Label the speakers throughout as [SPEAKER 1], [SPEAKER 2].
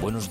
[SPEAKER 1] Buenos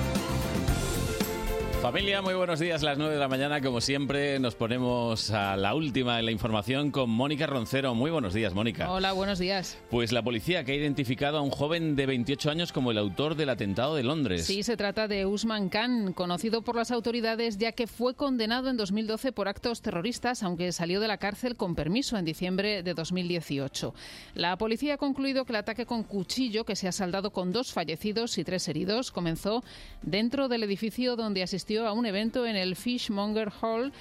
[SPEAKER 2] Familia, muy buenos días. Las 9 de la mañana, como siempre, nos ponemos a la última en la información con Mónica Roncero. Muy buenos días, Mónica.
[SPEAKER 3] Hola, buenos días.
[SPEAKER 2] Pues la policía que ha identificado a un joven de 28 años como el autor del atentado de Londres.
[SPEAKER 3] Sí, se trata de Usman Khan, conocido por las autoridades ya que fue condenado en 2012 por actos terroristas, aunque salió de la cárcel con permiso en diciembre de 2018. La policía ha concluido que el ataque con cuchillo, que se ha saldado con dos fallecidos y tres heridos, comenzó dentro del edificio donde asistió a un evento en el Fishmonger Hall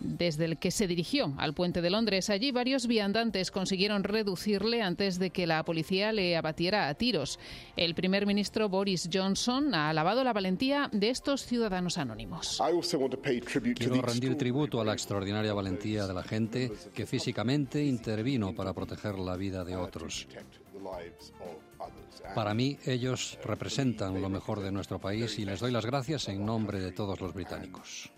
[SPEAKER 3] desde el que se dirigió al puente de Londres. Allí varios viandantes consiguieron reducirle antes de que la policía le abatiera a tiros. El primer ministro Boris Johnson ha alabado la valentía de estos ciudadanos anónimos.
[SPEAKER 4] Quiero rendir tributo a la extraordinaria valentía de la gente que físicamente intervino para proteger la vida de otros. Para mí, ellos representan lo mejor de nuestro país y les doy las gracias en nombre de todos los británicos.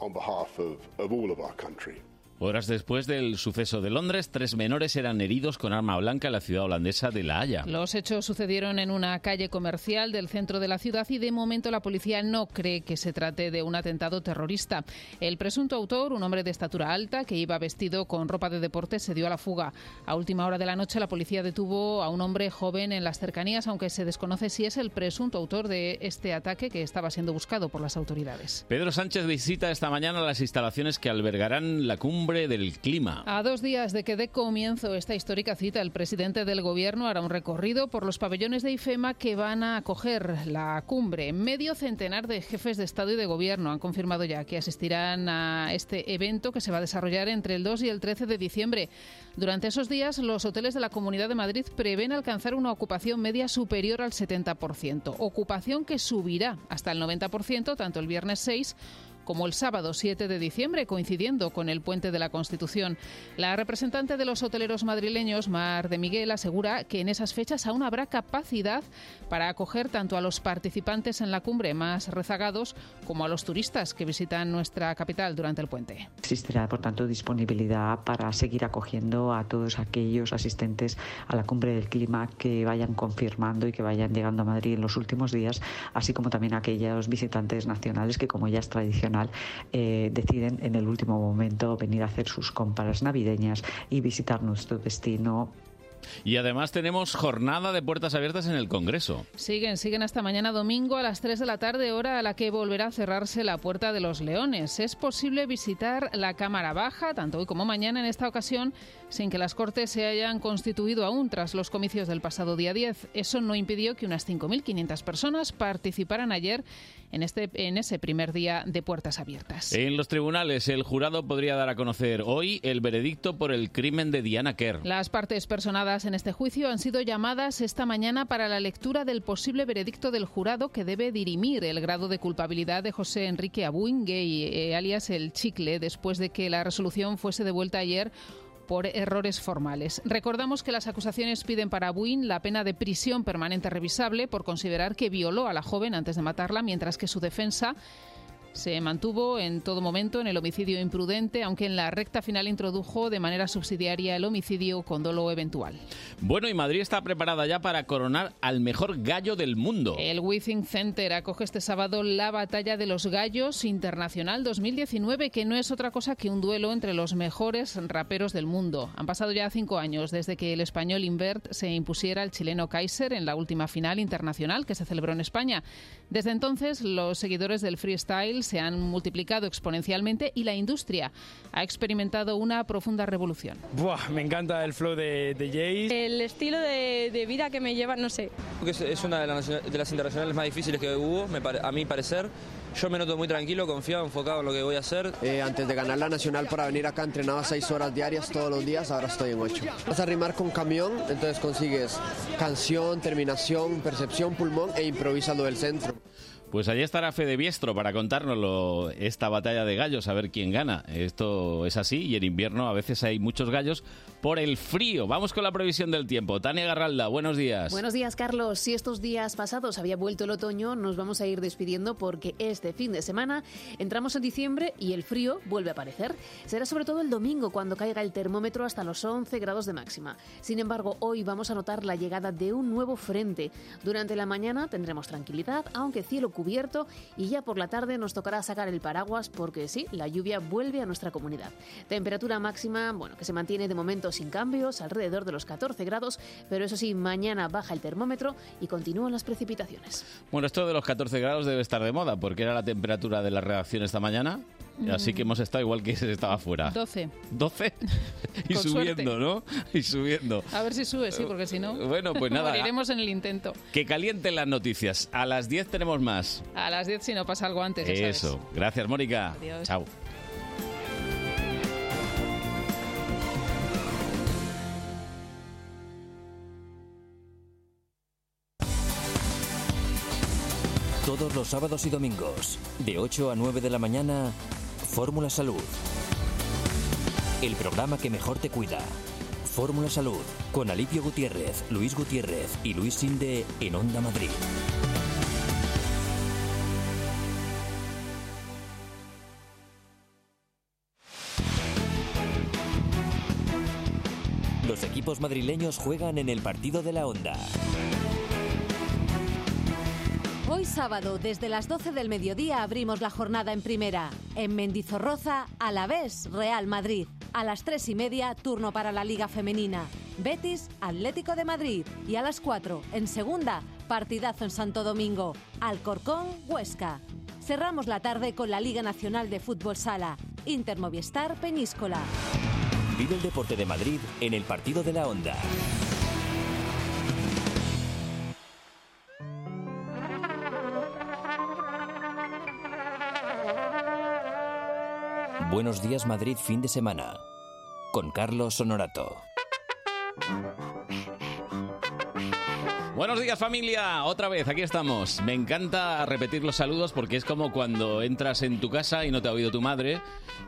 [SPEAKER 5] on behalf of, of all of our country.
[SPEAKER 2] Horas después del suceso de Londres, tres menores eran heridos con arma blanca en la ciudad holandesa de La Haya.
[SPEAKER 3] Los hechos sucedieron en una calle comercial del centro de la ciudad y de momento la policía no cree que se trate de un atentado terrorista. El presunto autor, un hombre de estatura alta que iba vestido con ropa de deporte, se dio a la fuga. A última hora de la noche la policía detuvo a un hombre joven en las cercanías, aunque se desconoce si es el presunto autor de este ataque que estaba siendo buscado por las autoridades.
[SPEAKER 2] Pedro Sánchez visita esta mañana las instalaciones que albergarán la cumbre del clima.
[SPEAKER 3] A dos días de que dé comienzo esta histórica cita, el presidente del Gobierno hará un recorrido por los pabellones de IFEMA que van a acoger la cumbre. Medio centenar de jefes de Estado y de Gobierno han confirmado ya que asistirán a este evento que se va a desarrollar entre el 2 y el 13 de diciembre. Durante esos días, los hoteles de la Comunidad de Madrid prevén alcanzar una ocupación media superior al 70%, ocupación que subirá hasta el 90% tanto el viernes 6 como el sábado 7 de diciembre, coincidiendo con el puente de la Constitución. La representante de los hoteleros madrileños, Mar de Miguel, asegura que en esas fechas aún habrá capacidad para acoger tanto a los participantes en la cumbre más rezagados como a los turistas que visitan nuestra capital durante el puente.
[SPEAKER 6] Existirá, por tanto, disponibilidad para seguir acogiendo a todos aquellos asistentes a la cumbre del clima que vayan confirmando y que vayan llegando a Madrid en los últimos días, así como también a aquellos visitantes nacionales que, como ya es tradición, eh, deciden en el último momento venir a hacer sus compras navideñas y visitar nuestro destino
[SPEAKER 2] y además tenemos jornada de puertas abiertas en el Congreso.
[SPEAKER 3] Siguen, siguen hasta mañana domingo a las 3 de la tarde, hora a la que volverá a cerrarse la Puerta de los Leones. Es posible visitar la Cámara Baja, tanto hoy como mañana, en esta ocasión, sin que las Cortes se hayan constituido aún tras los comicios del pasado día 10. Eso no impidió que unas 5.500 personas participaran ayer en, este, en ese primer día de puertas abiertas.
[SPEAKER 2] En los tribunales, el jurado podría dar a conocer hoy el veredicto por el crimen de Diana Kerr.
[SPEAKER 3] Las partes personadas en este juicio han sido llamadas esta mañana para la lectura del posible veredicto del jurado que debe dirimir el grado de culpabilidad de José Enrique Abuingue, eh, alias el Chicle, después de que la resolución fuese devuelta ayer por errores formales. Recordamos que las acusaciones piden para Buin la pena de prisión permanente revisable por considerar que violó a la joven antes de matarla, mientras que su defensa se mantuvo en todo momento en el homicidio imprudente, aunque en la recta final introdujo de manera subsidiaria el homicidio con dolo eventual.
[SPEAKER 2] Bueno, y Madrid está preparada ya para coronar al mejor gallo del mundo.
[SPEAKER 3] El Withing Center acoge este sábado la Batalla de los Gallos Internacional 2019, que no es otra cosa que un duelo entre los mejores raperos del mundo. Han pasado ya cinco años desde que el español Invert se impusiera al chileno Kaiser en la última final internacional que se celebró en España. Desde entonces, los seguidores del freestyle se han multiplicado exponencialmente y la industria ha experimentado una profunda revolución.
[SPEAKER 7] Buah, me encanta el flow de, de Jace.
[SPEAKER 8] El estilo de, de, vida que me lleva, no sé.
[SPEAKER 9] Es, es una de las, de las, internacionales más difíciles que hubo, me, a mi parecer. Yo me noto muy tranquilo, confiado, enfocado en lo que voy a hacer.
[SPEAKER 10] Eh, antes de ganar la nacional para venir acá entrenaba 6 horas diarias todos los días, ahora estoy en 8. Vas a rimar con camión, entonces consigues canción, terminación, percepción, pulmón e improvisas lo del centro.
[SPEAKER 2] Pues allí estará Fede Biestro para contárnoslo, esta batalla de gallos, a ver quién gana. Esto es así y en invierno a veces hay muchos gallos por el frío. Vamos con la previsión del tiempo. Tania Garralda, buenos días.
[SPEAKER 11] Buenos días, Carlos. Si estos días pasados había vuelto el otoño, nos vamos a ir despidiendo porque este fin de semana entramos en diciembre y el frío vuelve a aparecer. Será sobre todo el domingo cuando caiga el termómetro hasta los 11 grados de máxima. Sin embargo, hoy vamos a notar la llegada de un nuevo frente. Durante la mañana tendremos tranquilidad, aunque cielo cubierto, y ya por la tarde nos tocará sacar el paraguas porque sí, la lluvia vuelve a nuestra comunidad. Temperatura máxima, bueno, que se mantiene de momento sin cambios, alrededor de los 14 grados, pero eso sí, mañana baja el termómetro y continúan las precipitaciones.
[SPEAKER 2] Bueno, esto de los 14 grados debe estar de moda porque era la temperatura de la redacción esta mañana. Así
[SPEAKER 3] Mm.
[SPEAKER 2] que hemos estado igual que se estaba afuera.
[SPEAKER 3] 12.
[SPEAKER 2] 12 y
[SPEAKER 3] Con
[SPEAKER 2] subiendo,
[SPEAKER 3] suerte.
[SPEAKER 2] ¿no? Y subiendo.
[SPEAKER 3] A ver si sube, sí, porque si no.
[SPEAKER 2] Bueno, pues nada.
[SPEAKER 3] Moriremos en el intento.
[SPEAKER 2] Que calienten las noticias. A las 10 tenemos más.
[SPEAKER 3] A las 10 si no pasa algo antes. ya sabes.
[SPEAKER 2] Eso. Gracias, Mónica.
[SPEAKER 3] Adiós.
[SPEAKER 2] Chao.
[SPEAKER 1] Todos los sábados y domingos, de 8 a 9 de la mañana, Fórmula Salud. El programa que mejor te cuida. Fórmula Salud, con Alipio Gutiérrez, Luis Gutiérrez y Luis Sinde en Onda Madrid. Los equipos madrileños juegan en el partido de la Onda.
[SPEAKER 12] Hoy sábado, desde las 12 del mediodía, abrimos la jornada en primera. En Mendizorroza, a la vez, Real Madrid. A las 3 y media, turno para la Liga Femenina. Betis, Atlético de Madrid. Y a las 4, en segunda, partidazo en Santo Domingo. Alcorcón, Huesca. Cerramos la tarde con la Liga Nacional de Fútbol Sala. Inter Movistar, Peñíscola.
[SPEAKER 1] Vive el deporte de Madrid en el partido de la Onda. Buenos días Madrid fin de semana con Carlos Honorato.
[SPEAKER 2] Buenos días familia, otra vez aquí estamos. Me encanta repetir los saludos porque es como cuando entras en tu casa y no te ha oído tu madre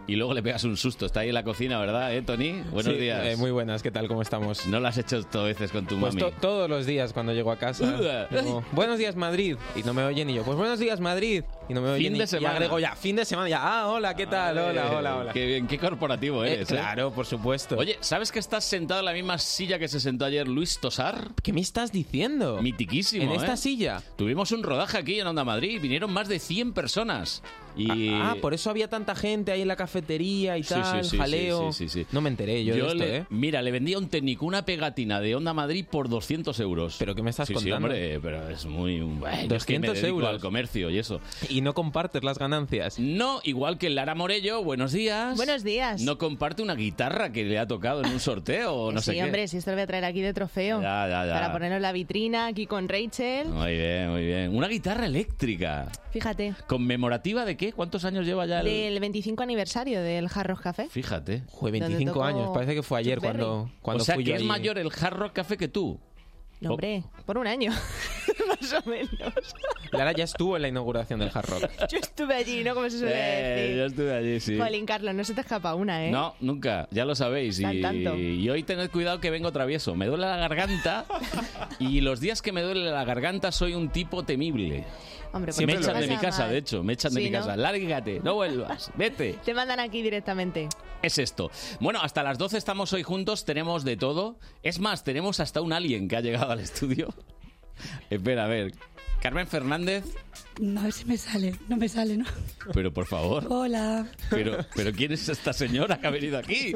[SPEAKER 2] y luego le pegas un susto. Está ahí en la cocina, ¿verdad, eh, Tony? Buenos
[SPEAKER 13] Sí,
[SPEAKER 2] días.
[SPEAKER 13] eh, muy buenas, ¿qué tal? ¿Cómo estamos?
[SPEAKER 2] No lo has hecho esto veces con tu
[SPEAKER 13] Pues
[SPEAKER 2] mami.
[SPEAKER 13] to- todos los días cuando llego a casa. digo, buenos días Madrid y no me oyen y yo. Pues buenos días Madrid y no me oyen
[SPEAKER 2] Fin
[SPEAKER 13] y,
[SPEAKER 2] de
[SPEAKER 13] y
[SPEAKER 2] semana.
[SPEAKER 13] agrego ya fin de semana ya. Ah, hola, ¿qué tal? Hola,
[SPEAKER 2] Eh,
[SPEAKER 13] hola, hola.
[SPEAKER 2] Qué bien, qué corporativo
[SPEAKER 13] Eh,
[SPEAKER 2] eres.
[SPEAKER 13] claro,
[SPEAKER 2] por supuesto. Oye, ¿sabes que estás sentado en la misma silla que se sentó ayer Luis Tosar?
[SPEAKER 13] ¿Qué me estás diciendo?
[SPEAKER 2] Mitiquísimo.
[SPEAKER 13] ¿En esta
[SPEAKER 2] ¿eh?
[SPEAKER 13] silla?
[SPEAKER 2] Tuvimos un rodaje aquí en Onda Madrid, vinieron más de 100 personas. Y...
[SPEAKER 13] Ah, por eso había tanta gente ahí en la cafetería y
[SPEAKER 2] Sí,
[SPEAKER 13] tal,
[SPEAKER 2] sí, sí,
[SPEAKER 13] jaleo.
[SPEAKER 2] sí, sí, sí.
[SPEAKER 13] No me enteré yo, de esto,
[SPEAKER 2] le-
[SPEAKER 13] ¿eh?
[SPEAKER 2] Mira, le vendía a un técnico una pegatina de Onda Madrid por 200 euros. ¿Pero qué me estás
[SPEAKER 13] contando?
[SPEAKER 2] hombre, pero es muy... bueno, es que me
[SPEAKER 13] 200
[SPEAKER 2] dedico
[SPEAKER 13] euros.
[SPEAKER 2] al comercio y eso.
[SPEAKER 13] Y no compartes las ganancias.
[SPEAKER 2] No, igual que Lara Morello, buenos días.
[SPEAKER 14] Buenos días.
[SPEAKER 2] No comparte una guitarra que le ha tocado en un sorteo o no
[SPEAKER 14] sí,
[SPEAKER 2] sé qué.
[SPEAKER 14] hombre, sí, esto lo voy a traer aquí de trofeo.
[SPEAKER 2] Ya, ya, ya.
[SPEAKER 14] Para ponerlo en la vitrina, aquí con Rachel.
[SPEAKER 2] Muy bien, muy bien. Una guitarra eléctrica.
[SPEAKER 14] Fíjate,
[SPEAKER 2] ¿Conmemorativa de qué? ¿Cuántos años lleva ya el...?
[SPEAKER 14] del 25 aniversario del Hard Rock Café.
[SPEAKER 2] Fíjate.
[SPEAKER 13] Jue,
[SPEAKER 14] Donde
[SPEAKER 13] 25
[SPEAKER 14] tocó
[SPEAKER 13] años, parece que fue ayer
[SPEAKER 14] Chuck Berry.
[SPEAKER 13] cuando, cuando
[SPEAKER 2] o sea,
[SPEAKER 13] fui
[SPEAKER 2] que
[SPEAKER 13] yo
[SPEAKER 2] es
[SPEAKER 13] allí.
[SPEAKER 2] mayor el Hard Rock Café que tú. Oh.
[SPEAKER 14] No, hombre, por un año, más o menos.
[SPEAKER 13] Lara ya estuvo en la inauguración del Hard Rock.
[SPEAKER 14] Yo estuve allí, ¿no? Como se suele decir.
[SPEAKER 2] Eh, yo estuve allí, sí.
[SPEAKER 14] Jolín, Carlos, no se te escapa una, ¿eh?
[SPEAKER 2] No, nunca, ya lo sabéis.
[SPEAKER 14] Al
[SPEAKER 2] Y,
[SPEAKER 14] tanto.
[SPEAKER 2] y hoy tened cuidado que vengo travieso. Me duele la garganta y los días que me duele la garganta soy un tipo temible.
[SPEAKER 14] Hombre, pues
[SPEAKER 2] me
[SPEAKER 14] porque
[SPEAKER 2] echan de mi
[SPEAKER 14] pasa
[SPEAKER 2] casa,
[SPEAKER 14] mal.
[SPEAKER 2] de hecho, me echan de
[SPEAKER 14] Sí,
[SPEAKER 2] mi
[SPEAKER 14] ¿no?
[SPEAKER 2] casa. Lárgate, no vuelvas, vete.
[SPEAKER 14] Te mandan aquí directamente.
[SPEAKER 2] Es esto. Bueno, hasta las 12 estamos hoy juntos, tenemos de todo. Es más, tenemos hasta un alien que ha llegado al estudio. Espera, a ver. Carmen Fernández,
[SPEAKER 15] No, a ver si me sale, no me sale, ¿no?
[SPEAKER 2] pero por favor.
[SPEAKER 15] Hola,
[SPEAKER 2] Pero, pero ¿quién es esta señora que ha venido aquí?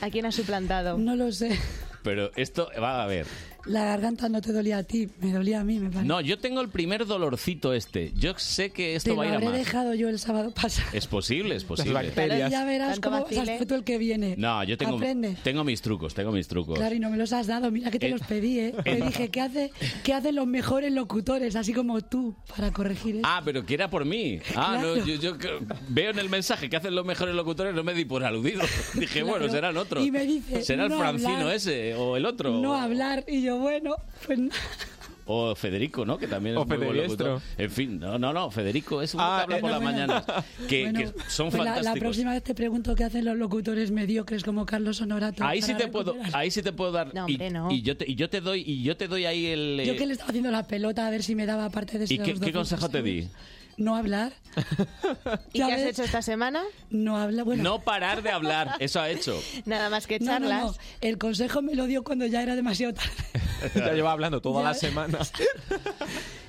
[SPEAKER 14] ¿A quién has suplantado?
[SPEAKER 15] no lo sé.
[SPEAKER 2] Pero esto va a ver.
[SPEAKER 15] La garganta no te dolía a ti, me dolía a mí, me parece.
[SPEAKER 2] No, yo tengo el primer dolorcito este. Yo sé que esto
[SPEAKER 15] te lo
[SPEAKER 2] va a ir a
[SPEAKER 15] habré
[SPEAKER 2] más.
[SPEAKER 15] dejado yo el sábado pasado.
[SPEAKER 2] Es posible, es posible.
[SPEAKER 15] Pero ya verás cómo vas a ser tú el que viene.
[SPEAKER 2] No, yo tengo,
[SPEAKER 15] Aprende.
[SPEAKER 2] tengo mis trucos, tengo mis trucos.
[SPEAKER 15] Claro, y no me los has dado. Mira que te
[SPEAKER 2] Eh,
[SPEAKER 15] los pedí, ¿eh? Te
[SPEAKER 2] eh.
[SPEAKER 15] dije, ¿qué, hace, ¿qué hacen los mejores locutores, así como tú, para corregir esto?
[SPEAKER 2] Ah, pero que era por mí. Ah, no, yo, yo que- veo en el mensaje que hacen los mejores locutores, no me di por aludido. Dije, bueno, serán otros.
[SPEAKER 15] Y me dice,
[SPEAKER 2] Será el
[SPEAKER 15] no
[SPEAKER 2] Francino
[SPEAKER 15] hablar.
[SPEAKER 2] ese o el otro.
[SPEAKER 15] No hablar. Y yo, bueno, pues...
[SPEAKER 2] O Federico, ¿no? Que también es
[SPEAKER 13] O
[SPEAKER 2] muy buen
[SPEAKER 13] Federiestro.
[SPEAKER 2] locutor. En fin, no, no, no, Federico es un
[SPEAKER 13] Ah,
[SPEAKER 2] que habla
[SPEAKER 13] eh,
[SPEAKER 2] por
[SPEAKER 13] no,
[SPEAKER 2] las
[SPEAKER 13] bueno.
[SPEAKER 2] mañanas. Que, que son
[SPEAKER 15] Pues la, la
[SPEAKER 2] fantásticos.
[SPEAKER 15] próxima vez te pregunto qué hacen los locutores mediocres como Carlos Honorato.
[SPEAKER 2] Ahí sí
[SPEAKER 15] para
[SPEAKER 2] te puedo,
[SPEAKER 15] recuperar.
[SPEAKER 2] ahí sí te puedo dar.
[SPEAKER 15] No,
[SPEAKER 2] y-
[SPEAKER 15] hombre, no.
[SPEAKER 2] y, yo te, y yo te doy, y yo te doy ahí el. eh,
[SPEAKER 15] Yo que le estaba haciendo la pelota a ver si me daba parte de
[SPEAKER 2] ¿Y
[SPEAKER 15] esos
[SPEAKER 2] qué,
[SPEAKER 15] dos
[SPEAKER 2] qué consejo
[SPEAKER 15] ¿eh?
[SPEAKER 2] te di?
[SPEAKER 15] No hablar.
[SPEAKER 14] ¿Y qué has hecho esta semana?
[SPEAKER 15] No habla, bueno.
[SPEAKER 2] No parar de hablar, eso ha hecho.
[SPEAKER 14] Nada más que
[SPEAKER 15] No, no, no.
[SPEAKER 14] charlas.
[SPEAKER 15] El consejo me lo dio cuando ya era demasiado tarde.
[SPEAKER 13] Ya lleva hablando toda la semana.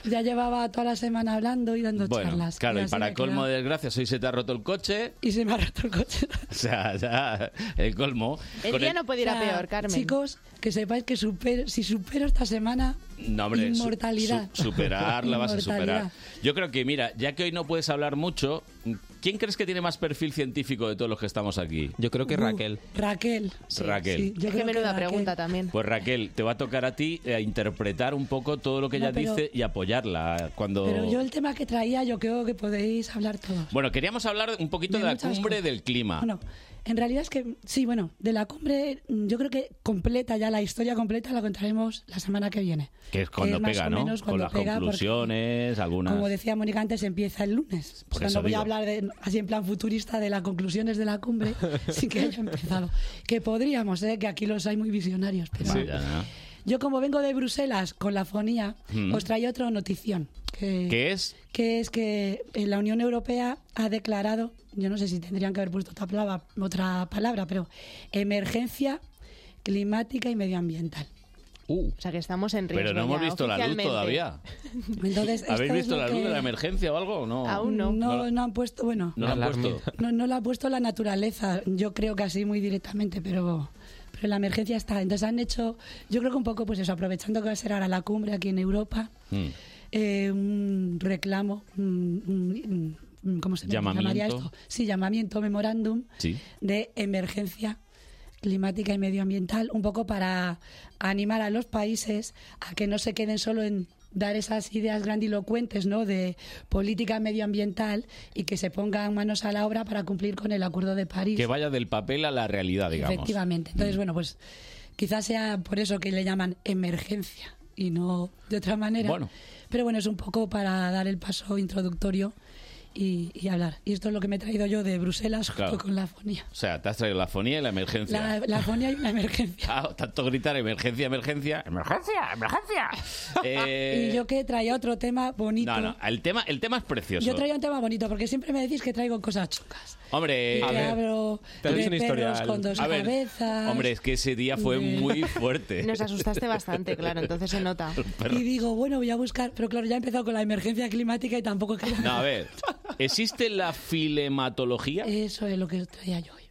[SPEAKER 15] Ya llevaba toda la semana hablando y dando
[SPEAKER 2] Bueno,
[SPEAKER 15] charlas.
[SPEAKER 2] claro, y
[SPEAKER 15] así
[SPEAKER 2] para
[SPEAKER 15] me
[SPEAKER 2] colmo
[SPEAKER 15] quedaba.
[SPEAKER 2] de desgracia, hoy se te ha roto el coche.
[SPEAKER 15] Y se me ha roto el coche.
[SPEAKER 2] O sea, ya, el colmo. Con el-
[SPEAKER 14] ir a peor, Carmen.
[SPEAKER 15] Chicos, que sepáis que super- si supero esta semana,
[SPEAKER 2] No, hombre, su-
[SPEAKER 15] Inmortalidad.
[SPEAKER 2] su- superar la vas a superar.
[SPEAKER 15] Inmortalidad.
[SPEAKER 2] Yo creo que, mira, ya que hoy no puedes hablar mucho, ¿quién crees que tiene más perfil científico de todos los que estamos aquí?
[SPEAKER 13] Yo creo que
[SPEAKER 15] Uh.
[SPEAKER 13] Raquel.
[SPEAKER 15] Raquel.
[SPEAKER 2] Raquel.
[SPEAKER 14] Es que menuda pregunta también.
[SPEAKER 2] Pues Raquel, te va a tocar a ti eh, interpretar un poco todo lo que
[SPEAKER 15] No,
[SPEAKER 2] ella
[SPEAKER 15] pero-
[SPEAKER 2] dice y apoyarla eh, cuando...
[SPEAKER 15] pero yo el tema que traía, yo creo que podéis hablar todos.
[SPEAKER 2] Bueno, queríamos hablar un poquito
[SPEAKER 15] De
[SPEAKER 2] de, la
[SPEAKER 15] muchas
[SPEAKER 2] cumbre
[SPEAKER 15] cosas.
[SPEAKER 2] del clima.
[SPEAKER 15] Bueno, en realidad es que, sí, bueno, de la cumbre, mm, yo creo que completa ya, la historia completa la contaremos la semana que viene.
[SPEAKER 2] que es cuando
[SPEAKER 15] que más
[SPEAKER 2] pega,
[SPEAKER 15] o
[SPEAKER 2] ¿no?
[SPEAKER 15] menos
[SPEAKER 2] Con
[SPEAKER 15] cuando
[SPEAKER 2] las
[SPEAKER 15] pega, porque,
[SPEAKER 2] conclusiones, algunas...
[SPEAKER 15] Como decía Mónica antes, empieza el lunes.
[SPEAKER 2] Por
[SPEAKER 15] o sea,
[SPEAKER 2] eso
[SPEAKER 15] no voy
[SPEAKER 2] digo.
[SPEAKER 15] a hablar de- así en plan futurista de las conclusiones de la cumbre, sin que haya empezado. Que podríamos, ¿eh? que aquí los hay muy visionarios. Pero
[SPEAKER 2] Vaya, ¿no?
[SPEAKER 15] Yo como vengo de Bruselas con la fonía,
[SPEAKER 2] Mm.
[SPEAKER 15] os traigo otra notición. Que,
[SPEAKER 2] ¿Qué es?
[SPEAKER 15] que es que eh, la Unión Europea ha declarado, yo no sé si tendrían que haber puesto otra palabra, otra palabra pero emergencia climática y medioambiental.
[SPEAKER 14] O sea, que estamos en riesgo
[SPEAKER 2] Uh. Pero no hemos
[SPEAKER 14] ya,
[SPEAKER 2] visto la luz
[SPEAKER 14] oficialmente.
[SPEAKER 2] todavía.
[SPEAKER 15] Entonces,
[SPEAKER 2] ¿Habéis
[SPEAKER 15] esto es
[SPEAKER 2] visto
[SPEAKER 15] lo
[SPEAKER 2] la luz
[SPEAKER 15] que-
[SPEAKER 2] de la emergencia o algo? No.
[SPEAKER 15] No,
[SPEAKER 2] No,
[SPEAKER 15] no han puesto, bueno,
[SPEAKER 2] no la han puesto.
[SPEAKER 15] no, no la ha puesto la naturaleza, yo creo que así muy directamente, pero, pero la emergencia está. Entonces han hecho, yo creo que un poco, pues eso, aprovechando que va a ser ahora la cumbre aquí en Europa,
[SPEAKER 2] Mm,
[SPEAKER 15] eh, un reclamo, un- un- un- ¿cómo se llamaría
[SPEAKER 2] Llamamiento.
[SPEAKER 15] esto? Sí, llamamiento, memorándum
[SPEAKER 2] Sí.
[SPEAKER 15] de emergencia climática y medioambiental, un poco para animar a los países a que no se queden solo en dar esas ideas grandilocuentes ¿no? de política medioambiental y que se pongan manos a la obra para cumplir con el Acuerdo de París.
[SPEAKER 2] Que vaya del papel a la realidad, digamos. Mm.
[SPEAKER 15] Efectivamente. Entonces, bueno, pues quizás sea por eso que le llaman emergencia y no de otra manera.
[SPEAKER 2] Bueno.
[SPEAKER 15] Pero bueno, es un poco para dar el paso introductorio y, y hablar. Y esto es lo que me he traído yo de Bruselas junto
[SPEAKER 2] Claro.
[SPEAKER 15] con la fonía.
[SPEAKER 2] O sea, te has traído la fonía y la emergencia.
[SPEAKER 15] La, la fonía y la emergencia.
[SPEAKER 2] Ah, tanto gritar emergencia, emergencia, emergencia, emergencia. Eh,
[SPEAKER 15] Y yo que traía otro tema bonito.
[SPEAKER 2] No, no, el tema, el tema es precioso.
[SPEAKER 15] Yo traía un tema bonito porque siempre me decís que traigo cosas chocas.
[SPEAKER 2] Hombre,
[SPEAKER 15] Y que hablo
[SPEAKER 2] Te habéis
[SPEAKER 15] de
[SPEAKER 2] un
[SPEAKER 15] perros
[SPEAKER 2] historial.
[SPEAKER 15] con dos
[SPEAKER 2] Eh, A ver,
[SPEAKER 15] cabezas.
[SPEAKER 2] hombre, es que ese día fue
[SPEAKER 15] de-
[SPEAKER 2] muy fuerte.
[SPEAKER 14] Nos asustaste bastante, claro, entonces se nota.
[SPEAKER 2] Los perros.
[SPEAKER 15] Y digo, bueno, voy a buscar. Pero claro, ya he empezado con la emergencia climática y tampoco es que haya-
[SPEAKER 2] No, a ver, ¿existe la filematología?
[SPEAKER 15] Eso es lo que traía yo hoy.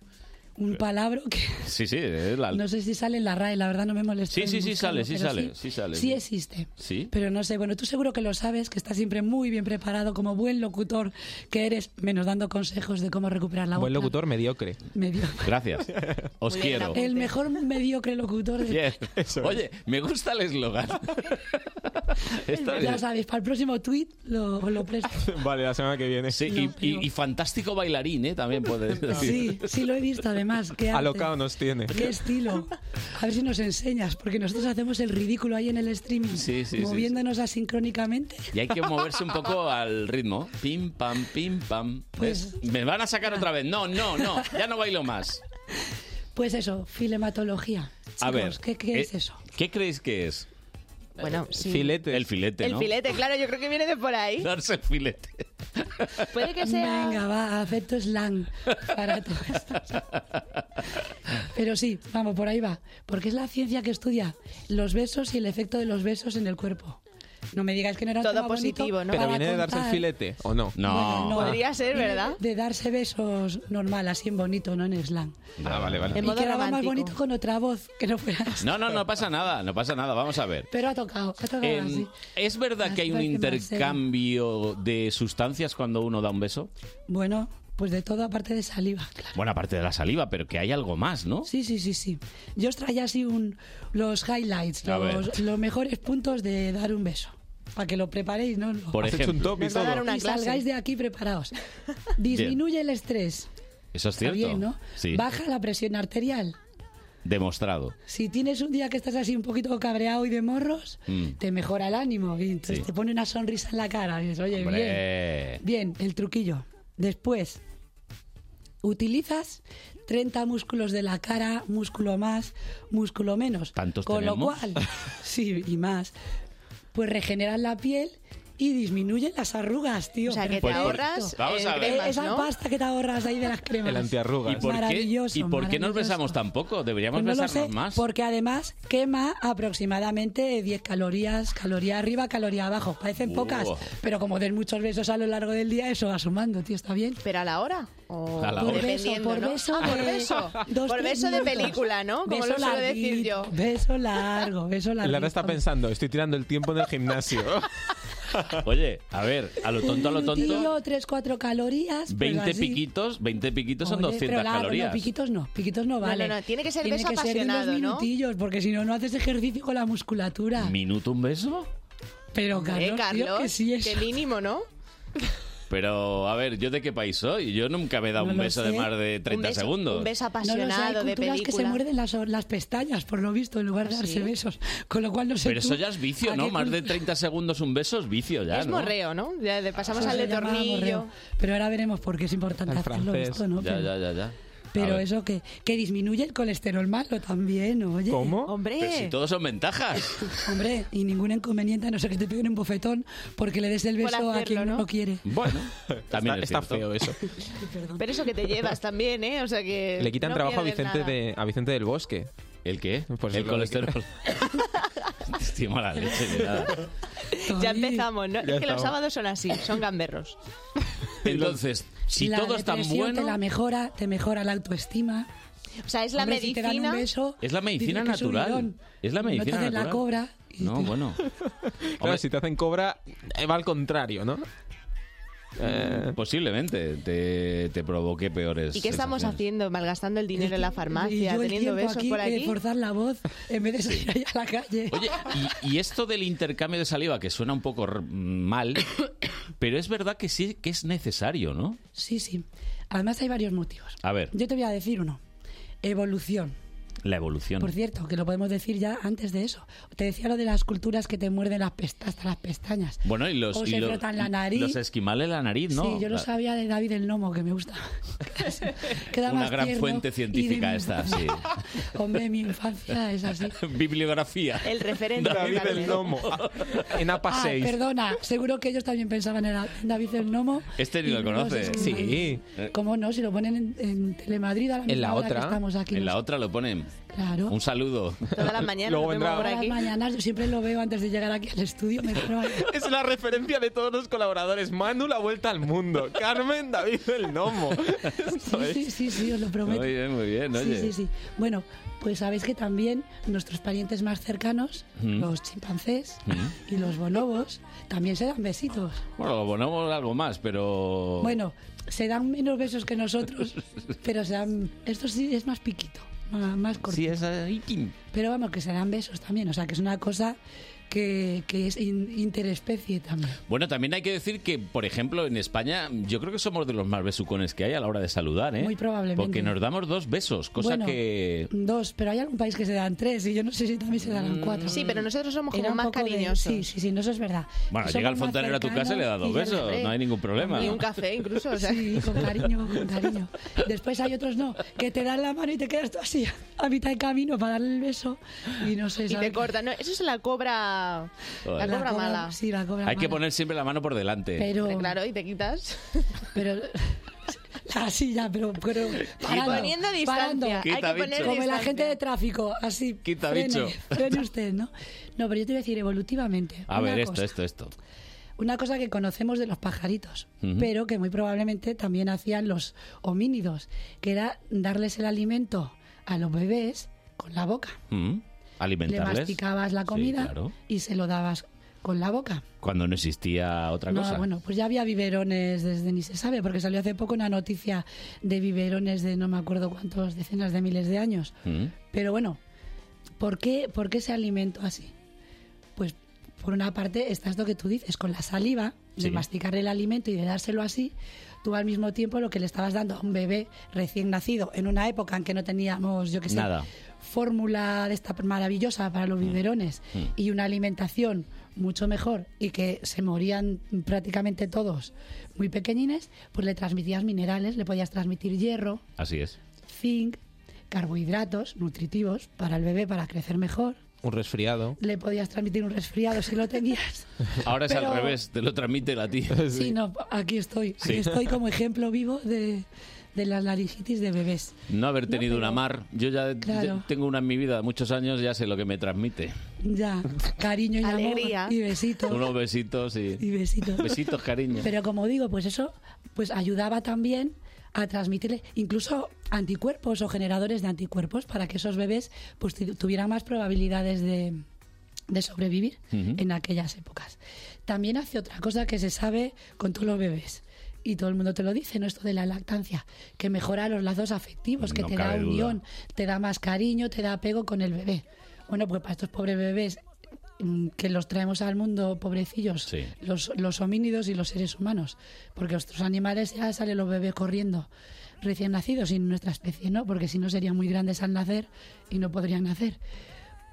[SPEAKER 15] Un palabra que
[SPEAKER 2] Sí, sí, es la...
[SPEAKER 15] no sé si sale en la RAE, la verdad no me molesta.
[SPEAKER 2] Sí, sí, sí sale, sí sale, sí sale, sí.
[SPEAKER 15] Sí existe.
[SPEAKER 2] ¿Sí?
[SPEAKER 15] Pero no sé, bueno, tú seguro que lo sabes, que estás siempre muy bien preparado como buen locutor que eres, menos dando consejos de cómo recuperar la voz.
[SPEAKER 13] Buen locutor mediocre.
[SPEAKER 15] Medio-
[SPEAKER 2] Gracias. Os quiero.
[SPEAKER 15] El mejor mediocre locutor de
[SPEAKER 2] Bien. Oye, me gusta el eslogan. Está
[SPEAKER 15] Ya
[SPEAKER 2] bien.
[SPEAKER 15] sabéis, para el próximo tweet lo, os lo presto.
[SPEAKER 2] Vale, la semana que viene. Sí, y, y- y fantástico bailarín, ¿eh? También puedes
[SPEAKER 15] Sí,
[SPEAKER 2] decir.
[SPEAKER 15] sí lo he visto además. Qué arte,
[SPEAKER 13] Alocado nos tiene.
[SPEAKER 15] Qué estilo. A ver si nos enseñas, porque nosotros hacemos el ridículo ahí en el streaming,
[SPEAKER 2] Sí, sí, sí,
[SPEAKER 15] moviéndonos asincrónicamente.
[SPEAKER 2] Y hay que moverse un poco al ritmo. Pim, pam, pim, pam. ¿Ves? Me van a sacar otra vez. No, no, no. Ya no bailo más.
[SPEAKER 15] Pues eso, filematología.
[SPEAKER 2] a
[SPEAKER 15] Chicos,
[SPEAKER 2] ver.
[SPEAKER 15] ¿qué, qué es
[SPEAKER 2] eh,
[SPEAKER 15] eso?
[SPEAKER 2] ¿Qué creéis que es? Eh,
[SPEAKER 14] Bueno, sí.
[SPEAKER 2] Filete. El filete,
[SPEAKER 14] El
[SPEAKER 2] Este, ¿no?
[SPEAKER 14] filete, claro, yo creo que viene de por ahí.
[SPEAKER 2] Darse el filete.
[SPEAKER 14] Puede que sea.
[SPEAKER 15] Venga, va, acepto slang para todo esto. Pero sí, vamos, por ahí va. Porque es la ciencia que estudia los besos y el efecto de los besos en el cuerpo. No me digáis que no era un
[SPEAKER 14] Todo
[SPEAKER 15] tema bonito
[SPEAKER 14] positivo, ¿no?
[SPEAKER 13] Pero
[SPEAKER 15] para
[SPEAKER 13] viene de darse el
[SPEAKER 15] contar.
[SPEAKER 13] filete, ¿o no?
[SPEAKER 2] No.
[SPEAKER 15] No.
[SPEAKER 14] Podría ser,
[SPEAKER 15] Y de-
[SPEAKER 14] ¿verdad?
[SPEAKER 15] De, darse besos normal, así en bonito, no en slang.
[SPEAKER 13] Ah, vale, vale.
[SPEAKER 15] Y quedaba más bonito con otra voz que no fuera así.
[SPEAKER 2] No, no, no pasa nada. No pasa nada. Vamos a ver.
[SPEAKER 15] Pero ha tocado, ha tocado
[SPEAKER 2] Eh,
[SPEAKER 15] así.
[SPEAKER 2] ¿Es verdad que hay un
[SPEAKER 15] parece más serio.
[SPEAKER 2] intercambio de sustancias cuando uno da un beso?
[SPEAKER 15] Bueno, pues de todo aparte de saliva.
[SPEAKER 2] Bueno, aparte de la saliva, pero que hay algo más, ¿no?
[SPEAKER 15] Sí, sí, sí, sí. Yo os traía así un, los highlights,
[SPEAKER 2] A ver.
[SPEAKER 15] los, los mejores puntos de dar un beso. Para que lo preparéis, ¿no?
[SPEAKER 2] Por Has hecho ejemplo. un top y
[SPEAKER 15] Nos va a
[SPEAKER 2] todo.
[SPEAKER 15] dar una
[SPEAKER 14] Y
[SPEAKER 15] clase. salgáis de aquí preparados. Disminuye el estrés.
[SPEAKER 2] Eso es
[SPEAKER 15] Está
[SPEAKER 2] cierto.
[SPEAKER 15] bien, ¿no?
[SPEAKER 2] Sí.
[SPEAKER 15] Baja la presión arterial.
[SPEAKER 2] Demostrado.
[SPEAKER 15] Si tienes un día que estás así un poquito cabreado y de morros,
[SPEAKER 2] Mm.
[SPEAKER 15] te mejora el ánimo y entonces
[SPEAKER 2] Sí.
[SPEAKER 15] te pone una sonrisa en la cara. Y dices, oye, bien.
[SPEAKER 2] Hombre.
[SPEAKER 15] Bien, el truquillo. Después, utilizas 30 músculos de la cara, músculo más, músculo menos.
[SPEAKER 2] ¿Tantos
[SPEAKER 15] Con
[SPEAKER 2] tenemos?
[SPEAKER 15] lo cual, sí, y más, pues regeneran la piel y disminuyen las arrugas, tío.
[SPEAKER 14] O sea, que
[SPEAKER 2] Pues te por- ahorras, vamos eh, a ver. cremas,
[SPEAKER 15] Esa
[SPEAKER 14] ¿no?
[SPEAKER 15] pasta que te ahorras ahí de las cremas.
[SPEAKER 13] El antiarrugas.
[SPEAKER 2] ¿Y por qué,
[SPEAKER 15] Maravilloso,
[SPEAKER 2] ¿y por qué nos
[SPEAKER 15] maravilloso.
[SPEAKER 2] besamos tampoco? Deberíamos
[SPEAKER 15] Pues no lo
[SPEAKER 2] besarnos
[SPEAKER 15] sé,
[SPEAKER 2] más.
[SPEAKER 15] porque además quema aproximadamente 10 calorías, caloría arriba, caloría abajo. Parecen
[SPEAKER 2] Uh.
[SPEAKER 15] pocas, pero como den muchos besos a lo largo del día, eso va sumando, tío, está bien.
[SPEAKER 14] ¿Pero a la hora? O
[SPEAKER 2] A la
[SPEAKER 15] Oh, por
[SPEAKER 2] hora.
[SPEAKER 15] beso,
[SPEAKER 14] Dependiendo,
[SPEAKER 15] por
[SPEAKER 14] ¿no?
[SPEAKER 15] beso,
[SPEAKER 14] Ah,
[SPEAKER 15] de-
[SPEAKER 14] por beso.
[SPEAKER 15] dos,
[SPEAKER 14] Por
[SPEAKER 15] tres
[SPEAKER 14] beso de
[SPEAKER 15] minutos.
[SPEAKER 14] película, ¿no? Como
[SPEAKER 15] Beso
[SPEAKER 14] lo suelo decir
[SPEAKER 15] larguito,
[SPEAKER 14] yo.
[SPEAKER 15] Beso largo, beso largo.
[SPEAKER 13] Lara está pensando, estoy tirando el tiempo en el gimnasio.
[SPEAKER 2] Oye, a ver, a lo tonto, a lo tonto.
[SPEAKER 15] Tío, 3, 4 calorías. pues
[SPEAKER 2] 20
[SPEAKER 15] así.
[SPEAKER 2] piquitos, 20 piquitos son
[SPEAKER 15] Oye,
[SPEAKER 2] 200
[SPEAKER 15] pero largo, No,
[SPEAKER 2] calorías.
[SPEAKER 15] piquitos no, piquitos no
[SPEAKER 14] No,
[SPEAKER 15] vale.
[SPEAKER 14] no, no, tiene que ser beso
[SPEAKER 15] que ser de unos
[SPEAKER 14] apasionado, ¿no?
[SPEAKER 15] minutillos, porque si no, no haces ejercicio con la musculatura.
[SPEAKER 2] ¿Minuto un beso?
[SPEAKER 15] Pero Carlos,
[SPEAKER 14] Eh,
[SPEAKER 15] tío,
[SPEAKER 14] Carlos,
[SPEAKER 15] que sí es.
[SPEAKER 14] qué mínimo, ¿no?
[SPEAKER 2] Pero, a ver, ¿yo de qué país soy? Yo nunca me he dado
[SPEAKER 15] No
[SPEAKER 2] un
[SPEAKER 15] lo
[SPEAKER 2] beso
[SPEAKER 15] sé.
[SPEAKER 2] de más de 30
[SPEAKER 14] Un beso-
[SPEAKER 2] segundos.
[SPEAKER 14] un beso
[SPEAKER 15] No lo sé, hay
[SPEAKER 14] apasionado de Ah,
[SPEAKER 15] culturas que se
[SPEAKER 14] película.
[SPEAKER 15] muerden las, las pestañas, por lo visto, en lugar de darse besos. Con lo cual no sé
[SPEAKER 2] Pero
[SPEAKER 15] tú
[SPEAKER 2] eso ya es vicio,
[SPEAKER 15] a
[SPEAKER 2] ¿no?
[SPEAKER 15] qué
[SPEAKER 2] Más de 30 segundos un beso es vicio ya,
[SPEAKER 14] es
[SPEAKER 2] ¿no?
[SPEAKER 14] morreo, ¿no? Ya le pasamos
[SPEAKER 15] Eso
[SPEAKER 14] al de
[SPEAKER 15] Pues se llama
[SPEAKER 14] tornillo.
[SPEAKER 15] borreo. Pero ahora veremos por qué es importante hacerlo esto, ¿no?
[SPEAKER 2] Ya,
[SPEAKER 15] pero
[SPEAKER 2] ya, ya, ya. A
[SPEAKER 15] pero
[SPEAKER 2] ver.
[SPEAKER 15] eso que, que disminuye el colesterol malo también, oye.
[SPEAKER 2] Pero si todos son ventajas.
[SPEAKER 15] Hombre, y ningún inconveniente, a no ser que te peguen un bofetón porque le des el
[SPEAKER 14] Por
[SPEAKER 15] beso a
[SPEAKER 14] hacerlo,
[SPEAKER 15] quien no
[SPEAKER 14] ¿no?
[SPEAKER 15] lo quiere.
[SPEAKER 2] Bueno, también
[SPEAKER 13] está,
[SPEAKER 2] es cierto.
[SPEAKER 13] feo eso.
[SPEAKER 14] Pero eso que te llevas también, ¿eh? O sea que.
[SPEAKER 13] Le quitan
[SPEAKER 14] no
[SPEAKER 13] trabajo a
[SPEAKER 14] pierdes
[SPEAKER 13] Vicente,
[SPEAKER 14] nada.
[SPEAKER 13] de, a Vicente del Bosque.
[SPEAKER 2] ¿El qué?
[SPEAKER 13] Pues
[SPEAKER 2] el
[SPEAKER 13] lo que-
[SPEAKER 2] colesterol. Estoy mala leche de nada.
[SPEAKER 14] Ya empezamos, ¿no?
[SPEAKER 2] Ya
[SPEAKER 14] es que los
[SPEAKER 2] estamos.
[SPEAKER 14] sábados son así, son gamberros.
[SPEAKER 2] Entonces, si
[SPEAKER 15] la
[SPEAKER 2] todo es tan
[SPEAKER 15] depresión
[SPEAKER 2] bueno,
[SPEAKER 15] te la mejora, te mejora la autoestima.
[SPEAKER 14] O sea, es la
[SPEAKER 15] Hombre, si te dan un
[SPEAKER 14] medicina.
[SPEAKER 15] beso,
[SPEAKER 2] es la medicina
[SPEAKER 15] dice que es un
[SPEAKER 2] natural.
[SPEAKER 15] león.
[SPEAKER 2] Es la
[SPEAKER 15] no
[SPEAKER 2] medicina
[SPEAKER 15] te hacen
[SPEAKER 2] natural.
[SPEAKER 15] la cobra.
[SPEAKER 2] No, bueno.
[SPEAKER 13] Claro, si te hacen cobra, eh, va al contrario, ¿no?
[SPEAKER 2] Mm,
[SPEAKER 13] Eh.
[SPEAKER 2] Posiblemente te, te provoque peores.
[SPEAKER 14] ¿Y qué estamos
[SPEAKER 2] sensaciones.
[SPEAKER 14] haciendo? Malgastando el dinero en la
[SPEAKER 15] Y
[SPEAKER 14] farmacia,
[SPEAKER 15] yo el
[SPEAKER 14] teniendo
[SPEAKER 15] tiempo
[SPEAKER 14] besos
[SPEAKER 15] aquí
[SPEAKER 14] por
[SPEAKER 15] de
[SPEAKER 14] aquí.
[SPEAKER 15] forzar la voz en vez de salir ahí a la calle.
[SPEAKER 2] Y, y esto del intercambio de saliva, que suena un poco r- mal, pero es verdad que sí que es necesario, ¿no?
[SPEAKER 15] Sí, sí. Además hay varios motivos.
[SPEAKER 2] A ver,
[SPEAKER 15] Yo te voy a decir uno. Evolución.
[SPEAKER 2] la evolución.
[SPEAKER 15] Por cierto, que lo podemos decir ya antes de eso. Te decía lo de las culturas que te muerden las pesta- hasta las pestañas.
[SPEAKER 2] Bueno, y los,
[SPEAKER 15] O
[SPEAKER 2] y
[SPEAKER 15] se
[SPEAKER 2] los,
[SPEAKER 15] frotan la nariz.
[SPEAKER 2] los esquimales la nariz, ¿no?
[SPEAKER 15] Sí, yo lo
[SPEAKER 2] La-
[SPEAKER 15] sabía de David el Nomo, que me gusta. Queda
[SPEAKER 2] Una
[SPEAKER 15] más
[SPEAKER 2] gran
[SPEAKER 15] tierno y
[SPEAKER 2] fuente
[SPEAKER 15] de
[SPEAKER 2] científica
[SPEAKER 15] mi-
[SPEAKER 2] esta, sí.
[SPEAKER 15] Hombre, mi infancia es así.
[SPEAKER 2] Bibliografía.
[SPEAKER 14] El referente.
[SPEAKER 13] David el Nomo. En APA
[SPEAKER 15] Ah,
[SPEAKER 13] 6.
[SPEAKER 15] perdona, seguro que ellos también pensaban en a- en David el Nomo.
[SPEAKER 2] Este ni lo conoce.
[SPEAKER 15] Sí. ¿Cómo no? Si lo ponen en, en Telemadrid a la misma
[SPEAKER 2] En la
[SPEAKER 15] hora
[SPEAKER 2] otra.
[SPEAKER 15] que estamos aquí.
[SPEAKER 2] En la otra lo ponen.
[SPEAKER 15] Claro.
[SPEAKER 2] Un saludo.
[SPEAKER 14] Todas las mañanas
[SPEAKER 2] Luego
[SPEAKER 14] nos vemos
[SPEAKER 2] vendrá-
[SPEAKER 14] por
[SPEAKER 15] Todas las
[SPEAKER 14] aquí.
[SPEAKER 15] mañanas yo siempre lo veo antes de llegar aquí al estudio. Me paro ahí.
[SPEAKER 13] Es la referencia de todos los colaboradores. Manu, la vuelta al mundo. Carmen, David el Nomo. Esto es.
[SPEAKER 15] Sí, sí, sí, os lo prometo.
[SPEAKER 2] Muy bien, muy bien, oye.
[SPEAKER 15] Sí, sí, sí. Bueno, pues sabéis que también nuestros parientes más cercanos,
[SPEAKER 2] Mm.
[SPEAKER 15] los chimpancés
[SPEAKER 2] Mm.
[SPEAKER 15] y los bonobos, también se dan besitos.
[SPEAKER 2] Bueno, lo ponemos algo más, pero.
[SPEAKER 15] Bueno, se dan menos besos que nosotros, pero se dan... Esto sí es más piquito, más, más cortito.
[SPEAKER 2] Sí, es ahí, pim.
[SPEAKER 15] Pero vamos, que se dan besos también. O sea, que es una cosa que, que es in- interespecie también.
[SPEAKER 2] Bueno, también hay que decir que, por ejemplo, en España, yo creo que somos de los más besucones que hay a la hora de saludar, ¿eh?
[SPEAKER 15] Muy probablemente.
[SPEAKER 2] Porque nos damos dos besos, cosa
[SPEAKER 15] Bueno,
[SPEAKER 2] que.
[SPEAKER 15] Dos, pero hay algún país que se dan tres y yo no sé si también se dan cuatro.
[SPEAKER 14] Sí, pero nosotros somos
[SPEAKER 15] Era
[SPEAKER 14] como
[SPEAKER 15] un
[SPEAKER 14] más
[SPEAKER 15] poco de-
[SPEAKER 14] cariñosos.
[SPEAKER 15] sí, sí, sí, no, eso es verdad.
[SPEAKER 2] Bueno, llega el fontanero a tu casa y le da dos besos, no hay ningún problema.
[SPEAKER 14] Y un café incluso. O sea.
[SPEAKER 15] Sí, con cariño, con cariño. Después hay otros no, que te dan la mano y te quedas tú así a mitad de camino para darle el beso y no sé.
[SPEAKER 14] Y te
[SPEAKER 15] ¿sabes?
[SPEAKER 14] corta. No, eso es la cobra. La
[SPEAKER 2] Joder.
[SPEAKER 14] cobra mala.
[SPEAKER 15] Sí, la cobra
[SPEAKER 2] Hay
[SPEAKER 15] mala.
[SPEAKER 2] que poner siempre la mano por delante.
[SPEAKER 15] Pero,
[SPEAKER 14] Claro, y te quitas.
[SPEAKER 15] pero así ya, pero, pero parando,
[SPEAKER 14] poniendo distancia,
[SPEAKER 15] parando.
[SPEAKER 14] hay que
[SPEAKER 2] Quita poner bicho.
[SPEAKER 15] como el
[SPEAKER 2] distancia.
[SPEAKER 15] agente de tráfico, así.
[SPEAKER 2] Quita
[SPEAKER 15] frene,
[SPEAKER 2] bicho.
[SPEAKER 15] frene usted, ¿no? No, pero yo te voy a decir evolutivamente.
[SPEAKER 2] A
[SPEAKER 15] una
[SPEAKER 2] ver,
[SPEAKER 15] cosa.
[SPEAKER 2] esto, esto, esto.
[SPEAKER 15] Una cosa que conocemos de los pajaritos,
[SPEAKER 2] Ujú.
[SPEAKER 15] pero que muy probablemente también hacían los homínidos, que era darles el alimento a los bebés con la boca.
[SPEAKER 2] Mm.
[SPEAKER 15] Le
[SPEAKER 2] Alimentarles.
[SPEAKER 15] masticabas la
[SPEAKER 2] Sí,
[SPEAKER 15] comida
[SPEAKER 2] claro.
[SPEAKER 15] y se lo dabas con la boca.
[SPEAKER 2] Cuando no existía otra
[SPEAKER 15] No,
[SPEAKER 2] cosa.
[SPEAKER 15] bueno, pues ya había biberones desde ni se sabe, porque salió hace poco una noticia de biberones de no me acuerdo cuántos decenas de miles de años.
[SPEAKER 2] Mm.
[SPEAKER 15] Pero bueno, ¿por qué, por qué se alimentó así? Pues por una parte está esto que tú dices, con la saliva, de
[SPEAKER 16] Sí.
[SPEAKER 15] masticar el alimento y de dárselo así, tú al mismo tiempo lo que le estabas dando a un bebé recién nacido, en una época en que no teníamos, yo qué sé,
[SPEAKER 2] Nada.
[SPEAKER 15] fórmula de esta maravillosa para los biberones
[SPEAKER 2] Mm.
[SPEAKER 15] y una alimentación mucho mejor y que se morían prácticamente todos muy pequeñines, pues le transmitías minerales, le podías transmitir hierro,
[SPEAKER 2] Así es.
[SPEAKER 15] zinc, carbohidratos nutritivos para el bebé para crecer mejor,
[SPEAKER 13] Un resfriado.
[SPEAKER 15] le podías transmitir un resfriado si lo tenías.
[SPEAKER 2] Ahora es
[SPEAKER 15] Pero-
[SPEAKER 2] al revés, te lo transmite la tía.
[SPEAKER 15] Sí, no, aquí estoy, aquí
[SPEAKER 2] Sí.
[SPEAKER 15] estoy como ejemplo vivo de, de las laringitis de bebés.
[SPEAKER 2] No haber tenido una mar. Yo ya, ya
[SPEAKER 15] Claro.
[SPEAKER 2] tengo una en mi vida, muchos años, ya sé lo que me transmite.
[SPEAKER 15] Ya, cariño y amor y besitos.
[SPEAKER 2] Unos besitos y...
[SPEAKER 15] Y besitos.
[SPEAKER 2] Besitos, cariño.
[SPEAKER 15] Pero como digo, pues eso pues ayudaba también a transmitirle incluso anticuerpos o generadores de anticuerpos para que esos bebés pues tu- tuvieran más probabilidades de, de sobrevivir
[SPEAKER 16] Ujú.
[SPEAKER 15] en aquellas épocas. También hace otra cosa que se sabe con todos los bebés. Y todo el mundo te lo dice, ¿no? Esto de la lactancia, que mejora los lazos afectivos, que
[SPEAKER 16] No
[SPEAKER 15] te da
[SPEAKER 16] cabe duda.
[SPEAKER 15] unión, te da más cariño, te da apego con el bebé. Bueno, pues para estos pobres bebés mm, que los traemos al mundo, pobrecillos, los, los homínidos y los seres humanos, porque nuestros animales ya salen los bebés corriendo recién nacidos y nuestra especie no, porque si no serían muy grandes al nacer y no podrían nacer.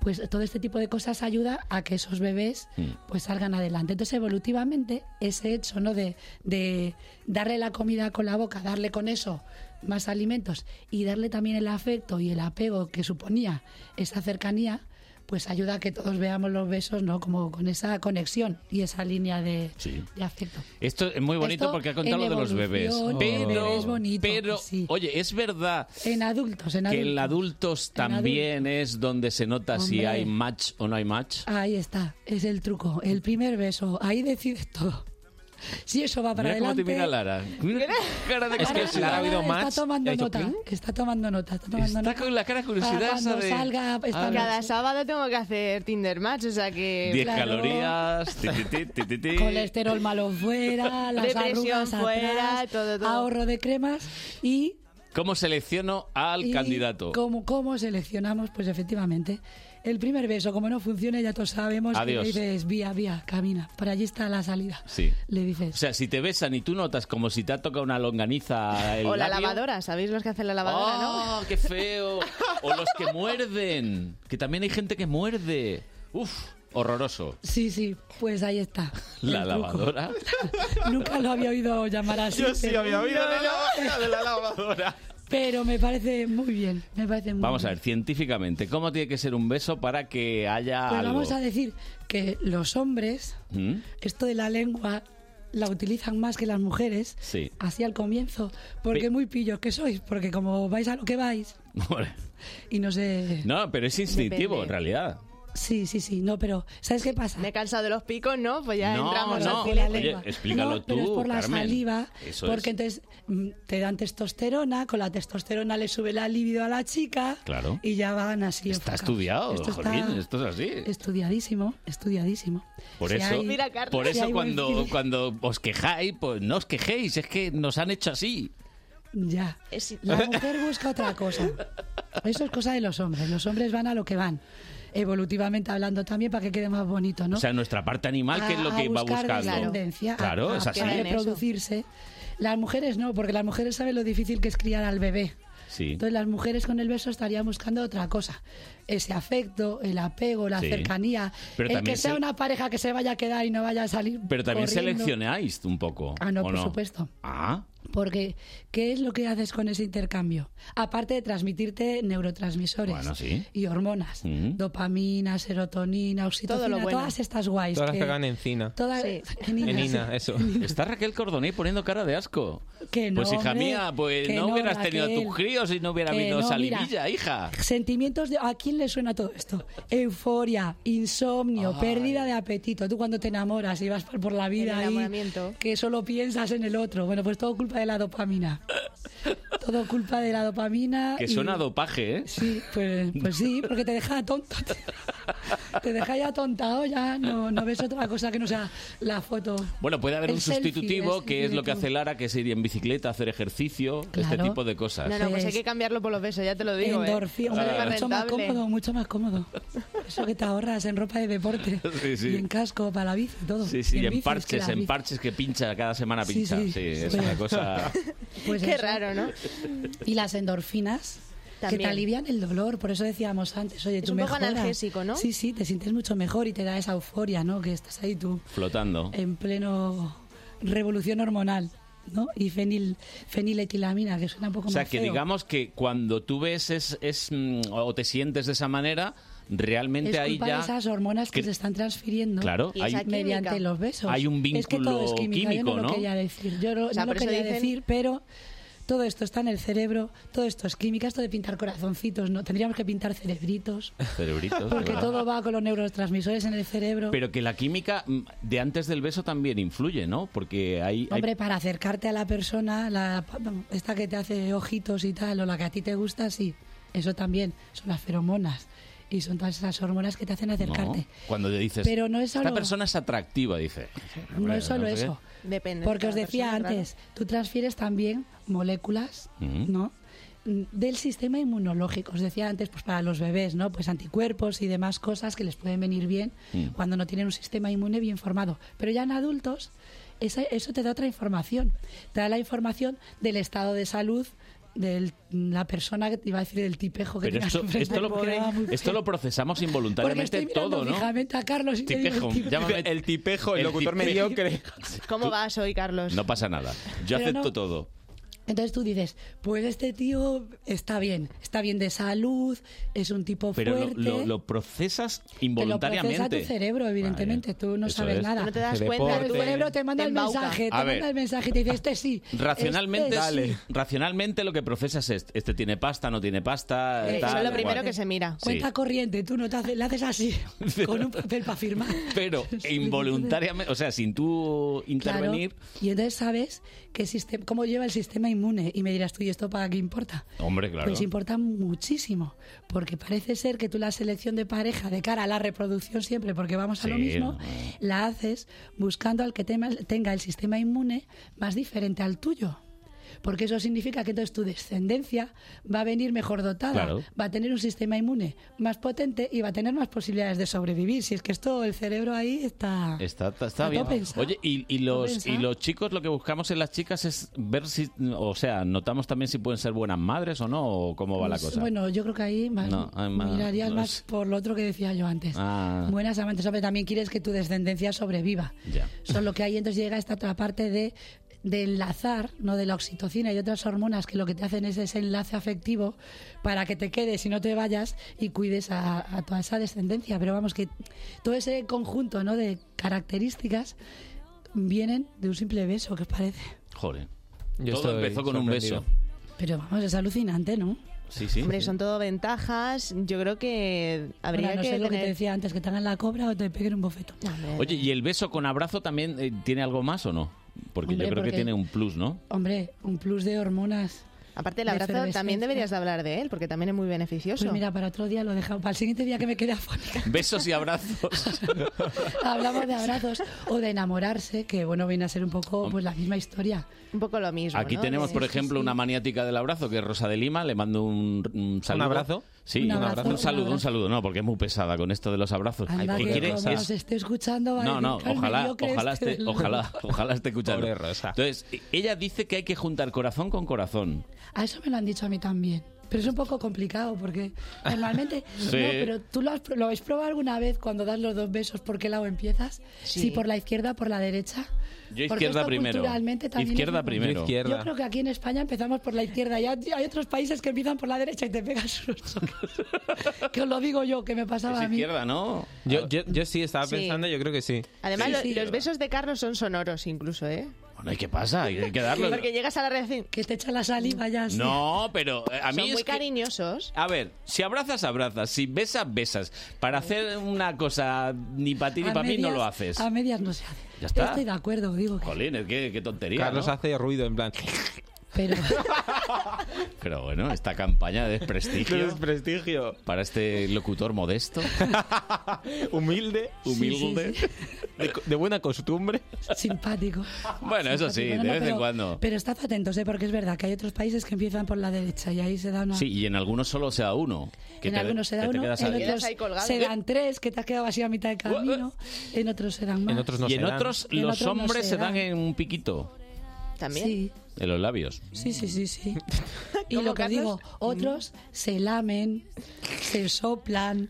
[SPEAKER 15] Pues todo este tipo de cosas ayuda a que esos bebés
[SPEAKER 2] Mm.
[SPEAKER 15] pues salgan adelante. Entonces evolutivamente ese hecho no de, de darle la comida con la boca, darle con eso más alimentos y darle también el afecto y el apego que suponía esa cercanía, pues ayuda a que todos veamos los besos, ¿no? Como con esa conexión y esa línea de, de afecto.
[SPEAKER 2] Esto es muy bonito
[SPEAKER 15] Esto
[SPEAKER 2] porque ha contado
[SPEAKER 15] en
[SPEAKER 2] lo de los bebés.
[SPEAKER 15] evolución, en
[SPEAKER 2] Pero,
[SPEAKER 15] bebés bonito,
[SPEAKER 2] pero oye, es verdad
[SPEAKER 15] En adultos, en
[SPEAKER 2] que
[SPEAKER 15] adultos.
[SPEAKER 2] en adultos también es donde se nota si
[SPEAKER 15] Hombre.
[SPEAKER 2] hay match o no hay match.
[SPEAKER 15] Ahí está, es el truco, el primer beso, ahí decides todo. Si eso va para
[SPEAKER 2] Mira cómo
[SPEAKER 15] adelante.
[SPEAKER 2] te mira Lara. Mira la cara de
[SPEAKER 15] Es que
[SPEAKER 2] curiosidad.
[SPEAKER 15] Lara Está tomando nota, está tomando nota, está tomando nota.
[SPEAKER 2] con la cara de curiosidad
[SPEAKER 15] Para cuando
[SPEAKER 2] esa de-
[SPEAKER 15] salga esta
[SPEAKER 2] Ah.
[SPEAKER 14] Cada
[SPEAKER 15] noche.
[SPEAKER 14] sábado tengo que hacer Tinder Match, o sea que...
[SPEAKER 15] Eh,
[SPEAKER 2] 10 calorías. ti, ti, ti, ti, ti, ti.
[SPEAKER 15] Colesterol malo fuera, las
[SPEAKER 14] Depresión
[SPEAKER 15] arrugas
[SPEAKER 14] fuera,
[SPEAKER 15] atrás, ahorro de cremas y
[SPEAKER 2] ¿Cómo selecciono al
[SPEAKER 15] Y
[SPEAKER 2] candidato?
[SPEAKER 15] ¿cómo, ¿Cómo seleccionamos? Pues efectivamente, el primer beso, como no funciona, ya todos sabemos
[SPEAKER 2] Adiós.
[SPEAKER 15] que le dices, vía, vía, camina, por allí está la salida.
[SPEAKER 2] Sí.
[SPEAKER 15] Le dices,
[SPEAKER 2] O sea, si te besan y tú notas como si te ha tocado una longaniza el
[SPEAKER 14] O la
[SPEAKER 2] labio,
[SPEAKER 14] lavadora, ¿sabéis los que hacen la lavadora,
[SPEAKER 2] ¡Oh, qué feo! O los que muerden, que también hay gente que muerde. Uf, horroroso.
[SPEAKER 15] sí, sí, pues ahí está.
[SPEAKER 2] La lavadora.
[SPEAKER 15] Nunca lo había oído llamar así.
[SPEAKER 13] Yo sí
[SPEAKER 15] pero-
[SPEAKER 13] había oído la lavadora de la lavadora.
[SPEAKER 15] Pero me parece muy bien, me parece muy
[SPEAKER 2] Vamos a
[SPEAKER 15] bien.
[SPEAKER 2] ver, científicamente, ¿cómo tiene que ser un beso para que haya
[SPEAKER 15] Pues
[SPEAKER 2] algo?
[SPEAKER 15] vamos a decir que los hombres,
[SPEAKER 2] ¿Mm?
[SPEAKER 15] esto de la lengua, la utilizan más que las mujeres.
[SPEAKER 2] Sí.
[SPEAKER 15] Así al comienzo, porque
[SPEAKER 2] Pe-
[SPEAKER 15] muy pillos que sois, porque como vais a lo que vais,
[SPEAKER 2] Vale.
[SPEAKER 15] y no sé...
[SPEAKER 2] No, pero es instintivo,
[SPEAKER 15] Depende.
[SPEAKER 2] en realidad.
[SPEAKER 15] Sí, sí, sí, no, pero ¿sabes qué pasa?
[SPEAKER 14] Me he cansado de los picos, ¿no? Pues ya
[SPEAKER 2] No,
[SPEAKER 14] entramos
[SPEAKER 2] no.
[SPEAKER 14] al
[SPEAKER 15] Por la
[SPEAKER 14] filete.
[SPEAKER 2] Oye,
[SPEAKER 15] lengua.
[SPEAKER 2] explícalo
[SPEAKER 15] No, pero
[SPEAKER 2] tú,
[SPEAKER 15] es por la
[SPEAKER 2] Carmen.
[SPEAKER 15] saliva,
[SPEAKER 2] Eso
[SPEAKER 15] porque
[SPEAKER 2] es.
[SPEAKER 15] entonces mm, te dan testosterona, con la testosterona le sube la libido a la chica
[SPEAKER 2] Claro.
[SPEAKER 15] y ya van así.
[SPEAKER 2] Está
[SPEAKER 15] enfocados.
[SPEAKER 2] estudiado,
[SPEAKER 15] Esto está
[SPEAKER 2] Jolín, esto es así.
[SPEAKER 15] Estudiadísimo, estudiadísimo.
[SPEAKER 2] Por
[SPEAKER 15] Si
[SPEAKER 2] eso,
[SPEAKER 15] hay-
[SPEAKER 2] por
[SPEAKER 15] si
[SPEAKER 2] eso
[SPEAKER 15] hay buen
[SPEAKER 2] cuando,
[SPEAKER 15] feeling-
[SPEAKER 2] cuando os quejáis, pues no os quejéis, es que nos han hecho así.
[SPEAKER 15] Ya. La mujer busca otra cosa. Eso es cosa de los hombres. Los hombres van a lo que van. Evolutivamente hablando también para que quede más bonito, ¿no?
[SPEAKER 2] O sea, nuestra parte animal, ¿qué es lo
[SPEAKER 15] a-
[SPEAKER 2] que
[SPEAKER 15] a
[SPEAKER 2] va
[SPEAKER 15] buscar
[SPEAKER 2] buscando?
[SPEAKER 15] descendencia, a-
[SPEAKER 2] Claro,
[SPEAKER 15] a-
[SPEAKER 2] es así.
[SPEAKER 15] Para reproducirse. Las mujeres no, porque las mujeres saben lo difícil que es criar al bebé.
[SPEAKER 2] Sí.
[SPEAKER 15] Entonces las mujeres con el beso estarían buscando otra cosa. Ese afecto, el apego, la
[SPEAKER 2] Sí.
[SPEAKER 15] cercanía.
[SPEAKER 2] Pero
[SPEAKER 15] el
[SPEAKER 2] también
[SPEAKER 15] que sea
[SPEAKER 2] se-
[SPEAKER 15] una pareja que se vaya a quedar y no vaya a salir.
[SPEAKER 2] Pero también
[SPEAKER 15] corriendo.
[SPEAKER 2] seleccionáis un poco.
[SPEAKER 15] Ah, no,
[SPEAKER 2] ¿o
[SPEAKER 15] por supuesto.
[SPEAKER 2] Ah,
[SPEAKER 15] Porque, ¿qué es lo que haces con ese intercambio? Aparte de transmitirte neurotransmisores
[SPEAKER 2] Bueno, sí.
[SPEAKER 15] y hormonas,
[SPEAKER 13] Mm.
[SPEAKER 15] dopamina, serotonina,
[SPEAKER 14] Todo
[SPEAKER 15] oxitocina,
[SPEAKER 14] lo bueno.
[SPEAKER 15] todas estas guays.
[SPEAKER 13] Todas las
[SPEAKER 15] que-
[SPEAKER 13] que hagan encina.
[SPEAKER 15] todas- en Ina,
[SPEAKER 13] Enina,
[SPEAKER 15] sí.
[SPEAKER 13] eso.
[SPEAKER 2] Está Raquel Cordonell poniendo cara de asco.
[SPEAKER 15] Que no,
[SPEAKER 2] pues hija
[SPEAKER 15] hombre,
[SPEAKER 2] mía, pues
[SPEAKER 15] que
[SPEAKER 2] no,
[SPEAKER 15] no,
[SPEAKER 2] hubieras tenido a
[SPEAKER 15] Raquel.
[SPEAKER 2] tus críos y no hubiera
[SPEAKER 15] Que
[SPEAKER 2] habido
[SPEAKER 15] no, mira.
[SPEAKER 2] salivilla, hija.
[SPEAKER 15] Sentimientos de... ¿A quién le suena todo esto? Euforia, insomnio,
[SPEAKER 2] Ay.
[SPEAKER 15] pérdida de apetito. Tú cuando te enamoras y vas por por la vida ahí,
[SPEAKER 14] enamoramiento.
[SPEAKER 15] que solo piensas en el otro. Bueno, pues todo culpa de la dopamina. Todo culpa de la dopamina.
[SPEAKER 2] Que
[SPEAKER 15] y-
[SPEAKER 2] suena a dopaje, ¿eh?
[SPEAKER 15] Sí, pues, pues sí, porque te deja tonto. Te deja ya tontado, ya no, no ves otra cosa que no sea la foto.
[SPEAKER 2] Bueno, puede haber
[SPEAKER 15] El
[SPEAKER 2] un
[SPEAKER 15] selfie,
[SPEAKER 2] sustitutivo,
[SPEAKER 15] el
[SPEAKER 2] que es lo que hace
[SPEAKER 15] sustitutivo.
[SPEAKER 2] Lara, que es ir en bicicleta, hacer ejercicio, este
[SPEAKER 15] Claro.
[SPEAKER 2] tipo de cosas.
[SPEAKER 14] No, no, pues hay que cambiarlo por los besos, ya te lo digo. ¿eh?
[SPEAKER 15] Endorfín, hombre,
[SPEAKER 14] Sale más
[SPEAKER 15] mucho más
[SPEAKER 14] rentable.
[SPEAKER 15] cómodo, mucho más cómodo. Eso que te ahorras en ropa de deporte.
[SPEAKER 2] Sí, sí.
[SPEAKER 15] Y en casco, para la bici, todo.
[SPEAKER 2] Sí, sí,
[SPEAKER 15] Y
[SPEAKER 2] en,
[SPEAKER 15] bicis, que
[SPEAKER 2] parches,
[SPEAKER 15] la
[SPEAKER 2] en
[SPEAKER 15] bici.
[SPEAKER 2] parches que pincha, cada semana
[SPEAKER 15] Sí,
[SPEAKER 2] pincha. Sí,
[SPEAKER 15] sí.
[SPEAKER 2] es
[SPEAKER 15] Sí.
[SPEAKER 2] una cosa...
[SPEAKER 15] Pues
[SPEAKER 14] Qué
[SPEAKER 15] eso.
[SPEAKER 14] raro, ¿no?
[SPEAKER 15] Y las endorfinas. Que
[SPEAKER 14] También.
[SPEAKER 15] te alivian el dolor, por eso decíamos antes, oye,
[SPEAKER 14] Es
[SPEAKER 15] tú
[SPEAKER 14] un poco
[SPEAKER 15] mejoras.
[SPEAKER 14] analgésico, ¿no?
[SPEAKER 15] Sí, sí, te sientes mucho mejor y te da esa euforia, ¿no? Que estás ahí tú
[SPEAKER 2] Flotando.
[SPEAKER 15] en pleno revolución hormonal, ¿no? Y fenil, feniletilamina, que suena un poco
[SPEAKER 2] O sea,
[SPEAKER 15] más
[SPEAKER 2] que
[SPEAKER 15] feo.
[SPEAKER 2] digamos que cuando tú ves es, es, mm, o te sientes de esa manera, realmente
[SPEAKER 15] es
[SPEAKER 2] ahí
[SPEAKER 15] culpa
[SPEAKER 2] ya...
[SPEAKER 15] de esas hormonas que,
[SPEAKER 2] que-
[SPEAKER 15] se están transfiriendo
[SPEAKER 2] Claro, Y esa hay-
[SPEAKER 15] mediante
[SPEAKER 2] química.
[SPEAKER 15] los besos.
[SPEAKER 2] hay un
[SPEAKER 15] Es que todo es
[SPEAKER 2] vínculo
[SPEAKER 15] química,
[SPEAKER 2] químico,
[SPEAKER 15] yo no,
[SPEAKER 2] ¿no?
[SPEAKER 15] lo quería decir. Yo no,
[SPEAKER 14] O sea,
[SPEAKER 15] no
[SPEAKER 14] por
[SPEAKER 15] lo
[SPEAKER 14] eso
[SPEAKER 15] quería
[SPEAKER 14] dicen-
[SPEAKER 15] decir, pero todo esto está en el cerebro, todo esto es química, esto de pintar corazoncitos, no tendríamos que pintar cerebritos,
[SPEAKER 2] Cerebritos, de
[SPEAKER 15] porque
[SPEAKER 2] verdad.
[SPEAKER 15] todo va con los neurotransmisores en el cerebro.
[SPEAKER 2] Pero que la química mm, de antes del beso también influye, ¿no? Porque hay... hay-
[SPEAKER 15] Hombre, para acercarte a la persona, la, esta que te hace ojitos y tal, o la que a ti te gusta, sí. Eso también son las feromonas. Y son todas esas hormonas que te hacen
[SPEAKER 2] ¿no?
[SPEAKER 15] acercarte.
[SPEAKER 2] Cuando le dices...
[SPEAKER 15] Pero no es
[SPEAKER 2] Esta
[SPEAKER 15] solo-
[SPEAKER 2] persona es atractiva, dice.
[SPEAKER 15] No
[SPEAKER 2] Hombre,
[SPEAKER 15] es solo
[SPEAKER 2] sé qué.
[SPEAKER 15] eso.
[SPEAKER 14] Depende.
[SPEAKER 15] Porque
[SPEAKER 14] de
[SPEAKER 15] os
[SPEAKER 14] cada
[SPEAKER 15] decía
[SPEAKER 14] persona, claro.
[SPEAKER 15] antes, tú transfieres también moléculas,
[SPEAKER 2] Mm.
[SPEAKER 15] ¿no? Mm, Del sistema inmunológico. Os decía antes, pues para los bebés, ¿no? Pues anticuerpos y demás cosas que les pueden venir bien
[SPEAKER 16] Mm.
[SPEAKER 15] cuando no tienen un sistema inmune bien formado. Pero ya en adultos, esa- eso te da otra información. Te da la información del estado de salud de la persona que te iba a decir del tipejo que
[SPEAKER 2] Pero
[SPEAKER 15] tengas
[SPEAKER 2] esto,
[SPEAKER 15] enfrente,
[SPEAKER 2] esto, lo,
[SPEAKER 15] porque era muy
[SPEAKER 2] esto lo procesamos
[SPEAKER 15] porque
[SPEAKER 2] involuntariamente
[SPEAKER 15] estoy mirando
[SPEAKER 2] todo, ¿no?
[SPEAKER 15] fijamente a Carlos y te digo el
[SPEAKER 2] Tipejo,
[SPEAKER 15] tipejo.
[SPEAKER 2] llámame-
[SPEAKER 13] El tipejo, el,
[SPEAKER 2] El
[SPEAKER 13] locutor
[SPEAKER 2] tipejo.
[SPEAKER 13] mediocre.
[SPEAKER 14] ¿Cómo vas hoy, Carlos?
[SPEAKER 2] No pasa nada. Yo
[SPEAKER 15] Pero
[SPEAKER 2] acepto
[SPEAKER 15] no-
[SPEAKER 2] todo.
[SPEAKER 15] Entonces tú dices, pues este tío está bien, está bien de salud, es un tipo
[SPEAKER 2] Pero lo,
[SPEAKER 15] fuerte.
[SPEAKER 2] lo- lo procesas
[SPEAKER 15] te lo procesa
[SPEAKER 2] involuntariamente.
[SPEAKER 15] tu cerebro, evidentemente, tú no
[SPEAKER 2] eso
[SPEAKER 15] sabes
[SPEAKER 2] es.
[SPEAKER 15] nada.
[SPEAKER 2] No te das Hace cuenta,
[SPEAKER 15] Pero
[SPEAKER 2] deporte.
[SPEAKER 15] tu cerebro te manda
[SPEAKER 14] te
[SPEAKER 15] el
[SPEAKER 14] embauca.
[SPEAKER 15] mensaje, te
[SPEAKER 2] A ver.
[SPEAKER 15] manda el mensaje y te dice, este sí.
[SPEAKER 2] Racionalmente,
[SPEAKER 15] este sí.
[SPEAKER 2] racionalmente lo que procesas es, este tiene pasta, no tiene pasta,
[SPEAKER 14] Eh,
[SPEAKER 2] tal,
[SPEAKER 14] eso es lo primero
[SPEAKER 2] cual.
[SPEAKER 14] que se mira.
[SPEAKER 2] Sí.
[SPEAKER 15] Cuenta corriente, tú no te haces, le haces así, con un papel para firmar.
[SPEAKER 2] Pero involuntariamente, o sea, sin tú
[SPEAKER 15] Claro.
[SPEAKER 2] intervenir,
[SPEAKER 15] Y entonces sabes qué sistema, cómo lleva el sistema inmune. Y me dirás tú, ¿y esto para qué importa?
[SPEAKER 2] hombre, claro.
[SPEAKER 15] Pues importa muchísimo, porque parece ser que tú la selección de pareja de cara a la reproducción siempre, porque vamos a lo
[SPEAKER 2] Sí,
[SPEAKER 15] mismo,
[SPEAKER 2] no.
[SPEAKER 15] la haces buscando al que tema- tenga el sistema inmune más diferente al tuyo. Porque eso significa que entonces tu descendencia va a venir mejor dotada,
[SPEAKER 2] Claro.
[SPEAKER 15] va a tener un sistema inmune más potente y va a tener más posibilidades de sobrevivir. Si es que esto, el cerebro ahí está...
[SPEAKER 2] Está, está- está
[SPEAKER 15] todo
[SPEAKER 2] bien.
[SPEAKER 15] pensado.
[SPEAKER 2] Oye, y, y los,
[SPEAKER 15] pensado.
[SPEAKER 2] y los chicos, lo que buscamos en las chicas es ver si, o sea, notamos también si pueden ser buenas madres o no, o cómo va la
[SPEAKER 15] Pues,
[SPEAKER 2] cosa.
[SPEAKER 15] Bueno, yo creo que ahí más,
[SPEAKER 2] No, hay más-
[SPEAKER 15] mirarías
[SPEAKER 2] no
[SPEAKER 15] más
[SPEAKER 2] sé.
[SPEAKER 15] por lo otro que decía yo antes.
[SPEAKER 2] Ah.
[SPEAKER 15] Buenas amantes, hombre, también quieres que tu descendencia sobreviva.
[SPEAKER 2] Ya.
[SPEAKER 15] Son lo que hay, entonces llega esta otra parte de, de enlazar, no de la oxitocina y otras hormonas que lo que te hacen es ese enlace afectivo para que te quedes y no te vayas y cuides a, a toda esa descendencia. Pero vamos, que todo ese conjunto ¿no? de características vienen de un simple beso, ¿qué os parece?
[SPEAKER 2] Joder.
[SPEAKER 13] Yo
[SPEAKER 2] Todo
[SPEAKER 13] estoy
[SPEAKER 2] empezó con un beso.
[SPEAKER 15] Pero vamos, es alucinante, ¿no?
[SPEAKER 2] Sí, sí.
[SPEAKER 14] Hombre, son todo ventajas. Yo creo que habría
[SPEAKER 15] Bueno, no
[SPEAKER 14] que
[SPEAKER 15] sé lo que
[SPEAKER 14] tener...
[SPEAKER 15] te decía antes, que te hagan la cobra o te peguen un bofetón.
[SPEAKER 2] Oye, ¿y el beso con abrazo también eh, tiene algo más o no? Porque
[SPEAKER 15] Hombre,
[SPEAKER 2] yo creo que
[SPEAKER 15] porque-
[SPEAKER 2] tiene un plus, ¿no?
[SPEAKER 15] Hombre, un plus de hormonas.
[SPEAKER 14] Aparte del
[SPEAKER 15] de
[SPEAKER 14] abrazo, también
[SPEAKER 15] efervescencia.
[SPEAKER 14] deberías de hablar de él, porque también es muy beneficioso.
[SPEAKER 15] Pues mira, para otro día lo dejamos. Para el siguiente día que me quede afónica,
[SPEAKER 2] Besos y abrazos.
[SPEAKER 15] hablamos de abrazos o de enamorarse, que bueno, viene a ser un poco pues la misma historia.
[SPEAKER 14] Un poco lo mismo.
[SPEAKER 2] Aquí tenemos, por ejemplo, una maniática del abrazo, que es Rosa de Lima. Le mando un, un saludo.
[SPEAKER 13] abrazo?
[SPEAKER 2] Sí,
[SPEAKER 15] Un abrazo,
[SPEAKER 2] un
[SPEAKER 15] un
[SPEAKER 2] saludo, un
[SPEAKER 15] abrazo.
[SPEAKER 2] saludo. No, porque es muy pesada con esto de los abrazos.
[SPEAKER 15] Anda,
[SPEAKER 2] Que
[SPEAKER 15] que
[SPEAKER 2] quiere-
[SPEAKER 15] como
[SPEAKER 2] es-
[SPEAKER 15] nos esté escuchando, va a
[SPEAKER 2] No,
[SPEAKER 15] decir,
[SPEAKER 2] no,
[SPEAKER 15] "Qué
[SPEAKER 2] ojalá,
[SPEAKER 15] mediocre
[SPEAKER 2] ojalá
[SPEAKER 15] este
[SPEAKER 2] esté,
[SPEAKER 15] loco".
[SPEAKER 2] ojalá, ojalá esté escuchando.
[SPEAKER 13] Pobre Rosa.
[SPEAKER 2] Entonces, ella dice que hay que juntar corazón con corazón.
[SPEAKER 15] A eso me lo han dicho a mí también. Pero es un poco complicado porque normalmente.
[SPEAKER 2] Sí.
[SPEAKER 15] No, pero tú lo has, pro- lo habéis probado alguna vez cuando das los dos besos, ¿por qué lado empiezas?
[SPEAKER 2] Sí.
[SPEAKER 15] Si por la izquierda, por la derecha.
[SPEAKER 2] Yo
[SPEAKER 15] Porque
[SPEAKER 2] izquierda
[SPEAKER 15] esto
[SPEAKER 2] primero.
[SPEAKER 15] culturalmente también es
[SPEAKER 2] Izquierda
[SPEAKER 15] muy-
[SPEAKER 2] primero. Yo izquierda.
[SPEAKER 15] Yo creo que aquí en España empezamos por la izquierda. Ya hay otros países que empiezan por la derecha y te pegas unos choques. que os lo digo yo, que me pasaba a mí.
[SPEAKER 2] ¿no? Ah.
[SPEAKER 13] Yo, yo, yo sí, estaba
[SPEAKER 14] Sí.
[SPEAKER 13] pensando, yo creo que sí.
[SPEAKER 14] Además,
[SPEAKER 15] Sí,
[SPEAKER 14] lo-
[SPEAKER 15] sí.
[SPEAKER 14] los besos de Carlos son sonoros incluso, ¿eh?
[SPEAKER 2] Bueno, ¿y qué pasa? Hay que darlo.
[SPEAKER 14] Porque llegas a la reacción...
[SPEAKER 15] Que te echa la saliva ya. sí.
[SPEAKER 2] No, pero eh, a mí
[SPEAKER 14] Son
[SPEAKER 2] es
[SPEAKER 14] muy
[SPEAKER 2] que-
[SPEAKER 14] cariñosos.
[SPEAKER 2] A ver, si abrazas, abrazas. Si besas, besas. Para hacer una cosa ni para ti ni
[SPEAKER 15] A
[SPEAKER 2] para mí no
[SPEAKER 15] medias-
[SPEAKER 2] lo haces.
[SPEAKER 15] A medias no se hace.
[SPEAKER 2] Ya está.
[SPEAKER 15] Yo estoy de acuerdo, digo. que-
[SPEAKER 2] Jolín, qué, qué tontería.
[SPEAKER 13] Carlos
[SPEAKER 2] ¿no?
[SPEAKER 13] hace ruido en plan.
[SPEAKER 15] Pero
[SPEAKER 2] Pero bueno, esta campaña de desprestigio.
[SPEAKER 13] De desprestigio.
[SPEAKER 2] Para este locutor modesto.
[SPEAKER 13] Humilde, humilde, De, de buena costumbre.
[SPEAKER 15] simpático.
[SPEAKER 2] Bueno, eso sí, de
[SPEAKER 15] Simpático, no,
[SPEAKER 2] vez en
[SPEAKER 15] pero-
[SPEAKER 2] cuando.
[SPEAKER 15] Pero estad atentos, ¿eh? porque es verdad que hay otros países que empiezan por la derecha y ahí se da una...
[SPEAKER 2] Sí, y en algunos solo se da uno. que
[SPEAKER 15] en
[SPEAKER 2] te-
[SPEAKER 15] algunos se da
[SPEAKER 2] que te
[SPEAKER 15] uno, en
[SPEAKER 2] quedas ahí.
[SPEAKER 15] otros se dan tres, que te has quedado así a mitad de camino, en otros se dan más.
[SPEAKER 2] y en otros
[SPEAKER 15] En
[SPEAKER 2] los
[SPEAKER 15] otros no
[SPEAKER 2] hombres
[SPEAKER 15] se
[SPEAKER 2] se dan
[SPEAKER 15] dan.
[SPEAKER 2] en un piquito,
[SPEAKER 15] ¿También? Sí,
[SPEAKER 2] en los labios.
[SPEAKER 15] sí, sí, sí. sí. y lo que digo, otros se lamen, se soplan,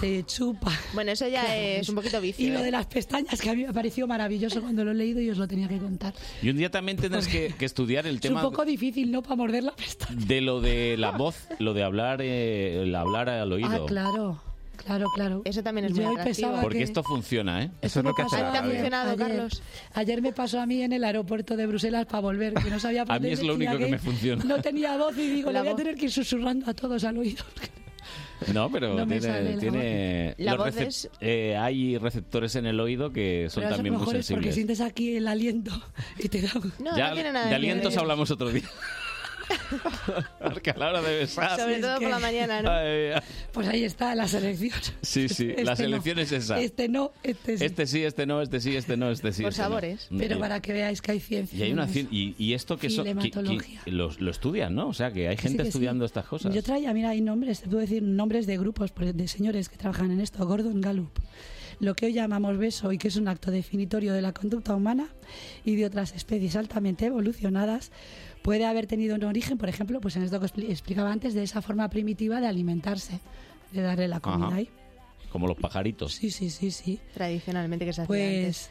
[SPEAKER 15] se chupan.
[SPEAKER 14] Bueno, eso ya es un poquito vicio.
[SPEAKER 15] Y lo
[SPEAKER 14] ¿eh?
[SPEAKER 15] de las pestañas, que a mí me pareció maravilloso cuando lo he leído y os lo tenía que contar.
[SPEAKER 2] Y un día también tendrás que, que estudiar el
[SPEAKER 15] Es un
[SPEAKER 2] tema
[SPEAKER 15] poco difícil, ¿no? Para morder la pestaña.
[SPEAKER 2] de lo de la voz, lo de hablar, eh, el hablar al oído.
[SPEAKER 15] Ah, claro, claro, claro. Eso también
[SPEAKER 14] es muy atractivo.
[SPEAKER 2] Porque
[SPEAKER 15] que-
[SPEAKER 2] esto funciona, ¿eh?
[SPEAKER 15] Eso es lo que
[SPEAKER 2] hace la radio.
[SPEAKER 14] Carlos?
[SPEAKER 15] Ayer me pasó a mí en el aeropuerto de Bruselas para volver, que no sabía para
[SPEAKER 2] A mí
[SPEAKER 15] dónde
[SPEAKER 2] es lo
[SPEAKER 15] tenía
[SPEAKER 2] único que
[SPEAKER 15] ir.
[SPEAKER 2] me funciona.
[SPEAKER 15] No tenía voz y digo, le
[SPEAKER 14] La
[SPEAKER 15] voy a
[SPEAKER 14] voz.
[SPEAKER 15] tener que ir susurrando a todos al oído.
[SPEAKER 2] No, pero
[SPEAKER 15] No me sale la
[SPEAKER 2] tiene... tiene-
[SPEAKER 15] voz. La
[SPEAKER 2] los
[SPEAKER 15] voz
[SPEAKER 2] recep-
[SPEAKER 15] es-
[SPEAKER 2] eh, hay receptores en el oído que
[SPEAKER 15] Pero eso
[SPEAKER 2] son
[SPEAKER 15] a lo
[SPEAKER 2] también muy
[SPEAKER 15] mejor es porque
[SPEAKER 2] sensibles.
[SPEAKER 15] sientes aquí el aliento y te da...
[SPEAKER 2] ya de alientos hablamos otro día. Porque a la hora de besar...
[SPEAKER 14] Sobre todo por la mañana, ¿no?
[SPEAKER 2] Ay, ay.
[SPEAKER 15] Pues ahí está la selección.
[SPEAKER 2] sí, sí,
[SPEAKER 15] Este
[SPEAKER 2] la
[SPEAKER 15] no.
[SPEAKER 2] selección es esa.
[SPEAKER 15] Este no, este sí.
[SPEAKER 2] Este sí, este no, este sí, este no, este sí.
[SPEAKER 15] Por
[SPEAKER 2] este no.
[SPEAKER 15] sabores.
[SPEAKER 2] Mm,
[SPEAKER 15] Pero
[SPEAKER 2] y-
[SPEAKER 15] para que veáis que hay ciencia.
[SPEAKER 2] Y hay una
[SPEAKER 15] en
[SPEAKER 2] cien-
[SPEAKER 15] eso.
[SPEAKER 2] y, y esto que, so- que- que-
[SPEAKER 15] Filematología.
[SPEAKER 2] lo, lo estudian, ¿no? O sea, que hay
[SPEAKER 15] sí,
[SPEAKER 2] gente
[SPEAKER 15] que sí.
[SPEAKER 2] estudiando estas cosas.
[SPEAKER 15] Yo traía, mira, hay nombres, te puedo decir nombres de grupos, pues, de señores que trabajan en esto. Gordon Gallup, lo que hoy llamamos beso y que es un acto definitorio de la conducta humana y de otras especies altamente evolucionadas, puede haber tenido un origen, por ejemplo, pues en esto que expli- explicaba antes, de esa forma primitiva de alimentarse, de darle la comida
[SPEAKER 2] Ajá.
[SPEAKER 15] ahí.
[SPEAKER 2] Como los pajaritos.
[SPEAKER 15] Sí, sí, sí, sí.
[SPEAKER 14] Tradicionalmente que se hacía
[SPEAKER 15] Pues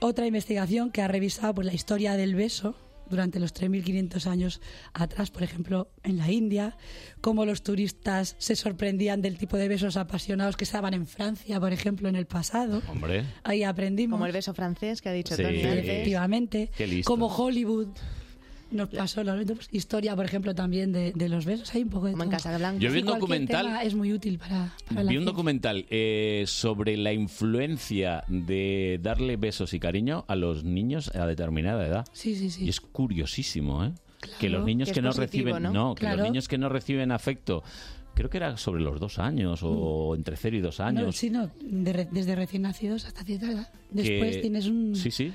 [SPEAKER 15] otra investigación que ha revisado pues, la historia del beso durante los 3.500 años atrás, por ejemplo, en la India, cómo los turistas se sorprendían del tipo de besos apasionados que estaban en Francia, por ejemplo, en el pasado.
[SPEAKER 2] Hombre.
[SPEAKER 15] Ahí aprendimos.
[SPEAKER 14] Como el beso francés que ha dicho
[SPEAKER 2] Sí.
[SPEAKER 14] Tony antes.
[SPEAKER 15] Efectivamente.
[SPEAKER 2] Qué listos.
[SPEAKER 15] Como Hollywood nos pasó la historia, por ejemplo, también de, de los besos. Hay un poco de Como en Casablanca.
[SPEAKER 2] Yo vi un documental-
[SPEAKER 15] es muy útil para, para la
[SPEAKER 2] Vi un
[SPEAKER 15] gente.
[SPEAKER 2] documental eh, sobre la influencia de darle besos y cariño a los niños a determinada edad.
[SPEAKER 15] Sí, sí, sí.
[SPEAKER 2] Y es curiosísimo, ¿eh? Que los niños
[SPEAKER 15] Que
[SPEAKER 2] que,
[SPEAKER 15] es
[SPEAKER 2] no
[SPEAKER 15] positivo,
[SPEAKER 2] reciben,
[SPEAKER 15] ¿no?
[SPEAKER 2] no, que
[SPEAKER 15] Claro.
[SPEAKER 2] los niños que no reciben afecto, creo que era sobre los dos años o entre cero y dos
[SPEAKER 15] Mm. No,
[SPEAKER 2] años.
[SPEAKER 15] sí, no, de re- desde recién nacidos hasta cierta edad.
[SPEAKER 2] que-
[SPEAKER 15] Después tienes un,
[SPEAKER 2] Sí, sí.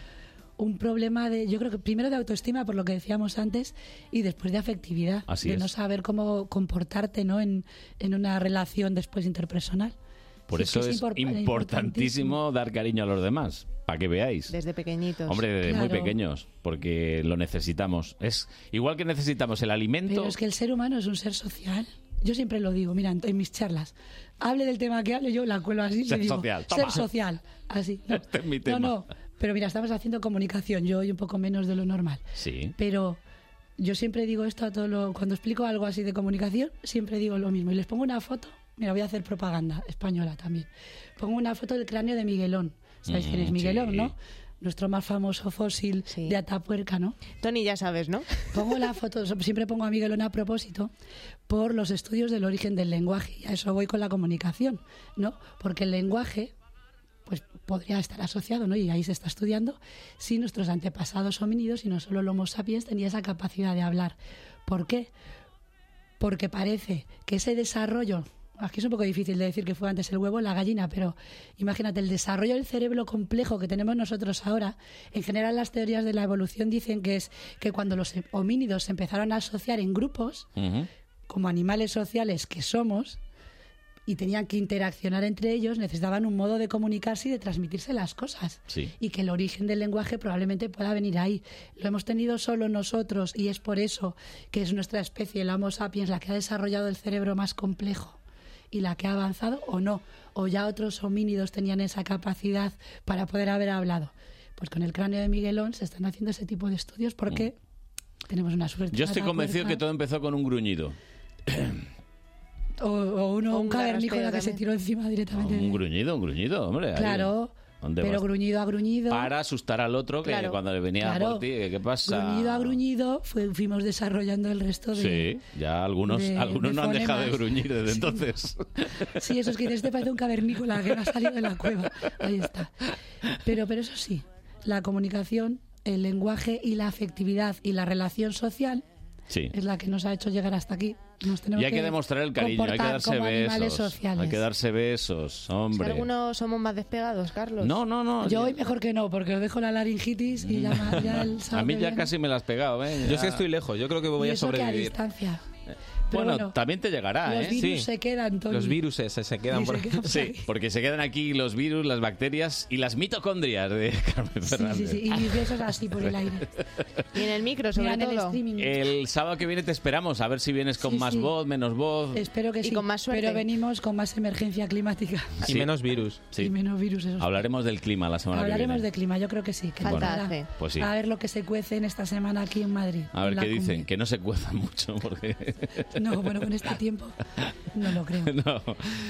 [SPEAKER 15] un problema de, yo creo que primero de autoestima, por lo que decíamos antes, y después de afectividad,
[SPEAKER 2] Así
[SPEAKER 15] de
[SPEAKER 2] es.
[SPEAKER 15] no saber cómo comportarte ¿no? en, en una relación después interpersonal.
[SPEAKER 2] Por
[SPEAKER 15] Sí,
[SPEAKER 2] eso
[SPEAKER 15] que
[SPEAKER 2] es,
[SPEAKER 15] es impor-
[SPEAKER 2] importantísimo, dar cariño a los demás, para que veáis.
[SPEAKER 14] Desde pequeñitos.
[SPEAKER 2] Hombre, desde muy
[SPEAKER 15] Claro.
[SPEAKER 2] pequeños, porque lo necesitamos. Es igual que necesitamos el alimento.
[SPEAKER 15] Pero es que el ser humano es un ser social. Yo siempre lo digo, mira, en, en mis charlas, hable del tema que hable, yo la cuelo así. y
[SPEAKER 2] Ser
[SPEAKER 15] le digo,
[SPEAKER 2] social, toma.
[SPEAKER 15] Ser social, así. No,
[SPEAKER 2] Este es mi
[SPEAKER 15] no,
[SPEAKER 2] tema.
[SPEAKER 15] no, pero mira, estamos haciendo comunicación, yo hoy un poco menos de lo normal.
[SPEAKER 2] Sí.
[SPEAKER 15] Pero yo siempre digo esto a todo lo, cuando explico algo así de comunicación, siempre digo lo mismo. Y les pongo una foto, mira, voy a hacer propaganda española también. Pongo una foto del cráneo de Miguelón. ¿Sabéis quién es
[SPEAKER 14] Mm,
[SPEAKER 15] Miguelón,
[SPEAKER 14] sí.
[SPEAKER 15] no? Nuestro más famoso fósil de Atapuerca, ¿no?
[SPEAKER 14] Tony, ya sabes, ¿no?
[SPEAKER 15] Pongo la foto, siempre pongo a Miguelón a propósito, por los estudios del origen del lenguaje. Y a eso voy con la comunicación, ¿no? Porque el lenguaje pues podría estar asociado, ¿no? Y ahí se está estudiando si nuestros antepasados homínidos y no solo el Homo sapiens tenía esa capacidad de hablar. ¿Por qué? Porque parece que ese desarrollo, aquí es un poco difícil de decir que fue antes el huevo o la gallina, pero imagínate el desarrollo del cerebro complejo que tenemos nosotros ahora. En general las teorías de la evolución dicen que es que cuando los homínidos se empezaron a asociar en grupos, como animales sociales que somos y tenían que interaccionar entre ellos, necesitaban un modo de comunicarse y de transmitirse las cosas.
[SPEAKER 2] Sí.
[SPEAKER 15] Y que el origen del lenguaje probablemente pueda venir ahí. Lo hemos tenido solo nosotros y es por eso que es nuestra especie, el Homo sapiens, la que ha desarrollado el cerebro más complejo y la que ha avanzado o no. O ya otros homínidos tenían esa capacidad para poder haber hablado. Pues con el cráneo de Miguelón se están haciendo ese tipo de estudios porque tenemos una suerte.
[SPEAKER 2] Mm. Yo estoy convencido que
[SPEAKER 15] Atapuerca.
[SPEAKER 2] todo empezó con un gruñido.
[SPEAKER 15] O, o uno, un cavernícola
[SPEAKER 14] garrastero
[SPEAKER 15] que se
[SPEAKER 14] también.
[SPEAKER 15] tiró encima directamente.
[SPEAKER 2] Un gruñido, un gruñido, hombre. ahí.
[SPEAKER 15] Claro,
[SPEAKER 2] ¿Dónde
[SPEAKER 15] pero
[SPEAKER 2] vas?
[SPEAKER 15] gruñido a gruñido.
[SPEAKER 2] Para asustar al otro que
[SPEAKER 15] Claro.
[SPEAKER 2] cuando le venía
[SPEAKER 15] Claro.
[SPEAKER 2] por ti, ¿qué pasa?
[SPEAKER 15] Gruñido a gruñido fue- fuimos desarrollando el resto de...
[SPEAKER 2] Sí, ya algunos,
[SPEAKER 15] de-
[SPEAKER 2] algunos
[SPEAKER 15] de
[SPEAKER 2] no han dejado de
[SPEAKER 15] fonemas.
[SPEAKER 2] gruñir desde entonces.
[SPEAKER 15] Sí, eso es que dices, este parece un cavernícola que no ha salido de la cueva. Ahí está. Pero, pero eso sí, la comunicación, el lenguaje y la afectividad y la relación social
[SPEAKER 2] Sí.
[SPEAKER 15] es la que nos ha hecho llegar hasta aquí. Nos tenemos
[SPEAKER 2] Y hay que demostrar el cariño, hay que
[SPEAKER 15] comportar
[SPEAKER 2] darse
[SPEAKER 15] como animales
[SPEAKER 2] besos.
[SPEAKER 15] sociales.
[SPEAKER 2] Hay que darse besos, hombre.
[SPEAKER 15] algunos somos más despegados, Carlos.
[SPEAKER 2] No, no, no.
[SPEAKER 15] Yo hoy mejor que no, porque os dejo la laringitis y ya, ma- ya el sábado
[SPEAKER 2] A mí
[SPEAKER 15] que
[SPEAKER 2] ya
[SPEAKER 15] viene.
[SPEAKER 2] casi me la has pegado, ¿eh?
[SPEAKER 13] Yo es que estoy lejos, yo creo que voy
[SPEAKER 15] Y
[SPEAKER 13] a
[SPEAKER 15] eso que a
[SPEAKER 13] sobrevivir.
[SPEAKER 15] distancia. Pero
[SPEAKER 2] Bueno,
[SPEAKER 15] bueno,
[SPEAKER 2] también te llegará,
[SPEAKER 15] los
[SPEAKER 2] ¿eh?
[SPEAKER 15] virus se quedan, Tony.
[SPEAKER 13] Los virus se, se quedan
[SPEAKER 15] Y
[SPEAKER 13] por
[SPEAKER 15] se quedan por
[SPEAKER 2] Sí, porque se quedan aquí los virus, las bacterias y las mitocondrias de Carmen Fernández.
[SPEAKER 15] Sí, sí, y mis besos así por el aire.
[SPEAKER 14] Y en el micro, sobre
[SPEAKER 15] Mira, en el
[SPEAKER 14] todo.
[SPEAKER 15] streaming.
[SPEAKER 2] El sábado que viene te esperamos, a ver si vienes con más
[SPEAKER 15] sí.
[SPEAKER 2] voz, menos voz.
[SPEAKER 15] Espero que sí. Pero venimos con más emergencia climática.
[SPEAKER 2] Y menos virus. Sí.
[SPEAKER 15] Y menos virus. eso sí.
[SPEAKER 2] Hablaremos del clima la semana que
[SPEAKER 15] Hablaremos
[SPEAKER 2] viene.
[SPEAKER 15] de clima, yo creo que sí. Que
[SPEAKER 2] Falta
[SPEAKER 15] tocará.
[SPEAKER 2] hace. Pues sí.
[SPEAKER 15] A ver lo que se cuece en esta semana aquí en Madrid.
[SPEAKER 2] A ver
[SPEAKER 15] en la
[SPEAKER 2] qué
[SPEAKER 15] cumbre.
[SPEAKER 2] dicen, que no se cueza mucho porque...
[SPEAKER 15] No, bueno, con este tiempo no lo creo.
[SPEAKER 2] No.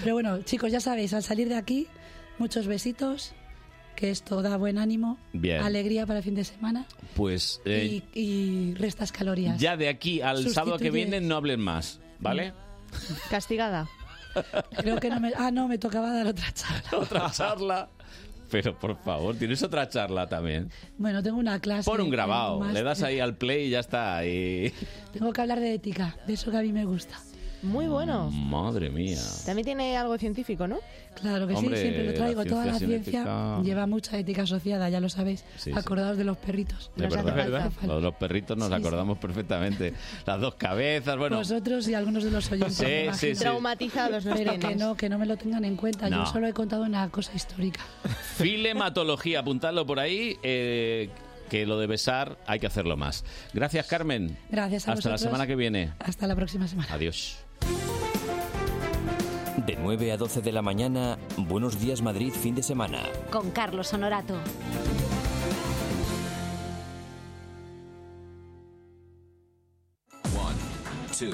[SPEAKER 15] Pero bueno, chicos, ya sabéis, al salir de aquí, muchos besitos, que esto da buen ánimo,
[SPEAKER 2] Bien.
[SPEAKER 15] alegría para el fin de semana
[SPEAKER 2] Pues eh,
[SPEAKER 15] y, y restas calorías.
[SPEAKER 2] ya de aquí al sábado que
[SPEAKER 15] Sustituye-
[SPEAKER 2] viene no hablen más, ¿vale?
[SPEAKER 14] Castigada.
[SPEAKER 15] Creo que no me... Ah, no, me tocaba dar otra charla.
[SPEAKER 2] Otra charla. Pero por favor, tienes otra charla también.
[SPEAKER 15] Bueno, tengo una clase.
[SPEAKER 2] Pon un grabado,
[SPEAKER 15] más-
[SPEAKER 2] le das ahí al play y ya está. y-
[SPEAKER 15] Tengo que hablar de ética, de eso que a mí me gusta.
[SPEAKER 14] Muy bueno.
[SPEAKER 2] Madre mía.
[SPEAKER 14] También tiene algo científico, ¿no?
[SPEAKER 15] Claro que
[SPEAKER 2] Hombre,
[SPEAKER 15] sí, siempre lo traigo.
[SPEAKER 2] la
[SPEAKER 15] Toda la
[SPEAKER 2] ciencia
[SPEAKER 15] ciencia
[SPEAKER 2] científica-
[SPEAKER 15] lleva mucha ética asociada, ya lo sabéis.
[SPEAKER 2] Sí, sí.
[SPEAKER 15] Acordaos de los perritos.
[SPEAKER 2] De
[SPEAKER 15] Nos hace
[SPEAKER 2] verdad,
[SPEAKER 15] falta.
[SPEAKER 2] Los, los perritos nos acordamos perfectamente. Las dos cabezas, bueno.
[SPEAKER 15] Vosotros y algunos de los oyentes.
[SPEAKER 2] Sí,
[SPEAKER 15] me
[SPEAKER 2] sí,
[SPEAKER 15] imagino.
[SPEAKER 2] sí. Traumatizados
[SPEAKER 14] nos
[SPEAKER 15] Pero que
[SPEAKER 14] tienes.
[SPEAKER 15] no, que no me lo tengan en cuenta.
[SPEAKER 2] No.
[SPEAKER 15] Yo solo he contado una cosa histórica.
[SPEAKER 2] Filematología, apuntadlo por ahí, eh, que lo de besar hay que hacerlo más. Gracias, Carmen.
[SPEAKER 15] Gracias a
[SPEAKER 2] Hasta la
[SPEAKER 15] vosotros.
[SPEAKER 2] semana que viene.
[SPEAKER 15] Hasta la próxima semana.
[SPEAKER 2] Adiós.
[SPEAKER 1] De 9 a 12 de la mañana, Buenos Días Madrid, fin de semana.
[SPEAKER 12] Con Carlos Honorato.
[SPEAKER 16] One, two.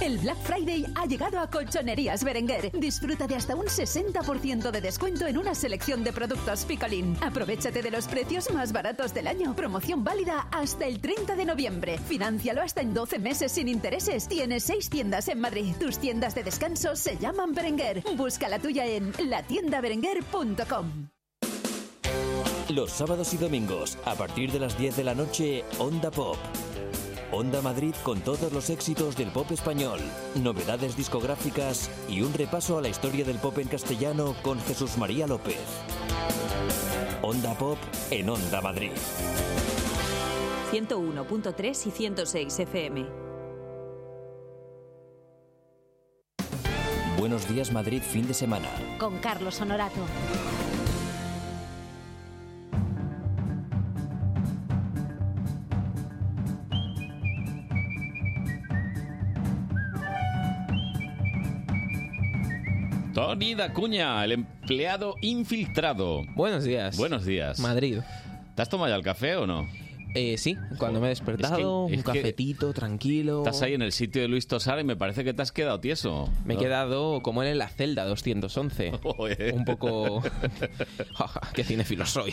[SPEAKER 17] El Black Friday ha llegado a Colchonerías Berenguer. Disfruta de hasta un 60% de descuento en una selección de productos Picolín. Aprovechate de los precios más baratos del año. Promoción válida hasta el 30 de noviembre. Financialo hasta en 12 meses sin intereses. Tienes seis tiendas en Madrid. Tus tiendas de descanso se llaman Berenguer. Busca la tuya en latiendaberenguer.com.
[SPEAKER 1] Los sábados y domingos, a partir de las 10 de la noche, Onda Pop. Onda Madrid con todos los éxitos del pop español, novedades discográficas y un repaso a la historia del pop en castellano con Jesús María López. Onda Pop en Onda Madrid.
[SPEAKER 17] 101.3 y 106 FM.
[SPEAKER 1] Buenos días Madrid, fin de semana.
[SPEAKER 12] Con Carlos Honorato.
[SPEAKER 2] Tony Dacuña, el empleado infiltrado.
[SPEAKER 13] Buenos días.
[SPEAKER 2] Buenos días.
[SPEAKER 13] Madrid.
[SPEAKER 2] ¿Te has tomado ya el café o no?
[SPEAKER 13] Eh, sí, cuando me he despertado, un
[SPEAKER 2] es que-
[SPEAKER 13] cafetito, tranquilo.
[SPEAKER 2] Estás ahí en el sitio de Luis Tosar y me parece que te has quedado tieso.
[SPEAKER 13] Me he quedado como él en la celda 211.
[SPEAKER 2] eh.
[SPEAKER 13] Un poco... ¡Qué cinefilo soy!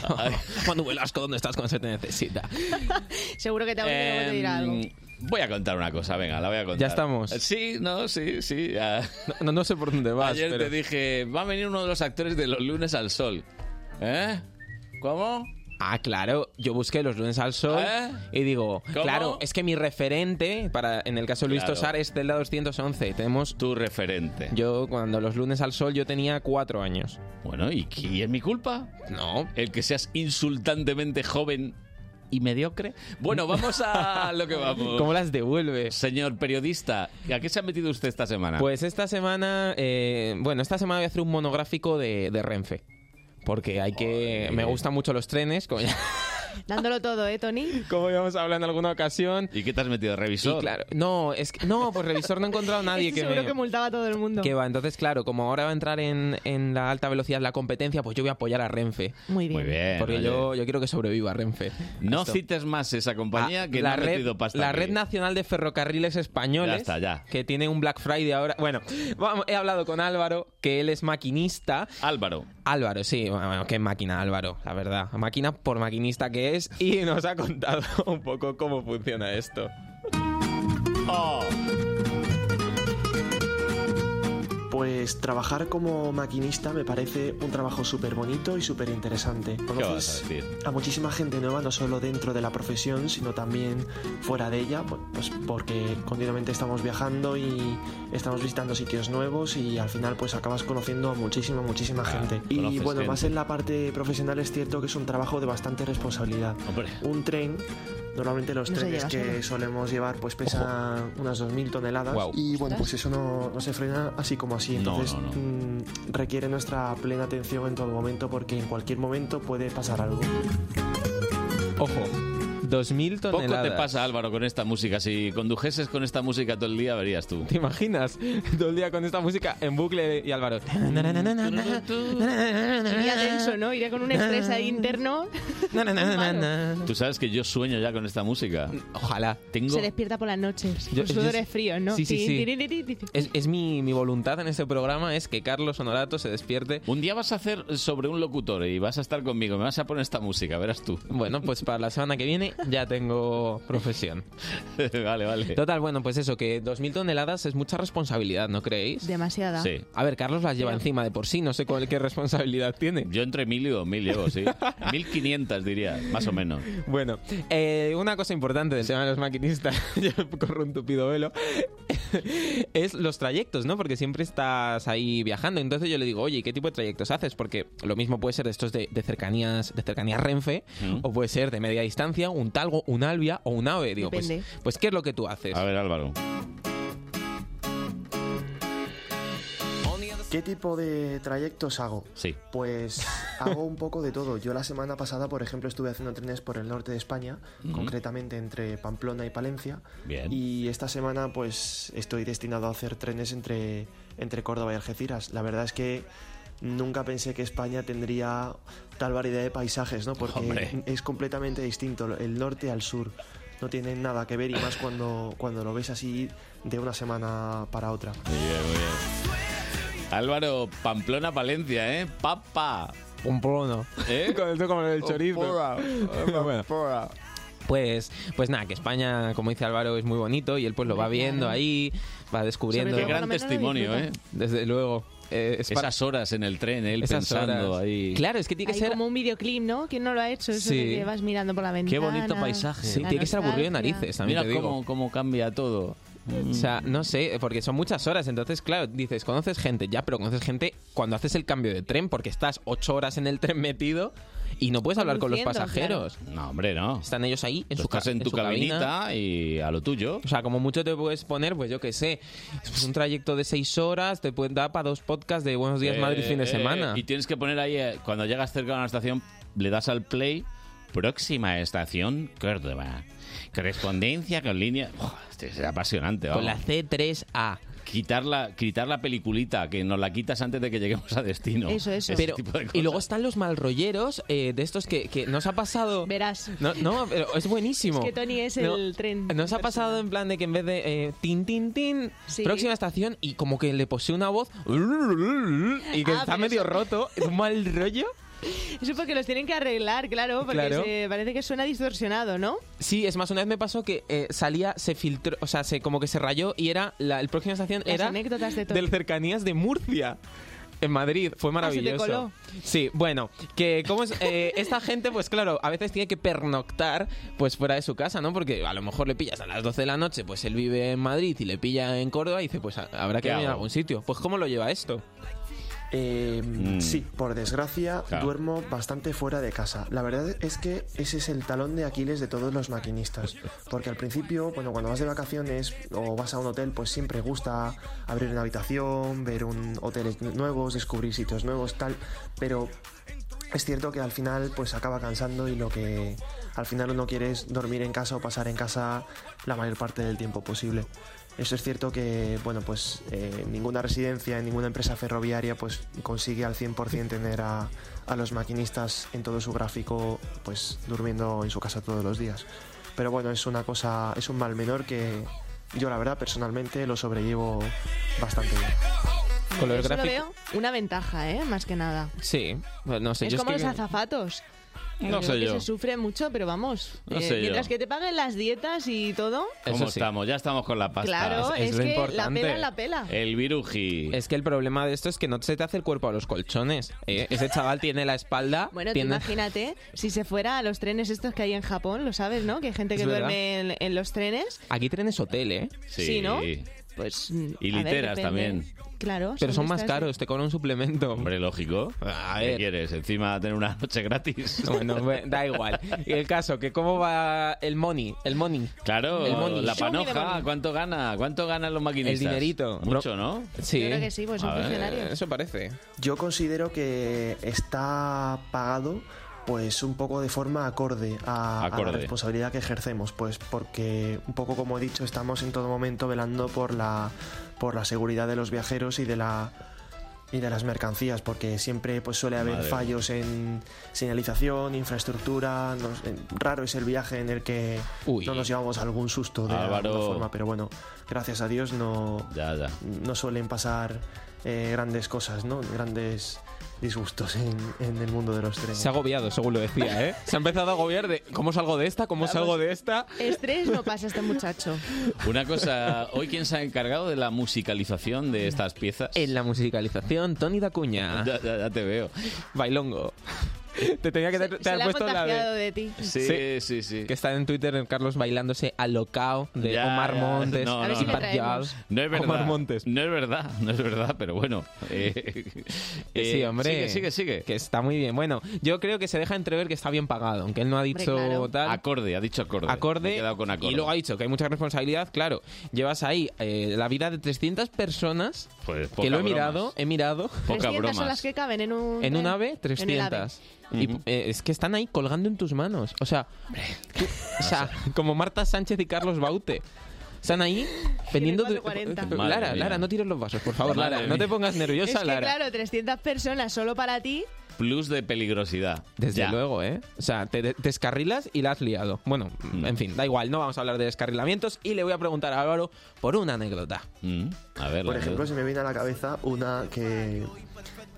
[SPEAKER 13] Cuando Velasco, ¿dónde estás cuando se te necesita?
[SPEAKER 14] Seguro que te habrá tenido que pedir algo.
[SPEAKER 2] Em, Voy a contar una cosa, venga, la voy a contar. Eh,
[SPEAKER 13] Ya estamos.
[SPEAKER 2] Sí, no, sí, sí. ah.
[SPEAKER 13] No, no sé por dónde vas,
[SPEAKER 2] Ayer
[SPEAKER 13] pero...
[SPEAKER 2] te dije, va a venir uno de los actores de Los lunes al sol. ¿Eh? ¿Cómo?
[SPEAKER 13] Ah, claro, yo busqué los lunes al sol
[SPEAKER 2] ¿Eh?
[SPEAKER 13] y digo,
[SPEAKER 2] ¿Cómo?
[SPEAKER 13] claro, es que mi referente, para en el caso de Luis
[SPEAKER 2] Claro.
[SPEAKER 13] Tosar, este es Celda 211. Tenemos
[SPEAKER 2] tu referente.
[SPEAKER 13] Yo, cuando los lunes al sol, yo tenía cuatro años.
[SPEAKER 2] Bueno, ¿y, qué- y es mi culpa?
[SPEAKER 13] No.
[SPEAKER 2] El que seas insultantemente joven y mediocre. Bueno, vamos a lo que vamos.
[SPEAKER 13] ¿Cómo las devuelve?
[SPEAKER 2] Señor periodista, ¿a qué se ha metido usted esta semana?
[SPEAKER 13] Pues esta semana, eh, bueno, esta semana voy a hacer un monográfico de, de Renfe. Porque hay que. Me gustan mucho los trenes, como ya,
[SPEAKER 14] Dándolo todo, ¿eh, Tony?
[SPEAKER 13] Como íbamos a hablar en alguna ocasión.
[SPEAKER 2] ¿Y qué te has metido? ¿Revisor?
[SPEAKER 13] claro, no, es que- no, pues revisor no he encontrado nadie
[SPEAKER 14] Este
[SPEAKER 13] que
[SPEAKER 14] seguro
[SPEAKER 13] me-
[SPEAKER 14] que multaba a todo el mundo.
[SPEAKER 13] que va, entonces claro, como ahora va a entrar en, en la alta velocidad la competencia, pues yo voy a apoyar a Renfe.
[SPEAKER 14] Muy bien.
[SPEAKER 13] Porque
[SPEAKER 2] oye.
[SPEAKER 13] yo, yo quiero que sobreviva Renfe.
[SPEAKER 2] No
[SPEAKER 13] Pues, Esto.
[SPEAKER 2] cites más esa compañía
[SPEAKER 13] Ah,
[SPEAKER 2] que no ha metido pasta.
[SPEAKER 13] la
[SPEAKER 2] aquí.
[SPEAKER 13] Red Nacional de Ferrocarriles Españoles,
[SPEAKER 2] Ya está, ya.
[SPEAKER 13] que tiene un Black Friday ahora. Bueno, vamos, he hablado con Álvaro, que él es maquinista.
[SPEAKER 2] Álvaro.
[SPEAKER 13] Álvaro, sí, bueno, qué máquina Álvaro, la verdad. Máquina por maquinista que es y nos ha contado un poco cómo funciona esto.
[SPEAKER 18] Pues trabajar como maquinista me parece un trabajo súper bonito y súper interesante.
[SPEAKER 2] ¿Qué vas
[SPEAKER 18] Conoces
[SPEAKER 2] a decir?
[SPEAKER 18] a muchísima gente nueva, no solo dentro de la profesión, sino también fuera de ella, bu- pues porque continuamente estamos viajando y estamos visitando sitios nuevos y al final pues acabas conociendo a muchísima, muchísima gente. Y
[SPEAKER 19] conoces
[SPEAKER 18] bueno, más
[SPEAKER 19] gente.
[SPEAKER 18] en la parte profesional es cierto que es un trabajo de bastante responsabilidad. Un tren... Normalmente los
[SPEAKER 19] No se
[SPEAKER 18] trenes
[SPEAKER 19] lleva
[SPEAKER 18] que
[SPEAKER 19] solo.
[SPEAKER 18] solemos llevar pues pesan unas 2.000 toneladas
[SPEAKER 19] Guau.
[SPEAKER 18] y bueno
[SPEAKER 19] Ostras.
[SPEAKER 18] pues eso no, no se frena así como así
[SPEAKER 19] No,
[SPEAKER 18] entonces
[SPEAKER 19] no, no.
[SPEAKER 18] mm, requiere nuestra plena atención en todo momento porque en cualquier momento puede pasar algo.
[SPEAKER 13] Ojo, 2.000
[SPEAKER 2] Poco
[SPEAKER 13] toneladas.
[SPEAKER 2] te pasa, Álvaro, con esta música. Si condujeses con esta música todo el día, verías tú.
[SPEAKER 13] ¿Te imaginas? Todo el día con esta música en bucle y Álvaro.
[SPEAKER 14] Iría tenso, ¿no? Iría con un estrés ahí interno.
[SPEAKER 2] Tú sabes que yo sueño ya con esta música.
[SPEAKER 13] Ojalá.
[SPEAKER 2] Tengo.
[SPEAKER 14] Se despierta por las noches.
[SPEAKER 13] Yo-
[SPEAKER 14] Con sudores
[SPEAKER 13] yo-
[SPEAKER 14] fríos, ¿no?
[SPEAKER 13] Sí, sí,
[SPEAKER 14] Tin,
[SPEAKER 13] sí.
[SPEAKER 14] tin, tin, tin, tin, tin.
[SPEAKER 13] Es, es mi, mi voluntad en este programa es que Carlos Honorato se despierte.
[SPEAKER 2] Un día vas a hacer sobre un locutor y vas a estar conmigo. Me vas a poner esta música, verás tú.
[SPEAKER 13] Bueno, pues para la semana que viene ya tengo profesión.
[SPEAKER 2] vale, vale.
[SPEAKER 13] Total, bueno, pues eso, que 2.000 toneladas es mucha responsabilidad, ¿no creéis?
[SPEAKER 14] Demasiada.
[SPEAKER 13] A ver, Carlos las lleva encima de por sí, no sé cuál qué responsabilidad tiene.
[SPEAKER 2] Yo entre mil y dos mil llevo, sí. 1500 diría, más o menos.
[SPEAKER 13] Bueno, eh, una cosa importante del tema de los maquinistas, yo corro un tupido velo, es los trayectos, ¿no? Porque siempre estás ahí viajando. Entonces yo le digo, oye, ¿y ¿qué tipo de trayectos haces? Porque lo mismo puede ser de estos de, de cercanías, de cercanías Renfe, o puede ser de media distancia, un talgo, un albia o un ave. Digo, pues,
[SPEAKER 14] Depende.
[SPEAKER 13] pues, ¿qué es lo que tú haces? A
[SPEAKER 2] ver, Álvaro.
[SPEAKER 18] ¿Qué tipo de trayectos hago?
[SPEAKER 2] Sí.
[SPEAKER 18] Pues hago un poco de todo. Yo la semana pasada, por ejemplo, estuve haciendo trenes por el norte de España,
[SPEAKER 2] Ujú.
[SPEAKER 18] concretamente entre Pamplona y Palencia.
[SPEAKER 2] Bien.
[SPEAKER 18] Y esta semana pues estoy destinado a hacer trenes entre, entre Córdoba y Algeciras. La verdad es que nunca pensé que España tendría tal variedad de paisajes, ¿no? Porque
[SPEAKER 2] Hombre.
[SPEAKER 18] es completamente distinto el norte al sur. No tiene nada que ver y más cuando, cuando lo ves así de una semana para otra.
[SPEAKER 2] Muy bien, muy bien. Álvaro, Pamplona, Palencia, ¿eh? Papa.
[SPEAKER 13] Pamplona.
[SPEAKER 2] ¿Eh?
[SPEAKER 13] Con esto como el chorizo. Bueno. Pues, pues nada, que España, como dice Álvaro, es muy bonito y él pues lo va viendo ahí, va descubriendo.
[SPEAKER 2] Qué gran testimonio, ¿eh?
[SPEAKER 13] Desde luego. Eh, es para-
[SPEAKER 2] Esas horas en el tren, él
[SPEAKER 13] Esas
[SPEAKER 2] pensando
[SPEAKER 13] horas.
[SPEAKER 2] ahí.
[SPEAKER 13] Claro, es que tiene que
[SPEAKER 14] Ahí
[SPEAKER 13] ser.
[SPEAKER 14] como un videoclip, ¿no? ¿Quién no lo ha hecho? Eso
[SPEAKER 13] Sí.
[SPEAKER 14] de que vas mirando por la ventana.
[SPEAKER 13] Sí,
[SPEAKER 14] la
[SPEAKER 13] tiene que ser aburrido
[SPEAKER 14] nostalgia.
[SPEAKER 13] de narices, también
[SPEAKER 2] Mira
[SPEAKER 13] te digo.
[SPEAKER 2] cómo- cambia todo.
[SPEAKER 13] O sea, no sé, porque son muchas horas. Entonces, claro, dices, conoces gente ya, pero conoces gente cuando haces el cambio de tren, porque estás ocho horas en el tren metido y no puedes hablar con los
[SPEAKER 2] Conduciendo,
[SPEAKER 13] pasajeros.
[SPEAKER 2] No, hombre, no.
[SPEAKER 13] Están ellos ahí en
[SPEAKER 2] Tú
[SPEAKER 13] su ca-
[SPEAKER 2] estás en tu
[SPEAKER 13] su
[SPEAKER 2] cabinita y a lo tuyo.
[SPEAKER 13] O sea, como mucho te puedes poner, pues yo qué sé, pues, un trayecto de seis horas, te pueden dar para dos podcasts de Buenos Días
[SPEAKER 2] Eh,
[SPEAKER 13] Madrid fin
[SPEAKER 2] eh,
[SPEAKER 13] de semana.
[SPEAKER 2] Y tienes que poner ahí, eh, cuando llegas cerca de una estación, le das al play, próxima estación, Córdoba. Correspondencia con línea. Buah, este es apasionante,
[SPEAKER 13] Con
[SPEAKER 2] vamos.
[SPEAKER 13] la C3A.
[SPEAKER 2] Quitar la, quitar la peliculita, que nos la quitas antes de que lleguemos a destino. Ese
[SPEAKER 13] Pero-
[SPEAKER 2] tipo de
[SPEAKER 13] y luego están los malrolleros eh, de estos que, que nos ha pasado.
[SPEAKER 14] Verás.
[SPEAKER 13] No, no, pero es buenísimo.
[SPEAKER 14] Es que Tony es
[SPEAKER 13] No,
[SPEAKER 14] el tren.
[SPEAKER 13] Nos ha pasado en plan de que en vez de eh, tin, tin, tin, próxima estación, y como que le posee una voz y que
[SPEAKER 14] Ah,
[SPEAKER 13] está
[SPEAKER 14] pero
[SPEAKER 13] medio
[SPEAKER 14] eso-
[SPEAKER 13] roto, es un mal rollo.
[SPEAKER 14] Eso porque los tienen que arreglar, claro, porque
[SPEAKER 13] Claro.
[SPEAKER 14] se- parece que suena distorsionado, ¿no?
[SPEAKER 13] Sí, es más, una vez me pasó que eh, salía, se filtró, o sea, se, como que se rayó y era la el próxima estación
[SPEAKER 14] Las
[SPEAKER 13] era
[SPEAKER 14] anécdotas de Tony.
[SPEAKER 13] del Cercanías de Murcia. En Madrid, fue maravilloso.
[SPEAKER 14] coló.
[SPEAKER 13] Sí, bueno, que como es, eh, esta gente, pues claro, a veces tiene que pernoctar pues fuera de su casa, ¿no? Porque a lo mejor le pillas a las 12 de la noche, pues él vive en Madrid y le pilla en Córdoba y dice, pues a- habrá que
[SPEAKER 18] ¿Qué
[SPEAKER 13] venir a
[SPEAKER 18] hago?
[SPEAKER 13] algún sitio. Pues ¿cómo lo lleva esto?
[SPEAKER 18] Eh, Sí, por desgracia
[SPEAKER 13] Claro.
[SPEAKER 18] duermo bastante fuera de casa. La verdad es que ese es el talón de Aquiles de todos los maquinistas. Porque al principio, bueno, cuando vas de vacaciones o vas a un hotel, pues siempre gusta abrir una habitación, ver un hoteles nuevos, descubrir sitios nuevos, tal. Pero es cierto que al final pues acaba cansando y lo que al final uno quiere es dormir en casa o pasar en casa la mayor parte del tiempo posible. Eso es cierto que, bueno, pues eh, ninguna residencia, ninguna empresa ferroviaria pues consigue al 100% tener a, a los maquinistas en todo su gráfico pues durmiendo en su casa todos los días. Pero bueno, es una cosa, es un mal menor que yo la verdad personalmente lo sobrellevo bastante bien.
[SPEAKER 13] Color
[SPEAKER 14] Yo solo
[SPEAKER 13] gráfico.
[SPEAKER 14] veo una ventaja, ¿eh? Más que nada.
[SPEAKER 13] Sí, pues no sé.
[SPEAKER 14] es
[SPEAKER 13] yo
[SPEAKER 14] como
[SPEAKER 13] es que-
[SPEAKER 14] los azafatos.
[SPEAKER 13] No
[SPEAKER 14] Eh,
[SPEAKER 13] sé
[SPEAKER 14] que
[SPEAKER 13] yo.
[SPEAKER 14] Se sufre mucho, pero vamos. eh,
[SPEAKER 2] No sé yo.
[SPEAKER 14] mientras que te paguen las dietas y todo.
[SPEAKER 2] ¿Cómo estamos? Ya estamos con la pasta.
[SPEAKER 14] Claro, es, que la pela es la pela.
[SPEAKER 2] El viruji.
[SPEAKER 13] Es que el problema de esto es que no se te hace el cuerpo a los colchones. ¿eh? Ese chaval tiene la espalda.
[SPEAKER 14] Bueno, tú
[SPEAKER 13] tiene...
[SPEAKER 14] imagínate si se fuera a los trenes estos que hay en Japón, lo sabes, ¿no? Que hay gente que
[SPEAKER 13] Es verdad.
[SPEAKER 14] duerme en, en los trenes.
[SPEAKER 13] Aquí trenes hotel, ¿eh?
[SPEAKER 14] Sí. Sí, ¿no? Pues.
[SPEAKER 13] Y
[SPEAKER 14] a ver, depende. Oh, Claro.
[SPEAKER 13] Pero son más
[SPEAKER 14] estas-
[SPEAKER 13] caros, te cobran un suplemento.
[SPEAKER 2] Hombre, lógico. ¿Qué quieres? Encima tener una noche gratis.
[SPEAKER 13] Bueno, bueno, da igual. Y el caso, que cómo va el money, el money.
[SPEAKER 2] Claro,
[SPEAKER 13] El money.
[SPEAKER 2] la
[SPEAKER 13] Show me the
[SPEAKER 2] panoja,
[SPEAKER 13] money.
[SPEAKER 2] ¿cuánto gana? ¿Cuánto ganan los maquinistas?
[SPEAKER 13] El dinerito.
[SPEAKER 2] Mucho, ¿no?
[SPEAKER 13] Sí.
[SPEAKER 14] Yo creo que sí, pues son
[SPEAKER 2] A ver.
[SPEAKER 14] funcionarios.
[SPEAKER 13] Eso parece.
[SPEAKER 18] Yo considero que está pagado pues un poco de forma acorde a, a
[SPEAKER 2] Acorde.
[SPEAKER 18] la responsabilidad que ejercemos, pues porque un poco como he dicho estamos en todo momento velando por la por la seguridad de los viajeros y de la y de las mercancías, porque siempre pues suele haber
[SPEAKER 2] Madre.
[SPEAKER 18] fallos en señalización, infraestructura, nos- en- raro es el viaje en el que no nos llevamos algún susto de
[SPEAKER 2] Álvaro.
[SPEAKER 18] alguna forma, pero bueno, gracias a Dios no no suelen pasar eh, grandes cosas, ¿no? Grandes disgustos en, en el mundo de los trenes.
[SPEAKER 13] Se ha agobiado, según lo decía, ¿eh? Se ha empezado a agobiar de cómo salgo de esta, cómo salgo de esta.
[SPEAKER 14] Estrés no pasa este muchacho.
[SPEAKER 2] Una cosa, ¿hoy quién se ha encargado de la musicalización de estas piezas?
[SPEAKER 13] En la musicalización, Tony Dacuña.
[SPEAKER 2] Ya, ya- ya te veo.
[SPEAKER 13] Bailongo. Te tenía que te,
[SPEAKER 14] Se
[SPEAKER 13] has
[SPEAKER 14] le ha
[SPEAKER 13] puesto la
[SPEAKER 14] contagiado
[SPEAKER 13] de...
[SPEAKER 14] de ti.
[SPEAKER 2] Sí, sí, sí.
[SPEAKER 13] Que está en Twitter el Carlos bailándose a locao de
[SPEAKER 2] Ya,
[SPEAKER 13] Omar
[SPEAKER 2] ya.
[SPEAKER 13] Montes.
[SPEAKER 2] No, no,
[SPEAKER 13] Pat
[SPEAKER 2] no.
[SPEAKER 13] Yal.
[SPEAKER 2] No es verdad.
[SPEAKER 13] Omar Montes.
[SPEAKER 2] No es verdad, no es verdad, pero bueno. Eh, eh,
[SPEAKER 13] sí, hombre.
[SPEAKER 2] Sigue, sigue, sigue.
[SPEAKER 13] Que está muy bien. Bueno, yo creo que se deja entrever que está bien pagado, aunque él no ha dicho
[SPEAKER 2] claro.
[SPEAKER 13] tal.
[SPEAKER 2] Acorde, ha dicho acorde.
[SPEAKER 13] Acorde.
[SPEAKER 2] Me he quedado con acorde.
[SPEAKER 13] Y luego ha dicho que hay mucha responsabilidad, claro. Llevas ahí eh, la vida de 300 personas
[SPEAKER 2] Pues poca
[SPEAKER 13] que lo he
[SPEAKER 2] broma.
[SPEAKER 13] mirado, he mirado.
[SPEAKER 14] 300 son las que caben en un...
[SPEAKER 13] En un ave,
[SPEAKER 14] ave,
[SPEAKER 13] 300. Y, eh, es que están ahí colgando en tus manos. O sea, tú- o sea, como Marta Sánchez y Carlos Baute. Están ahí pendiendo de...
[SPEAKER 14] 4,40.
[SPEAKER 13] Lara,
[SPEAKER 2] Madre mía.
[SPEAKER 13] Lara, no tires los vasos, por favor,
[SPEAKER 2] Madre
[SPEAKER 13] Lara. No
[SPEAKER 2] mía.
[SPEAKER 13] te
[SPEAKER 14] Es
[SPEAKER 13] pongas nerviosa,
[SPEAKER 14] que
[SPEAKER 13] Lara.
[SPEAKER 14] claro, 300 personas solo para ti.
[SPEAKER 2] Plus de peligrosidad.
[SPEAKER 13] Desde luego, ¿eh? O sea, te te descarrilas y la has liado. Bueno,
[SPEAKER 2] Mm.
[SPEAKER 13] en fin, da igual, no vamos a hablar de descarrilamientos y le voy a preguntar a Álvaro por una anécdota.
[SPEAKER 2] A ver,
[SPEAKER 18] Por ejemplo, se me viene a la cabeza una que,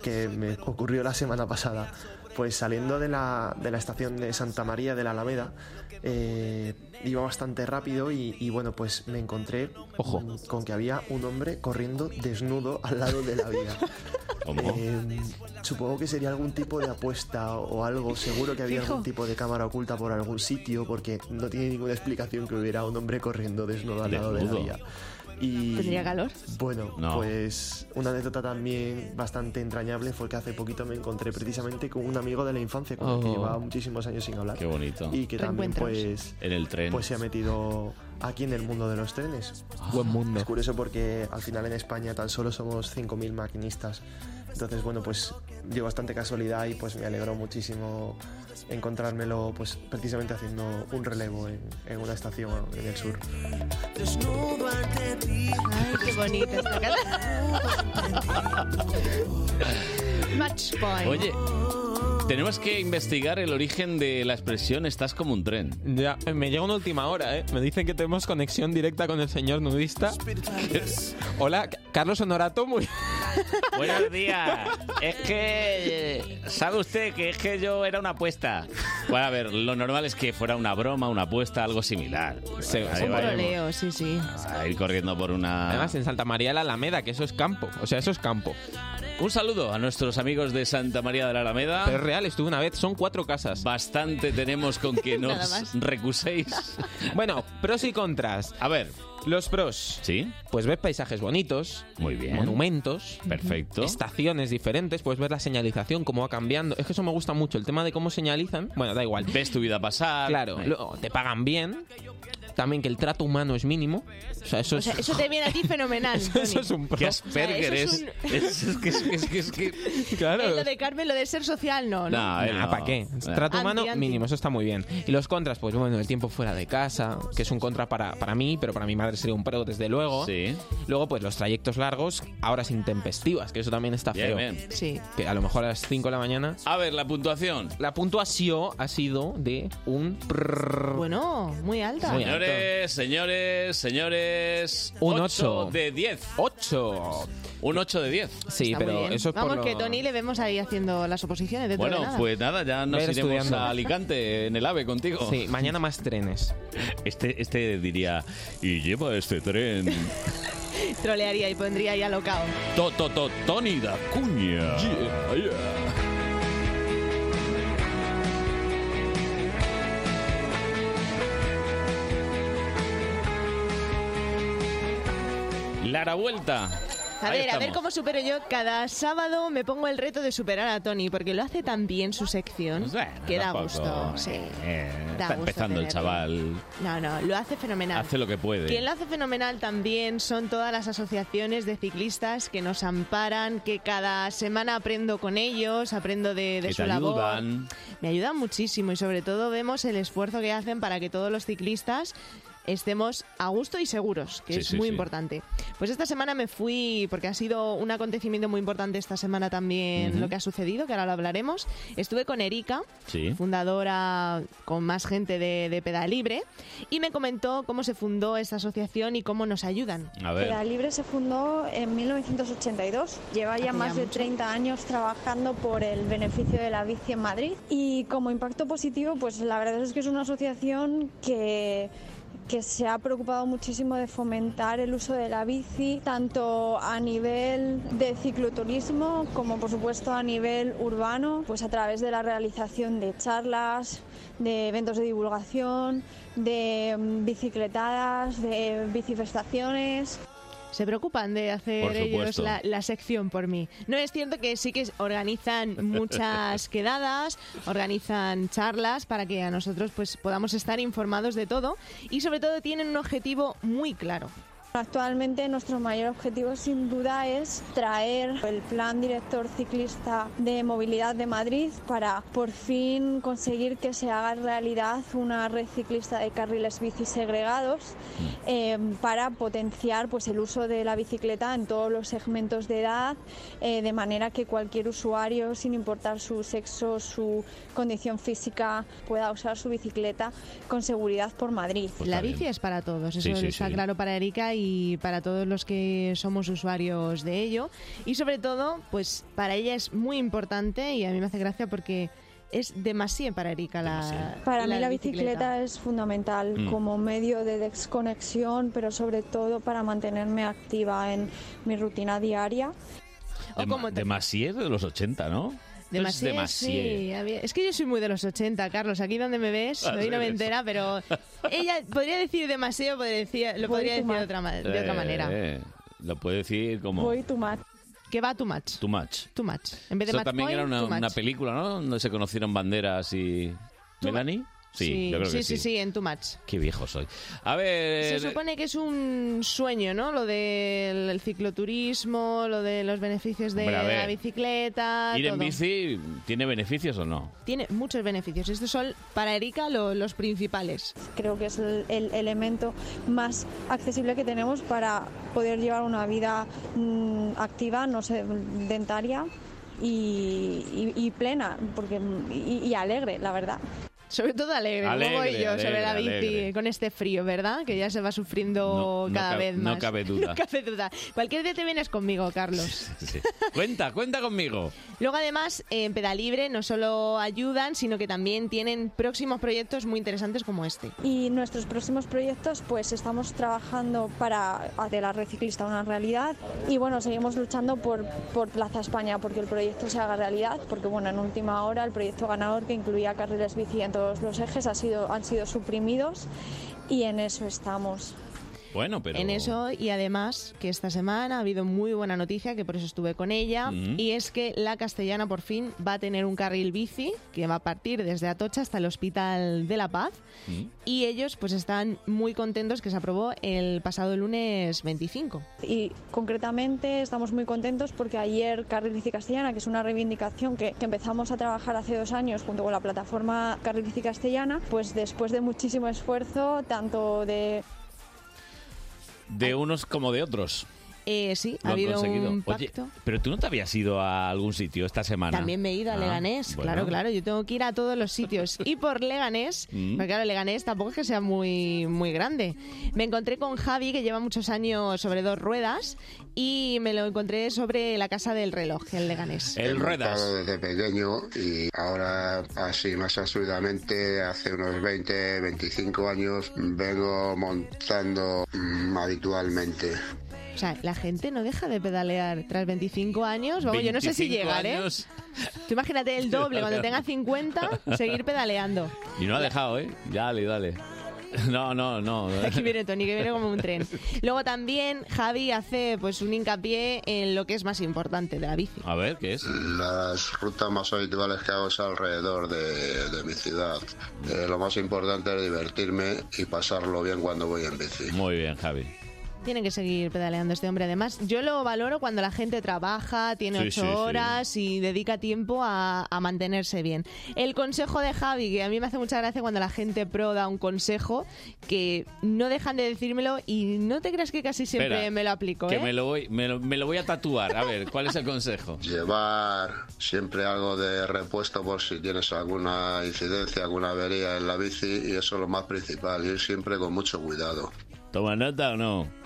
[SPEAKER 18] que me ocurrió la semana pasada. Pues saliendo de la, de la estación de Santa María de la Alameda, eh, iba bastante rápido y, y, bueno, pues me encontré mm, con que había un hombre corriendo desnudo al lado de la vía. Eh, supongo que sería algún tipo de apuesta o algo. Seguro que había
[SPEAKER 19] Fijo.
[SPEAKER 18] algún tipo de cámara oculta por algún sitio, porque no tiene ninguna explicación que hubiera un hombre corriendo desnudo al lado de la
[SPEAKER 2] Desnudo.
[SPEAKER 18] vía. Y,
[SPEAKER 14] ¿Tendría calor?
[SPEAKER 18] Bueno,
[SPEAKER 2] No.
[SPEAKER 18] pues una anécdota también bastante entrañable fue que hace poquito me encontré precisamente con un amigo de la infancia con el que
[SPEAKER 2] Oh.
[SPEAKER 18] llevaba muchísimos años sin hablar.
[SPEAKER 2] Qué bonito.
[SPEAKER 18] Y que también pues,
[SPEAKER 2] En el tren.
[SPEAKER 18] pues se ha metido aquí en el mundo de los trenes.
[SPEAKER 2] Ah.
[SPEAKER 13] Buen mundo.
[SPEAKER 18] Es curioso porque al final en España tan solo somos 5.000 maquinistas. Entonces, bueno, pues dio bastante casualidad y pues me alegró muchísimo encontrármelo pues precisamente haciendo un relevo en, en una estación en el sur.
[SPEAKER 14] Ay, qué bonita esta cara. Match point.
[SPEAKER 2] Oye, tenemos que investigar el origen de la expresión estás como un tren.
[SPEAKER 13] Ya, eh, me llega una última hora, ¿eh? Me dicen que tenemos conexión directa con el señor nudista. Eh, Hola, C- Carlos Honorato, muy...
[SPEAKER 2] Buenos días. Es que eh, sabe usted que es que yo era una apuesta. Bueno, a ver, lo normal es que fuera una broma, una apuesta, algo similar. Ahí
[SPEAKER 14] Un
[SPEAKER 2] va,
[SPEAKER 14] troleo, sí, sí.
[SPEAKER 2] A ir corriendo por una.
[SPEAKER 13] Además, en Santa María de la Alameda, que eso es campo. O sea, eso es campo.
[SPEAKER 2] Un saludo a nuestros amigos de Santa María de la Alameda.
[SPEAKER 13] Pero es real, estuve una vez, son cuatro casas.
[SPEAKER 2] Bastante tenemos con que
[SPEAKER 13] Nada
[SPEAKER 2] nos
[SPEAKER 13] más.
[SPEAKER 2] recuséis.
[SPEAKER 13] Bueno, pros y contras.
[SPEAKER 2] A ver.
[SPEAKER 13] Los pros.
[SPEAKER 2] Sí.
[SPEAKER 13] Pues ves paisajes bonitos.
[SPEAKER 2] Muy bien.
[SPEAKER 13] Monumentos.
[SPEAKER 2] Perfecto.
[SPEAKER 13] Estaciones diferentes. Puedes ver la señalización, cómo va cambiando. Es que eso me gusta mucho. El tema de cómo señalizan. Bueno, da igual.
[SPEAKER 2] Ves tu vida pasar.
[SPEAKER 13] Claro.
[SPEAKER 2] Eh.
[SPEAKER 13] luego te pagan bien. también que el trato humano es mínimo. O sea, eso
[SPEAKER 14] O sea,
[SPEAKER 13] es...
[SPEAKER 14] eso te viene a ti fenomenal.
[SPEAKER 13] Eso,
[SPEAKER 14] Tony.
[SPEAKER 13] eso es un pro.
[SPEAKER 2] ¿Qué Asperger
[SPEAKER 14] O sea, eso
[SPEAKER 2] es? Es, es que es que es que es que-
[SPEAKER 13] Claro.
[SPEAKER 14] Eh, Lo de Carmen, lo de ser social, no. no.
[SPEAKER 13] Nah, ¿para qué? Trato humano
[SPEAKER 14] Anti, anti.
[SPEAKER 13] mínimo, eso está muy bien. Y los contras, pues bueno, el tiempo fuera de casa, que es un contra para, para mí, pero para mi madre sería un pro, desde luego. Luego, pues los trayectos largos, horas intempestivas, que eso también está
[SPEAKER 2] Bien,
[SPEAKER 13] feo.
[SPEAKER 2] bien.
[SPEAKER 14] Sí.
[SPEAKER 13] Que a lo mejor a las 5 de la mañana.
[SPEAKER 2] A ver, la puntuación.
[SPEAKER 13] La puntuación ha sido de un. prrrr.
[SPEAKER 14] Bueno, muy alta.
[SPEAKER 13] Muy alta.
[SPEAKER 2] Señores, señores, señores.
[SPEAKER 13] Un
[SPEAKER 2] ocho
[SPEAKER 13] ocho.
[SPEAKER 2] de 10.
[SPEAKER 13] 8.
[SPEAKER 2] Un 8 de 10.
[SPEAKER 13] Sí,
[SPEAKER 14] Está muy bien. Vamos, que Tony le vemos ahí haciendo las oposiciones. dentro de
[SPEAKER 2] Bueno,
[SPEAKER 14] nada.
[SPEAKER 2] pues nada, ya nos
[SPEAKER 13] Ver
[SPEAKER 2] iremos
[SPEAKER 13] estudiando.
[SPEAKER 2] a Alicante en el AVE contigo.
[SPEAKER 13] Sí, mañana más trenes.
[SPEAKER 2] Este, este diría, y lleva este tren.
[SPEAKER 14] Trolearía y pondría ahí alocado.
[SPEAKER 2] To, to, to, Tony da Cuña. Lara Vuelta.
[SPEAKER 14] A
[SPEAKER 2] Ahí
[SPEAKER 14] ver, a ver
[SPEAKER 2] estamos.
[SPEAKER 14] cómo supero yo. Cada sábado me pongo el reto de superar a Tony, porque lo hace tan bien su sección que da
[SPEAKER 2] Tampoco,
[SPEAKER 14] gusto. Sí.
[SPEAKER 2] eh,
[SPEAKER 14] Da
[SPEAKER 2] está
[SPEAKER 14] gusto
[SPEAKER 2] empezando
[SPEAKER 14] tenerlo.
[SPEAKER 2] el chaval.
[SPEAKER 14] No, no, lo hace fenomenal.
[SPEAKER 2] Hace lo que puede.
[SPEAKER 14] Quien lo hace fenomenal también son todas las asociaciones de ciclistas que nos amparan, que cada semana aprendo con ellos, aprendo de, de
[SPEAKER 2] que
[SPEAKER 14] su
[SPEAKER 2] te
[SPEAKER 14] labor.
[SPEAKER 2] ayudan.
[SPEAKER 14] Me ayudan muchísimo y sobre todo vemos el esfuerzo que hacen para que todos los ciclistas estemos a gusto y seguros, que
[SPEAKER 2] Sí,
[SPEAKER 14] es
[SPEAKER 2] sí,
[SPEAKER 14] muy
[SPEAKER 2] sí.
[SPEAKER 14] importante. Pues esta semana me fui, porque ha sido un acontecimiento muy importante esta semana también
[SPEAKER 2] Ujú.
[SPEAKER 14] lo que ha sucedido, que ahora lo hablaremos. Estuve con Erika,
[SPEAKER 2] Sí.
[SPEAKER 14] fundadora con más gente de, de Pedal Libre, y me comentó cómo se fundó esta asociación y cómo nos ayudan.
[SPEAKER 2] A ver.
[SPEAKER 19] Pedal Libre se fundó en 1982. Lleva ya
[SPEAKER 14] Hace
[SPEAKER 19] más
[SPEAKER 14] Ah, ya
[SPEAKER 19] de
[SPEAKER 14] mucho.
[SPEAKER 19] 30 años trabajando por el beneficio de la bici en Madrid. Y como impacto positivo, pues la verdad es que es una asociación que que se ha preocupado muchísimo de fomentar el uso de la bici, tanto a nivel de cicloturismo como por supuesto a nivel urbano, pues a través de la realización de charlas, de eventos de divulgación, de mm, bicicletadas, de bicifestaciones.
[SPEAKER 14] Se preocupan de hacer
[SPEAKER 19] Por
[SPEAKER 14] ellos
[SPEAKER 19] supuesto.
[SPEAKER 14] la, la sección por mí. No es cierto que sí que organizan muchas quedadas, organizan charlas para que a nosotros pues podamos estar informados de todo y sobre todo tienen un objetivo muy claro.
[SPEAKER 19] Actualmente nuestro mayor objetivo sin duda es traer el plan director ciclista de movilidad de Madrid para por fin conseguir que se haga realidad una red ciclista de carriles bici segregados eh, para potenciar pues, el uso de la bicicleta en todos los segmentos de edad eh, de manera que cualquier usuario sin importar su sexo, su condición física pueda usar su bicicleta con seguridad por Madrid.
[SPEAKER 14] la bici es para todos, eso
[SPEAKER 19] Pues Sí, sí,
[SPEAKER 14] está
[SPEAKER 19] sí.
[SPEAKER 14] claro para Erika y para todos los que somos usuarios de ello. Y sobre todo, pues para ella es muy importante y a mí me hace gracia porque es demasiado para Erika la
[SPEAKER 19] Para mí la bicicleta, es fundamental
[SPEAKER 14] Mm.
[SPEAKER 19] como medio de desconexión, pero sobre todo para mantenerme activa en mi rutina diaria.
[SPEAKER 2] Dema- Demasier de los 80, ¿no?
[SPEAKER 14] Demasié,
[SPEAKER 2] Es demasié.
[SPEAKER 14] sí, había- Es que yo soy muy de los 80, Carlos. Aquí donde me ves,
[SPEAKER 2] Al
[SPEAKER 14] soy no me
[SPEAKER 2] revés.
[SPEAKER 14] entera, pero ella podría decir demasiado, podría decir- lo podría decir de otra, ma- de otra
[SPEAKER 2] Eh,
[SPEAKER 14] manera.
[SPEAKER 2] eh, lo puede decir como
[SPEAKER 19] tu match.
[SPEAKER 14] Que va tu match.
[SPEAKER 2] too much.
[SPEAKER 14] Too much. En vez de
[SPEAKER 2] Eso
[SPEAKER 14] match
[SPEAKER 2] también
[SPEAKER 14] point,
[SPEAKER 2] era una,
[SPEAKER 14] too much.
[SPEAKER 2] una película, ¿no? Donde se conocieron banderas y... ¿Melanie? Sí, yo creo
[SPEAKER 14] sí,
[SPEAKER 2] que sí. Eh,
[SPEAKER 14] sí, sí, en tu match.
[SPEAKER 2] Qué viejo soy. A ver...
[SPEAKER 14] Se supone que es un sueño, ¿no? Lo del el cicloturismo, lo de los beneficios de
[SPEAKER 2] Hombre, a ver.
[SPEAKER 14] la bicicleta.
[SPEAKER 2] ¿Ir en
[SPEAKER 14] todo.
[SPEAKER 2] bici tiene beneficios o no?
[SPEAKER 14] Tiene muchos beneficios. Estos son para Erika lo- los principales.
[SPEAKER 19] Creo que es el, el elemento más accesible que tenemos para poder llevar una vida mm, activa, no sedentaria y, y- y plena, porque y- y alegre, la verdad.
[SPEAKER 14] Sobre todo alegre,
[SPEAKER 2] Alegre,
[SPEAKER 14] como voy yo sobre la bici
[SPEAKER 2] alegre, alegre.
[SPEAKER 14] con este frío, ¿verdad? Que ya se va sufriendo
[SPEAKER 2] No- no
[SPEAKER 14] cada
[SPEAKER 2] cabe-
[SPEAKER 14] vez
[SPEAKER 2] no
[SPEAKER 14] más.
[SPEAKER 2] cabe duda.
[SPEAKER 14] No cabe duda. Cualquier día te vienes conmigo, Carlos.
[SPEAKER 2] Sí. cuenta, cuenta conmigo.
[SPEAKER 14] Luego, además, en Pedalibre no solo ayudan, sino que también tienen próximos proyectos muy interesantes como este.
[SPEAKER 19] Y nuestros próximos proyectos, pues estamos trabajando para hacer la red ciclista una realidad. Y bueno, seguimos luchando por, por Plaza España, porque el proyecto se haga realidad. Porque bueno, en última hora el proyecto ganador, que incluía carriles bici en todos los ejes, ha sido, han sido suprimidos. Y en eso estamos.
[SPEAKER 2] Bueno, pero...
[SPEAKER 14] en eso y además que esta semana ha habido muy buena noticia, que por eso estuve con ella,
[SPEAKER 2] Mm.
[SPEAKER 14] y es que la castellana por fin va a tener un carril bici que va a partir desde Atocha hasta el Hospital de la Paz y ellos pues están muy contentos que se aprobó el pasado lunes 25.
[SPEAKER 19] Y concretamente estamos muy contentos porque ayer Carril Bici Castellana, que es una reivindicación que, que empezamos a trabajar hace dos años junto con la plataforma Carril Bici Castellana, pues después de muchísimo esfuerzo, tanto de
[SPEAKER 2] De unos como de otros.
[SPEAKER 14] Eh, sí, ha
[SPEAKER 2] Lo han
[SPEAKER 14] habido
[SPEAKER 2] conseguido.
[SPEAKER 14] un
[SPEAKER 2] Oye,
[SPEAKER 14] pacto.
[SPEAKER 2] pero tú no te habías ido a algún sitio esta semana.
[SPEAKER 14] También me he ido a
[SPEAKER 2] Ah,
[SPEAKER 14] Leganés,
[SPEAKER 2] bueno.
[SPEAKER 14] claro, claro, yo tengo que ir a todos los sitios. Y por Leganés,
[SPEAKER 2] Mm.
[SPEAKER 14] porque claro, Leganés tampoco es que sea muy, muy grande. Me encontré con Javi, que lleva muchos años sobre dos ruedas, y me lo encontré sobre la casa del reloj, el Leganés.
[SPEAKER 20] He montado desde pequeño y ahora así más absurdamente hace unos 20, 25 años vengo montando mm, habitualmente.
[SPEAKER 14] O sea, la gente no deja de pedalear tras 25 años. Vamos, yo no sé si
[SPEAKER 20] 25
[SPEAKER 14] llegaré.
[SPEAKER 20] años.
[SPEAKER 14] Tú imagínate el doble, cuando tenga 50, seguir pedaleando.
[SPEAKER 2] Y no ha dejado, ¿eh? Dale, dale. No, no, no.
[SPEAKER 14] Aquí viene Tony, que viene como un tren. Luego también Javi hace pues un hincapié en lo que es más importante de la bici.
[SPEAKER 2] A ver, ¿qué es?
[SPEAKER 20] Las rutas más habituales que hago es alrededor de, de mi ciudad.
[SPEAKER 2] Mm.
[SPEAKER 20] Eh, lo más importante es divertirme y pasarlo bien cuando voy en bici.
[SPEAKER 2] Muy bien, Javi.
[SPEAKER 14] Tiene que seguir pedaleando este hombre. Además, yo lo valoro cuando la gente trabaja, tiene ocho
[SPEAKER 2] Sí, sí, sí.
[SPEAKER 14] horas y dedica tiempo a, a mantenerse bien. El consejo de Javi, que a mí me hace mucha gracia cuando la gente pro da un consejo, que no dejan de decírmelo y no te creas que casi siempre
[SPEAKER 2] Espera,
[SPEAKER 14] me lo aplico.
[SPEAKER 2] Que
[SPEAKER 14] ¿eh?
[SPEAKER 2] me lo, voy, me, lo, me lo voy a tatuar. A ver, ¿cuál es el consejo?
[SPEAKER 20] Llevar siempre algo de repuesto por si tienes alguna incidencia, alguna avería en la bici y eso es lo más principal, ir siempre con mucho cuidado.
[SPEAKER 2] ¿Toma nota o no?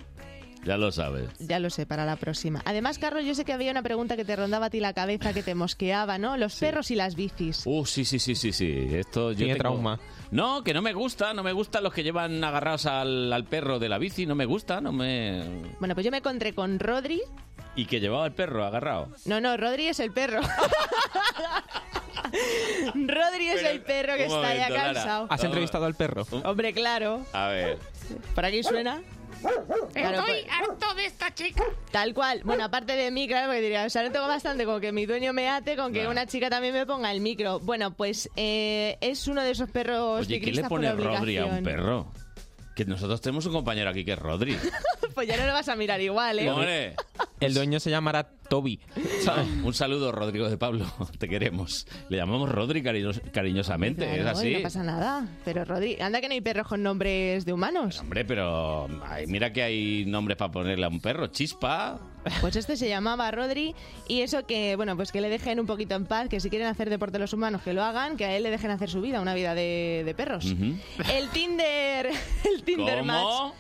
[SPEAKER 2] Ya lo sabes.
[SPEAKER 14] Ya lo sé, para la próxima. Además, Carlos, yo sé que había una pregunta que te rondaba a ti la cabeza, que te mosqueaba, ¿no? Los perros y las bicis.
[SPEAKER 2] Uh, sí, sí, sí, sí, sí. Esto yo
[SPEAKER 13] Tiene
[SPEAKER 2] tengo-
[SPEAKER 13] trauma.
[SPEAKER 2] No, que no me gusta, no me gustan los que llevan agarrados al, al perro de la bici, no me gusta, no me...
[SPEAKER 14] Bueno, pues yo me encontré con Rodri.
[SPEAKER 2] Y que llevaba el perro agarrado.
[SPEAKER 14] No, no, Rodri es el perro. Rodri es el perro que
[SPEAKER 2] un
[SPEAKER 14] está ya
[SPEAKER 2] momento, Lara.
[SPEAKER 14] cansado.
[SPEAKER 13] ¿Has entrevistado al perro?
[SPEAKER 14] Oh. Hombre, claro.
[SPEAKER 2] A ver.
[SPEAKER 14] ¿Por aquí suena? Claro,
[SPEAKER 21] Estoy
[SPEAKER 14] pues-
[SPEAKER 21] harto de esta chica.
[SPEAKER 14] Tal cual. Bueno, aparte de mí, claro, porque diría, o sea, no tengo bastante con que mi dueño me ate, con que
[SPEAKER 2] Nah.
[SPEAKER 14] una chica también me ponga el micro. Bueno, pues eh, es uno de esos perros
[SPEAKER 2] Oye, ¿qué le
[SPEAKER 14] ciclistas por
[SPEAKER 2] pone Rodri a un
[SPEAKER 14] obligación.
[SPEAKER 2] perro? Que nosotros tenemos un compañero aquí que es Rodri.
[SPEAKER 14] pues ya no lo vas a mirar igual, ¿eh?
[SPEAKER 2] Hombre.
[SPEAKER 13] El dueño se llamará Toby.
[SPEAKER 2] Un saludo, Rodrigo de Pablo. Te queremos. Le llamamos Rodri cariños- cariñosamente,
[SPEAKER 14] Claro,
[SPEAKER 2] es
[SPEAKER 14] y
[SPEAKER 2] así.
[SPEAKER 14] No pasa nada. Pero Rodri, anda que no hay perros con nombres de humanos.
[SPEAKER 2] Hombre, pero ay, mira que hay nombres para ponerle a un perro. Chispa.
[SPEAKER 14] Pues este se llamaba Rodri y eso que, bueno, pues que le dejen un poquito en paz, que si quieren hacer deporte los humanos, que lo hagan, que a él le dejen hacer su vida, una vida de, de perros. El Tinder, el Tinder
[SPEAKER 2] ¿Cómo?
[SPEAKER 14] Match.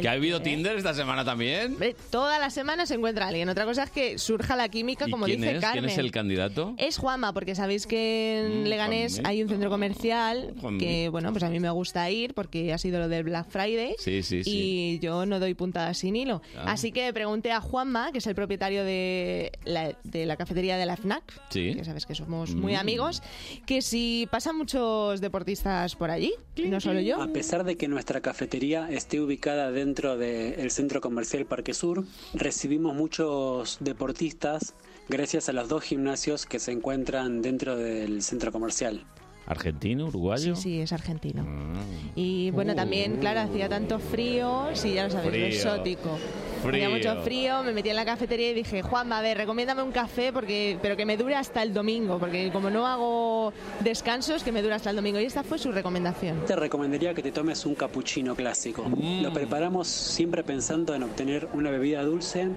[SPEAKER 2] ¿Que ha habido Tinder esta semana también?
[SPEAKER 14] Hombre, Toda la semana se encuentra alguien. Otra cosa es que surja la química,
[SPEAKER 2] ¿Y
[SPEAKER 14] como
[SPEAKER 2] quién
[SPEAKER 14] dice
[SPEAKER 2] es?
[SPEAKER 14] Carmen.
[SPEAKER 2] ¿Quién es el candidato?
[SPEAKER 14] Es Juanma, porque sabéis que en
[SPEAKER 2] Mm, Oh,
[SPEAKER 14] Leganés
[SPEAKER 2] Juanmita.
[SPEAKER 14] hay un centro comercial que,
[SPEAKER 2] Juanmita.
[SPEAKER 14] bueno, pues a mí me gusta ir porque ha sido lo del Black Friday.
[SPEAKER 2] Sí, sí, sí.
[SPEAKER 14] Y yo no doy puntada sin hilo.
[SPEAKER 2] Ah.
[SPEAKER 14] Así que pregunté a Juanma, que es el propietario de la, de la cafetería de la FNAC,
[SPEAKER 2] Sí.
[SPEAKER 14] que sabes que somos muy
[SPEAKER 7] Mm.
[SPEAKER 14] amigos, que si pasan muchos deportistas por allí, no solo yo.
[SPEAKER 7] A pesar de que nuestra cafetería esté ubicada dentro del centro comercial Parque Sur, recibimos muchos deportistas gracias a los dos gimnasios que se encuentran dentro del centro comercial.
[SPEAKER 2] ¿Argentino? ¿Uruguayo? Ah.
[SPEAKER 14] Sí, sí, es argentino. Y bueno, también, claro, hacía tanto frío, sí, ya lo sabéis, lo
[SPEAKER 2] Uh. Frío.
[SPEAKER 14] exótico. Hacía
[SPEAKER 2] Frío.
[SPEAKER 14] mucho frío, me metí en la cafetería y dije, Juanma, a ver, recomiéndame un café, porque, pero que me dure hasta el domingo, porque como no hago descansos, que me dure hasta el domingo. Y esta fue su recomendación.
[SPEAKER 7] Te recomendaría que te tomes un cappuccino clásico. Lo preparamos siempre pensando en obtener una bebida dulce,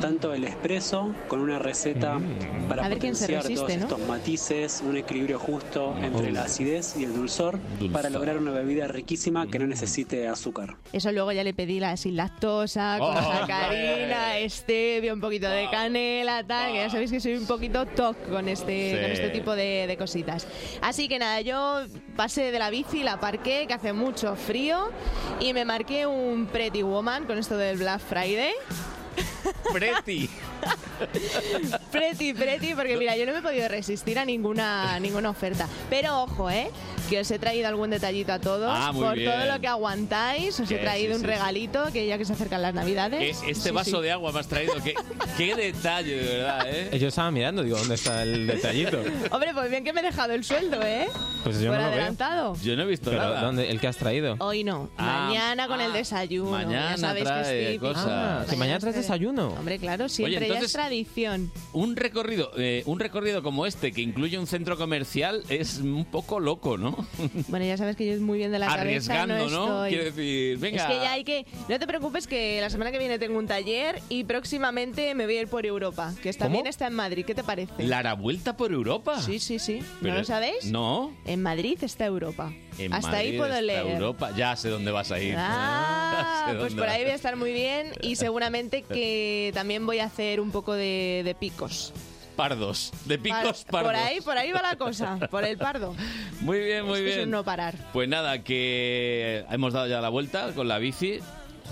[SPEAKER 7] tanto el espresso con una receta
[SPEAKER 14] A
[SPEAKER 7] para
[SPEAKER 14] ver quién se
[SPEAKER 7] potenciar
[SPEAKER 14] resiste,
[SPEAKER 7] todos
[SPEAKER 14] ¿no?
[SPEAKER 7] estos matices, un equilibrio justo entre la acidez y el dulzor, para lograr una bebida riquísima que no necesite azúcar.
[SPEAKER 14] Eso luego ya le pedí la sin lactosa, con
[SPEAKER 7] Oh,
[SPEAKER 14] sacarina, stevia, un poquito de canela, tal, que ya sabéis que soy un poquito toc con este,
[SPEAKER 7] Sí.
[SPEAKER 14] con este tipo de, de cositas. Así que nada, yo pasé de la bici, la parqué, que hace mucho frío, y me marqué un Pretty Woman con esto del Black Friday.
[SPEAKER 2] Preti.
[SPEAKER 14] Preti, preti, porque mira, yo no me he podido resistir a ninguna, a ninguna oferta. Pero ojo, ¿eh? Que os he traído algún detallito a todos.
[SPEAKER 2] Ah, muy
[SPEAKER 14] por
[SPEAKER 2] bien.
[SPEAKER 14] todo lo que aguantáis, os
[SPEAKER 2] Que
[SPEAKER 14] he traído un
[SPEAKER 2] sí, sí.
[SPEAKER 14] regalito que ya que se acercan las navidades.
[SPEAKER 2] Eh, Este
[SPEAKER 14] Sí,
[SPEAKER 2] vaso
[SPEAKER 14] sí.
[SPEAKER 2] de agua me has traído. Qué, qué detalle, de verdad, ¿eh?
[SPEAKER 13] Yo estaba mirando, digo, ¿dónde está el detallito?
[SPEAKER 14] Hombre, pues bien que me he dejado el sueldo, ¿eh?
[SPEAKER 13] Pues yo
[SPEAKER 14] por
[SPEAKER 13] no lo veo.
[SPEAKER 14] adelantado.
[SPEAKER 2] Yo no he visto
[SPEAKER 13] Pero,
[SPEAKER 2] nada.
[SPEAKER 13] ¿dónde- ¿El que has traído?
[SPEAKER 14] Hoy no.
[SPEAKER 13] Ah,
[SPEAKER 14] mañana con el desayuno. ya
[SPEAKER 2] mañana
[SPEAKER 14] sabéis que es
[SPEAKER 2] trae
[SPEAKER 14] típico.
[SPEAKER 2] cosas.
[SPEAKER 13] Ah, que mañana traes
[SPEAKER 14] se-
[SPEAKER 13] desayuno.
[SPEAKER 14] Hombre, claro, siempre ya
[SPEAKER 2] entonces-
[SPEAKER 14] es tradición.
[SPEAKER 2] Un recorrido, eh, un recorrido como este que incluye un centro comercial es un poco loco, ¿no?
[SPEAKER 14] Bueno, ya sabes que yo es muy bien de la cabeza.
[SPEAKER 2] Arriesgando, ¿no?
[SPEAKER 14] estoy.
[SPEAKER 2] Quiero decir, venga.
[SPEAKER 14] Es que ya hay que. No te preocupes que la semana que viene tengo un taller y próximamente me voy a ir por Europa, que también
[SPEAKER 2] ¿Cómo?
[SPEAKER 14] está en Madrid. ¿Qué te parece?
[SPEAKER 2] ¿La hará vuelta por Europa?
[SPEAKER 14] Sí, sí, sí.
[SPEAKER 2] Pero-
[SPEAKER 14] ¿No lo sabéis?
[SPEAKER 2] No.
[SPEAKER 14] En Madrid está Europa.
[SPEAKER 2] En
[SPEAKER 14] Hasta ahí
[SPEAKER 2] Madrid
[SPEAKER 14] puedo
[SPEAKER 2] está
[SPEAKER 14] leer.
[SPEAKER 2] Europa, ya sé dónde vas a ir.
[SPEAKER 14] Ah,
[SPEAKER 2] Ya sé
[SPEAKER 14] pues
[SPEAKER 2] dónde
[SPEAKER 14] por ahí voy
[SPEAKER 2] vas.
[SPEAKER 14] a estar muy bien y seguramente que también voy a hacer un poco de, de picos.
[SPEAKER 2] Pardos, de picos
[SPEAKER 14] Par-
[SPEAKER 2] pardos.
[SPEAKER 14] Por ahí, por ahí va la cosa, por el pardo.
[SPEAKER 2] Muy bien, muy
[SPEAKER 14] Es que es
[SPEAKER 2] bien.
[SPEAKER 14] un no parar.
[SPEAKER 2] Pues nada, que hemos dado ya la vuelta con la bici.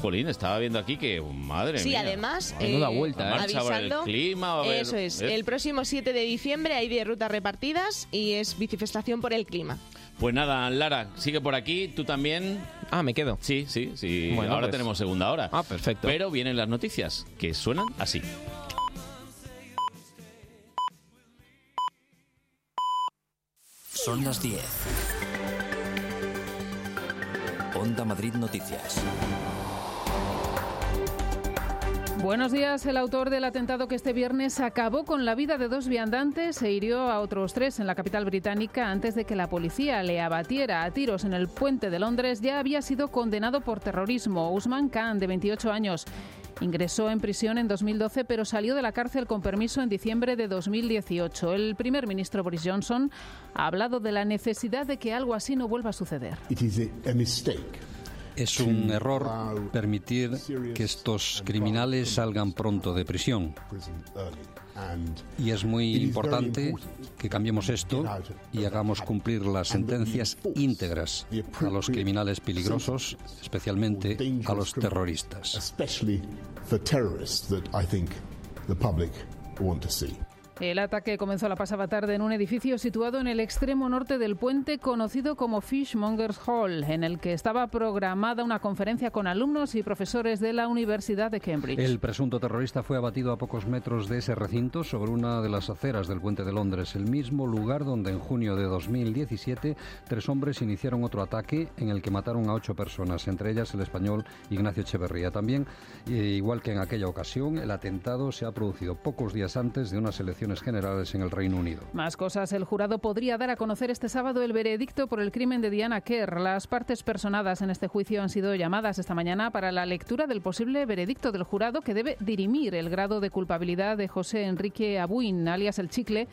[SPEAKER 2] Jolín, estaba viendo aquí que, madre
[SPEAKER 14] sí,
[SPEAKER 2] mía.
[SPEAKER 14] además,
[SPEAKER 2] Menuda
[SPEAKER 14] eh,
[SPEAKER 2] vuelta, ¿eh? Marcha va a haber
[SPEAKER 14] avisando,
[SPEAKER 2] clima, va a haber-
[SPEAKER 14] eso es,
[SPEAKER 2] ¿eh?
[SPEAKER 14] el próximo 7 de diciembre hay 10 rutas repartidas y es bicifestación por el clima.
[SPEAKER 2] Pues nada, Lara, sigue por aquí, tú también.
[SPEAKER 13] Ah, me quedo.
[SPEAKER 2] Sí, sí, sí.
[SPEAKER 13] Bueno,
[SPEAKER 2] ahora
[SPEAKER 13] pues-
[SPEAKER 2] tenemos segunda hora.
[SPEAKER 13] Ah, perfecto.
[SPEAKER 2] Pero vienen las noticias, que suenan así.
[SPEAKER 1] Son las 10. Onda Madrid Noticias.
[SPEAKER 3] Buenos días. El autor del atentado que este viernes acabó con la vida de dos viandantes e hirió a otros tres en la capital británica antes de que la policía le abatiera a tiros en el puente de Londres ya había sido condenado por terrorismo. Usman Khan, de 28 años. Ingresó en prisión en 2012, pero salió de la cárcel con permiso en diciembre de 2018. El primer ministro Boris Johnson ha hablado de la necesidad de que algo así no vuelva a suceder.
[SPEAKER 9] It is a- a mistake.
[SPEAKER 4] Es un error permitir que estos criminales salgan pronto de prisión. Y es muy importante que cambiemos esto y hagamos cumplir las sentencias íntegras a los criminales peligrosos, especialmente a los terroristas.
[SPEAKER 9] Especially for terrorists that I think the public want to see.
[SPEAKER 3] El ataque comenzó la pasada tarde en un edificio situado en el extremo norte del puente conocido como Fishmongers Hall, en el que estaba programada una conferencia con alumnos y profesores de la Universidad de Cambridge.
[SPEAKER 4] El presunto terrorista fue abatido a pocos metros de ese recinto sobre una de las aceras del puente de Londres, el mismo lugar donde en junio de 2017 tres hombres iniciaron otro ataque en el que mataron a ocho personas, entre ellas el español Ignacio Echeverría. También, eh, igual que en aquella ocasión, el atentado se ha producido pocos días antes de unas elecciones generales en el Reino Unido.
[SPEAKER 3] Más cosas. El jurado podría dar a conocer este sábado el veredicto por el crimen de Diana Kerr. Las partes personadas en este juicio han sido llamadas esta mañana para la lectura del posible veredicto del jurado que debe dirimir el grado de culpabilidad de José Enrique Abuin, alias el Chicle,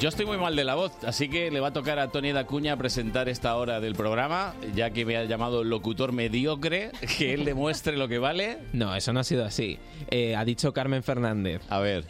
[SPEAKER 2] Yo estoy muy mal de la voz, así que le va a tocar a Tony Dacuña presentar esta hora del programa, ya que me ha llamado locutor mediocre, que él demuestre lo que vale.
[SPEAKER 13] No, eso no ha sido así. Eh, ha dicho Carmen Fernández. A ver.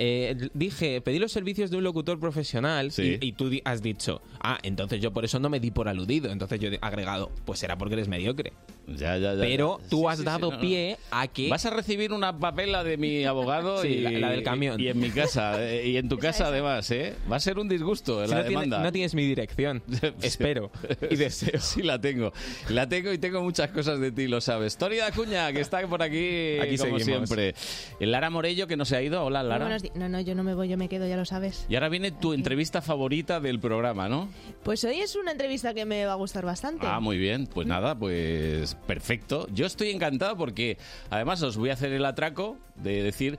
[SPEAKER 13] dije, pedí los servicios de un locutor profesional
[SPEAKER 2] Sí.
[SPEAKER 13] y, y tú di- has dicho, ah, entonces yo por eso no me di por aludido. Entonces yo he agregado, pues será porque eres mediocre.
[SPEAKER 2] Ya, ya, ya.
[SPEAKER 13] Pero tú
[SPEAKER 2] Sí,
[SPEAKER 13] has
[SPEAKER 2] sí, sí,
[SPEAKER 13] dado
[SPEAKER 2] no, no.
[SPEAKER 13] pie a que...
[SPEAKER 2] Vas a recibir una papela de mi abogado
[SPEAKER 13] Sí,
[SPEAKER 2] y
[SPEAKER 13] la- la del camión.
[SPEAKER 2] Y, en mi casa, eh, y en tu casa además, ¿eh? Va a ser un disgusto
[SPEAKER 13] Si
[SPEAKER 2] la
[SPEAKER 13] no tiene-
[SPEAKER 2] demanda.
[SPEAKER 13] no tienes mi dirección. Espero y deseo.
[SPEAKER 2] Sí, la tengo. La tengo y tengo muchas cosas de ti, lo sabes. Tony Acuña, que está por aquí,
[SPEAKER 13] Aquí
[SPEAKER 2] como
[SPEAKER 13] seguimos.
[SPEAKER 2] siempre. Lara Morello, que no se ha ido. Hola,
[SPEAKER 14] Muy
[SPEAKER 2] Lara.
[SPEAKER 14] buenos di- no, no, yo no me voy, yo me quedo, ya lo sabes.
[SPEAKER 2] Y ahora viene tu entrevista favorita del programa, ¿no?
[SPEAKER 14] Pues hoy es una entrevista que me va a gustar bastante.
[SPEAKER 2] Ah, muy bien. Pues nada, pues perfecto. Yo estoy encantado porque además os voy a hacer el atraco de decir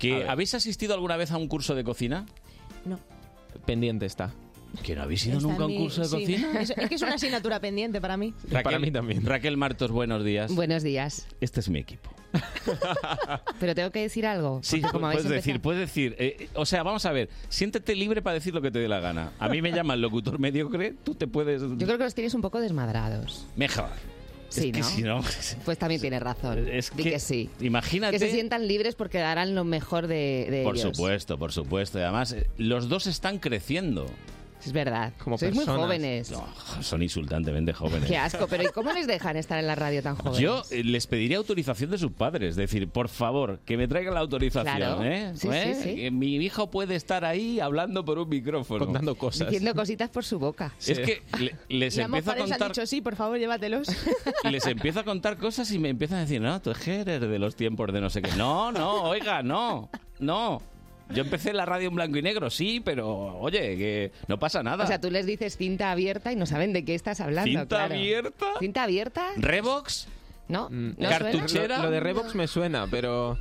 [SPEAKER 2] que ¿habéis asistido alguna vez a un curso de cocina?
[SPEAKER 14] No.
[SPEAKER 2] Pendiente está. ¿Que no habéis ido
[SPEAKER 14] Está
[SPEAKER 2] nunca a
[SPEAKER 14] en
[SPEAKER 2] un
[SPEAKER 14] mi-
[SPEAKER 2] curso de
[SPEAKER 14] sí.
[SPEAKER 2] cocina?
[SPEAKER 14] Es, es que es una asignatura pendiente para mí.
[SPEAKER 2] para mí también. Raquel Martos, buenos días.
[SPEAKER 22] Buenos días.
[SPEAKER 2] Este es mi equipo.
[SPEAKER 22] Pero tengo que decir algo.
[SPEAKER 2] Sí,
[SPEAKER 22] Porque como habéis
[SPEAKER 2] puedes decir,
[SPEAKER 22] empezado-
[SPEAKER 2] puedes decir. eh, eh, o sea, vamos a ver, siéntete libre para decir lo que te dé la gana. A mí me llaman locutor mediocre, tú te puedes...
[SPEAKER 22] Yo creo que los tienes un poco desmadrados.
[SPEAKER 2] Mejor.
[SPEAKER 22] Sí,
[SPEAKER 2] es que
[SPEAKER 22] ¿no?
[SPEAKER 2] si no...
[SPEAKER 22] Pues también tienes razón.
[SPEAKER 2] Es
[SPEAKER 22] Di
[SPEAKER 2] que,
[SPEAKER 22] que sí.
[SPEAKER 2] Imagínate...
[SPEAKER 22] Que se sientan libres porque darán lo mejor de, de
[SPEAKER 2] Por
[SPEAKER 22] ellos.
[SPEAKER 2] supuesto, por supuesto. Y además, eh, los dos están creciendo.
[SPEAKER 22] Es verdad. Sois muy jóvenes.
[SPEAKER 2] No, son insultantemente jóvenes.
[SPEAKER 22] Qué asco. Pero ¿y cómo les dejan estar en la radio tan jóvenes?
[SPEAKER 2] Yo eh, les pediría autorización de sus padres, es decir, por favor, que me traigan la autorización,
[SPEAKER 22] Claro.
[SPEAKER 2] ¿eh?
[SPEAKER 22] Sí,
[SPEAKER 2] ¿Eh?
[SPEAKER 22] sí, sí.
[SPEAKER 2] Que Mi hijo puede estar ahí hablando por un micrófono. Contando cosas.
[SPEAKER 22] Diciendo cositas por su boca.
[SPEAKER 2] Es que le- les
[SPEAKER 14] y ambos
[SPEAKER 2] empiezo a
[SPEAKER 14] padres han
[SPEAKER 2] contar
[SPEAKER 14] dicho, sí, por favor, llévatelos.
[SPEAKER 2] y les empiezo a contar cosas y me empiezan a decir, no, tú es que eres de los tiempos de no sé qué. No, no, oiga, no, no. Yo empecé la radio en blanco y negro, sí, pero oye, que no pasa nada.
[SPEAKER 22] O sea, tú les dices cinta abierta y no saben de qué estás hablando.
[SPEAKER 2] ¿Cinta
[SPEAKER 22] claro.
[SPEAKER 2] abierta?
[SPEAKER 22] ¿Cinta abierta?
[SPEAKER 2] ¿Rebox?
[SPEAKER 22] No.
[SPEAKER 13] Mm,
[SPEAKER 22] ¿No
[SPEAKER 2] ¿Cartuchera?
[SPEAKER 13] Lo, lo de Revox me suena, pero...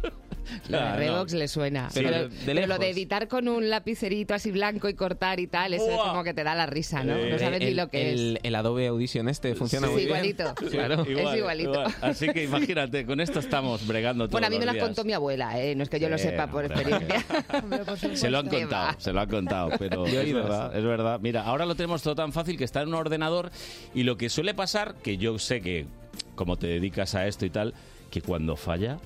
[SPEAKER 22] Lo
[SPEAKER 2] Ah,
[SPEAKER 22] de Revox le suena.
[SPEAKER 13] Pero
[SPEAKER 22] pero
[SPEAKER 13] de- de
[SPEAKER 22] pero lo
[SPEAKER 13] lejos.
[SPEAKER 22] de editar con un lapicerito así blanco y cortar y tal, eso es
[SPEAKER 13] Buah.
[SPEAKER 22] como que te da la risa, ¿no?
[SPEAKER 13] Eh,
[SPEAKER 22] no sabes ni
[SPEAKER 13] el-
[SPEAKER 22] lo que es.
[SPEAKER 13] el, El Adobe Audition este funciona
[SPEAKER 22] Sí,
[SPEAKER 13] muy bien.
[SPEAKER 22] igualito.
[SPEAKER 13] Claro.
[SPEAKER 22] Es igualito.
[SPEAKER 2] Así que imagínate, con esto estamos bregando todos
[SPEAKER 22] Bueno, a mí me
[SPEAKER 2] los
[SPEAKER 22] las
[SPEAKER 2] días.
[SPEAKER 22] contó mi abuela, ¿eh? no es que yo lo
[SPEAKER 2] Sí,
[SPEAKER 22] sepa por
[SPEAKER 2] hombre,
[SPEAKER 22] experiencia.
[SPEAKER 2] Se lo han
[SPEAKER 22] Qué
[SPEAKER 2] contado, se lo han contado, pero
[SPEAKER 13] Yo he
[SPEAKER 2] es
[SPEAKER 13] oído
[SPEAKER 2] verdad, es verdad. Mira, ahora lo tenemos todo tan fácil que está en un ordenador y lo que suele pasar, que yo sé que como te dedicas a esto y tal, que cuando falla,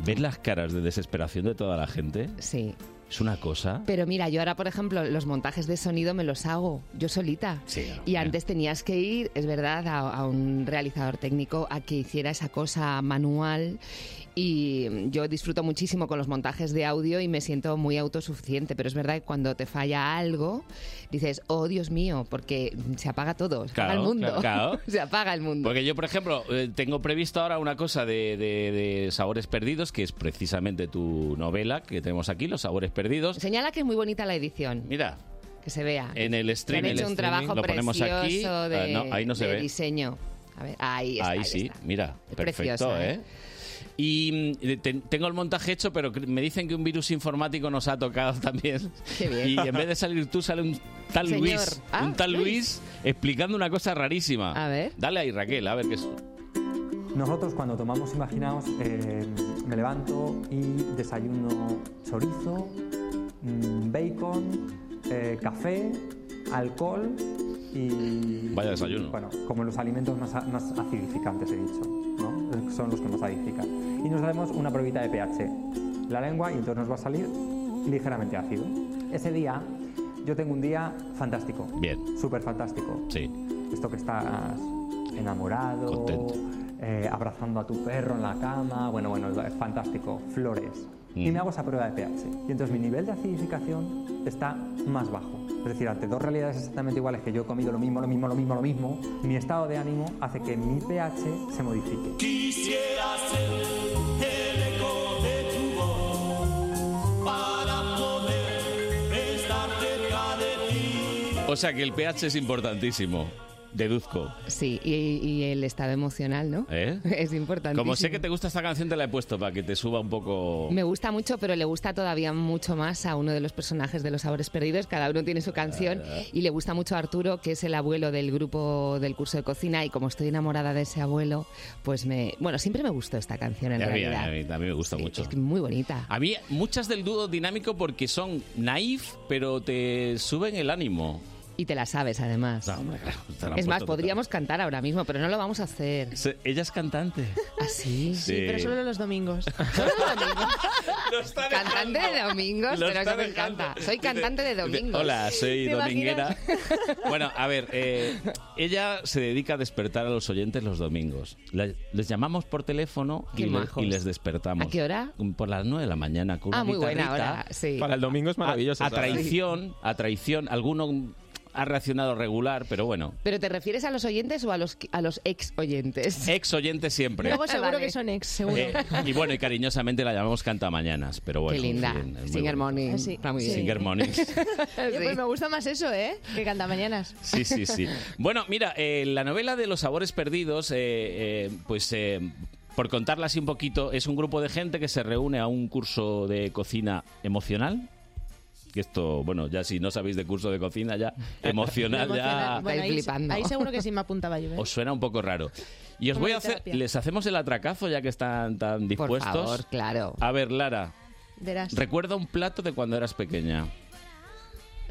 [SPEAKER 2] ves las caras de desesperación de toda la gente.
[SPEAKER 22] Sí.
[SPEAKER 2] Es una cosa.
[SPEAKER 22] Pero mira, yo ahora, por ejemplo, los montajes de sonido me los hago yo solita.
[SPEAKER 2] Sí, claro,
[SPEAKER 22] Y antes tenías que ir, es verdad, a, a un realizador técnico a que hiciera esa cosa manual. Y yo disfruto muchísimo con los montajes de audio y me siento muy autosuficiente. Pero es verdad que cuando te falla algo, dices, oh Dios mío, porque se apaga todo, se apaga
[SPEAKER 2] Claro,
[SPEAKER 22] el mundo.
[SPEAKER 2] claro, claro.
[SPEAKER 22] se apaga el mundo.
[SPEAKER 2] Porque yo, por ejemplo, eh, tengo previsto ahora una cosa de, de- de Sabores Perdidos, que es precisamente tu novela que tenemos aquí, Los Sabores Perdidos.
[SPEAKER 22] Señala que es muy bonita la edición,
[SPEAKER 2] Mira,
[SPEAKER 22] que se vea.
[SPEAKER 2] en el
[SPEAKER 22] Se han
[SPEAKER 2] streaming,
[SPEAKER 22] hecho un trabajo
[SPEAKER 2] lo ponemos
[SPEAKER 22] precioso
[SPEAKER 2] aquí.
[SPEAKER 22] de,
[SPEAKER 2] Ah, no, ahí no se
[SPEAKER 22] de
[SPEAKER 2] ve.
[SPEAKER 22] diseño. A ver, ahí está.
[SPEAKER 2] ahí,
[SPEAKER 22] ahí
[SPEAKER 2] sí,
[SPEAKER 22] está.
[SPEAKER 2] mira, perfecto,
[SPEAKER 22] preciosa,
[SPEAKER 2] ¿eh?
[SPEAKER 22] ¿eh?
[SPEAKER 2] Y mm, te- tengo el montaje hecho, pero cre- me dicen que un virus informático nos ha tocado también.
[SPEAKER 22] Qué bien.
[SPEAKER 2] Y en vez de salir tú, sale un tal
[SPEAKER 22] Señor.
[SPEAKER 2] Luis.
[SPEAKER 22] Ah,
[SPEAKER 2] un tal Luis.
[SPEAKER 22] Luis.
[SPEAKER 2] explicando una cosa rarísima.
[SPEAKER 22] A ver.
[SPEAKER 2] Dale ahí, Raquel, a ver qué es.
[SPEAKER 23] Nosotros cuando tomamos, imaginaos, eh, me levanto y desayuno chorizo, mm, bacon, eh, café, alcohol y...
[SPEAKER 2] Vaya desayuno.
[SPEAKER 23] Bueno, como los alimentos más, a- más acidificantes he dicho, ¿no? Son los que más acidifican. Y nos damos una probita de pH. La lengua y entonces nos va a salir ligeramente ácido. Ese día, yo tengo un día fantástico.
[SPEAKER 2] Bien.
[SPEAKER 23] Súper fantástico.
[SPEAKER 2] Sí.
[SPEAKER 23] Esto que estás enamorado, eh, abrazando a tu perro en la cama, bueno, bueno, es fantástico, flores. Y
[SPEAKER 2] Mm.
[SPEAKER 23] me hago esa prueba de pH. Y entonces mi nivel de acidificación está más bajo. Es decir, ante dos realidades exactamente iguales que yo he comido lo mismo, lo mismo, lo mismo, lo mismo, mi estado de ánimo hace que mi pH se modifique.
[SPEAKER 11] Quisiera ser el eco de tu voz para poder estar cerca de ti.
[SPEAKER 2] O sea que el pH es importantísimo, deduzco.
[SPEAKER 22] Sí, y, y el estado emocional, ¿no?
[SPEAKER 2] ¿Eh?
[SPEAKER 22] Es importante.
[SPEAKER 2] Como sé que te gusta esta canción, te la he puesto para que te suba un poco.
[SPEAKER 22] Me gusta mucho, pero le gusta todavía mucho más a uno de los personajes de Los Sabores Perdidos. Cada uno tiene su canción
[SPEAKER 2] Ah.
[SPEAKER 22] y le gusta mucho a Arturo, que es el abuelo del grupo del curso de cocina. Y como estoy enamorada de ese abuelo, pues me. Bueno, siempre me gustó esta canción en
[SPEAKER 2] Ya vi,
[SPEAKER 22] realidad.
[SPEAKER 2] ya vi, a mí me gusta mucho.
[SPEAKER 22] Muy bonita.
[SPEAKER 2] A mí muchas del dúo dinámico porque son naif, pero te suben el ánimo.
[SPEAKER 22] Y te la sabes además.
[SPEAKER 2] Te la han
[SPEAKER 22] es más,
[SPEAKER 2] puesto
[SPEAKER 22] podríamos cantar ahora mismo, pero no lo vamos a hacer.
[SPEAKER 2] total. Se- Ella es cantante.
[SPEAKER 22] ¿Ah, sí?
[SPEAKER 2] Sí.
[SPEAKER 14] Pero solo los domingos.
[SPEAKER 22] Cantante de domingos,
[SPEAKER 14] Lo
[SPEAKER 22] pero
[SPEAKER 14] está
[SPEAKER 22] eso me
[SPEAKER 14] dejando.
[SPEAKER 22] encanta. Soy cantante de domingos.
[SPEAKER 2] Hola, soy
[SPEAKER 22] ¿Te
[SPEAKER 2] dominguera.
[SPEAKER 22] imaginas?
[SPEAKER 2] Bueno, a ver, eh, ella se dedica a despertar a los oyentes los domingos. La- les llamamos por teléfono y,
[SPEAKER 22] Qué
[SPEAKER 2] le-
[SPEAKER 22] majos.
[SPEAKER 2] y les despertamos.
[SPEAKER 22] ¿A qué hora?
[SPEAKER 2] Por las 9 de la mañana. Con una
[SPEAKER 22] Ah, muy buena
[SPEAKER 2] guitarrita.
[SPEAKER 22] hora, sí.
[SPEAKER 13] Para el domingo es maravilloso.
[SPEAKER 2] A, a
[SPEAKER 13] ¿sabes?
[SPEAKER 2] traición, a traición. Alguno ha reaccionado regular, pero bueno.
[SPEAKER 22] ¿Pero te refieres a los oyentes o a los, a los ex oyentes?
[SPEAKER 2] Ex oyente siempre.
[SPEAKER 22] Luego seguro
[SPEAKER 14] Creo que son ex, seguro.
[SPEAKER 2] Eh, y bueno, y cariñosamente la llamamos Cantamañanas, pero bueno.
[SPEAKER 22] Qué linda. Ah,
[SPEAKER 2] en fin, es muy
[SPEAKER 22] Singer
[SPEAKER 2] bonito.
[SPEAKER 22] Morning.
[SPEAKER 14] Sí.
[SPEAKER 22] Está muy bien.
[SPEAKER 2] Singer Morning.
[SPEAKER 14] Oye, pues me gusta más eso, ¿eh? Que canta mañanas.
[SPEAKER 2] Sí, sí, sí. Bueno, mira, eh, la novela de los sabores perdidos, eh, eh, pues eh, por contarla así un poquito, es un grupo de gente que se reúne a un curso de cocina emocional. Que esto, bueno, ya si no sabéis de curso de cocina, ya emocional, ya.
[SPEAKER 14] Bueno, ahí, ahí seguro que sí me apuntaba yo. ¿eh?
[SPEAKER 2] Os suena un poco raro. Y os
[SPEAKER 14] Como
[SPEAKER 2] voy a
[SPEAKER 14] de
[SPEAKER 2] hacer.
[SPEAKER 14] terapia.
[SPEAKER 2] Les hacemos el atracazo ya que están tan dispuestos.
[SPEAKER 22] favor, claro.
[SPEAKER 2] A ver, Lara,
[SPEAKER 14] Verás.
[SPEAKER 2] recuerda un plato de cuando eras pequeña.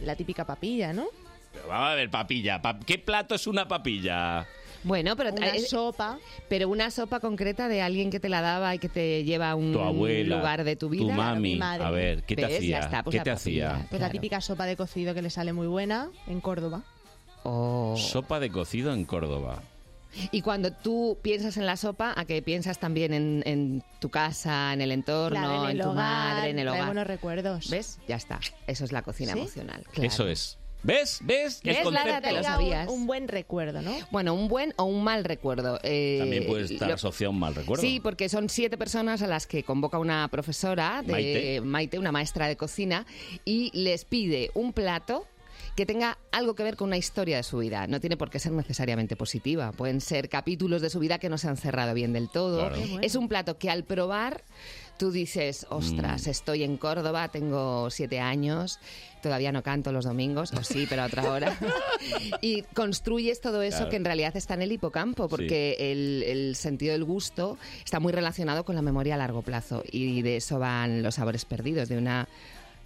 [SPEAKER 14] La típica papilla, ¿no?
[SPEAKER 2] Pero Vamos a ver, papilla. pa- ¿Qué plato es una papilla?
[SPEAKER 22] Bueno, pero
[SPEAKER 14] Una
[SPEAKER 22] sopa. Pero una sopa concreta de alguien que te la daba y que te lleva a un
[SPEAKER 2] Tu abuela,
[SPEAKER 22] lugar de tu
[SPEAKER 2] tu
[SPEAKER 22] vida.
[SPEAKER 2] mami. Mi madre. A ver, ¿qué te
[SPEAKER 22] ¿Ves?
[SPEAKER 2] hacía?
[SPEAKER 22] Ya está, pues
[SPEAKER 2] ¿Qué
[SPEAKER 22] la
[SPEAKER 2] te
[SPEAKER 22] papilla.
[SPEAKER 2] hacía?
[SPEAKER 14] Pues la típica sopa de cocido que le sale muy buena en Córdoba.
[SPEAKER 22] Oh.
[SPEAKER 2] Sopa de cocido en Córdoba.
[SPEAKER 22] Y cuando tú piensas en la sopa, ¿a qué piensas también en, en tu casa, en el entorno,
[SPEAKER 14] Claro, en el
[SPEAKER 22] tu
[SPEAKER 14] hogar,
[SPEAKER 22] madre, en el
[SPEAKER 14] trae
[SPEAKER 22] hogar?
[SPEAKER 14] buenos recuerdos.
[SPEAKER 22] ¿Ves? Ya está. Eso es la cocina
[SPEAKER 14] ¿Sí?
[SPEAKER 22] emocional. claro.
[SPEAKER 2] Eso es. ¿Ves? ¿Ves? El
[SPEAKER 22] ¿Ves, Lara?
[SPEAKER 2] concepto.
[SPEAKER 22] Te lo sabías.
[SPEAKER 14] Un buen recuerdo, ¿no?
[SPEAKER 22] Bueno, un buen o un mal recuerdo. eh,
[SPEAKER 2] También puede estar
[SPEAKER 22] lo-
[SPEAKER 2] asociado a un mal recuerdo.
[SPEAKER 22] Sí, porque son siete personas a las que convoca una profesora de
[SPEAKER 2] Maite.
[SPEAKER 22] Maite, una maestra de cocina, y les pide un plato que tenga algo que ver con una historia de su vida. No tiene por qué ser necesariamente positiva. Pueden ser capítulos de su vida que no se han cerrado bien del todo.
[SPEAKER 15] Claro. Oh, Qué bueno.
[SPEAKER 22] Es un plato que al probar tú dices, ostras, estoy en Córdoba, tengo siete años, todavía no canto los domingos, o sí, pero a otra hora. y construyes todo eso
[SPEAKER 15] Claro.
[SPEAKER 22] que en realidad está en el hipocampo, porque el, el sentido del gusto está muy relacionado con la memoria a largo plazo. Y de eso van los sabores perdidos, de una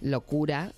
[SPEAKER 22] locura.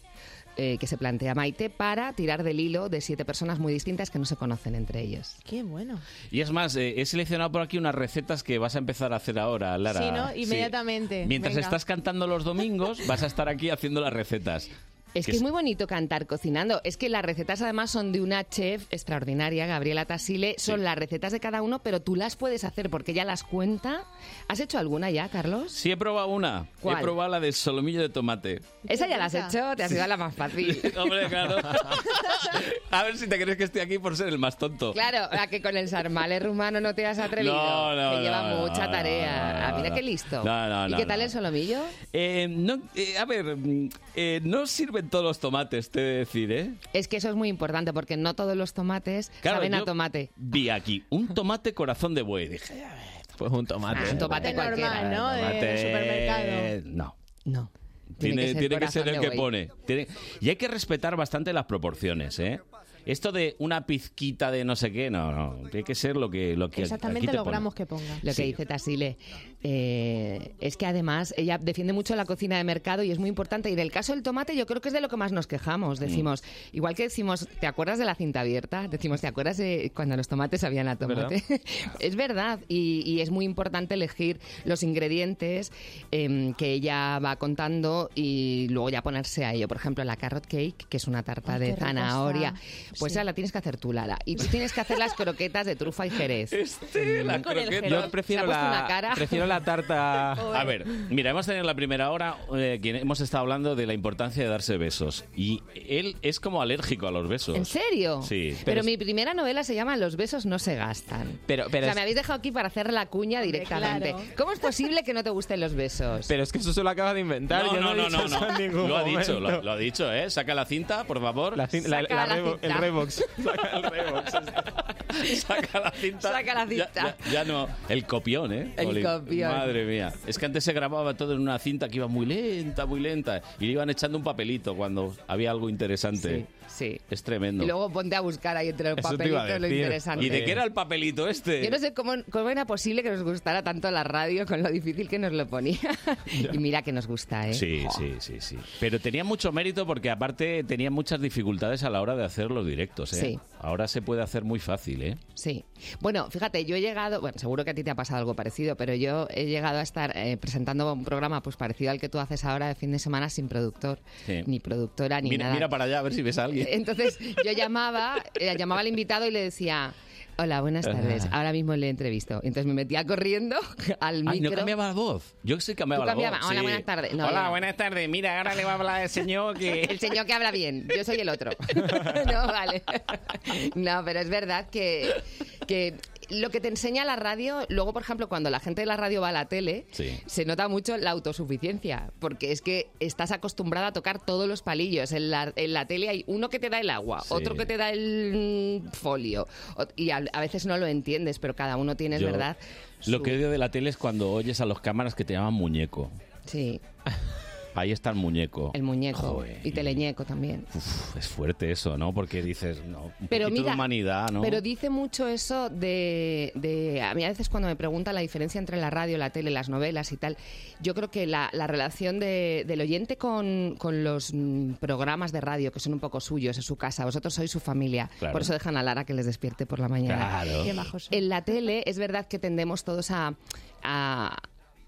[SPEAKER 22] eh, que se plantea Maite para tirar del hilo de siete personas muy distintas que no se conocen entre ellas.
[SPEAKER 14] Qué bueno.
[SPEAKER 2] Y es más, eh, he seleccionado por aquí unas recetas que vas a empezar a hacer ahora, Lara.
[SPEAKER 14] Sí, ¿no?
[SPEAKER 2] Sí.
[SPEAKER 14] Inmediatamente.
[SPEAKER 2] Mientras
[SPEAKER 14] Venga.
[SPEAKER 2] estás cantando los domingos, vas a estar aquí haciendo las recetas.
[SPEAKER 22] Es que es muy bonito cantar cocinando. Es que las recetas además son de una chef extraordinaria, Gabriela Tasile. Son las recetas de cada uno, pero tú las puedes hacer porque ella las cuenta. ¿Has hecho alguna ya, Carlos?
[SPEAKER 2] Sí, he probado una.
[SPEAKER 22] ¿Cuál?
[SPEAKER 2] He probado la de solomillo de tomate.
[SPEAKER 22] Esa ya la has hecho, te ha sido la más fácil.
[SPEAKER 2] Hombre, claro. A ver si te crees que estoy aquí por ser el más tonto.
[SPEAKER 22] Claro, la que con el sarmale rumano no te has atrevido.
[SPEAKER 2] No, no,
[SPEAKER 22] que lleva
[SPEAKER 2] no, no,
[SPEAKER 22] mucha
[SPEAKER 2] no,
[SPEAKER 22] tarea.
[SPEAKER 2] no, no,
[SPEAKER 22] Ah, mira
[SPEAKER 2] no.
[SPEAKER 22] qué listo.
[SPEAKER 2] No, no,
[SPEAKER 22] ¿Y
[SPEAKER 2] no,
[SPEAKER 22] qué tal
[SPEAKER 2] no.
[SPEAKER 22] el solomillo?
[SPEAKER 2] Eh, no, eh, a ver, mm, eh, no sirven todos los tomates, te he de decir, ¿eh?
[SPEAKER 22] Es que eso es muy importante porque no todos los tomates
[SPEAKER 2] Claro,
[SPEAKER 22] saben a
[SPEAKER 2] yo
[SPEAKER 22] tomate.
[SPEAKER 2] Vi aquí un tomate corazón de buey. Dije, a ver, pues un tomate.
[SPEAKER 22] Ah, un tomate cualquiera.
[SPEAKER 2] Tomate, No.
[SPEAKER 22] No.
[SPEAKER 2] Tiene, tiene que ser,
[SPEAKER 22] corazón
[SPEAKER 2] el
[SPEAKER 22] de
[SPEAKER 2] que
[SPEAKER 22] buey.
[SPEAKER 2] pone. Tiene- y hay que respetar bastante las proporciones, ¿eh? Esto de una pizquita de no sé qué, no, no. Tiene que ser lo que, lo que aquí te ponen.
[SPEAKER 14] que ponga.
[SPEAKER 22] Lo
[SPEAKER 2] Sí.
[SPEAKER 22] que dice Tasile. eh, es que además ella defiende mucho la cocina de mercado y es muy importante. Y en el caso del tomate, yo creo que es de lo que más nos quejamos. Decimos, igual que decimos, ¿te acuerdas de la cinta abierta? Decimos, ¿te acuerdas de cuando los tomates sabían a tomate? es verdad. Y, y es muy importante elegir los ingredientes em, que ella va contando y luego ya ponerse a ello. Por ejemplo, la carrot cake, que es una tarta
[SPEAKER 15] Ay, qué
[SPEAKER 22] de
[SPEAKER 15] rica
[SPEAKER 22] zanahoria.
[SPEAKER 15] está.
[SPEAKER 22] Pues
[SPEAKER 15] Sí.
[SPEAKER 22] esa la tienes que hacer tú, Lara. Y tú tienes que hacer las croquetas de trufa y jerez.
[SPEAKER 2] Este,
[SPEAKER 13] Mm,
[SPEAKER 2] la
[SPEAKER 22] Con el
[SPEAKER 2] croqueta.
[SPEAKER 22] gel. Yo prefiero Se ha puesto la- una cara. prefiero
[SPEAKER 2] la tarta. A ver, mira, hemos tenido en la primera hora eh, que hemos estado hablando de la importancia de darse besos y él es como alérgico a los besos.
[SPEAKER 22] ¿En serio?
[SPEAKER 2] Sí.
[SPEAKER 22] Pero, mi primera novela se llama Los besos no se gastan.
[SPEAKER 13] Pero, pero
[SPEAKER 22] o sea,
[SPEAKER 13] es-
[SPEAKER 22] me habéis dejado aquí para hacer la cuña directamente.
[SPEAKER 13] claro.
[SPEAKER 22] ¿Cómo es posible que no te gusten los besos?
[SPEAKER 13] Pero es que eso se lo acabas de inventar.
[SPEAKER 2] No,
[SPEAKER 13] yo
[SPEAKER 2] no,
[SPEAKER 13] no, he
[SPEAKER 2] no,
[SPEAKER 13] dicho
[SPEAKER 2] no,
[SPEAKER 13] eso
[SPEAKER 2] no.
[SPEAKER 13] en ningún
[SPEAKER 2] Lo ha
[SPEAKER 13] momento.
[SPEAKER 2] dicho, lo, lo ha dicho, ¿eh? Saca la cinta, por favor. La
[SPEAKER 13] cin- la- Saca la la Revo- cinta. el Revox.
[SPEAKER 2] Saca el Revox. Saca la cinta.
[SPEAKER 22] Saca la
[SPEAKER 2] Ya-
[SPEAKER 22] cinta.
[SPEAKER 2] Ya, ya no, el copión, ¿eh?
[SPEAKER 22] El copión.
[SPEAKER 2] Madre mía. Es que antes se grababa todo en una cinta que iba muy lenta, muy lenta. Y le iban echando un papelito cuando había algo interesante.
[SPEAKER 22] Sí.
[SPEAKER 2] Es tremendo.
[SPEAKER 22] Y luego ponte a buscar ahí entre los
[SPEAKER 2] Eso te iba a
[SPEAKER 22] papelitos lo
[SPEAKER 2] decir.
[SPEAKER 22] interesante.
[SPEAKER 2] ¿Y de qué era el papelito este?
[SPEAKER 22] Yo no sé cómo, cómo era posible que nos gustara tanto la radio con lo difícil que nos lo ponía. y mira que nos gusta, ¿eh?
[SPEAKER 2] Sí, sí, sí, sí. Pero tenía mucho mérito porque aparte tenía muchas dificultades a la hora de hacer los directos, ¿eh?
[SPEAKER 22] Sí.
[SPEAKER 2] Ahora se puede hacer muy fácil, ¿eh?
[SPEAKER 22] Sí. Bueno, fíjate, yo he llegado, bueno, seguro que a ti te ha pasado algo parecido, pero yo he llegado a estar eh, presentando un programa pues parecido al que tú haces ahora de fin de semana sin productor,
[SPEAKER 2] Sí.
[SPEAKER 22] ni productora, ni
[SPEAKER 2] mira,
[SPEAKER 22] nada.
[SPEAKER 2] mira para allá a ver si ves a alguien.
[SPEAKER 22] Entonces yo llamaba, eh, llamaba al invitado y le decía, hola, buenas tardes, ahora mismo le entrevisto. Entonces me metía corriendo al
[SPEAKER 2] Ay,
[SPEAKER 22] micro.
[SPEAKER 2] no cambiaba la voz. Yo sí
[SPEAKER 22] Tú
[SPEAKER 2] cambiaba la
[SPEAKER 22] cambiaba,
[SPEAKER 2] voz.
[SPEAKER 22] hola,
[SPEAKER 2] sí.
[SPEAKER 22] buenas tardes. No,
[SPEAKER 2] hola,
[SPEAKER 22] yo no.
[SPEAKER 2] buenas tardes. Mira, ahora le va a hablar el señor que...
[SPEAKER 22] El señor que habla bien, yo soy el otro. No, vale. No, pero es verdad que, que lo que te enseña la radio, luego, por ejemplo, cuando la gente de la radio va a la tele,
[SPEAKER 2] Sí.
[SPEAKER 22] se nota mucho la autosuficiencia, porque es que estás acostumbrada a tocar todos los palillos. En la, en la tele hay uno que te da el agua,
[SPEAKER 2] Sí.
[SPEAKER 22] otro que te da el mm, folio, o- y a, a veces no lo entiendes, pero cada uno tiene, es
[SPEAKER 2] Yo-
[SPEAKER 22] verdad.
[SPEAKER 2] Lo que odio de la tele es cuando oyes a los cámaras que te llaman muñeco.
[SPEAKER 22] Sí,
[SPEAKER 2] Ahí está el muñeco.
[SPEAKER 22] el muñeco y teleñeco también.
[SPEAKER 2] Uf, es fuerte eso, ¿no? Porque dices, no, un
[SPEAKER 22] Pero
[SPEAKER 2] poquito
[SPEAKER 22] mira,
[SPEAKER 2] de humanidad, ¿no?
[SPEAKER 22] Pero dice mucho eso de, de- A mí a veces cuando me preguntan la diferencia entre la radio, la tele, las novelas y tal, yo creo que la, la relación de- del oyente con, con los mm, programas de radio, que son un poco suyos, es su casa, vosotros sois su familia,
[SPEAKER 15] Claro.
[SPEAKER 22] por eso dejan a Lara que les despierte por la mañana.
[SPEAKER 15] Claro. Qué majos
[SPEAKER 22] En la tele es verdad que tendemos todos a... a-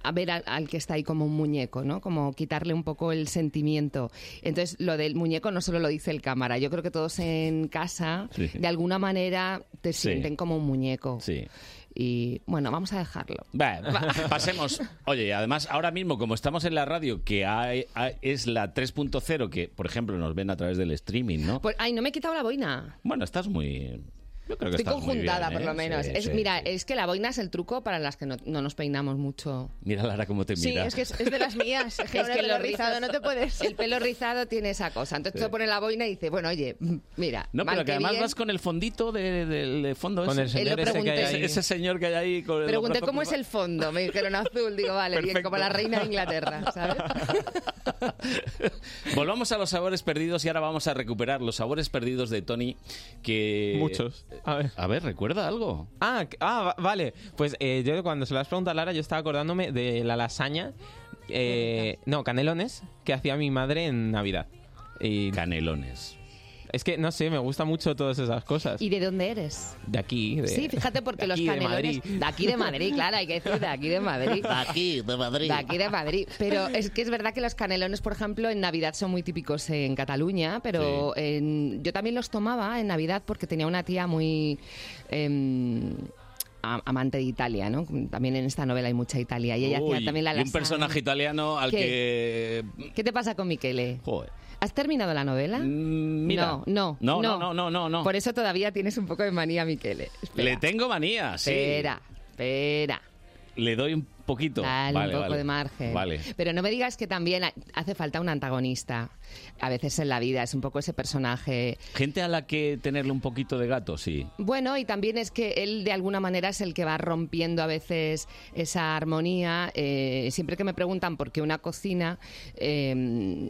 [SPEAKER 22] a ver al, al que está ahí como un muñeco, ¿no? Como quitarle un poco el sentimiento. Entonces, lo del muñeco no solo lo dice el cámara. Yo creo que todos en casa
[SPEAKER 2] Sí.
[SPEAKER 22] de alguna manera te
[SPEAKER 2] Sí.
[SPEAKER 22] sienten como un muñeco.
[SPEAKER 2] Sí.
[SPEAKER 22] Y bueno, vamos a dejarlo.
[SPEAKER 2] Va, pasemos. Oye, además, ahora mismo, como estamos en la radio, que hay- hay- es la 3.0, que, por ejemplo, nos ven a través del streaming, ¿no?
[SPEAKER 22] Pues, ay, no me he quitado la boina.
[SPEAKER 2] Bueno, estás muy... Yo creo que
[SPEAKER 22] Estoy
[SPEAKER 2] estás muy
[SPEAKER 22] conjuntada,
[SPEAKER 2] bien,
[SPEAKER 22] por lo
[SPEAKER 2] ¿eh?
[SPEAKER 22] menos.
[SPEAKER 2] Sí,
[SPEAKER 22] es,
[SPEAKER 2] sí.
[SPEAKER 22] mira, es que la boina es el truco para las que no, no nos peinamos mucho.
[SPEAKER 2] Mira, Lara, cómo te mira.
[SPEAKER 22] es de las mías.
[SPEAKER 14] Es que con el pelo rizado no te
[SPEAKER 22] puedes. El pelo rizado tiene esa cosa. Entonces
[SPEAKER 2] Sí.
[SPEAKER 22] te pone la boina y dice, bueno, oye, mira.
[SPEAKER 2] No, pero
[SPEAKER 22] mal
[SPEAKER 2] que además
[SPEAKER 22] bien.
[SPEAKER 2] vas con el fondito de- del de fondo
[SPEAKER 22] Con
[SPEAKER 2] ese.
[SPEAKER 22] el señor Eh, lo ese que hay pregunté. ahí.
[SPEAKER 2] Ese señor que hay ahí con el
[SPEAKER 22] Pregunté
[SPEAKER 2] brazo
[SPEAKER 22] cómo es el fondo, me dijeron azul, digo, vale, bien,
[SPEAKER 2] Perfecto.
[SPEAKER 22] como la reina de Inglaterra, ¿sabes?
[SPEAKER 2] Volvamos a los sabores perdidos y ahora vamos a recuperar los sabores perdidos de Tony que...
[SPEAKER 13] Muchos. A ver.
[SPEAKER 2] ¿recuerda algo?
[SPEAKER 13] Ah, que- ah, va- vale. Pues eh, yo cuando se lo has preguntado a Lara, yo estaba acordándome de la lasaña. eh, no, canelones que hacía mi madre en Navidad.
[SPEAKER 2] Canelones.
[SPEAKER 13] Es que, no sé, me gusta mucho todas esas cosas.
[SPEAKER 22] ¿Y de dónde eres?
[SPEAKER 13] De aquí, de...
[SPEAKER 22] Sí, fíjate porque
[SPEAKER 13] de
[SPEAKER 22] los
[SPEAKER 13] aquí, de
[SPEAKER 22] canelones
[SPEAKER 13] Madrid.
[SPEAKER 22] de aquí de Madrid, claro, hay que decir de aquí de Madrid.
[SPEAKER 2] de Madrid.
[SPEAKER 22] De aquí de Madrid. Pero es que es verdad que los canelones, por ejemplo, en Navidad son muy típicos en Cataluña, pero en- yo también los tomaba en Navidad porque tenía una tía muy... em, a- amante de Italia, ¿no? También en esta novela hay mucha Italia. Y ella
[SPEAKER 2] Uy,
[SPEAKER 22] hacía también la
[SPEAKER 2] y un
[SPEAKER 22] lasaña.
[SPEAKER 2] personaje italiano al que...
[SPEAKER 22] ¿Qué te pasa con Michele?
[SPEAKER 2] Joder. Mm,
[SPEAKER 22] ¿Has terminado la novela?
[SPEAKER 2] mira.
[SPEAKER 22] No, no,
[SPEAKER 2] No, no, no, no, no, no.
[SPEAKER 22] Por eso todavía tienes un poco de manía, Miquele.
[SPEAKER 2] Le tengo manía, sí.
[SPEAKER 22] Espera, espera.
[SPEAKER 2] Le doy un poquito.
[SPEAKER 22] Dale
[SPEAKER 2] Vale,
[SPEAKER 22] un poco
[SPEAKER 2] vale.
[SPEAKER 22] de margen.
[SPEAKER 2] Vale.
[SPEAKER 22] Pero no me digas que también ha- hace falta un antagonista. A veces en la vida es un poco ese personaje.
[SPEAKER 2] Gente a la que tenerle un poquito de gato, sí.
[SPEAKER 22] Bueno, y también es que él de alguna manera es el que va rompiendo a veces esa armonía. Eh, siempre que me preguntan por qué una cocina, eh,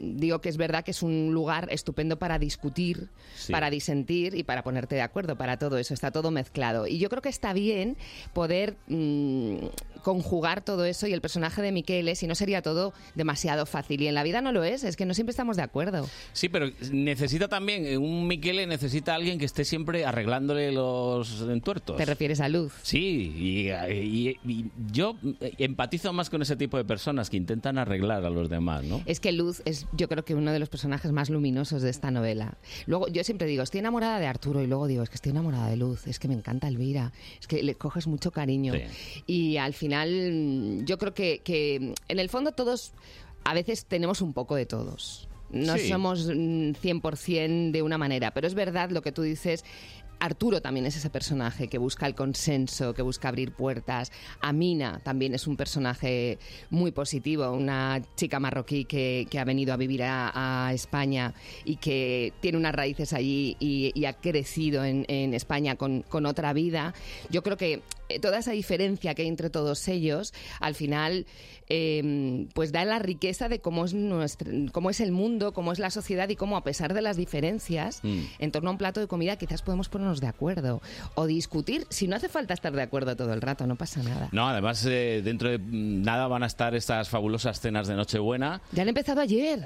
[SPEAKER 22] digo que es verdad que es un lugar estupendo para discutir,
[SPEAKER 15] Sí.
[SPEAKER 22] para disentir y para ponerte de acuerdo, para todo eso. Está todo mezclado. Y yo creo que está bien poder mm, conjugar todo eso y el personaje de Miquel, si no sería todo demasiado fácil. Y en la vida no lo es, es que no siempre estamos de acuerdo.
[SPEAKER 2] Sí, pero necesita también, eh, un Miquele necesita a alguien que esté siempre arreglándole los entuertos.
[SPEAKER 22] ¿Te refieres a Luz?
[SPEAKER 2] Sí, y, y- y yo eh, empatizo más con ese tipo de personas que intentan arreglar a los demás, ¿no?
[SPEAKER 22] Es que Luz es, yo creo que uno de los personajes más luminosos de esta novela. Luego, yo siempre digo, estoy enamorada de Arturo y luego digo, es que estoy enamorada de Luz, es que me encanta Elvira, es que le coges mucho cariño. Y al final, mm, yo creo que, que, en el fondo todos a veces tenemos un poco de todos. No
[SPEAKER 16] Sí.
[SPEAKER 22] somos mm, 100% de una manera, pero es verdad lo que tú dices. Arturo también es ese personaje que busca el consenso, que busca abrir puertas. Amina también es un personaje muy positivo, una chica marroquí que, que ha venido a vivir a, a España y que tiene unas raíces allí y, y ha crecido en, en España con, con otra vida. Yo creo que eh, toda esa diferencia que hay entre todos ellos, al final, eh, pues da la riqueza de cómo es, nuestro, cómo es el mundo, cómo es la sociedad y cómo, a pesar de las diferencias,
[SPEAKER 16] Mm.
[SPEAKER 22] en torno a un plato de comida quizás podemos ponernos de acuerdo o discutir. Si no hace falta estar de acuerdo todo el rato, no pasa nada.
[SPEAKER 2] No, además, eh, dentro de mm, nada van a estar estas fabulosas cenas de Nochebuena.
[SPEAKER 22] Ya han empezado ayer.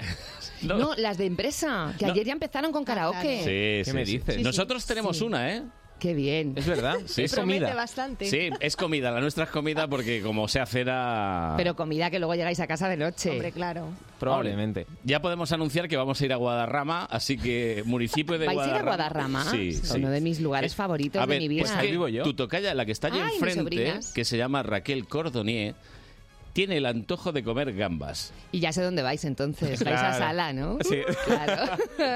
[SPEAKER 22] no. las de empresa, que ayer ya empezaron con karaoke.
[SPEAKER 2] Sí, sí,
[SPEAKER 13] me
[SPEAKER 2] sí.
[SPEAKER 13] dices? Sí, sí.
[SPEAKER 2] Nosotros tenemos
[SPEAKER 22] Eh. Sí.
[SPEAKER 2] una, ¿eh?
[SPEAKER 22] Qué bien.
[SPEAKER 13] Es verdad,
[SPEAKER 2] Sí,
[SPEAKER 13] es
[SPEAKER 2] sí.
[SPEAKER 13] comida.
[SPEAKER 22] bastante.
[SPEAKER 2] Sí, es comida, la nuestra es comida porque como sea cena...
[SPEAKER 22] Pero comida que luego llegáis a casa de noche. Hombre,
[SPEAKER 14] claro.
[SPEAKER 13] Probablemente.
[SPEAKER 2] Ya podemos anunciar que vamos a ir a Guadarrama, así que municipio de
[SPEAKER 22] ¿Vais a ir a
[SPEAKER 2] Guadarrama.
[SPEAKER 22] Guadarrama?
[SPEAKER 2] Sí,
[SPEAKER 22] Es
[SPEAKER 2] sí.
[SPEAKER 22] Uno de mis lugares favoritos
[SPEAKER 2] A ver, pues
[SPEAKER 22] de mi vida.
[SPEAKER 2] es que tu tocaya, la que está allí
[SPEAKER 22] Ay, mis
[SPEAKER 2] enfrente,
[SPEAKER 22] sobrinas.
[SPEAKER 2] que se llama Raquel Cordonier, tiene el antojo de comer gambas.
[SPEAKER 22] Y ya sé dónde vais entonces. Vais
[SPEAKER 2] Claro.
[SPEAKER 22] a sala, ¿no?
[SPEAKER 2] Sí.
[SPEAKER 22] Claro.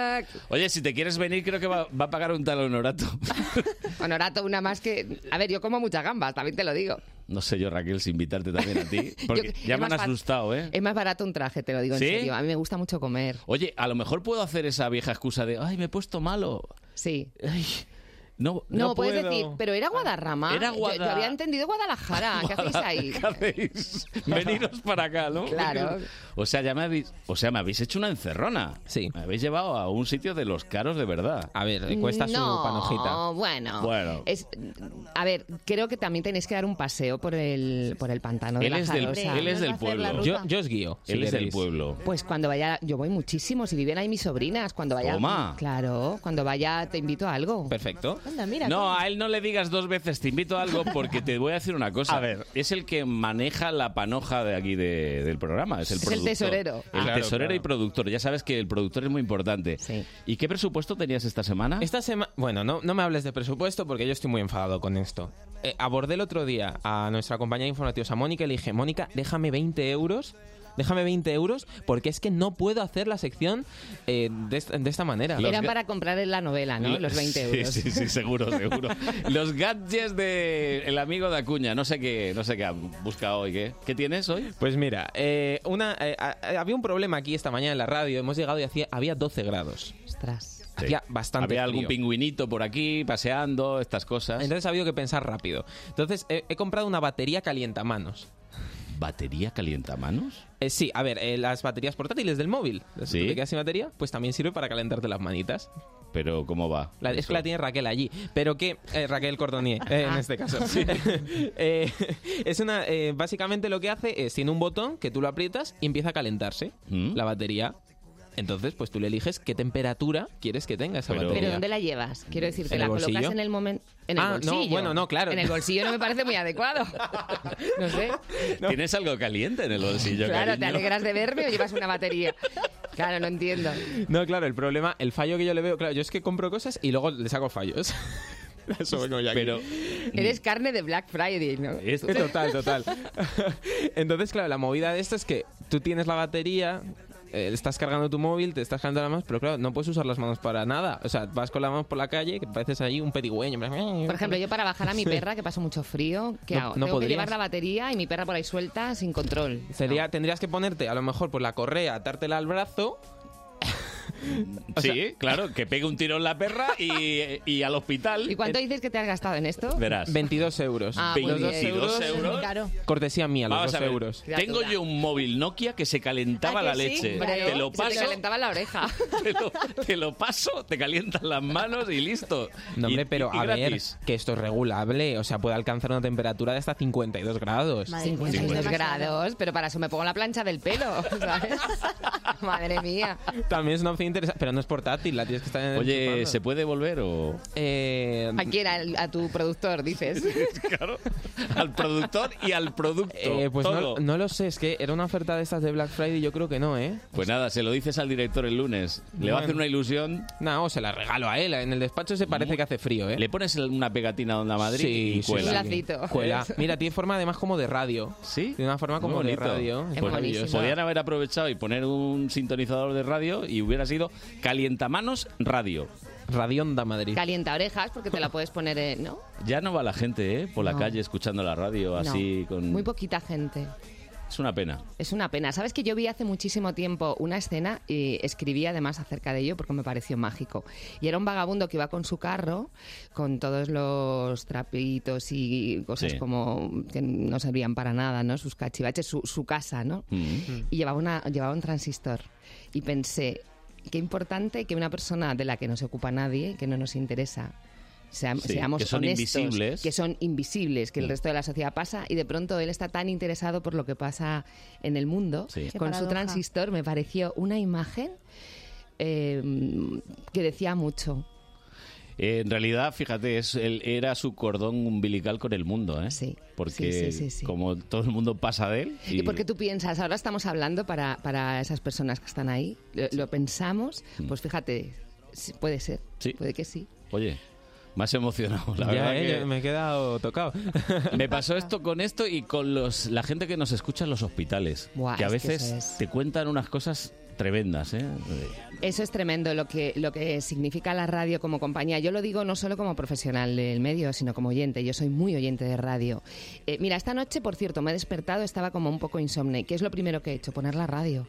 [SPEAKER 2] Oye, si te quieres venir, creo que va, va a pagar un tal honorato.
[SPEAKER 22] Honorato, una más que. A ver, yo como muchas gambas, también te lo digo.
[SPEAKER 2] No sé yo, Raquel, si invitarte también a ti, porque
[SPEAKER 22] Yo-
[SPEAKER 2] ya
[SPEAKER 22] es
[SPEAKER 2] me han
[SPEAKER 22] más fácil.
[SPEAKER 2] asustado, ¿eh?
[SPEAKER 22] Es más barato un traje, te lo digo
[SPEAKER 2] ¿Sí?
[SPEAKER 22] en serio. A mí me gusta mucho comer.
[SPEAKER 2] Oye, a lo mejor puedo hacer esa vieja excusa de, ay, me he puesto malo.
[SPEAKER 22] Sí.
[SPEAKER 2] No,
[SPEAKER 22] No,
[SPEAKER 2] no,
[SPEAKER 22] puedes
[SPEAKER 2] puedo.
[SPEAKER 22] decir, pero era Guadarrama.
[SPEAKER 2] Era
[SPEAKER 22] Yo- Yo,
[SPEAKER 2] Guada-
[SPEAKER 22] había entendido Guadalajara. Ah, ¿Qué hacéis ahí?
[SPEAKER 2] ¿Qué hacéis? Veniros para acá, ¿no?
[SPEAKER 22] Claro.
[SPEAKER 2] O sea, ya me habéis, o sea, me habéis hecho una encerrona. Sí. Me habéis llevado a un sitio de los caros de verdad.
[SPEAKER 13] A ver,
[SPEAKER 22] no, bueno.
[SPEAKER 2] Bueno.
[SPEAKER 22] Es- a ver, creo que también tenéis que dar un paseo por el, por el pantano de
[SPEAKER 13] Él
[SPEAKER 22] la
[SPEAKER 13] es del-
[SPEAKER 22] Jarosa.
[SPEAKER 13] él es del pueblo. Yo, yo os guío. si
[SPEAKER 2] Él es del
[SPEAKER 13] queréis.
[SPEAKER 2] pueblo.
[SPEAKER 22] Pues cuando vaya, yo voy muchísimo, si viven ahí mis sobrinas, cuando vaya...
[SPEAKER 2] Toma.
[SPEAKER 22] Claro, cuando vaya te invito a algo.
[SPEAKER 13] Perfecto.
[SPEAKER 14] Anda, mira.
[SPEAKER 13] ah,
[SPEAKER 2] No, a él no le digas dos veces, te invito a algo porque te voy a decir una cosa.
[SPEAKER 13] A ver.
[SPEAKER 2] Es el que maneja la panoja de aquí de- del programa. Es el,
[SPEAKER 22] Es el
[SPEAKER 2] productor.
[SPEAKER 22] tesorero.
[SPEAKER 2] El
[SPEAKER 22] Ah. Claro,
[SPEAKER 2] tesorero
[SPEAKER 22] claro.
[SPEAKER 2] y productor. Ya sabes que el productor es muy importante. ¿Y qué presupuesto tenías esta semana?
[SPEAKER 13] Esta semana. Bueno, no, no me hables de presupuesto porque yo estoy muy enfadado con esto. Eh, abordé el otro día a nuestra compañera de informativos, a Mónica, y le dije: Mónica, déjame 20 euros. Déjame 20 euros porque es que no puedo hacer la sección eh, de, esta, de esta manera.
[SPEAKER 22] Eran para comprar en la novela, ¿no? Los 20 euros.
[SPEAKER 2] Sí, sí, sí, seguro, seguro. Los gadgets de el amigo de Acuña, no sé qué, no sé qué ha buscado hoy, ¿eh? ¿qué? ¿Qué tienes hoy?
[SPEAKER 13] Pues mira, eh, una, eh, a- eh, había un problema aquí esta mañana en la radio. Hemos llegado y hacía, había 12 grados.
[SPEAKER 22] Ostras.
[SPEAKER 13] Hacía bastante
[SPEAKER 2] Había algún
[SPEAKER 13] frío.
[SPEAKER 2] pingüinito por aquí paseando, estas cosas.
[SPEAKER 13] Entonces ha habido que pensar rápido. Entonces eh, he, he comprado una batería calientamanos.
[SPEAKER 2] ¿Batería calientamanos?
[SPEAKER 13] Eh, sí, a ver, eh, las baterías portátiles del móvil. Si tú te quedas sin batería, pues también sirve para calentarte las manitas.
[SPEAKER 2] Pero ¿cómo va?
[SPEAKER 13] La- es
[SPEAKER 2] Eso.
[SPEAKER 13] que la tiene Raquel allí. Pero que... eh, Raquel Cordonier, eh,
[SPEAKER 22] Ah.
[SPEAKER 13] en este caso. Sí. Eh, es una... eh,
[SPEAKER 2] Mm.
[SPEAKER 13] básicamente lo que hace es, tiene un botón que tú lo aprietas y empieza a calentarse la batería. Entonces, pues tú le eliges qué temperatura quieres que tenga esa
[SPEAKER 22] Pero,
[SPEAKER 13] batería.
[SPEAKER 22] ¿dónde la llevas? Quiero decir,
[SPEAKER 13] ¿En
[SPEAKER 22] ¿te la
[SPEAKER 13] el
[SPEAKER 22] colocas
[SPEAKER 13] bolsillo?
[SPEAKER 22] en el momento. En el
[SPEAKER 13] Ah, no,
[SPEAKER 22] bolsillo.
[SPEAKER 13] bueno, no, claro.
[SPEAKER 22] En el bolsillo no me parece muy adecuado. No sé.
[SPEAKER 2] Tienes algo caliente en el bolsillo.
[SPEAKER 22] claro, te
[SPEAKER 13] cariño.
[SPEAKER 22] alegras de verme o llevas una batería. Claro, no entiendo.
[SPEAKER 13] No, claro, el problema, el fallo que yo le veo, claro, yo es que compro cosas y luego les hago fallos. Eso vengo ya aquí.
[SPEAKER 2] Pero
[SPEAKER 22] Eres carne de Black Friday, ¿no?
[SPEAKER 13] Mm. Es total, total. Entonces, claro, la movida de esto es que tú tienes la batería, eh, estás cargando tu móvil, te estás cargando las manos, pero claro, no puedes usar las manos para nada. O sea, vas con las manos por la calle, que pareces ahí un pedigüeño.
[SPEAKER 22] Por ejemplo, yo para bajar a mi
[SPEAKER 13] Sí.
[SPEAKER 22] perra, que paso mucho frío, ¿qué
[SPEAKER 13] No-
[SPEAKER 22] hago?
[SPEAKER 13] no
[SPEAKER 22] Tengo que
[SPEAKER 13] podrías.
[SPEAKER 22] llevar la batería y mi perra por ahí suelta sin control.
[SPEAKER 13] Sería, Tendrías que ponerte, a lo mejor, por la correa, atártela al brazo.
[SPEAKER 2] sí, claro, que pegue un tiro en la perra y, y al hospital. eh,
[SPEAKER 22] ¿Y cuánto dices que te has gastado en esto?
[SPEAKER 2] Verás.
[SPEAKER 13] 22 euros.
[SPEAKER 22] Ah, muy bien.
[SPEAKER 2] 22 euros.
[SPEAKER 22] Claro.
[SPEAKER 13] Cortesía mía, los
[SPEAKER 2] Vamos
[SPEAKER 13] dos
[SPEAKER 2] a ver,
[SPEAKER 13] euros.
[SPEAKER 2] Tengo yo un móvil Nokia Ah, que se calentaba la leche. Te lo
[SPEAKER 22] Se te
[SPEAKER 2] paso,
[SPEAKER 22] calentaba la oreja.
[SPEAKER 2] te lo, te lo paso, te calientas las manos y listo.
[SPEAKER 13] No, hombre, pero
[SPEAKER 2] y
[SPEAKER 13] a ver,
[SPEAKER 2] gratis.
[SPEAKER 13] que esto es regulable. O sea, puede alcanzar una temperatura de hasta 52 grados.
[SPEAKER 22] 52 grados, pero para eso me pongo la plancha del pelo, ¿sabes? Madre mía.
[SPEAKER 13] También es una opción interesante, pero no es portátil, la tienes que estar en
[SPEAKER 2] Oye, ¿se puede volver o...?
[SPEAKER 13] Eh,
[SPEAKER 22] ¿A quién? Al- A, tu productor, dices.
[SPEAKER 2] al productor y al producto.
[SPEAKER 13] eh, pues
[SPEAKER 2] todo.
[SPEAKER 13] no, no lo sé, es que era una oferta de estas de Black Friday, yo creo que no, ¿eh?
[SPEAKER 2] Pues nada, se lo dices al director el lunes. Le va a hacer
[SPEAKER 13] Bueno.
[SPEAKER 2] una ilusión.
[SPEAKER 13] No, se la regalo a él. En el despacho se parece que hace frío, ¿eh?
[SPEAKER 2] Le pones el- una pegatina a Onda Madrid
[SPEAKER 13] Sí,
[SPEAKER 2] y
[SPEAKER 13] sí,
[SPEAKER 2] cuela.
[SPEAKER 13] sí. Cuela. Mira, tiene forma además como de radio.
[SPEAKER 2] ¿Sí?
[SPEAKER 13] Tiene una forma como de
[SPEAKER 2] bonito.
[SPEAKER 13] radio.
[SPEAKER 2] Pues podían haber aprovechado y poner un sintonizador de radio y hubiera sido Calientamanos Radio.
[SPEAKER 13] Radio Onda Madrid.
[SPEAKER 22] Calienta orejas porque te la puedes poner, eh, ¿no?
[SPEAKER 2] Ya no va la gente, ¿eh? Por la
[SPEAKER 22] No.
[SPEAKER 2] calle escuchando la radio así
[SPEAKER 22] No,
[SPEAKER 2] con...
[SPEAKER 22] Muy poquita gente.
[SPEAKER 2] Es una pena.
[SPEAKER 22] Es una pena. Sabes que yo vi hace muchísimo tiempo una escena y escribí además acerca de ello porque me pareció mágico. Y era un vagabundo que iba con su carro, con todos los trapitos y cosas
[SPEAKER 15] Sí.
[SPEAKER 22] como que no servían para nada, ¿no? Sus cachivaches, su, su casa, ¿no? Y llevaba, una, llevaba un transistor. Y pensé, qué importante que una persona de la que no se ocupa nadie, que no nos interesa, sea-
[SPEAKER 2] Sí,
[SPEAKER 22] seamos
[SPEAKER 2] que son
[SPEAKER 22] honestos,
[SPEAKER 2] invisibles.
[SPEAKER 22] que son invisibles, que el
[SPEAKER 2] Mm.
[SPEAKER 22] resto de la sociedad pasa y de pronto él está tan interesado por lo que pasa en el mundo.
[SPEAKER 2] Sí. Qué
[SPEAKER 22] Con su
[SPEAKER 2] paradoja.
[SPEAKER 22] transistor me pareció una imagen eh, que decía mucho.
[SPEAKER 2] Eh, en realidad, fíjate, es el- era su cordón umbilical con el mundo, ¿eh? Sí. Porque
[SPEAKER 22] sí, sí, sí.
[SPEAKER 2] como todo el mundo pasa de él...
[SPEAKER 22] ¿Y por qué tú piensas? Ahora estamos hablando para, para esas personas que están ahí. Lo, lo pensamos.
[SPEAKER 2] Mm.
[SPEAKER 22] Pues fíjate, sí, puede ser. Puede que sí.
[SPEAKER 2] Oye, más emocionado, la
[SPEAKER 13] Ya,
[SPEAKER 2] verdad
[SPEAKER 13] eh,
[SPEAKER 2] que-
[SPEAKER 13] yo me he quedado tocado.
[SPEAKER 2] Me pasó esto con esto y con los, la gente que nos escucha en los hospitales.
[SPEAKER 22] Buah,
[SPEAKER 2] que a
[SPEAKER 22] es que
[SPEAKER 2] veces
[SPEAKER 22] eso es.
[SPEAKER 2] te cuentan unas cosas tremendas, ¿eh?
[SPEAKER 22] Eso es tremendo lo que, lo que significa la radio como compañía. Yo lo digo no solo como profesional del medio, sino como oyente. Yo soy muy oyente de radio. Eh, mira, esta noche, por cierto, me he despertado, estaba como un poco insomne. ¿Qué es lo primero que he hecho? Poner la radio.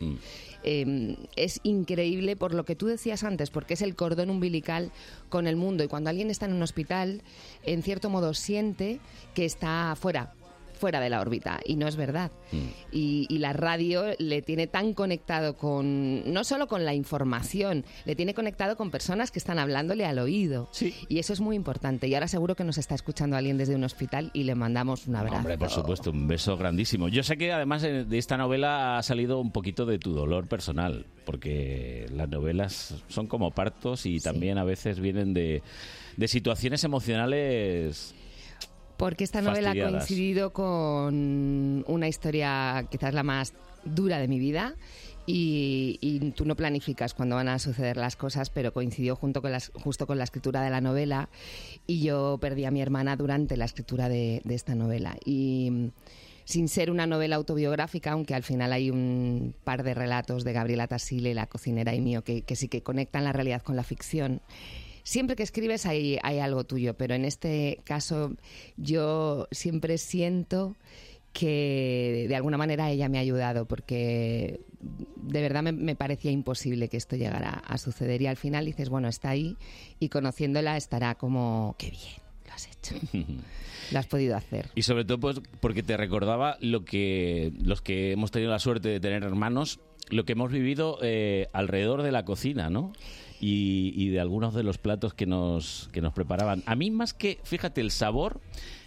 [SPEAKER 22] Eh, es increíble por lo que tú decías antes, porque es el cordón umbilical con el mundo. Y cuando alguien está en un hospital, en cierto modo siente que está fuera fuera de la órbita y no es verdad.
[SPEAKER 15] Mm.
[SPEAKER 22] Y, y la radio le tiene tan conectado con, no solo con la información, le tiene conectado con personas que están hablándole al oído. Y eso es muy importante. Y ahora seguro que nos está escuchando alguien desde un hospital y le mandamos un abrazo.
[SPEAKER 2] Hombre, por supuesto, un beso grandísimo. Yo sé que además eh, de esta novela ha salido un poquito de tu dolor personal, porque las novelas son como partos y también a veces vienen de, de situaciones emocionales.
[SPEAKER 22] Porque esta novela ha
[SPEAKER 2] Fastidiadas.
[SPEAKER 22] coincidido con una historia quizás la más dura de mi vida. Y, y tú no planificas cuándo van a suceder las cosas, pero coincidió junto con las, justo con la escritura de la novela y yo perdí a mi hermana durante la escritura de, de esta novela. Y mm, sin ser una novela autobiográfica, aunque al final hay un par de relatos de Gabriela Tassile, la cocinera y mío, que, que sí que conectan la realidad con la ficción, Siempre que escribes hay, hay algo tuyo, pero en este caso yo siempre siento que de alguna manera ella me ha ayudado porque de verdad me, me parecía imposible que esto llegara a suceder y al final dices, bueno, está ahí y conociéndola estará como, qué bien, lo has hecho, lo has podido hacer.
[SPEAKER 2] Y sobre todo pues porque te recordaba lo que los que hemos tenido la suerte de tener hermanos, lo que hemos vivido eh, alrededor de la cocina, ¿no? Y, y de algunos de los platos que nos, que nos preparaban. A mí más que, fíjate, el sabor,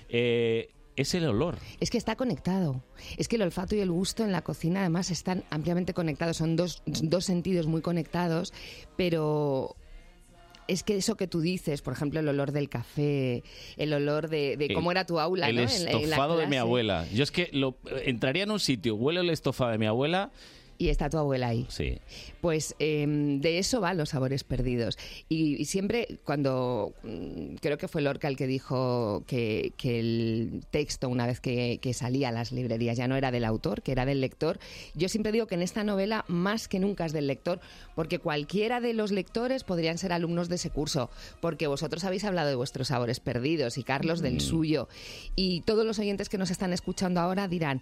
[SPEAKER 2] eh, es el olor.
[SPEAKER 22] Es que está conectado. Es que el olfato y el gusto en la cocina además están ampliamente conectados. Son dos, dos sentidos muy conectados, pero es que eso que tú dices, por ejemplo, el olor del café, el olor de, de
[SPEAKER 2] El-
[SPEAKER 22] cómo era tu aula,
[SPEAKER 2] el
[SPEAKER 22] ¿no? En la- en la
[SPEAKER 2] estofado de mi
[SPEAKER 22] clase.
[SPEAKER 2] abuela. Yo es que lo, entraría en un sitio, huele el estofado de mi abuela.
[SPEAKER 22] Y está tu abuela ahí.
[SPEAKER 2] Sí.
[SPEAKER 22] Pues eh, de eso van los sabores perdidos. Y, y siempre cuando, mm, creo que fue Lorca el que dijo que, que el texto, una vez que, que salía a las librerías, ya no era del autor, que era del lector, yo siempre digo que en esta novela más que nunca es del lector, porque cualquiera de los lectores podrían ser alumnos de ese curso, porque vosotros habéis hablado de vuestros sabores perdidos y Carlos del
[SPEAKER 15] Mm.
[SPEAKER 22] suyo. Y todos los oyentes que nos están escuchando ahora dirán...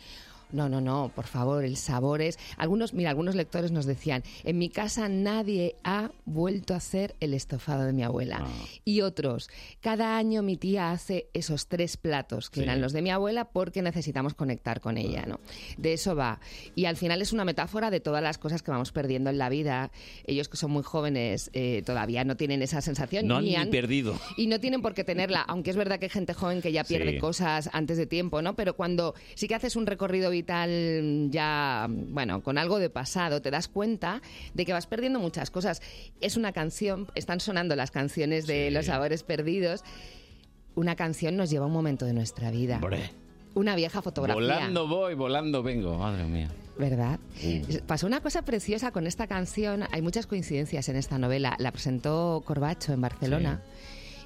[SPEAKER 22] No, no, no, por favor, el sabor es... Algunos, mira, algunos lectores nos decían, en mi casa nadie ha vuelto a hacer el estofado de mi
[SPEAKER 2] Ah.
[SPEAKER 22] abuela. Y otros, cada año mi tía hace esos tres platos, que
[SPEAKER 16] Sí.
[SPEAKER 22] eran los de mi abuela, porque necesitamos conectar con ella, ¿no? De eso va. Y al final es una metáfora de todas las cosas que vamos perdiendo en la vida. Ellos que son muy jóvenes eh, todavía no tienen esa sensación.
[SPEAKER 2] No han ni
[SPEAKER 22] han-
[SPEAKER 2] perdido.
[SPEAKER 22] y no tienen por qué tenerla, aunque es verdad que hay gente joven que ya pierde
[SPEAKER 2] Sí.
[SPEAKER 22] cosas antes de tiempo, ¿no? Pero cuando sí que haces un recorrido vital ya, bueno, con algo de pasado, te das cuenta de que vas perdiendo muchas cosas. Es una canción, están sonando las canciones de Los Sabores Perdidos. Una canción nos lleva a un momento de nuestra vida. Una vieja fotografía.
[SPEAKER 2] Volando voy, volando vengo, madre mía.
[SPEAKER 22] ¿Verdad?
[SPEAKER 2] Uh.
[SPEAKER 22] Pasó una cosa preciosa con esta canción. Hay muchas coincidencias en esta novela. La presentó Corbacho en Barcelona.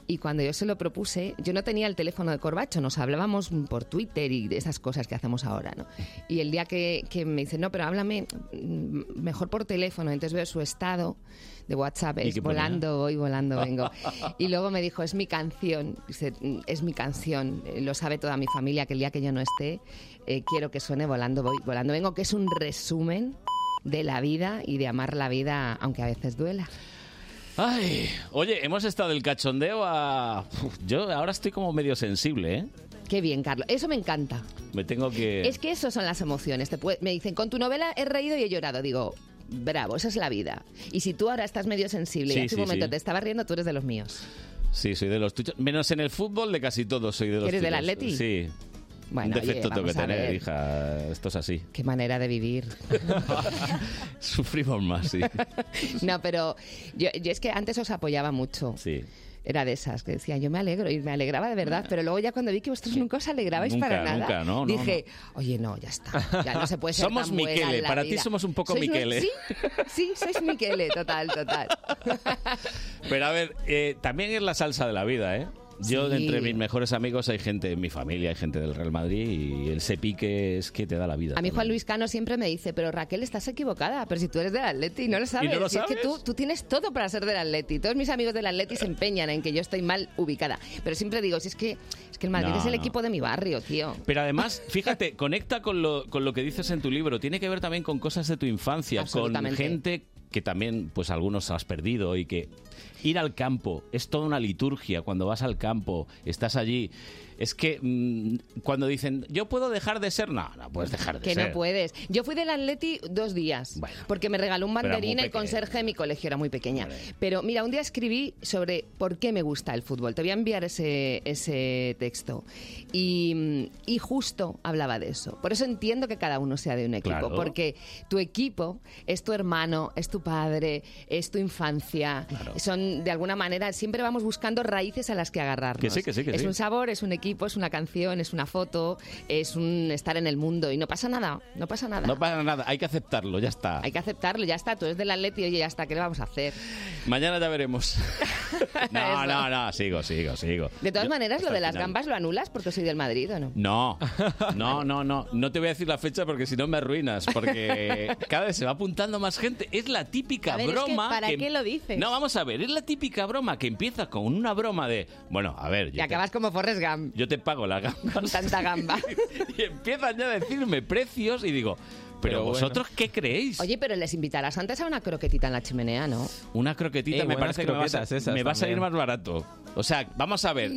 [SPEAKER 22] Y cuando yo se lo propuse, yo no tenía el teléfono de Corbacho, nos hablábamos por Twitter y de esas cosas que hacemos ahora, ¿no? Y el día que, que me dice, no, pero háblame mm, mejor por teléfono, entonces veo su estado de WhatsApp,
[SPEAKER 24] ¿Y
[SPEAKER 22] es
[SPEAKER 24] qué ponía?
[SPEAKER 22] volando voy, volando vengo. Y luego me dijo, es mi canción, dice, "Mm, es mi canción, Eh, lo sabe toda mi familia, que el día que yo no esté, eh, quiero que suene volando voy, volando vengo, que es un resumen de la vida y de amar la vida, aunque a veces duela.
[SPEAKER 2] Ay, oye, hemos estado del cachondeo a... Uf, yo ahora estoy como medio sensible, ¿eh?
[SPEAKER 22] Qué bien, Carlos, eso me encanta.
[SPEAKER 2] Me tengo que...
[SPEAKER 22] Es que eso son las emociones. Te pue- me dicen, con tu novela he reído y he llorado. Digo, bravo, esa es la vida. Y si tú ahora estás medio sensible
[SPEAKER 2] Sí,
[SPEAKER 22] y hace
[SPEAKER 2] sí,
[SPEAKER 22] un momento
[SPEAKER 2] sí.
[SPEAKER 22] te estabas riendo, tú eres de los míos.
[SPEAKER 2] Sí, soy de los tuyos. Menos en el fútbol, de casi todos soy de los
[SPEAKER 22] ¿Eres del
[SPEAKER 2] tuyos.
[SPEAKER 22] Atleti?
[SPEAKER 2] Sí.
[SPEAKER 22] Bueno,
[SPEAKER 2] Un
[SPEAKER 22] oye,
[SPEAKER 2] defecto tengo que
[SPEAKER 22] vamos a
[SPEAKER 2] tener,
[SPEAKER 22] ver.
[SPEAKER 2] hija. Esto es así.
[SPEAKER 22] Qué manera de vivir.
[SPEAKER 2] Sufrimos más, sí.
[SPEAKER 22] no, pero yo, yo es que antes os apoyaba mucho.
[SPEAKER 2] Sí.
[SPEAKER 22] Era de esas que decía, yo me alegro y me alegraba de verdad, pero luego ya cuando vi que vosotros nunca os alegrabais
[SPEAKER 2] Nunca,
[SPEAKER 22] para nada,
[SPEAKER 2] nunca, no, no,
[SPEAKER 22] dije, oye, no, ya está, ya no se puede ser
[SPEAKER 2] Somos
[SPEAKER 22] tan buena
[SPEAKER 2] Miquele,
[SPEAKER 22] la
[SPEAKER 2] para ti
[SPEAKER 22] vida".
[SPEAKER 2] somos un poco
[SPEAKER 22] ¿Sois nue-
[SPEAKER 2] Miquele.
[SPEAKER 22] Sí, sí, sois Miquele, total, total.
[SPEAKER 2] Pero a ver, eh, también es la salsa de la vida, ¿eh? Yo,
[SPEAKER 22] Sí.
[SPEAKER 2] entre mis mejores amigos, hay gente en mi familia, hay gente del Real Madrid y el sepi que es que te da la vida.
[SPEAKER 22] A mí
[SPEAKER 2] también.
[SPEAKER 22] Juan Luis Cano siempre me dice, pero Raquel, estás equivocada, pero si tú eres del Atleti, no lo sabes.
[SPEAKER 2] no lo
[SPEAKER 22] Si Es
[SPEAKER 2] sabes?
[SPEAKER 22] que tú, tú tienes todo para ser del Atleti. Todos mis amigos del Atleti se empeñan en que yo estoy mal ubicada. Pero siempre digo, si es que, es que el Madrid
[SPEAKER 2] No,
[SPEAKER 22] es el
[SPEAKER 2] no.
[SPEAKER 22] equipo de mi barrio, tío.
[SPEAKER 2] Pero además, fíjate, conecta con lo, con lo que dices en tu libro. Tiene que ver también con cosas de tu infancia, con
[SPEAKER 22] Absolutamente.
[SPEAKER 2] gente que también, pues algunos has perdido y que ir al campo es toda una liturgia. Cuando vas al campo, estás allí. Es que mm, cuando dicen, yo puedo dejar de ser, no, no puedes dejar de
[SPEAKER 22] Que
[SPEAKER 2] ser.
[SPEAKER 22] no puedes. Yo fui del Atleti dos días, porque me regaló un
[SPEAKER 2] Pero era muy
[SPEAKER 22] banderín el
[SPEAKER 2] pequeña.
[SPEAKER 22] conserje de mi colegio, era muy pequeña. Pero mira, un día escribí sobre por qué me gusta el fútbol. Te voy a enviar ese, ese texto. Y, y justo hablaba de eso. Por eso entiendo que cada uno sea de un equipo,
[SPEAKER 17] Claro.
[SPEAKER 22] porque tu equipo es tu hermano, es tu padre, es tu infancia. Son, de alguna manera, siempre vamos buscando raíces a las que agarrarnos.
[SPEAKER 2] Que sí, que sí, que
[SPEAKER 22] es
[SPEAKER 2] sí.
[SPEAKER 22] un sabor, es un equipo, es una canción, es una foto, es un estar en el mundo y no pasa nada, no pasa nada.
[SPEAKER 2] No pasa nada, hay que aceptarlo, ya está.
[SPEAKER 22] Hay que aceptarlo, ya está, tú eres del Atleti, oye, ya está, ¿qué le vamos a hacer?
[SPEAKER 2] Mañana ya veremos. no, no, no, sigo, sigo, sigo.
[SPEAKER 22] De todas
[SPEAKER 2] Yo-
[SPEAKER 22] maneras, lo
[SPEAKER 2] hasta
[SPEAKER 22] de
[SPEAKER 2] el
[SPEAKER 22] las
[SPEAKER 2] final.
[SPEAKER 22] gambas lo anulas porque soy del Madrid, ¿o no?
[SPEAKER 2] No, no, no, no. No te voy a decir la fecha porque si no me arruinas. Porque cada vez se va apuntando más gente. Es la típica
[SPEAKER 14] A ver, es que,
[SPEAKER 25] Ah,
[SPEAKER 2] broma.
[SPEAKER 14] ¿para
[SPEAKER 2] que-
[SPEAKER 14] qué lo dices?
[SPEAKER 2] No, vamos a ver. Es la típica broma que empieza con una broma de. Bueno, a ver,
[SPEAKER 22] Y
[SPEAKER 2] yo, te,
[SPEAKER 22] acabas como Forrest Gump,
[SPEAKER 2] yo te pago la gamba.
[SPEAKER 22] con tanta gamba.
[SPEAKER 2] Y empiezan ya a decirme precios y digo, ¿pero, vosotros qué creéis?
[SPEAKER 22] Oye, pero les invitarás antes a una croquetita en la chimenea, ¿no?
[SPEAKER 2] Una croquetita
[SPEAKER 13] Eh,
[SPEAKER 2] me
[SPEAKER 13] buenas
[SPEAKER 2] parece que me va, a, sa-
[SPEAKER 13] croquetas esas
[SPEAKER 2] me va a salir más
[SPEAKER 13] también.
[SPEAKER 14] Mm.
[SPEAKER 2] barato. O sea, vamos a ver.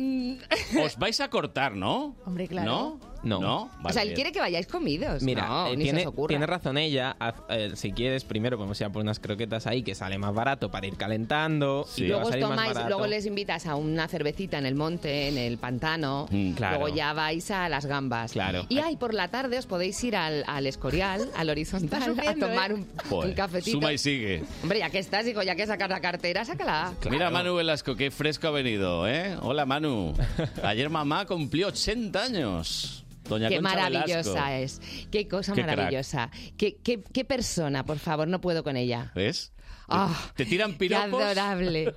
[SPEAKER 2] Os vais a cortar, ¿no?
[SPEAKER 14] Hombre,
[SPEAKER 2] ¿No?
[SPEAKER 13] No.
[SPEAKER 22] o sea, él quiere que vayáis comidos.
[SPEAKER 13] Mira,
[SPEAKER 22] no,
[SPEAKER 13] eh,
[SPEAKER 22] ni
[SPEAKER 13] tiene,
[SPEAKER 22] se os ocurra.
[SPEAKER 13] tiene razón ella. Haz- eh, si quieres, primero podemos ir a por unas croquetas ahí que sale más barato para ir calentando. Y te va a
[SPEAKER 22] luego os
[SPEAKER 13] salir más
[SPEAKER 22] tomáis,
[SPEAKER 13] barato.
[SPEAKER 22] luego les invitas a una cervecita en el monte, en el pantano.
[SPEAKER 13] Mm, claro.
[SPEAKER 22] Luego ya vais a las gambas.
[SPEAKER 13] Claro.
[SPEAKER 22] Y ahí por la tarde os podéis ir al, al Escorial, al Horizontal, a sufriendo, tomar ¿eh? un,
[SPEAKER 2] Joder,
[SPEAKER 22] un cafetito.
[SPEAKER 2] Suma y sigue.
[SPEAKER 22] Hombre, ya que estás, hijo, ya que sacas la cartera, sácala.
[SPEAKER 2] Mira, Manu Velasco, qué fresco ha venido, ¿eh? Hola, Manu. Ayer mamá cumplió 80 años. Doña
[SPEAKER 22] Qué
[SPEAKER 2] Concha
[SPEAKER 22] maravillosa
[SPEAKER 2] Velasco.
[SPEAKER 22] es. Qué cosa
[SPEAKER 2] Qué crack.
[SPEAKER 22] maravillosa. Qué, qué, qué persona, por favor, no puedo con ella.
[SPEAKER 2] ¿Ves?
[SPEAKER 22] Ah,
[SPEAKER 2] Te tiran
[SPEAKER 22] qué
[SPEAKER 2] piropos.
[SPEAKER 22] adorable.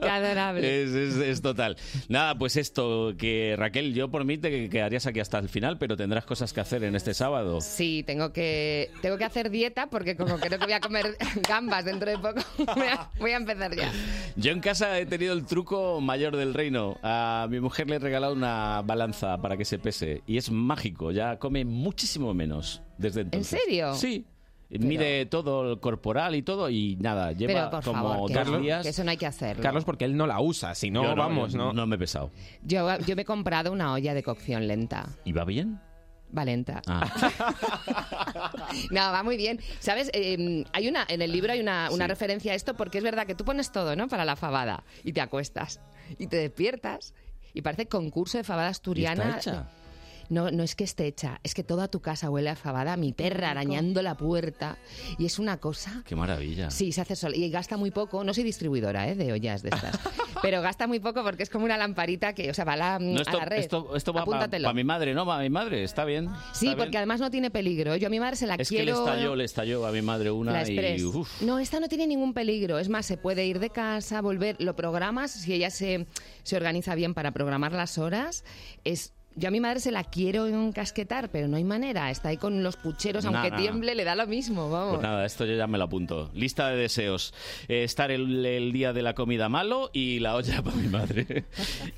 [SPEAKER 22] Qué adorable.
[SPEAKER 2] Es, es- es total. Nada, pues esto, que Raquel, yo por mí te quedarías aquí hasta el final, pero tendrás cosas que hacer en este sábado.
[SPEAKER 22] Sí, tengo que, tengo que hacer dieta porque como creo que voy a comer gambas dentro de poco, voy a- voy a empezar ya.
[SPEAKER 2] Yo en casa he tenido el truco mayor del reino. A mi mujer le he regalado una balanza para que se pese y es mágico, ya come muchísimo menos desde entonces.
[SPEAKER 22] serio?
[SPEAKER 2] Sí. Mide todo el corporal y todo y nada, lleva
[SPEAKER 22] Pero por
[SPEAKER 2] como
[SPEAKER 22] favor, que,
[SPEAKER 2] dos
[SPEAKER 22] no,
[SPEAKER 2] días.
[SPEAKER 22] que eso no hay que hacerlo.
[SPEAKER 2] porque él no la usa, si
[SPEAKER 13] no, vamos, ¿no?
[SPEAKER 2] No me he pesado.
[SPEAKER 22] Yo, yo me he comprado una olla de cocción lenta.
[SPEAKER 2] ¿Y va bien?
[SPEAKER 22] Valenta.
[SPEAKER 2] Ah,
[SPEAKER 22] No, va muy bien. ¿Sabes? Eh, hay una, en el libro hay una, una
[SPEAKER 2] Sí.
[SPEAKER 22] referencia a esto porque es verdad que tú pones todo, ¿no? Para la fabada y te acuestas y te despiertas y parece concurso de fabada asturiana.
[SPEAKER 2] hecha?
[SPEAKER 22] No, no es que esté hecha, es que toda tu casa huele a fabada, mi perra arañando la puerta y es una cosa
[SPEAKER 2] qué maravilla.
[SPEAKER 22] Sí, se hace sola y gasta muy poco. No soy distribuidora ¿eh? de ollas de estas, pero gasta muy poco porque es como una lamparita que, o sea, va a la,
[SPEAKER 2] No, esto,
[SPEAKER 22] a la red.
[SPEAKER 2] esto, esto va para
[SPEAKER 22] Apúntatelo.
[SPEAKER 2] mi madre, ¿no? Para mi madre, está bien.
[SPEAKER 22] Sí,
[SPEAKER 2] está bien.
[SPEAKER 22] porque además no tiene peligro. Yo a mi madre se la
[SPEAKER 2] Es que le
[SPEAKER 22] quiero.
[SPEAKER 2] estalló, le estalló a mi madre una
[SPEAKER 22] La
[SPEAKER 2] y
[SPEAKER 22] Express.
[SPEAKER 2] uf,
[SPEAKER 22] No, esta no tiene ningún peligro. Es más, se puede ir de casa, volver, lo programas. Si ella se, se organiza bien para programar las horas, es. Yo a mi madre se la quiero encasquetar, pero no hay manera. Está ahí con los pucheros, aunque
[SPEAKER 2] Nada.
[SPEAKER 22] tiemble, le da lo mismo, vamos.
[SPEAKER 2] Pues nada, esto yo ya me lo apunto. Lista de deseos. Eh, estar el, el día de la comida malo y la olla para mi madre.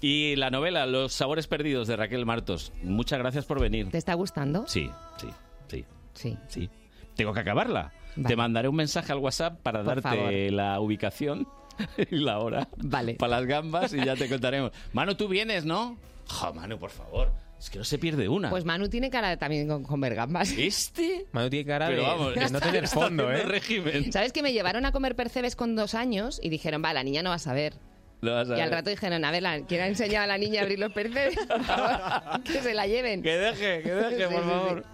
[SPEAKER 2] y la novela Los sabores perdidos de Raquel Martos. Muchas gracias por venir.
[SPEAKER 22] ¿Te está gustando?
[SPEAKER 2] Sí, sí, sí.
[SPEAKER 22] Sí.
[SPEAKER 2] Sí. Tengo que acabarla. Te mandaré un mensaje al WhatsApp para
[SPEAKER 22] Por
[SPEAKER 2] darte
[SPEAKER 22] favor.
[SPEAKER 2] la ubicación y la hora. Vale. Para las gambas y ya te contaremos. Manu, tú vienes, ¿no? Jo, Manu, por favor. Es que no se pierde una.
[SPEAKER 22] Pues Manu tiene cara de también con comer gambas.
[SPEAKER 2] ¿Este?
[SPEAKER 13] Manu tiene cara
[SPEAKER 2] Pero
[SPEAKER 13] de,
[SPEAKER 2] vamos,
[SPEAKER 13] de no tener
[SPEAKER 2] está
[SPEAKER 13] fondo, ¿eh?
[SPEAKER 2] haciendo régimen.
[SPEAKER 22] ¿Sabes que me llevaron a comer percebes con dos años y dijeron, va, la niña no va a saber?
[SPEAKER 2] Lo vas a
[SPEAKER 22] Y al
[SPEAKER 2] ver.
[SPEAKER 22] rato dijeron, a ver, la- ¿quién ha enseñado a la niña a abrir los percebes? Por favor, que se la lleven.
[SPEAKER 2] Que deje, que deje, por favor.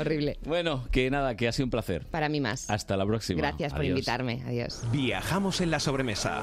[SPEAKER 22] Horrible.
[SPEAKER 2] Bueno, que nada, que ha sido un placer.
[SPEAKER 22] Para mí más.
[SPEAKER 2] Hasta la próxima.
[SPEAKER 22] Gracias por
[SPEAKER 2] Adiós.
[SPEAKER 22] invitarme. Adiós.
[SPEAKER 15] Viajamos en la sobremesa.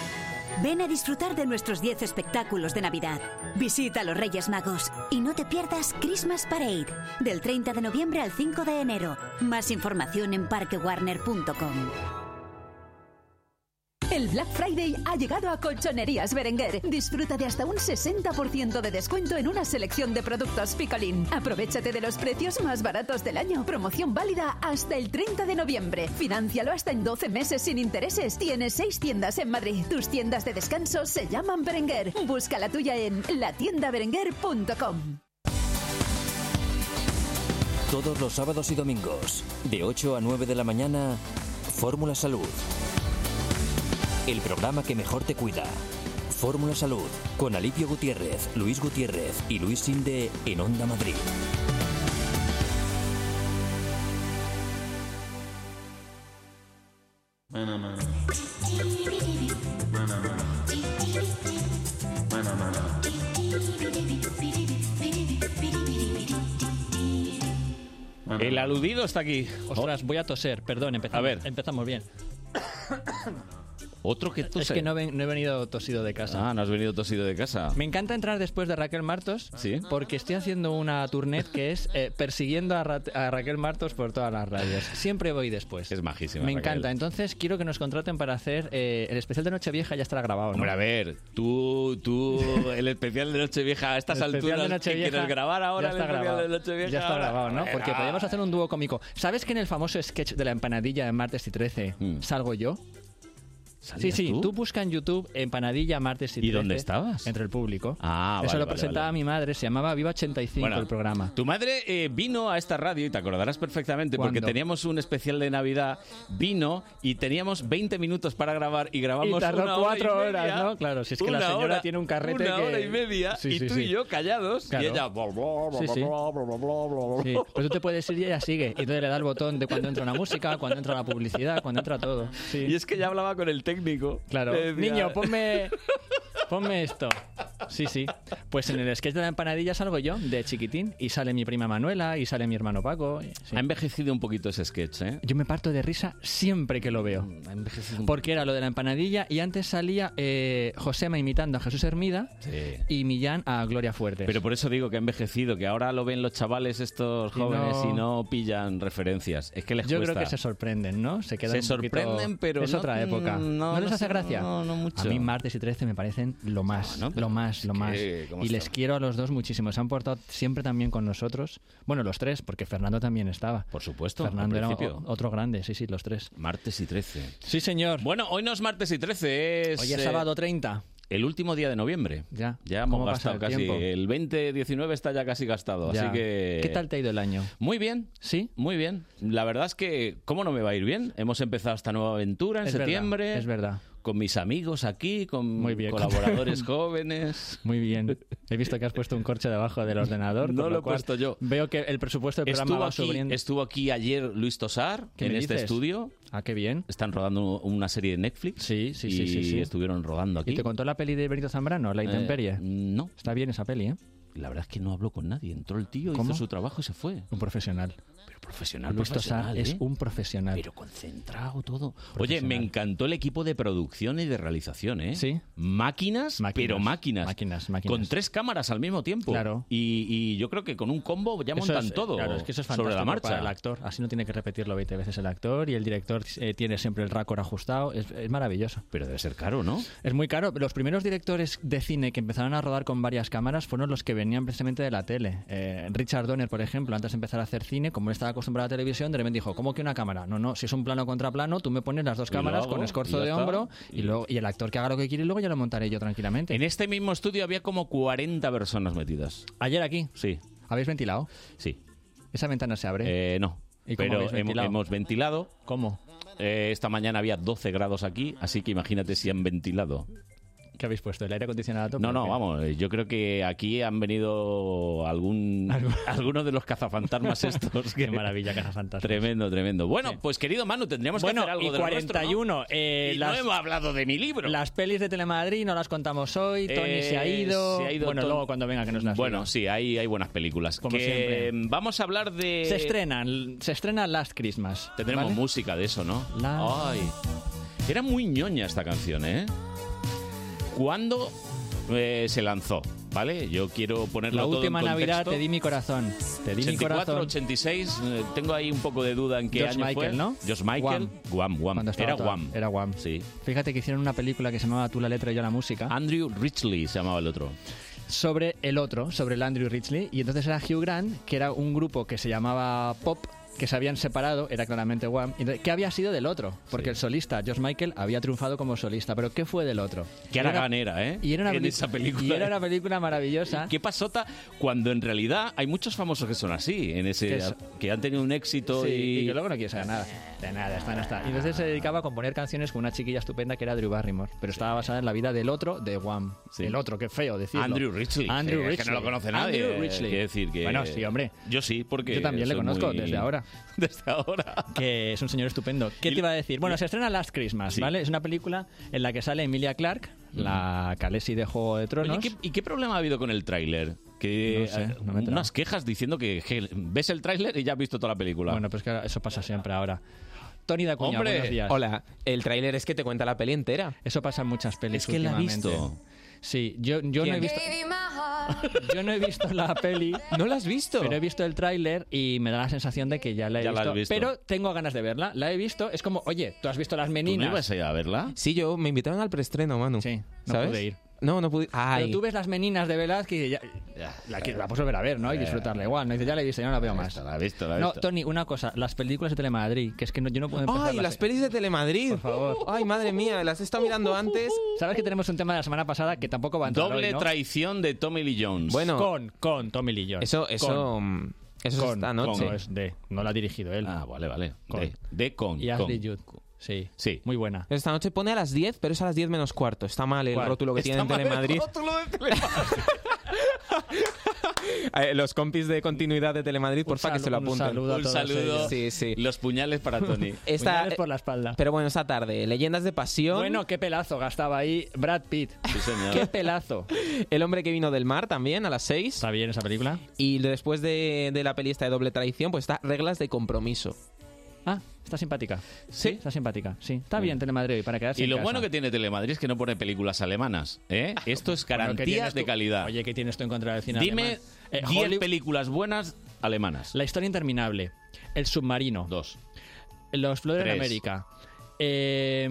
[SPEAKER 24] Ven a disfrutar de nuestros 10 espectáculos de Navidad. Visita los Reyes Magos y no te pierdas Christmas Parade del 30 de noviembre al 5 de enero. Más información en parquewarner.com.
[SPEAKER 17] El Black Friday ha llegado a Colchonerías Berenguer. Disfruta de hasta un 60% de descuento en una selección de productos Picolín. Aprovechate de los precios más baratos del año. Promoción válida hasta el 30 de noviembre. Financialo hasta en 12 meses sin intereses. Tienes seis tiendas en Madrid. Tus tiendas de descanso se llaman Berenguer. Busca la tuya en latiendaberenguer.com.
[SPEAKER 1] Todos los sábados y domingos, de 8 a 9 de la mañana, Fórmula Salud. El programa que mejor te cuida. Fórmula Salud, con Alipio Gutiérrez, Luis Gutiérrez y Luis Sinde en Onda Madrid.
[SPEAKER 2] Mm.
[SPEAKER 11] Manamana.
[SPEAKER 2] El aludido está aquí.
[SPEAKER 9] Ostras, voy a toser, perdón, empezamos,
[SPEAKER 2] A ver.
[SPEAKER 9] empezamos bien.
[SPEAKER 2] Otro que tose.
[SPEAKER 9] Es que no, ven- no he venido tosido de casa.
[SPEAKER 2] Ah, no has venido tosido de casa.
[SPEAKER 9] Me encanta entrar después de Raquel Martos porque estoy haciendo una tournée que es eh, persiguiendo a, Ra- a Raquel Martos por todas las radios. Siempre voy después.
[SPEAKER 2] Es majísima.
[SPEAKER 9] Me
[SPEAKER 2] Raquel.
[SPEAKER 9] encanta. Entonces quiero que nos contraten para hacer eh, el especial de Nochevieja ya estará grabado. ¿no?
[SPEAKER 2] Hombre, a ver, tú, tú, el especial de Nochevieja a estas
[SPEAKER 9] El especial
[SPEAKER 2] alturas
[SPEAKER 9] de
[SPEAKER 2] que
[SPEAKER 9] Nochevieja
[SPEAKER 2] quieres grabar ahora,
[SPEAKER 9] ya
[SPEAKER 2] el
[SPEAKER 9] está
[SPEAKER 2] especial
[SPEAKER 9] grabado.
[SPEAKER 2] de Nochevieja
[SPEAKER 9] Ya está
[SPEAKER 2] ahora.
[SPEAKER 9] grabado, ¿no? Porque
[SPEAKER 2] Venga.
[SPEAKER 9] podríamos hacer un dúo cómico. ¿Sabes que en el famoso sketch de la empanadilla de martes y 13 salgo yo? Sí,
[SPEAKER 2] Mm. ¿Salías
[SPEAKER 9] sí,
[SPEAKER 2] tú?
[SPEAKER 9] tú busca en YouTube empanadilla martes y 13.
[SPEAKER 2] ¿Y dónde estabas?
[SPEAKER 9] Entre el público.
[SPEAKER 2] Ah,
[SPEAKER 9] Eso
[SPEAKER 2] vale,
[SPEAKER 9] lo
[SPEAKER 2] vale,
[SPEAKER 9] presentaba mi madre, se llamaba Viva 85
[SPEAKER 2] Bueno,
[SPEAKER 9] el programa.
[SPEAKER 2] Tu madre eh, vino a esta radio, y te acordarás perfectamente, porque
[SPEAKER 9] ¿Cuándo?
[SPEAKER 2] teníamos un especial de Navidad, vino y teníamos 20 minutos para grabar y grabamos
[SPEAKER 9] Y tardó
[SPEAKER 2] una
[SPEAKER 9] cuatro
[SPEAKER 2] hora y
[SPEAKER 9] horas,
[SPEAKER 2] media,
[SPEAKER 9] ¿no? Claro, si es que la
[SPEAKER 2] una
[SPEAKER 9] señora
[SPEAKER 2] hora-
[SPEAKER 9] tiene un carrete
[SPEAKER 2] Una
[SPEAKER 9] que-
[SPEAKER 2] hora y media,
[SPEAKER 9] Sí,
[SPEAKER 2] y
[SPEAKER 9] sí,
[SPEAKER 2] tú
[SPEAKER 9] sí.
[SPEAKER 2] y yo callados,
[SPEAKER 9] Claro.
[SPEAKER 2] y ella... bla, bla, bla,
[SPEAKER 9] Sí, sí.
[SPEAKER 2] bla, bla, bla, bla, bla,
[SPEAKER 9] Sí,
[SPEAKER 2] bla.
[SPEAKER 9] pero tú te puedes ir y ella sigue. Y entonces le da el botón de cuando entra una música, cuando entra la publicidad, cuando entra todo. Sí.
[SPEAKER 2] Y es que ya hablaba con el técnico.
[SPEAKER 9] Claro.
[SPEAKER 2] Le decía-
[SPEAKER 9] Niño, ponme, ponme esto. Sí, sí. Pues en el sketch de la empanadilla salgo yo, de chiquitín, y sale mi prima Manuela, y sale mi hermano Paco. y- sí.
[SPEAKER 2] Ha envejecido un poquito ese sketch, ¿eh?
[SPEAKER 9] Yo me parto de risa siempre que lo veo.
[SPEAKER 2] Ha envejecido un
[SPEAKER 9] Porque era lo de la empanadilla y antes salía eh, Josema imitando a Jesús Hermida
[SPEAKER 2] Sí.
[SPEAKER 9] y Millán a Gloria Fuertes.
[SPEAKER 2] Pero por eso digo que ha envejecido, que ahora lo ven los chavales estos
[SPEAKER 9] Y
[SPEAKER 2] jóvenes y no,
[SPEAKER 9] no-
[SPEAKER 2] pillan referencias. Es que les
[SPEAKER 9] Yo
[SPEAKER 2] cuesta.
[SPEAKER 9] creo que se sorprenden, ¿no? Se quedan
[SPEAKER 2] Se
[SPEAKER 9] un poquito-
[SPEAKER 2] sorprenden, pero
[SPEAKER 9] Es
[SPEAKER 2] no-
[SPEAKER 9] otra época.
[SPEAKER 2] mm, no,
[SPEAKER 9] ¿No, les
[SPEAKER 2] no
[SPEAKER 9] hace
[SPEAKER 2] sé,
[SPEAKER 9] gracia?
[SPEAKER 2] no, no mucho.
[SPEAKER 9] A mí martes y 13 me parecen lo más,
[SPEAKER 2] No, no, pero
[SPEAKER 9] lo más, lo
[SPEAKER 2] es
[SPEAKER 9] más.
[SPEAKER 2] que, ¿cómo
[SPEAKER 9] Y les
[SPEAKER 2] estamos?
[SPEAKER 9] quiero a los dos muchísimo. Se han portado siempre también con nosotros. Bueno, los tres, porque Fernando también estaba. Por
[SPEAKER 2] supuesto, al
[SPEAKER 9] Fernando era o-
[SPEAKER 2] principio.
[SPEAKER 9] otro grande, sí, sí, los tres.
[SPEAKER 2] Martes y 13.
[SPEAKER 9] Sí, señor.
[SPEAKER 2] Bueno, hoy no es martes y 13, es...
[SPEAKER 9] Hoy es
[SPEAKER 2] eh,
[SPEAKER 9] sábado 30.
[SPEAKER 2] El último día de noviembre.
[SPEAKER 9] Ya.
[SPEAKER 2] Ya hemos
[SPEAKER 9] ¿Cómo pasa
[SPEAKER 2] gastado
[SPEAKER 9] el
[SPEAKER 2] casi.
[SPEAKER 9] tiempo?
[SPEAKER 2] El 2019 está ya casi gastado,
[SPEAKER 9] Ya.
[SPEAKER 2] así que...
[SPEAKER 9] ¿Qué tal te ha ido el año?
[SPEAKER 2] Muy bien.
[SPEAKER 9] Sí.
[SPEAKER 2] Muy bien. La verdad es que, ¿cómo no me va a ir bien? Hemos empezado esta nueva aventura en
[SPEAKER 9] Es verdad,
[SPEAKER 2] septiembre.
[SPEAKER 9] es verdad.
[SPEAKER 2] Con mis amigos aquí, con
[SPEAKER 9] Muy bien.
[SPEAKER 2] colaboradores jóvenes.
[SPEAKER 9] Muy bien. He visto que has puesto un corche debajo del ordenador.
[SPEAKER 2] No
[SPEAKER 9] por
[SPEAKER 2] lo he
[SPEAKER 9] cual
[SPEAKER 2] puesto yo.
[SPEAKER 9] Veo que el presupuesto del este programa
[SPEAKER 2] Estuvo
[SPEAKER 9] va
[SPEAKER 2] aquí,
[SPEAKER 9] subiendo.
[SPEAKER 2] estuvo aquí ayer Luis Tosar
[SPEAKER 9] ¿Qué
[SPEAKER 2] en
[SPEAKER 9] me
[SPEAKER 2] este
[SPEAKER 9] dices?
[SPEAKER 2] estudio.
[SPEAKER 9] Ah, qué bien.
[SPEAKER 2] Están rodando una serie de Netflix. Sí,
[SPEAKER 9] sí, sí, sí, sí.
[SPEAKER 2] estuvieron rodando aquí.
[SPEAKER 9] ¿Y te contó la peli de Benito Zambrano, La
[SPEAKER 2] Eh,
[SPEAKER 9] Intemperie?
[SPEAKER 2] no.
[SPEAKER 9] Está bien esa peli, ¿eh?
[SPEAKER 2] La verdad es que no habló con nadie. Entró el tío,
[SPEAKER 9] ¿Cómo?
[SPEAKER 2] hizo su trabajo y se fue.
[SPEAKER 9] Un profesional.
[SPEAKER 2] Pero profesional,
[SPEAKER 9] Luis Tosar
[SPEAKER 2] profesional,
[SPEAKER 9] es
[SPEAKER 2] ¿eh?
[SPEAKER 9] un profesional.
[SPEAKER 2] Pero concentrado todo. Oye, me encantó el equipo de producción y de realización, ¿eh?
[SPEAKER 9] Sí.
[SPEAKER 2] Máquinas, pero máquinas.
[SPEAKER 9] Máquinas, máquinas.
[SPEAKER 2] Con tres cámaras al mismo tiempo.
[SPEAKER 9] Claro.
[SPEAKER 2] Y, y yo creo que con un combo ya
[SPEAKER 9] Eso
[SPEAKER 2] montan
[SPEAKER 9] es-
[SPEAKER 2] todo.
[SPEAKER 9] Claro, es que eso es
[SPEAKER 2] sobre la
[SPEAKER 9] fantástico
[SPEAKER 2] marcha.
[SPEAKER 9] para el actor. Así no tiene que repetirlo 20 veces el actor y el director eh, tiene siempre el récord ajustado. Es, es maravilloso.
[SPEAKER 2] Pero debe ser caro, ¿no?
[SPEAKER 9] Es muy caro. Los primeros directores de cine que empezaron a rodar con varias cámaras fueron los que venían precisamente de la tele. Eh, Richard Donner, por ejemplo, antes de empezar a hacer cine, como él estaba acostumbrado a la televisión, de repente dijo, ¿cómo que una cámara? No, no, si es un plano contra plano, tú me pones las dos
[SPEAKER 2] Y lo
[SPEAKER 9] cámaras
[SPEAKER 2] hago,
[SPEAKER 9] con
[SPEAKER 2] y
[SPEAKER 9] escorzo
[SPEAKER 2] ya
[SPEAKER 9] de
[SPEAKER 2] está.
[SPEAKER 9] hombro y, luego, y el actor que haga lo que quiere y luego ya lo montaré yo tranquilamente.
[SPEAKER 2] En este mismo estudio había como 40 personas metidas.
[SPEAKER 9] Ayer aquí.
[SPEAKER 2] Sí.
[SPEAKER 9] ¿Habéis ventilado?
[SPEAKER 2] Sí.
[SPEAKER 9] ¿Esa ventana se abre?
[SPEAKER 2] Eh, no.
[SPEAKER 9] ¿Y cómo
[SPEAKER 2] Pero
[SPEAKER 9] habéis
[SPEAKER 2] hemo-
[SPEAKER 9] ventilado?
[SPEAKER 2] hemos ventilado. Eh,
[SPEAKER 9] ¿Cómo?
[SPEAKER 2] esta mañana había 12 grados aquí, así que imagínate si han ventilado.
[SPEAKER 9] ¿Qué habéis puesto? ¿El aire acondicionado? a tope
[SPEAKER 2] No,
[SPEAKER 9] o
[SPEAKER 2] no,
[SPEAKER 9] qué?
[SPEAKER 2] vamos, eh, yo creo que aquí han venido algún algunos de los cazafantasmas estos.
[SPEAKER 9] Qué maravilla, cazafantasmas.
[SPEAKER 2] Tremendo, tremendo. Bueno, pues querido Manu, tendríamos
[SPEAKER 9] Bueno,
[SPEAKER 2] que hacer algo
[SPEAKER 9] y
[SPEAKER 2] de lo nuestro, ¿no?
[SPEAKER 9] 41, eh,
[SPEAKER 2] Y
[SPEAKER 9] las-
[SPEAKER 2] no hemos hablado de mi libro.
[SPEAKER 9] Las pelis de Telemadrid no las contamos hoy. Tony se, ha
[SPEAKER 2] Eh,
[SPEAKER 9] ido.
[SPEAKER 2] se ha ido
[SPEAKER 9] Bueno,
[SPEAKER 2] Tony.
[SPEAKER 9] luego cuando venga que nos las
[SPEAKER 2] Bueno,
[SPEAKER 9] diga.
[SPEAKER 2] sí, hay, hay buenas películas.
[SPEAKER 9] Como
[SPEAKER 2] Que,
[SPEAKER 9] siempre.
[SPEAKER 2] mm, Vamos a hablar de...
[SPEAKER 9] Se estrenan, se estrena Last Christmas.
[SPEAKER 2] Tendremos
[SPEAKER 9] ¿vale?
[SPEAKER 2] música de eso, ¿no?
[SPEAKER 9] La-
[SPEAKER 2] Ay. Era muy ñoña esta canción, ¿eh? ¿Cuándo eh, se lanzó? ¿Vale? Yo quiero ponerlo
[SPEAKER 9] La
[SPEAKER 2] todo en
[SPEAKER 9] última Navidad
[SPEAKER 2] contexto.
[SPEAKER 9] te di mi corazón. Te di mi
[SPEAKER 2] 84,
[SPEAKER 9] corazón.
[SPEAKER 2] 86, eh, tengo ahí un poco de duda en qué
[SPEAKER 9] George
[SPEAKER 2] año
[SPEAKER 9] Michael,
[SPEAKER 2] fue.
[SPEAKER 9] ¿no?
[SPEAKER 2] George Michael, Guam, Guam.
[SPEAKER 9] Cuando estaba
[SPEAKER 2] Era
[SPEAKER 9] toda-
[SPEAKER 2] Guam.
[SPEAKER 9] Era Guam.
[SPEAKER 2] Sí.
[SPEAKER 9] Fíjate que hicieron una película que se llamaba Tú la letra y yo la música.
[SPEAKER 2] Andrew Richley se llamaba el otro.
[SPEAKER 9] sobre el otro, sobre el Andrew Ridgely, y entonces era Hugh Grant, que era un grupo que se llamaba Pop, que se habían separado, era claramente Wham, y entonces, ¿qué había sido del otro? Porque el solista, George Michael, había triunfado como solista, pero ¿qué fue del otro? Y
[SPEAKER 2] Qué
[SPEAKER 9] era-
[SPEAKER 2] haragán era, ¿eh?
[SPEAKER 9] Y era una,
[SPEAKER 2] en
[SPEAKER 9] peli-
[SPEAKER 2] esa película.
[SPEAKER 9] y era una película maravillosa.
[SPEAKER 2] Qué pasota cuando en realidad hay muchos famosos que son así, en ese
[SPEAKER 9] Que es-
[SPEAKER 2] que han tenido un éxito
[SPEAKER 9] Sí,
[SPEAKER 2] y...
[SPEAKER 9] y que luego no quieres saber nada. De nada, está, no está. Y entonces se dedicaba a componer canciones con una chiquilla estupenda que era Drew Barrymore, pero estaba basada en la vida del otro de Wham. El otro, qué feo decirlo.
[SPEAKER 2] Andrew Ridgely.
[SPEAKER 9] Andrew
[SPEAKER 2] que-
[SPEAKER 9] Ridgely.
[SPEAKER 2] Que no lo conoce nadie.
[SPEAKER 9] Andrew Ridgely.
[SPEAKER 2] Quiere decir que...
[SPEAKER 9] Bueno, sí, hombre.
[SPEAKER 2] Yo sí, porque...
[SPEAKER 9] Yo también le
[SPEAKER 2] soy
[SPEAKER 9] conozco
[SPEAKER 2] muy-
[SPEAKER 9] desde ahora.
[SPEAKER 2] Desde ahora.
[SPEAKER 9] Que es un señor estupendo. ¿Qué te iba a decir? Bueno, se estrena Last Christmas, ¿vale? Es una película en la que sale Emilia Clark, la Khaleesi de Juego de Tronos.
[SPEAKER 2] Oye, ¿qué- ¿Y qué problema ha habido con el tráiler? que
[SPEAKER 9] No sé, no me he enterado.
[SPEAKER 2] unas quejas diciendo que, que ves el tráiler y ya has visto toda la película.
[SPEAKER 9] Bueno, pues que ahora- eso pasa siempre ahora. Tony da Acuña,
[SPEAKER 2] Hombre,
[SPEAKER 9] buenos días.
[SPEAKER 2] hola.
[SPEAKER 9] El tráiler es que te cuenta la peli entera. Eso pasa en muchas pelis
[SPEAKER 13] Es que la he
[SPEAKER 9] últimamente.
[SPEAKER 13] visto.
[SPEAKER 9] Sí, yo, yo no he
[SPEAKER 13] ¿Quién?
[SPEAKER 9] visto... Yo no he visto la peli. ¿No la has visto? Pero he visto el tráiler y me da la sensación de que ya la he
[SPEAKER 2] Ya la
[SPEAKER 9] visto,
[SPEAKER 2] has visto.
[SPEAKER 9] Pero tengo ganas de verla. La he visto. Es como, oye, tú has visto las
[SPEAKER 2] ¿Tú no
[SPEAKER 9] meninas.
[SPEAKER 2] ibas a ir a verla?
[SPEAKER 13] Sí, yo me invitaron al preestreno, Manu. Sí,
[SPEAKER 9] no pude ir.
[SPEAKER 13] No, no pude. Ay.
[SPEAKER 9] Pero tú ves las meninas de Velázquez y ya, la, que- la puedes volver a ver, ¿no? Y
[SPEAKER 13] Eh.
[SPEAKER 9] disfrutarla igual. No dices, ya la he visto, ya no la veo más.
[SPEAKER 2] La he visto, la he
[SPEAKER 9] No,
[SPEAKER 2] visto.
[SPEAKER 9] Tony, una cosa. Las películas de Telemadrid, que es que no- yo no puedo empezar
[SPEAKER 13] Ay, las pelis de Telemadrid.
[SPEAKER 9] Por favor.
[SPEAKER 13] Ay, madre mía, las he estado mirando antes.
[SPEAKER 9] Sabes que tenemos un tema de la semana pasada que tampoco va a entrar
[SPEAKER 2] Doble
[SPEAKER 9] hoy, ¿no?
[SPEAKER 2] traición de Tommy Lee Jones.
[SPEAKER 13] Bueno.
[SPEAKER 9] Con, con Tommy Lee Jones.
[SPEAKER 13] Eso- eso,
[SPEAKER 9] Con.
[SPEAKER 13] mm, eso es
[SPEAKER 9] Con,
[SPEAKER 13] esta noche.
[SPEAKER 9] con, es de, no la ha dirigido él.
[SPEAKER 2] Ah, vale, vale.
[SPEAKER 9] Con.
[SPEAKER 2] De, de con.
[SPEAKER 9] Y
[SPEAKER 2] con.
[SPEAKER 9] Ashley Judd. Sí.
[SPEAKER 2] Sí.
[SPEAKER 9] Muy buena.
[SPEAKER 13] Esta noche pone a las 10, pero es a las 10 menos cuarto. Está mal el
[SPEAKER 9] ¿Cuál?
[SPEAKER 13] rótulo que
[SPEAKER 9] Está
[SPEAKER 13] tiene en
[SPEAKER 9] mal el
[SPEAKER 13] Telemadrid. Eh, Los compis de continuidad de Telemadrid, por favor, que se lo
[SPEAKER 9] salu- un
[SPEAKER 13] apunten.
[SPEAKER 9] saludo a
[SPEAKER 2] Un saludo.
[SPEAKER 13] Sí, sí.
[SPEAKER 2] Los puñales para Tony.
[SPEAKER 13] Esta-
[SPEAKER 9] Puñales por la espalda.
[SPEAKER 13] eh, Pero bueno, esta tarde, Leyendas de Pasión.
[SPEAKER 9] Bueno, qué pelazo gastaba ahí Brad Pitt. Qué pelazo.
[SPEAKER 13] El hombre que vino del mar también a las 6. Está
[SPEAKER 9] bien esa película.
[SPEAKER 13] Y después de, de la peli esta de doble traición, pues está Reglas de compromiso.
[SPEAKER 9] Ah, está simpática. Sí. Está simpática. Sí. Está bien Telemadrid hoy para quedarse
[SPEAKER 2] Y lo
[SPEAKER 9] en casa. Ah,
[SPEAKER 2] bueno que tiene Telemadrid es que no pone películas alemanas. ¿eh? Esto
[SPEAKER 9] Bueno,
[SPEAKER 2] es
[SPEAKER 9] ¿qué
[SPEAKER 2] garantía
[SPEAKER 9] tienes
[SPEAKER 2] de
[SPEAKER 9] tú?
[SPEAKER 2] calidad.
[SPEAKER 9] Oye, ¿qué tienes tú en contra del cine
[SPEAKER 2] Dime
[SPEAKER 9] alemán? Eh,
[SPEAKER 2] 10
[SPEAKER 9] Hollywood-
[SPEAKER 2] películas buenas alemanas.
[SPEAKER 9] La historia interminable. El submarino.
[SPEAKER 2] Dos.
[SPEAKER 9] Los flores de
[SPEAKER 2] Tres.
[SPEAKER 9] América. eh,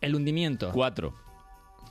[SPEAKER 9] el hundimiento.
[SPEAKER 2] Cuatro.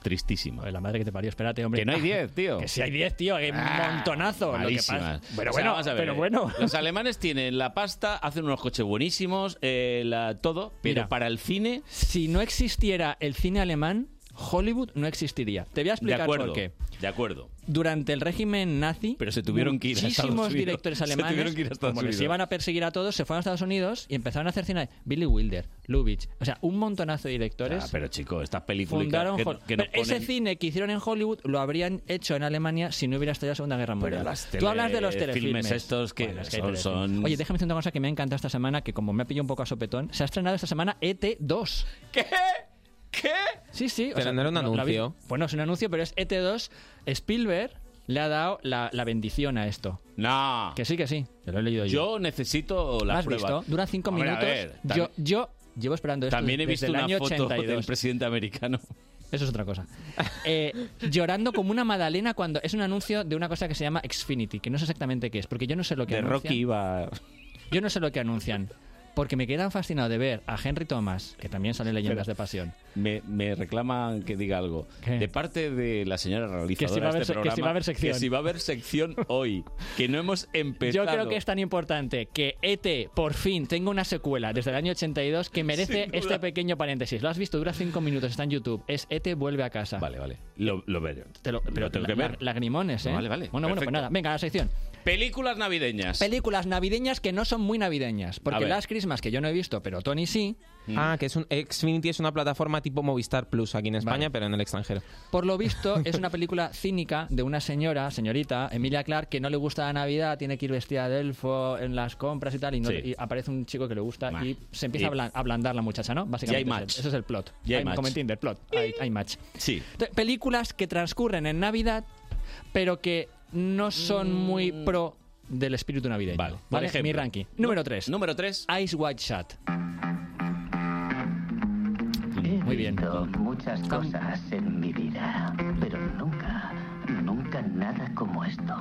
[SPEAKER 2] Tristísimo.
[SPEAKER 9] la madre que te parió, espérate, hombre.
[SPEAKER 2] Que no hay 10, tío.
[SPEAKER 9] Que si hay 10, tío, que hay un
[SPEAKER 2] Ah,
[SPEAKER 9] montonazo. lo que
[SPEAKER 2] malísimas.
[SPEAKER 9] pasa. Pero
[SPEAKER 2] O sea,
[SPEAKER 9] bueno,
[SPEAKER 2] vamos a ver,
[SPEAKER 9] pero
[SPEAKER 2] eh,
[SPEAKER 9] bueno.
[SPEAKER 2] Los alemanes tienen la pasta, hacen unos coches buenísimos, eh, la- todo, pero
[SPEAKER 9] Mira.
[SPEAKER 2] para el cine.
[SPEAKER 9] Si no existiera el cine alemán, Hollywood no existiría. Te voy a
[SPEAKER 2] De
[SPEAKER 9] explicar
[SPEAKER 2] acuerdo.
[SPEAKER 9] por qué.
[SPEAKER 2] De acuerdo.
[SPEAKER 9] Durante el régimen nazi, pero
[SPEAKER 2] se tuvieron que ir a Estados
[SPEAKER 9] muchísimos
[SPEAKER 2] Unidos.
[SPEAKER 9] directores
[SPEAKER 2] Se
[SPEAKER 9] alemanes,
[SPEAKER 2] tuvieron que ir a Estados
[SPEAKER 9] como les
[SPEAKER 2] Unidos.
[SPEAKER 9] iban a perseguir a todos, se fueron a Estados Unidos y empezaron a hacer cine. Billy Wilder, Lubitsch, o sea, un montonazo de directores.
[SPEAKER 2] Ah, pero chico, estas películas
[SPEAKER 9] fundaron
[SPEAKER 2] que,
[SPEAKER 9] Hol-
[SPEAKER 2] que nos
[SPEAKER 9] Pero ese
[SPEAKER 2] ponen-
[SPEAKER 9] cine que hicieron en Hollywood lo habrían hecho en Alemania si no hubiera estallado la Segunda Guerra Mundial.
[SPEAKER 2] las
[SPEAKER 9] Tú hablas de los
[SPEAKER 2] telefilmes
[SPEAKER 9] telefilmes
[SPEAKER 2] estos que
[SPEAKER 9] Bueno, es hay
[SPEAKER 2] son-
[SPEAKER 9] telefilmes.
[SPEAKER 2] son-
[SPEAKER 9] Oye, déjame decir una cosa que me ha encantado esta semana, que como me ha pillado un poco a sopetón, se ha estrenado esta semana ET2.
[SPEAKER 2] ¿Qué? ¿Qué?
[SPEAKER 9] Sí, sí.
[SPEAKER 13] Pero no era un
[SPEAKER 9] lo habéis-
[SPEAKER 13] anuncio.
[SPEAKER 9] Bueno, es un anuncio, pero es ET2. Spielberg le ha dado la, la bendición a esto.
[SPEAKER 2] No.
[SPEAKER 9] Que sí, que sí. Te lo he leído yo.
[SPEAKER 2] Yo necesito la
[SPEAKER 9] ¿Lo has
[SPEAKER 2] prueba.
[SPEAKER 9] visto? Dura cinco
[SPEAKER 2] Hombre,
[SPEAKER 9] minutos.
[SPEAKER 2] a ver, tam-
[SPEAKER 9] yo, yo llevo esperando esto
[SPEAKER 2] también he
[SPEAKER 9] desde
[SPEAKER 2] visto
[SPEAKER 9] el
[SPEAKER 2] una
[SPEAKER 9] año
[SPEAKER 2] foto
[SPEAKER 9] 82.
[SPEAKER 2] del presidente americano.
[SPEAKER 9] Eso es otra cosa. Eh, llorando como una magdalena cuando es un anuncio de una cosa que se llama Xfinity, que no sé exactamente qué es, porque yo no sé lo que
[SPEAKER 2] De
[SPEAKER 9] anuncian.
[SPEAKER 2] Rocky iba.
[SPEAKER 9] Yo no sé lo que anuncian, porque me quedan fascinado de ver a Henry Thomas, que también sale en Leyendas
[SPEAKER 2] Pero-
[SPEAKER 9] de Pasión.
[SPEAKER 2] Me, me reclaman que diga algo. De parte de la señora realizadora
[SPEAKER 9] Que si va a
[SPEAKER 2] de
[SPEAKER 9] haber
[SPEAKER 2] este
[SPEAKER 9] se- que si
[SPEAKER 2] programa,
[SPEAKER 9] va a haber sección.
[SPEAKER 2] que si va a haber sección hoy. Que no hemos empezado.
[SPEAKER 9] Yo creo que es tan importante que ET por fin tenga una secuela desde el año 82 que merece
[SPEAKER 2] Sin duda.
[SPEAKER 9] este pequeño paréntesis. Lo has visto, dura cinco minutos, está en YouTube. Es ET vuelve a casa.
[SPEAKER 2] Vale, vale. Lo, lo veré.
[SPEAKER 9] Te lo- pero
[SPEAKER 2] Lo tengo
[SPEAKER 9] la-
[SPEAKER 2] que ver.
[SPEAKER 9] la- lagrimones, ¿eh?
[SPEAKER 2] Vale, vale,
[SPEAKER 9] Bueno, bueno, pues
[SPEAKER 2] perfecto. Pues
[SPEAKER 9] nada. Venga, la sección.
[SPEAKER 2] Películas navideñas.
[SPEAKER 9] Películas navideñas que no son muy navideñas.
[SPEAKER 13] A
[SPEAKER 9] Porque
[SPEAKER 13] ver.
[SPEAKER 9] las Christmas, que yo no he visto, pero Tony sí.
[SPEAKER 13] Ah, que es un Xfinity es una plataforma tipo Movistar Plus aquí en España, pero en el extranjero.
[SPEAKER 9] Por lo visto, es una película cínica de una señora, señorita, Emilia Clark, que no le gusta la Navidad, tiene que ir vestida de elfo en las compras y tal, y, no-
[SPEAKER 2] Sí.
[SPEAKER 9] y aparece un chico que le gusta y se empieza
[SPEAKER 2] Y-
[SPEAKER 9] a ablan- a ablandar la muchacha, ¿no? Básicamente.
[SPEAKER 2] Y hay
[SPEAKER 9] ese-
[SPEAKER 2] match.
[SPEAKER 9] Ese es el plot.
[SPEAKER 2] Y hay match.
[SPEAKER 9] Como en Tinder, plot. Hay, hay match.
[SPEAKER 2] Sí.
[SPEAKER 9] Te- películas que transcurren en Navidad, pero que no son muy pro del espíritu navideño. Vale.
[SPEAKER 2] Mm. Por ejemplo.
[SPEAKER 9] Mi ranking. Número 3.
[SPEAKER 2] Número 3.
[SPEAKER 9] Ice White Shut.
[SPEAKER 4] Muy bien. muchas cosas en mi vida, pero nunca, nunca nada como esto.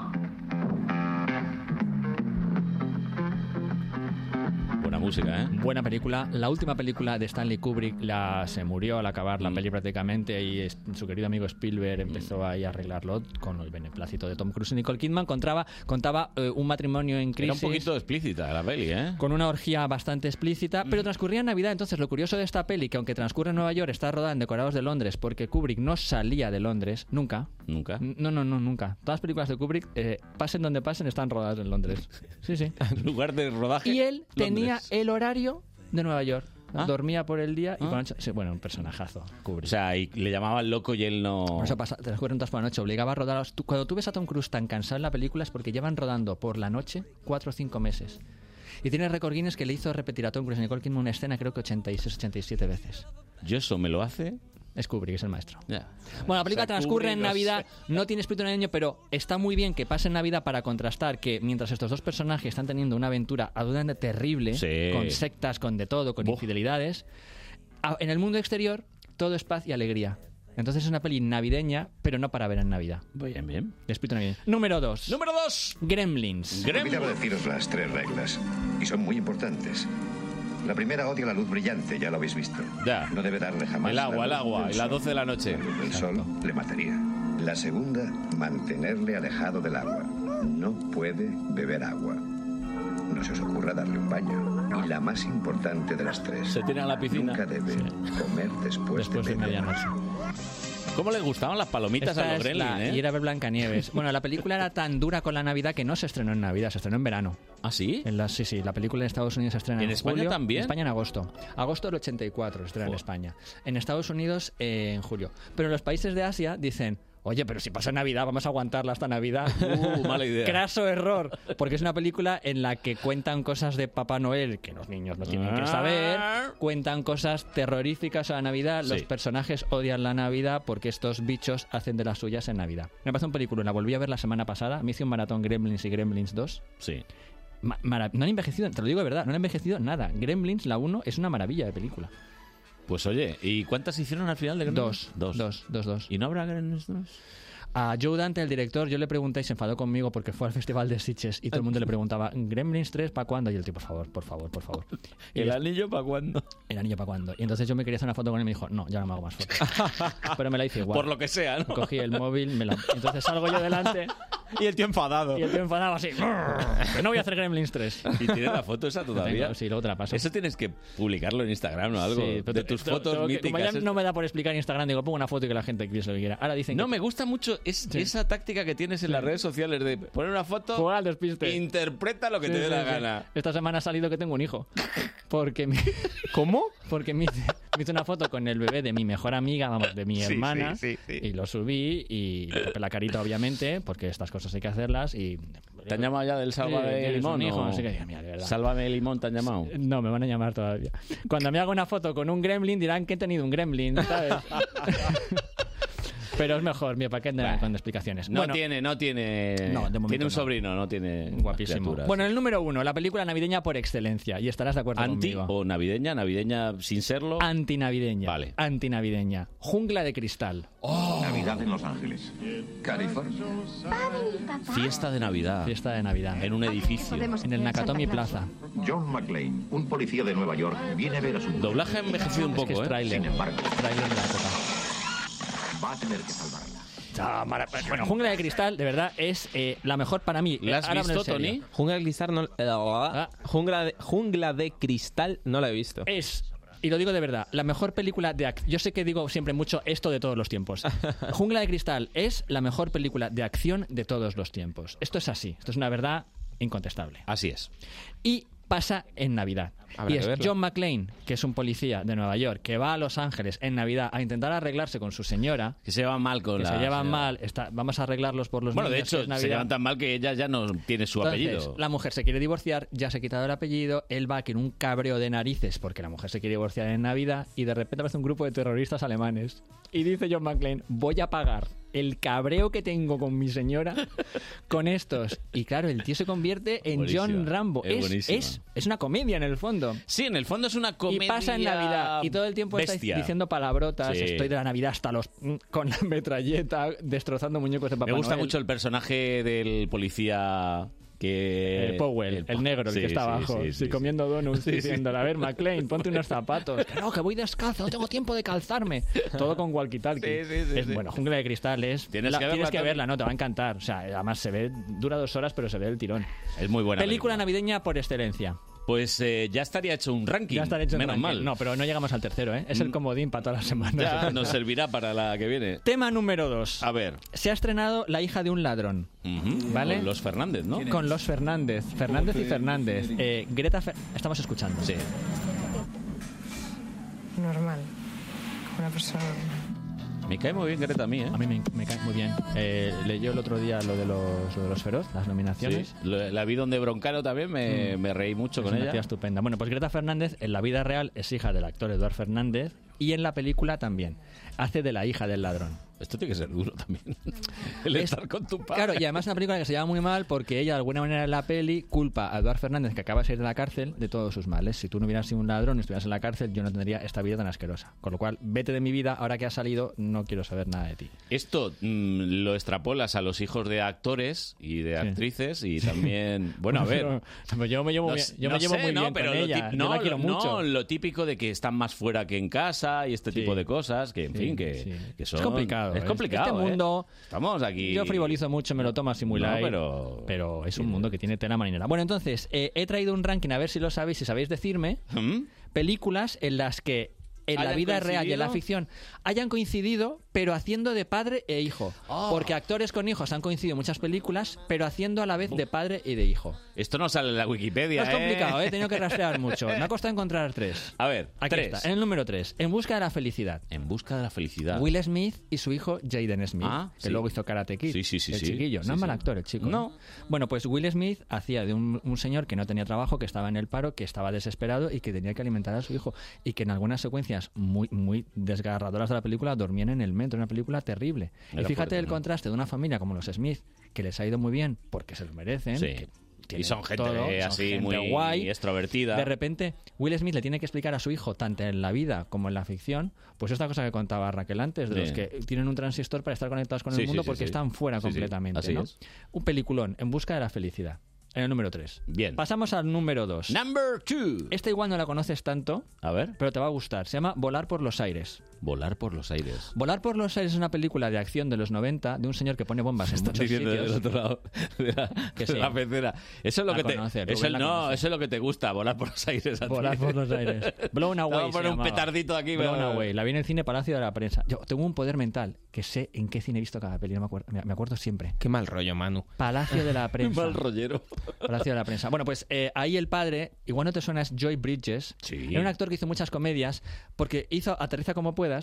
[SPEAKER 2] Buena música, ¿eh?
[SPEAKER 9] Buena película. La última película de Stanley Kubrick la, se murió al acabar
[SPEAKER 2] Mm.
[SPEAKER 9] la peli prácticamente y es- su querido amigo Spielberg empezó ahí a arreglarlo con el beneplácito de Tom Cruise y Nicole Kidman. Contaba, contaba eh, un matrimonio en
[SPEAKER 2] Era
[SPEAKER 9] crisis
[SPEAKER 2] un poquito explícita la peli, ¿eh?
[SPEAKER 9] con una orgía bastante explícita,
[SPEAKER 2] Mm.
[SPEAKER 9] pero transcurría en Navidad. Entonces, lo curioso de esta peli, que aunque transcurre en Nueva York, está rodada en decorados de Londres, porque Kubrick no salía de Londres nunca.
[SPEAKER 2] Nunca.
[SPEAKER 9] No, no, no, nunca. Todas las películas de Kubrick, eh, pasen donde pasen, están rodadas en Londres. Sí, sí.
[SPEAKER 2] Lugar de rodaje.
[SPEAKER 9] Y él tenía
[SPEAKER 2] Londres.
[SPEAKER 9] el horario de Nueva York.
[SPEAKER 2] Ah.
[SPEAKER 9] Dormía por el día y por la noche. sí, bueno, un personajazo. O
[SPEAKER 2] sea, y le llamaban loco y él no.
[SPEAKER 9] Por eso pasa, te las cuentas por la noche. Obligaba a rodar. a los- tú- cuando tú ves a Tom Cruise tan cansado en la película es porque llevan rodando por la noche cuatro o cinco meses. Y tiene récord Guinness que le hizo repetir a Tom Cruise y Nicole Kidman una escena creo que 86, 87 veces.
[SPEAKER 2] Yo eso me lo hace
[SPEAKER 9] Es Kubrick, es el maestro.
[SPEAKER 2] Ya.
[SPEAKER 9] Bueno, la película
[SPEAKER 2] O sea,
[SPEAKER 9] transcurre en
[SPEAKER 2] Kubrick, no
[SPEAKER 9] Navidad, no tiene espíritu navideño, pero está muy bien que pase en Navidad para contrastar que mientras estos dos personajes están teniendo una aventura absolutamente terrible,
[SPEAKER 2] Sí.
[SPEAKER 9] con sectas, con de todo, con infidelidades, a- en el mundo exterior todo es paz y alegría. Entonces es una peli navideña, pero no para ver en Navidad.
[SPEAKER 2] Bien, bien.
[SPEAKER 9] De espíritu navideño. Número 2.
[SPEAKER 2] Número 2.
[SPEAKER 9] Gremlins.
[SPEAKER 18] Olvidaba deciros las tres reglas, y son muy importantes. La primera odia la luz brillante, ya lo habéis visto. No debe darle jamás.
[SPEAKER 2] El agua, el
[SPEAKER 18] la luz
[SPEAKER 2] agua,
[SPEAKER 18] del
[SPEAKER 2] y las
[SPEAKER 18] sol.
[SPEAKER 2] 12 de la noche.
[SPEAKER 18] La luz del sol le mataría. La segunda, mantenerle alejado del agua. No puede beber agua. No se os ocurra darle un baño. Y la más importante de las tres. Se
[SPEAKER 2] tira a la piscina.
[SPEAKER 18] Nunca debe comer después, de medianoche.
[SPEAKER 2] ¿Cómo le gustaban las palomitas
[SPEAKER 9] Esta
[SPEAKER 2] a los
[SPEAKER 9] es
[SPEAKER 2] Gremlins,
[SPEAKER 9] la-
[SPEAKER 2] eh?
[SPEAKER 9] Y era ver Blancanieves. Bueno, la película era tan dura con la Navidad que no se estrenó en Navidad, se estrenó en verano.
[SPEAKER 2] ¿Ah, sí?
[SPEAKER 9] En la- sí, sí, la película en Estados Unidos se estrena
[SPEAKER 2] ¿Y
[SPEAKER 9] en
[SPEAKER 2] en España
[SPEAKER 9] julio,
[SPEAKER 2] también?
[SPEAKER 9] En España en agosto. Agosto del 84 se estrena en España. En Estados Unidos eh, en julio. Pero en los países de Asia dicen... Oye, pero si pasa Navidad, vamos a aguantarla hasta Navidad.
[SPEAKER 2] Uh, mala idea.
[SPEAKER 9] Craso error. Porque es una película en la que cuentan cosas de Papá Noel que los niños no tienen que saber. Cuentan cosas terroríficas a la Navidad. Los
[SPEAKER 2] Sí.
[SPEAKER 9] personajes odian la Navidad porque estos bichos hacen de las suyas en Navidad. Me parece un película, la volví a ver la semana pasada. Me hice un maratón Gremlins y Gremlins 2.
[SPEAKER 2] Sí.
[SPEAKER 9] no han envejecido, te lo digo de verdad, no han envejecido nada. Gremlins, la 1, es una maravilla de película.
[SPEAKER 2] Pues oye, ¿y cuántas hicieron al final de Gremlins?
[SPEAKER 9] Dos, dos, dos, dos.
[SPEAKER 2] ¿Y no habrá Gremlins 2?
[SPEAKER 9] A Joe Dante, el director, yo le pregunté y se enfadó conmigo porque fue al festival de Sitges y todo el mundo le preguntaba, ¿Gremlins 3 para cuándo? Y el tío, por favor, por favor, por favor. Y
[SPEAKER 2] ¿El
[SPEAKER 9] es-
[SPEAKER 2] anillo para cuándo?
[SPEAKER 9] ¿El anillo para cuándo? Y entonces yo me quería hacer una foto con él y me dijo, no, ya no me hago más fotos. Pero me la hice igual.
[SPEAKER 2] Por lo que sea, ¿no?
[SPEAKER 9] Cogí el móvil, me la... Entonces salgo yo delante
[SPEAKER 2] y el tío enfadado.
[SPEAKER 9] y el tío enfadado así. "Brr, que No voy a hacer Gremlins 3.
[SPEAKER 2] Y tiene la foto esa todavía.
[SPEAKER 9] Tengo, sí, luego te la paso.
[SPEAKER 2] Eso tienes que publicarlo en Instagram o algo.
[SPEAKER 9] Sí, pero
[SPEAKER 2] de
[SPEAKER 9] te-
[SPEAKER 2] tus
[SPEAKER 9] tengo-
[SPEAKER 2] fotos
[SPEAKER 9] tengo que- como ya
[SPEAKER 2] míticas. ¿eh?
[SPEAKER 9] no me da por explicar en Instagram, digo, pongo una foto y que la gente piense lo que quiera. Ahora dicen
[SPEAKER 2] No,
[SPEAKER 9] que-
[SPEAKER 2] me gusta mucho es- esa táctica que tienes en las redes sociales de poner una foto,
[SPEAKER 9] Jugar al despiste.
[SPEAKER 2] interpreta lo que te
[SPEAKER 9] Sí,
[SPEAKER 2] dé
[SPEAKER 9] sí,
[SPEAKER 2] la
[SPEAKER 9] sí.
[SPEAKER 2] gana.
[SPEAKER 9] Esta semana ha salido que tengo un hijo. Porque me- ¿Cómo? Porque me hice, me hice una foto con el bebé de mi mejor amiga, vamos, de mi
[SPEAKER 2] Sí,
[SPEAKER 9] hermana.
[SPEAKER 2] sí, sí, sí.
[SPEAKER 9] Y lo subí y le tapé la carita, obviamente, porque estas cosas hay que hacerlas. Y...
[SPEAKER 2] ¿Te han llamado ya del salva
[SPEAKER 9] Sí,
[SPEAKER 2] de
[SPEAKER 9] tienes
[SPEAKER 2] limón?
[SPEAKER 9] un hijo,
[SPEAKER 2] o-
[SPEAKER 9] así que, mira, de verdad.
[SPEAKER 2] Sálvame de limón, te han llamado.
[SPEAKER 9] No, me van a llamar todavía. Cuando me haga una foto con un gremlin dirán que he tenido un gremlin, ¿sabes? Pero es mejor, mira, para qué andar con explicaciones.
[SPEAKER 2] No
[SPEAKER 9] Bueno,
[SPEAKER 2] tiene, no tiene.
[SPEAKER 9] No, de momento
[SPEAKER 2] tiene un
[SPEAKER 9] no.
[SPEAKER 2] sobrino, no tiene.
[SPEAKER 9] guapísimo.
[SPEAKER 2] criaturas.
[SPEAKER 9] Bueno, el número uno, la película navideña por excelencia. Y estarás de acuerdo
[SPEAKER 2] anti
[SPEAKER 9] conmigo.
[SPEAKER 2] o navideña, navideña sin serlo.
[SPEAKER 9] Antinavideña. Vale. Antinavideña. Jungla de cristal.
[SPEAKER 2] Oh.
[SPEAKER 18] Navidad en Los Ángeles. California.
[SPEAKER 2] Fiesta de Navidad.
[SPEAKER 9] Fiesta de Navidad.
[SPEAKER 2] En un edificio.
[SPEAKER 9] En el Nakatomi Plaza.
[SPEAKER 18] John McLean, un policía de Nueva York, viene a ver a su...
[SPEAKER 2] Doblaje ha envejecido un
[SPEAKER 18] Es que
[SPEAKER 2] poco,
[SPEAKER 18] es
[SPEAKER 2] ¿eh?
[SPEAKER 18] tráiler. Sin embargo.
[SPEAKER 9] Tráiler de la época.
[SPEAKER 18] Va a tener que salvarla.
[SPEAKER 9] Ah, mara- Bueno, Jungla de Cristal, de verdad, es eh, la mejor para mí. Eh, ahora hablo en serio.
[SPEAKER 13] Jungla de cristal no. eh, jungla, de, jungla de cristal no la he visto.
[SPEAKER 9] Es, y lo digo de verdad, la mejor película de acción. Yo sé que digo siempre mucho esto de todos los tiempos. Jungla de Cristal es la mejor película de acción de todos los tiempos. Esto es así. Esto es una verdad incontestable.
[SPEAKER 2] Así es.
[SPEAKER 9] Y pasa en Navidad.
[SPEAKER 2] Habrá
[SPEAKER 9] y
[SPEAKER 2] que
[SPEAKER 9] es
[SPEAKER 2] verlo.
[SPEAKER 9] John McClane, que es un policía de Nueva York, que va a Los Ángeles en Navidad a intentar arreglarse con su señora.
[SPEAKER 2] Que se llevan mal con
[SPEAKER 9] que
[SPEAKER 2] la.
[SPEAKER 9] se llevan
[SPEAKER 2] señora.
[SPEAKER 9] mal, está, vamos a arreglarlos por los
[SPEAKER 2] Bueno, de
[SPEAKER 9] niños, que
[SPEAKER 2] hecho,
[SPEAKER 9] es Navidad.
[SPEAKER 2] se llevan tan mal que ella ya no tiene su
[SPEAKER 9] Entonces,
[SPEAKER 2] apellido.
[SPEAKER 9] La mujer se quiere divorciar, ya se ha quitado el apellido, él va con un cabreo de narices porque la mujer se quiere divorciar en Navidad y de repente aparece un grupo de terroristas alemanes. Y dice John McClane, voy a pagar el cabreo que tengo con mi señora con estos. Y claro, el tío se convierte en
[SPEAKER 2] Buenísima.
[SPEAKER 9] John Rambo.
[SPEAKER 2] Es
[SPEAKER 9] Es,
[SPEAKER 2] buenísima.
[SPEAKER 9] es- es una comedia en el fondo.
[SPEAKER 2] Sí, en el fondo es una comedia.
[SPEAKER 9] Y pasa en Navidad. Y todo el tiempo
[SPEAKER 2] bestia.
[SPEAKER 9] está diciendo palabrotas.
[SPEAKER 2] Sí.
[SPEAKER 9] Estoy de la Navidad hasta los... mm, Con la metralleta, destrozando muñecos de papel.
[SPEAKER 2] Me gusta mucho el personaje del policía que.
[SPEAKER 9] El Powell, el, negro, el
[SPEAKER 2] Sí,
[SPEAKER 9] que está
[SPEAKER 2] sí,
[SPEAKER 9] abajo,
[SPEAKER 2] sí,
[SPEAKER 9] sí,
[SPEAKER 2] sí,
[SPEAKER 9] comiendo donuts,
[SPEAKER 2] Sí, sí.
[SPEAKER 9] diciéndole, a ver, McLean, ponte unos zapatos. Que no, que voy descalzo, no tengo tiempo de calzarme. Todo con walkie-talkie. es, Bueno, Jungla de Cristal es...
[SPEAKER 2] Tienes
[SPEAKER 9] la-
[SPEAKER 2] que verla, Tony.
[SPEAKER 9] verla, no, te va a encantar. O sea, además se ve... Dura dos horas, pero se ve el tirón.
[SPEAKER 2] Es muy buena.
[SPEAKER 9] película navideña por excelencia.
[SPEAKER 2] Pues eh, ya estaría hecho un ranking.
[SPEAKER 9] Ya está hecho el
[SPEAKER 2] menos
[SPEAKER 9] ranking.
[SPEAKER 2] mal. Mm.
[SPEAKER 9] No, pero no llegamos al tercero, ¿eh? Es el comodín para todas las semanas.
[SPEAKER 2] Ya nos servirá para la que viene.
[SPEAKER 9] Tema número dos.
[SPEAKER 2] A ver.
[SPEAKER 9] Se ha estrenado La hija de un ladrón.
[SPEAKER 2] Ujú,
[SPEAKER 9] ¿Vale?
[SPEAKER 2] Con los Fernández, ¿no?
[SPEAKER 9] Con los Fernández. Fernández y Fernández. Eh, Greta Fer- Estamos escuchando.
[SPEAKER 2] Sí.
[SPEAKER 19] normal. Una persona
[SPEAKER 2] Me cae muy bien Greta a mí, ¿eh?
[SPEAKER 9] A mí me, me cae muy bien. Eh, leyó el otro día lo de los, lo de los Feroz, las nominaciones.
[SPEAKER 2] Sí, lo- la vi donde Broncano también, me,
[SPEAKER 9] Mm.
[SPEAKER 2] me reí mucho
[SPEAKER 9] Es
[SPEAKER 2] con
[SPEAKER 9] una
[SPEAKER 2] ella.
[SPEAKER 9] tía estupenda. Bueno, pues Greta Fernández en la vida real es hija del actor Eduardo Fernández y en la película también. Hace de la hija del ladrón.
[SPEAKER 2] Esto tiene que ser duro también. El estar con tu padre.
[SPEAKER 9] Claro, y además es una película que se llama muy mal porque ella, de alguna manera, en la peli culpa a Eduardo Fernández, que acaba de salir de la cárcel, de todos sus males. Si tú no hubieras sido un ladrón y estuvieras en la cárcel, yo no tendría esta vida tan asquerosa. Con lo cual, vete de mi vida, ahora que has salido, no quiero saber nada de ti.
[SPEAKER 2] Esto mm, lo extrapolas a los hijos de actores y de actrices y también... Bueno, a ver...
[SPEAKER 9] Pero yo me llevo
[SPEAKER 2] No
[SPEAKER 9] bien,
[SPEAKER 2] sé-
[SPEAKER 9] yo me
[SPEAKER 2] no
[SPEAKER 9] llevo
[SPEAKER 2] sé,
[SPEAKER 9] muy
[SPEAKER 2] no,
[SPEAKER 9] bien
[SPEAKER 2] pero
[SPEAKER 9] con
[SPEAKER 2] lo
[SPEAKER 9] ella.
[SPEAKER 2] tip-
[SPEAKER 9] Yo
[SPEAKER 2] no,
[SPEAKER 9] la quiero
[SPEAKER 2] lo-
[SPEAKER 9] mucho.
[SPEAKER 2] no, lo típico de que están más fuera que en casa y este tipo de cosas, que en fin, que, que son...
[SPEAKER 9] Es complicado.
[SPEAKER 2] Es
[SPEAKER 9] ¿eh?
[SPEAKER 2] complicado,
[SPEAKER 9] Este
[SPEAKER 2] ¿eh?
[SPEAKER 9] mundo.
[SPEAKER 2] Estamos aquí...
[SPEAKER 9] Yo frivolizo mucho, me lo tomo así muy
[SPEAKER 2] No,
[SPEAKER 9] light.
[SPEAKER 2] pero...
[SPEAKER 9] pero es un mundo que tiene tela marinera. Bueno, entonces, eh, he traído un ranking, a ver si lo sabéis, si sabéis decirme, películas en las que en la
[SPEAKER 2] ¿Mm? ¿Hayan
[SPEAKER 9] vida real y en la
[SPEAKER 2] coincidido?
[SPEAKER 9] ficción hayan coincidido, pero haciendo de padre e hijo.
[SPEAKER 2] Ah.
[SPEAKER 9] Porque actores con hijos han coincidido en muchas películas, pero haciendo a la vez de padre y de hijo.
[SPEAKER 2] Esto no sale en la Wikipedia,
[SPEAKER 9] No es complicado,
[SPEAKER 2] ¿eh?
[SPEAKER 9] ¿eh? he tenido que rastrear mucho. Me ha costado encontrar tres.
[SPEAKER 2] A ver,
[SPEAKER 9] Aquí
[SPEAKER 2] tres.
[SPEAKER 9] está, en el número 3, En busca de la felicidad.
[SPEAKER 2] En busca de la felicidad.
[SPEAKER 9] Will Smith y su hijo Jaden Smith,
[SPEAKER 2] Ah,
[SPEAKER 9] que
[SPEAKER 2] sí.
[SPEAKER 9] luego hizo Karate Kid,
[SPEAKER 2] Sí, sí, sí,
[SPEAKER 9] el
[SPEAKER 2] sí.
[SPEAKER 9] chiquillo,
[SPEAKER 2] Sí,
[SPEAKER 9] no es mal
[SPEAKER 2] sí.
[SPEAKER 9] actor el chico. ¿eh?
[SPEAKER 2] No.
[SPEAKER 9] Bueno, pues Will Smith hacía de un, un señor que no tenía trabajo, que estaba en el paro, que estaba desesperado y que tenía que alimentar a su hijo y que en algunas secuencias muy muy desgarradoras de la película dormían en el metro, una película terrible. y
[SPEAKER 2] Era
[SPEAKER 9] fíjate
[SPEAKER 2] fuerte,
[SPEAKER 9] el
[SPEAKER 2] ¿no?
[SPEAKER 9] contraste de una familia como los Smith que les ha ido muy bien porque se lo merecen.
[SPEAKER 2] Sí.
[SPEAKER 9] que
[SPEAKER 2] Y
[SPEAKER 9] tienen
[SPEAKER 2] son gente
[SPEAKER 9] todo, son
[SPEAKER 2] así
[SPEAKER 9] gente
[SPEAKER 2] muy
[SPEAKER 9] guay,
[SPEAKER 2] extrovertida.
[SPEAKER 9] de repente, Will Smith le tiene que explicar a su hijo, tanto en la vida como en la ficción, pues esta cosa que contaba Raquel antes, de los
[SPEAKER 2] Sí.
[SPEAKER 9] que tienen un transistor para estar conectados con
[SPEAKER 2] Sí,
[SPEAKER 9] el
[SPEAKER 2] sí,
[SPEAKER 9] mundo
[SPEAKER 2] sí,
[SPEAKER 9] porque
[SPEAKER 2] sí.
[SPEAKER 9] están fuera
[SPEAKER 2] Sí, sí.
[SPEAKER 9] completamente.
[SPEAKER 2] Así
[SPEAKER 9] ¿no?
[SPEAKER 2] es.
[SPEAKER 9] Un peliculón, En busca de la felicidad. En el número 3.
[SPEAKER 2] Bien.
[SPEAKER 9] Pasamos al número 2.
[SPEAKER 2] Number 2.
[SPEAKER 9] Esta igual no la conoces tanto.
[SPEAKER 2] A ver.
[SPEAKER 9] Pero te va a gustar. Se llama Volar por los aires.
[SPEAKER 2] Volar por los aires.
[SPEAKER 9] Volar por los aires es una película de acción de los 90 de un señor que pone bombas en muchos
[SPEAKER 2] diciendo
[SPEAKER 9] sitios.
[SPEAKER 2] del otro lado de la,
[SPEAKER 9] Que
[SPEAKER 2] de
[SPEAKER 9] sí.
[SPEAKER 2] la pecera. Eso es lo
[SPEAKER 9] La
[SPEAKER 2] que te
[SPEAKER 9] conoce,
[SPEAKER 2] eso
[SPEAKER 9] Rubén
[SPEAKER 2] es-
[SPEAKER 9] la
[SPEAKER 2] no,
[SPEAKER 9] conoce.
[SPEAKER 2] eso es lo que te gusta, volar por los aires. a ti.
[SPEAKER 9] Volar por los aires. Blown away.
[SPEAKER 2] Vamos a poner
[SPEAKER 9] se
[SPEAKER 2] un
[SPEAKER 9] llamaba.
[SPEAKER 2] petardito aquí.
[SPEAKER 9] Blown
[SPEAKER 2] pero-
[SPEAKER 9] away. La vi en el cine Palacio de la Prensa. Yo tengo un poder mental que sé en qué cine he visto cada peli. No me acuerdo, me- me acuerdo siempre.
[SPEAKER 13] Qué mal rollo, Manu.
[SPEAKER 9] Palacio de la Prensa.
[SPEAKER 13] Mal
[SPEAKER 2] rollero.
[SPEAKER 9] Palacio de la Prensa. Bueno, pues eh, ahí el padre, igual no te suena, es Joy Bridges. Era un actor que hizo muchas comedias porque hizo Aterriza como puedas.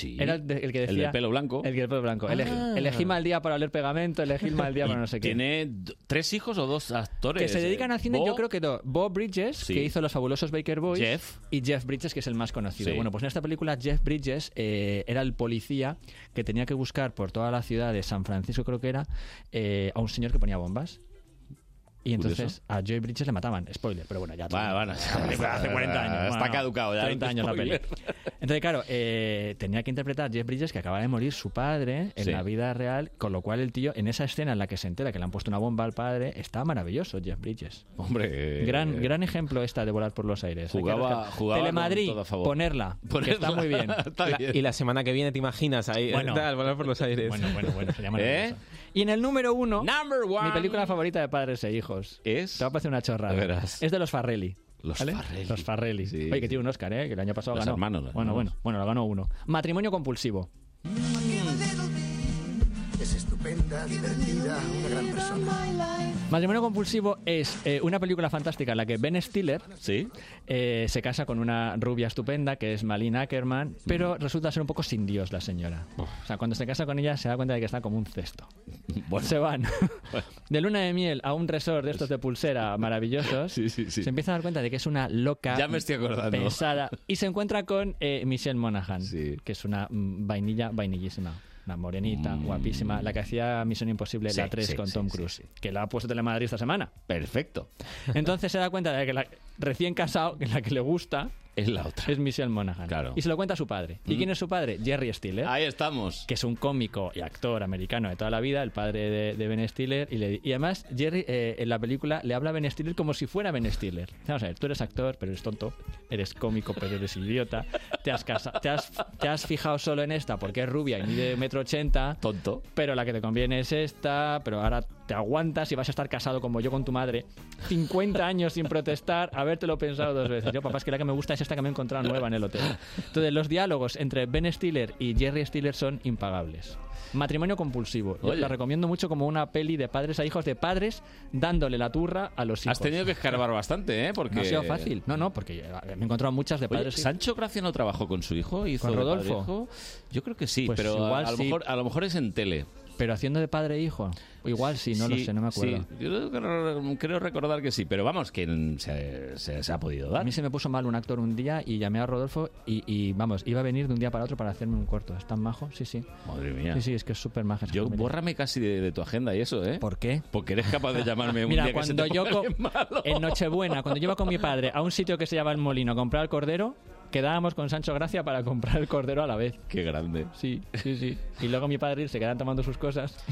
[SPEAKER 9] Era el, de- el que
[SPEAKER 2] El
[SPEAKER 9] decía.
[SPEAKER 2] del pelo blanco.
[SPEAKER 9] El, del pelo blanco. Elegí,
[SPEAKER 2] Ah.
[SPEAKER 9] elegí mal día para oler pegamento, elegí mal día para no sé qué.
[SPEAKER 2] Tiene d- tres hijos o dos actores. eh.
[SPEAKER 9] Que se dedican al cine,
[SPEAKER 2] Bo-
[SPEAKER 9] yo creo que dos. Bob Bridges,
[SPEAKER 2] Sí.
[SPEAKER 9] que hizo Los Fabulosos Baker Boys.
[SPEAKER 2] Jeff.
[SPEAKER 9] Y Jeff Bridges, que es el más conocido.
[SPEAKER 2] Sí.
[SPEAKER 9] Bueno, pues en esta película Jeff Bridges eh, era el policía que tenía que buscar por toda la ciudad de San Francisco, creo que era, eh, a un señor que ponía bombas. Y entonces
[SPEAKER 2] Curioso.
[SPEAKER 9] a Jeff Bridges le mataban. Spoiler, pero bueno, ya.
[SPEAKER 2] Bueno, bueno,
[SPEAKER 9] hace 40 años.
[SPEAKER 2] Está
[SPEAKER 9] Bueno, no,
[SPEAKER 2] caducado ya.
[SPEAKER 9] 30 años la peli.
[SPEAKER 2] spoiler.
[SPEAKER 9] Entonces, claro, eh, tenía que interpretar a Jeff Bridges, que acaba de morir su padre en
[SPEAKER 2] Sí.
[SPEAKER 9] la vida real, con lo cual el tío, en esa escena en la que se entera que le han puesto una bomba al padre, está maravilloso Jeff Bridges.
[SPEAKER 2] Hombre, eh,
[SPEAKER 9] Gran, gran ejemplo esta de volar por los aires. Hay que
[SPEAKER 2] Jugaba-
[SPEAKER 9] rescatar.
[SPEAKER 2] jugaba
[SPEAKER 9] Telemadrid,
[SPEAKER 2] con todo a favor.
[SPEAKER 9] ponerla, que
[SPEAKER 2] Ponerla.
[SPEAKER 9] está muy bien.
[SPEAKER 2] Está bien.
[SPEAKER 13] Y la semana que viene te imaginas ahí,
[SPEAKER 9] Bueno.
[SPEAKER 13] tal, volar por los aires.
[SPEAKER 9] Bueno, bueno, bueno, sería
[SPEAKER 13] ¿Eh?
[SPEAKER 9] maravilloso. Y en el número uno, mi
[SPEAKER 2] one.
[SPEAKER 9] película favorita de padres e hijos.
[SPEAKER 2] Es.
[SPEAKER 9] Te va a parecer una chorrada.
[SPEAKER 2] Verás.
[SPEAKER 9] Es de los Farrelly.
[SPEAKER 2] Los
[SPEAKER 9] ¿vale?
[SPEAKER 2] Farrelly.
[SPEAKER 9] Los Farrelly.
[SPEAKER 2] Sí,
[SPEAKER 9] Oye, que
[SPEAKER 2] sí.
[SPEAKER 9] tiene un Oscar, ¿eh? Que el año pasado
[SPEAKER 2] Los
[SPEAKER 9] ganó.
[SPEAKER 2] hermanos, los
[SPEAKER 9] bueno,
[SPEAKER 2] hermanos.
[SPEAKER 9] bueno, bueno, lo ganó uno. Matrimonio compulsivo.
[SPEAKER 19] Es estupenda, divertida, una gran persona.
[SPEAKER 9] Matrimonio compulsivo es eh, una película fantástica en la que Ben Stiller eh, se casa con una rubia estupenda que es Malin Ackerman, pero
[SPEAKER 2] Mm.
[SPEAKER 9] resulta ser un poco sin Dios la señora. O sea, cuando se casa con ella se da cuenta de que está como un cesto. Se van de luna de miel a un resort de estos de pulsera maravillosos. Se empieza a dar cuenta de que es una loca,
[SPEAKER 2] Ya me estoy acordando.
[SPEAKER 9] pesada, y se encuentra con eh, Michelle Monaghan, que es una mm, vainilla, vainillísima. Una morenita, guapísima, la que hacía Misión Imposible, la
[SPEAKER 2] Mm. Sí,
[SPEAKER 9] 3
[SPEAKER 2] sí,
[SPEAKER 9] con
[SPEAKER 2] sí,
[SPEAKER 9] Tom
[SPEAKER 2] sí,
[SPEAKER 9] Cruise, que la ha puesto Telemadrid esta semana.
[SPEAKER 2] Perfecto.
[SPEAKER 9] Entonces se da cuenta de que la recién casado, que la que le gusta,
[SPEAKER 2] Es la otra.
[SPEAKER 9] es Michelle Monaghan.
[SPEAKER 2] Claro.
[SPEAKER 9] Y se lo cuenta a su padre. ¿Y
[SPEAKER 2] Mm.
[SPEAKER 9] quién es su padre? Jerry Stiller.
[SPEAKER 2] Ahí estamos.
[SPEAKER 9] Que es un cómico y actor americano de toda la vida, el padre de, de Ben Stiller. Y, le- y además, Jerry eh, en la película le habla a Ben Stiller como si fuera Ben Stiller. Vamos a ver, tú eres actor, pero eres tonto. Eres cómico, pero eres idiota. Te has, casa- te has, te has fijado solo en esta porque es rubia y mide metro ochenta.
[SPEAKER 2] Tonto.
[SPEAKER 9] Pero la que te conviene es esta, pero ahora te aguantas y vas a estar casado como yo con tu madre 50 años sin protestar, habértelo pensado dos veces. Yo, papá, es que la que me gusta es esta que me he encontrado nueva en el hotel. Entonces, los diálogos entre Ben Stiller y Jerry Stiller son impagables. Matrimonio compulsivo. Yo
[SPEAKER 2] Oye.
[SPEAKER 9] La recomiendo mucho como una peli de padres a hijos de padres dándole la turra a los hijos.
[SPEAKER 2] Has tenido que escarbar bastante, ¿eh? Porque...
[SPEAKER 9] No ha sido fácil. No, no, porque eh, me he encontrado muchas de
[SPEAKER 2] Oye,
[SPEAKER 9] padres.
[SPEAKER 2] ¿Sancho Gracia no trabajó con su hijo? ¿Hizo
[SPEAKER 9] ¿Con
[SPEAKER 2] de padre
[SPEAKER 9] Rodolfo?
[SPEAKER 2] hijo? Yo creo que sí,
[SPEAKER 9] Pues
[SPEAKER 2] pero a-
[SPEAKER 9] igual
[SPEAKER 2] a, lo
[SPEAKER 9] sí.
[SPEAKER 2] mejor, a lo mejor es en tele.
[SPEAKER 9] Pero haciendo de padre e hijo. Igual sí, no lo
[SPEAKER 2] Sí,
[SPEAKER 9] sé, no me acuerdo.
[SPEAKER 2] sí. Yo creo, creo recordar que sí, pero vamos, que mm, se, se- se ha podido
[SPEAKER 9] A
[SPEAKER 2] dar.
[SPEAKER 9] mí se me puso mal un actor un día y llamé a Rodolfo y, y, vamos, iba a venir de un día para otro para hacerme un corto. ¿Es tan majo? Sí, sí.
[SPEAKER 2] Madre mía.
[SPEAKER 9] Sí, sí, es que es súper majo.
[SPEAKER 2] Yo, bórrame casi de, de tu agenda y eso, ¿eh? ¿Por
[SPEAKER 9] qué?
[SPEAKER 2] Porque eres capaz de llamarme un
[SPEAKER 9] Mira,
[SPEAKER 2] día que se
[SPEAKER 9] cuando
[SPEAKER 2] te
[SPEAKER 9] yo
[SPEAKER 2] ponga
[SPEAKER 9] co-
[SPEAKER 2] bien malo.
[SPEAKER 9] en Nochebuena, cuando yo iba con mi padre a un sitio que se llama El Molino a comprar el cordero, quedábamos con Sancho Gracia para comprar el cordero a la vez.
[SPEAKER 2] Qué grande.
[SPEAKER 9] Sí, sí, sí. Y luego mi padre y él se quedan tomando sus cosas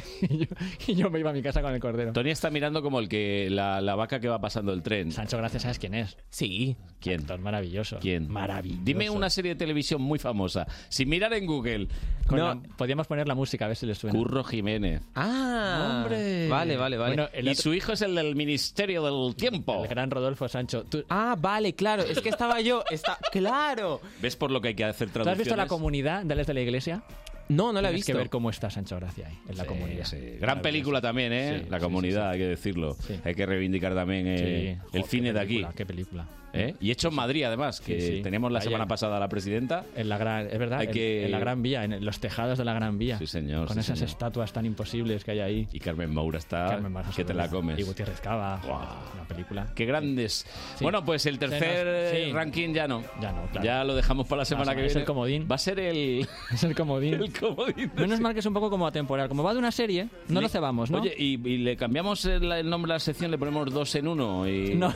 [SPEAKER 9] y yo, y yo me iba a mi casa con el cordero.
[SPEAKER 2] Tony está mirando como el que la, la vaca que va pasando el tren.
[SPEAKER 9] Sancho Gracia, ¿sabes quién es?
[SPEAKER 2] Sí. ¿Quién?
[SPEAKER 9] Actor maravilloso.
[SPEAKER 2] ¿Quién?
[SPEAKER 9] Maravilloso.
[SPEAKER 2] Dime una serie de televisión muy famosa. Sin mirar en Google.
[SPEAKER 9] Con la- podíamos poner la música, a ver si les suena.
[SPEAKER 2] Curro Jiménez.
[SPEAKER 13] Ah,
[SPEAKER 9] Hombre.
[SPEAKER 13] Vale, vale, vale.
[SPEAKER 9] Bueno, el
[SPEAKER 2] y
[SPEAKER 9] otro-
[SPEAKER 2] su hijo es el del Ministerio del Tiempo.
[SPEAKER 9] El gran Rodolfo Sancho. ¿Tú,
[SPEAKER 13] Ah, vale, claro. Es que estaba yo. Está... ¡Claro!
[SPEAKER 2] ¿Ves por lo que hay que hacer
[SPEAKER 9] ¿tú has
[SPEAKER 2] traducciones?
[SPEAKER 9] visto la comunidad de las de la iglesia?
[SPEAKER 13] No, no la he
[SPEAKER 9] Tienes
[SPEAKER 13] visto.
[SPEAKER 9] que ver cómo está Sancho Gracia ahí, en la
[SPEAKER 2] Sí,
[SPEAKER 9] comunidad.
[SPEAKER 2] sí. Gran película también, ¿eh? la comunidad, hay que decirlo. Hay que reivindicar también eh,
[SPEAKER 9] Sí.
[SPEAKER 2] el
[SPEAKER 9] Jo,
[SPEAKER 2] cine
[SPEAKER 9] qué
[SPEAKER 2] de aquí.
[SPEAKER 9] película, Qué película.
[SPEAKER 2] ¿Eh? Y hecho en Madrid, además, que
[SPEAKER 9] Sí, sí.
[SPEAKER 2] teníamos la
[SPEAKER 9] Ahí
[SPEAKER 2] semana
[SPEAKER 9] en-
[SPEAKER 2] pasada a la presidenta.
[SPEAKER 9] En la gran, es verdad,
[SPEAKER 2] Hay
[SPEAKER 9] en,
[SPEAKER 2] que-
[SPEAKER 9] en la Gran Vía, en los tejados de la Gran Vía.
[SPEAKER 2] Sí, señor.
[SPEAKER 9] con
[SPEAKER 2] sí,
[SPEAKER 9] esas
[SPEAKER 2] señor.
[SPEAKER 9] estatuas tan imposibles que hay ahí.
[SPEAKER 2] Y Carmen Maura está.
[SPEAKER 9] Carmen Maura,
[SPEAKER 2] que te la comes.
[SPEAKER 9] Y Gutiérrez Cava.
[SPEAKER 2] Guau.
[SPEAKER 9] Una película.
[SPEAKER 2] Qué grandes. Bueno, pues el
[SPEAKER 9] Se nos-
[SPEAKER 2] tercer eh,
[SPEAKER 9] sí.
[SPEAKER 2] ranking ya no.
[SPEAKER 9] Ya no, claro.
[SPEAKER 2] Ya lo dejamos para la semana que
[SPEAKER 9] es
[SPEAKER 2] viene.
[SPEAKER 9] el comodín.
[SPEAKER 2] Va a ser el.
[SPEAKER 9] Es el comodín.
[SPEAKER 2] comodín.
[SPEAKER 9] Menos mal que es un poco como atemporal. Como va de una serie, no lo cebamos, ¿no?
[SPEAKER 2] Oye, y, y le cambiamos el, el nombre a la sección, le ponemos dos en uno. Y...
[SPEAKER 9] No.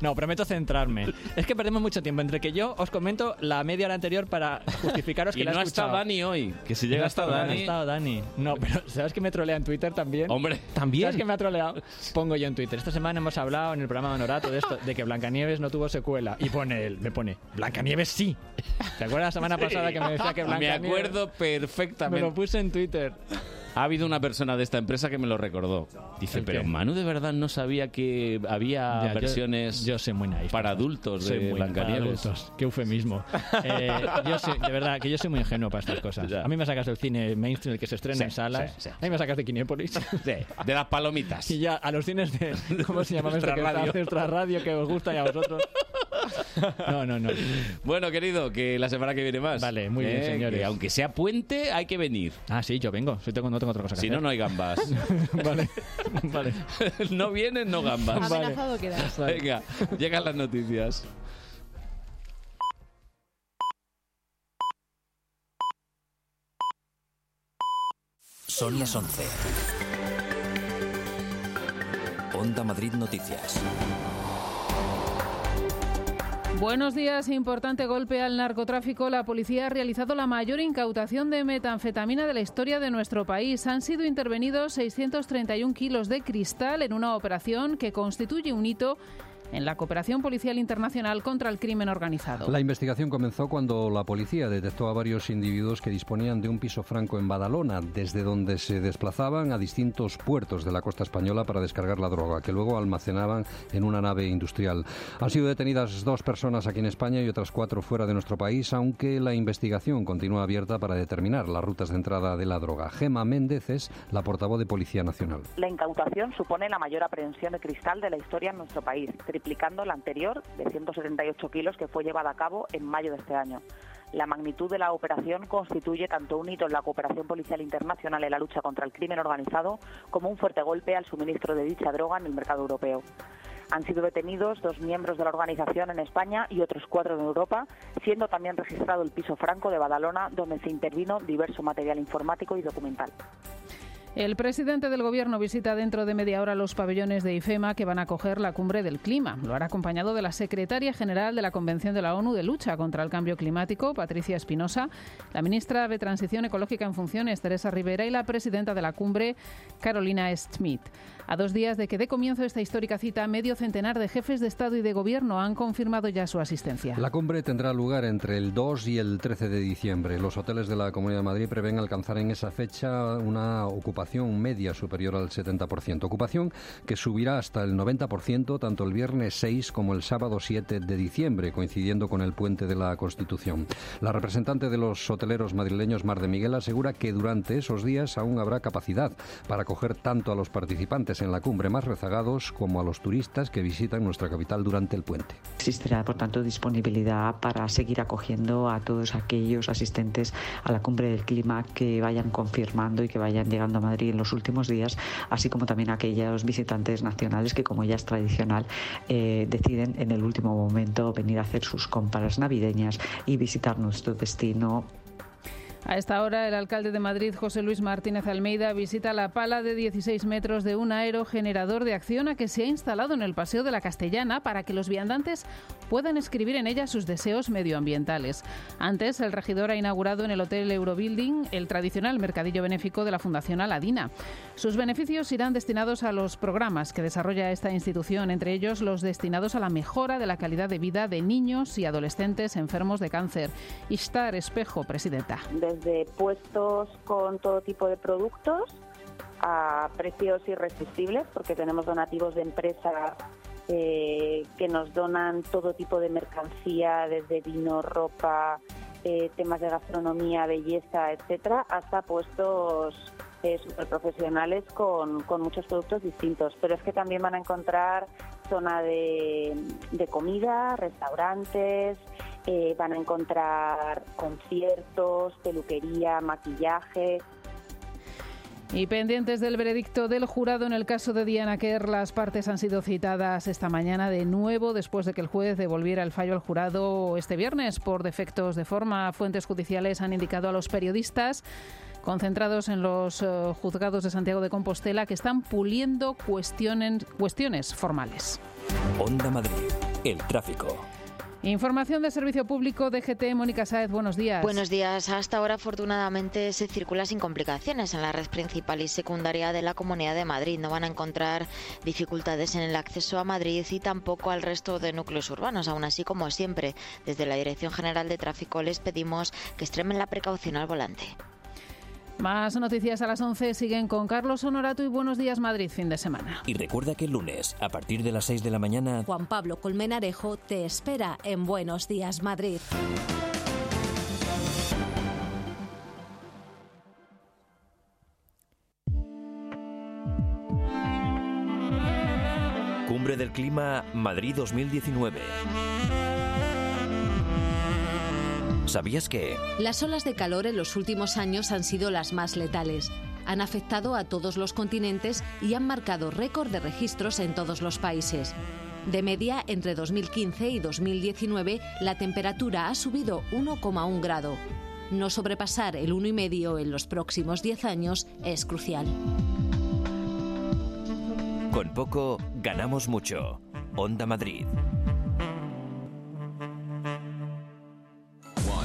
[SPEAKER 9] No, prometo centrarme. Es que perdemos mucho tiempo entre que yo os comento la media hora anterior para justificaros que
[SPEAKER 2] Y
[SPEAKER 9] la he
[SPEAKER 2] no ha estado
[SPEAKER 9] escuchado.
[SPEAKER 2] Dani hoy. Que si llega
[SPEAKER 9] No ha
[SPEAKER 2] hasta
[SPEAKER 9] estado- No ha
[SPEAKER 2] Dani-
[SPEAKER 9] estado Dani. No, pero ¿sabes que me trolea en Twitter también?
[SPEAKER 2] Hombre,
[SPEAKER 9] también. ¿Sabes que me ha troleado? Pongo yo en Twitter. Esta semana hemos hablado en el programa de Honorato de esto, de que Blancanieves no tuvo secuela. Y pone él, me pone, Blancanieves sí. ¿Te acuerdas la semana pasada que me decía que
[SPEAKER 2] Me
[SPEAKER 9] Blancanieves?
[SPEAKER 2] acuerdo
[SPEAKER 9] Me
[SPEAKER 2] perfectamente.
[SPEAKER 9] lo puse en Twitter.
[SPEAKER 2] Ha habido una persona de esta empresa que me lo recordó. Dice,
[SPEAKER 9] ¿El qué?
[SPEAKER 2] pero Manu de verdad no sabía que había
[SPEAKER 9] Ya, yo-
[SPEAKER 2] versiones para adultos
[SPEAKER 9] Soy
[SPEAKER 2] de
[SPEAKER 9] muy
[SPEAKER 2] Blancanieves.
[SPEAKER 9] para adultos. Qué eufemismo. Eh, yo soy- de verdad, que yo soy muy ingenuo para estas cosas. A mí me sacas del cine mainstream, el que se estrena
[SPEAKER 2] Sí,
[SPEAKER 9] en salas.
[SPEAKER 2] sí, sí.
[SPEAKER 9] A mí me sacas de Kinépolis.
[SPEAKER 2] De las palomitas.
[SPEAKER 9] Y ya, a los cines de. ¿Cómo se llamaba esto? este que
[SPEAKER 2] Extrarradio.
[SPEAKER 9] está? Extrarradio, que os gusta y a vosotros. No, no, no.
[SPEAKER 2] Bueno, querido, que la semana que viene más. Vale,
[SPEAKER 9] muy bien, señores.
[SPEAKER 2] aunque sea puente, hay que venir.
[SPEAKER 9] Ah, sí, yo vengo. Si tengo- no tengo otra cosa que
[SPEAKER 2] Si
[SPEAKER 9] hacer.
[SPEAKER 2] no, no hay gambas.
[SPEAKER 9] vale.
[SPEAKER 2] no vienen, no gambas.
[SPEAKER 26] Amenazado quedas.
[SPEAKER 2] Venga, llegan las noticias.
[SPEAKER 1] Son las 11. Onda Madrid Noticias.
[SPEAKER 3] Buenos días. Importante golpe al narcotráfico. La policía ha realizado la mayor incautación de metanfetamina de la historia de nuestro país. Han sido intervenidos 631 kilos de cristal en una operación que constituye un hito en la cooperación policial internacional contra el crimen organizado.
[SPEAKER 4] La investigación comenzó cuando la policía detectó a varios individuos que disponían de un piso franco en Badalona, desde donde se desplazaban a distintos puertos de la costa española para descargar la droga, que luego almacenaban en una nave industrial. Han sido detenidas dos personas aquí en España y otras cuatro fuera de nuestro país, aunque la investigación continúa abierta para determinar las rutas de entrada de la droga. Gema Méndez es la portavoz de Policía Nacional.
[SPEAKER 27] La incautación supone la mayor aprehensión de cristal de la historia en nuestro país, triplicando la anterior de 178 kilos que fue llevada a cabo en mayo de este año. La magnitud de la operación constituye tanto un hito en la cooperación policial internacional en la lucha contra el crimen organizado como un fuerte golpe al suministro de dicha droga en el mercado europeo. Han sido detenidos dos miembros de la organización en España y otros cuatro en Europa, siendo también registrado el piso franco de Badalona, donde se intervino diverso material informático y documental.
[SPEAKER 3] El presidente del Gobierno visita dentro de media hora los pabellones de IFEMA que van a acoger la cumbre del clima. Lo hará acompañado de la secretaria general de la Convención de la ONU de Lucha contra el Cambio Climático, Patricia Espinosa, la ministra de Transición Ecológica en funciones, Teresa Rivera, y la presidenta de la cumbre, Carolina Schmidt. A dos días de que dé comienzo esta histórica cita, medio centenar de jefes de Estado y de Gobierno han confirmado ya su asistencia.
[SPEAKER 4] La cumbre tendrá lugar entre el 2 y el 13 de diciembre. Los hoteles de la Comunidad de Madrid prevén alcanzar en esa fecha una ocupación ocupación media superior al 70%. Ocupación que subirá hasta el 90% tanto el viernes 6 como el sábado 7 de diciembre, coincidiendo con el puente de la Constitución. La representante de los hoteleros madrileños, Mar de Miguel, asegura que durante esos días aún habrá capacidad para acoger tanto a los participantes en la cumbre más rezagados como a los turistas que visitan nuestra capital durante el puente.
[SPEAKER 6] Existirá, por tanto, disponibilidad para seguir acogiendo a todos aquellos asistentes a la cumbre del clima que vayan confirmando y que vayan llegando a Madrid en los últimos días, así como también a aquellos visitantes nacionales que, como ya es tradicional, eh, deciden en el último momento venir a hacer sus compras navideñas y visitar nuestro destino
[SPEAKER 3] A esta hora, el alcalde de Madrid, José Luis Martínez Almeida, visita la pala de 16 metros de un aerogenerador de acción a que se ha instalado en el Paseo de la Castellana para que los viandantes puedan escribir en ella sus deseos medioambientales. Antes, el regidor ha inaugurado en el Hotel Eurobuilding el tradicional mercadillo benéfico de la Fundación Aladina. Sus beneficios irán destinados a los programas que desarrolla esta institución, entre ellos los destinados a la mejora de la calidad de vida de niños y adolescentes enfermos de cáncer. Ishtar Espejo, presidenta.
[SPEAKER 28] desde puestos con todo tipo de productos a precios irresistibles, porque tenemos donativos de empresas eh, que nos donan todo tipo de mercancía, desde vino, ropa, eh, temas de gastronomía, belleza, etcétera, hasta puestos eh, superprofesionales con, con muchos productos distintos. Pero es que también van a encontrar zona de, de comida, restaurantes, eh, van a encontrar conciertos, peluquería, maquillaje,
[SPEAKER 3] Y pendientes del veredicto del jurado en el caso de Diana Kerr, las partes han sido citadas esta mañana de nuevo después de que el juez devolviera el fallo al jurado este viernes por defectos de forma. Fuentes judiciales han indicado a los periodistas concentrados en los eh, juzgados de Santiago de Compostela que están puliendo cuestionen- cuestiones formales.
[SPEAKER 2] Onda Madrid, el tráfico.
[SPEAKER 3] Información de Servicio Público DGT, Mónica Sáez, buenos días.
[SPEAKER 29] Buenos días. Hasta ahora, afortunadamente, se circula sin complicaciones en la red principal y secundaria de la Comunidad de Madrid. No van a encontrar dificultades en el acceso a Madrid y tampoco al resto de núcleos urbanos. Aún así, como siempre, desde la Dirección General de Tráfico les pedimos que extremen la precaución al volante.
[SPEAKER 3] Más noticias a las 11 siguen con Carlos Honorato y Buenos Días Madrid, fin de semana.
[SPEAKER 2] Y recuerda que el lunes, a partir de las 6 de la mañana,
[SPEAKER 12] Juan Pablo Colmenarejo te espera en Buenos Días Madrid.
[SPEAKER 2] Cumbre del Clima Madrid 2019. ¿Sabías que?
[SPEAKER 30] Las olas de calor en los últimos años han sido las más letales. Han afectado a todos los continentes y han marcado récord de registros en todos los países. De media, entre 2015 y 2019, la temperatura ha subido 1,1 grado. No sobrepasar el 1,5 en los próximos 10 años es crucial.
[SPEAKER 2] Con poco ganamos mucho. Onda Madrid.
[SPEAKER 1] One,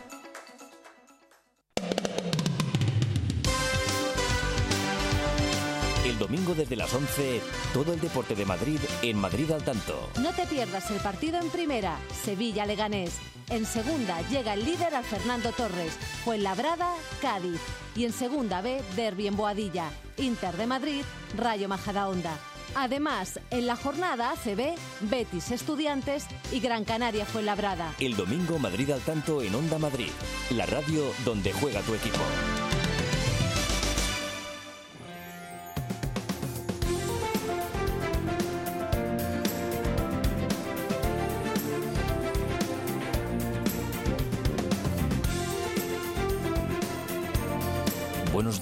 [SPEAKER 2] El domingo desde las 11, todo el deporte de Madrid en Madrid al tanto.
[SPEAKER 12] No te pierdas el partido en primera, Sevilla Leganés. En segunda llega el líder al Fernando Torres, Fuenlabrada, Cádiz. Y en segunda B, Derby en Boadilla, Inter de Madrid, Rayo Majadahonda. Además, en la jornada ACB, Betis Estudiantes y Gran Canaria Fuenlabrada.
[SPEAKER 2] El domingo Madrid al tanto en Onda Madrid, la radio donde juega tu equipo. Buenos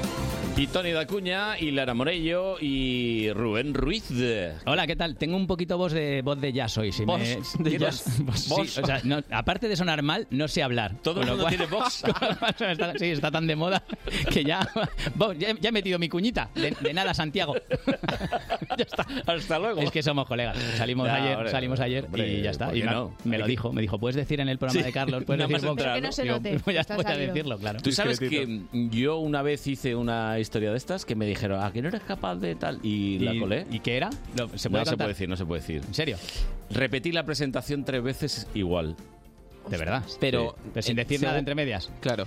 [SPEAKER 2] Y Tony Dacuña, y Lara Morello, y Rubén Ruiz.
[SPEAKER 25] Hola, ¿qué tal? Tengo un poquito voz de voz de jazz hoy. Si
[SPEAKER 2] Voz
[SPEAKER 25] me-
[SPEAKER 2] de
[SPEAKER 25] Sí,
[SPEAKER 2] jazz.
[SPEAKER 25] voz- sí,
[SPEAKER 2] Voz.
[SPEAKER 25] o sea, no, aparte de sonar mal, no sé hablar.
[SPEAKER 2] Todo el
[SPEAKER 25] Con lo
[SPEAKER 2] mundo
[SPEAKER 25] cual-
[SPEAKER 2] tiene voz.
[SPEAKER 25] Está- sí, está tan de moda que ya, vos, ya, ya he metido mi cuñita. De, de nada, Santiago.
[SPEAKER 2] Hasta luego.
[SPEAKER 25] Es que somos colegas. Salimos
[SPEAKER 2] Ya,
[SPEAKER 25] ayer,
[SPEAKER 2] hombre,
[SPEAKER 25] salimos ayer
[SPEAKER 2] hombre,
[SPEAKER 25] y ya está.
[SPEAKER 2] ¿por
[SPEAKER 25] Y
[SPEAKER 2] qué
[SPEAKER 25] me,
[SPEAKER 2] no?
[SPEAKER 25] me
[SPEAKER 2] Hay
[SPEAKER 25] lo
[SPEAKER 2] que-
[SPEAKER 25] dijo. Me dijo, puedes decir en el programa
[SPEAKER 2] Sí.
[SPEAKER 25] de Carlos, puedes
[SPEAKER 2] Nada
[SPEAKER 25] decir
[SPEAKER 2] más
[SPEAKER 25] Vox?".
[SPEAKER 2] entrar, Que no se
[SPEAKER 25] Digo, "Pues
[SPEAKER 2] note,
[SPEAKER 25] voy a,
[SPEAKER 2] está
[SPEAKER 25] voy a
[SPEAKER 2] salido.
[SPEAKER 25] decirlo, claro.
[SPEAKER 2] Tú sabes que yo una vez hice una historia de estas que me dijeron, ¿a que no eres capaz de tal? Y, la colé.
[SPEAKER 25] ¿Y qué era? No, ¿se puede
[SPEAKER 2] no se
[SPEAKER 25] contar?
[SPEAKER 2] puede decir, no se puede decir. ¿En
[SPEAKER 25] serio?
[SPEAKER 2] Repetí la presentación tres veces igual.
[SPEAKER 25] De verdad.
[SPEAKER 2] Pero,
[SPEAKER 25] Sí. Pero sin decir nada entre medias.
[SPEAKER 2] Claro.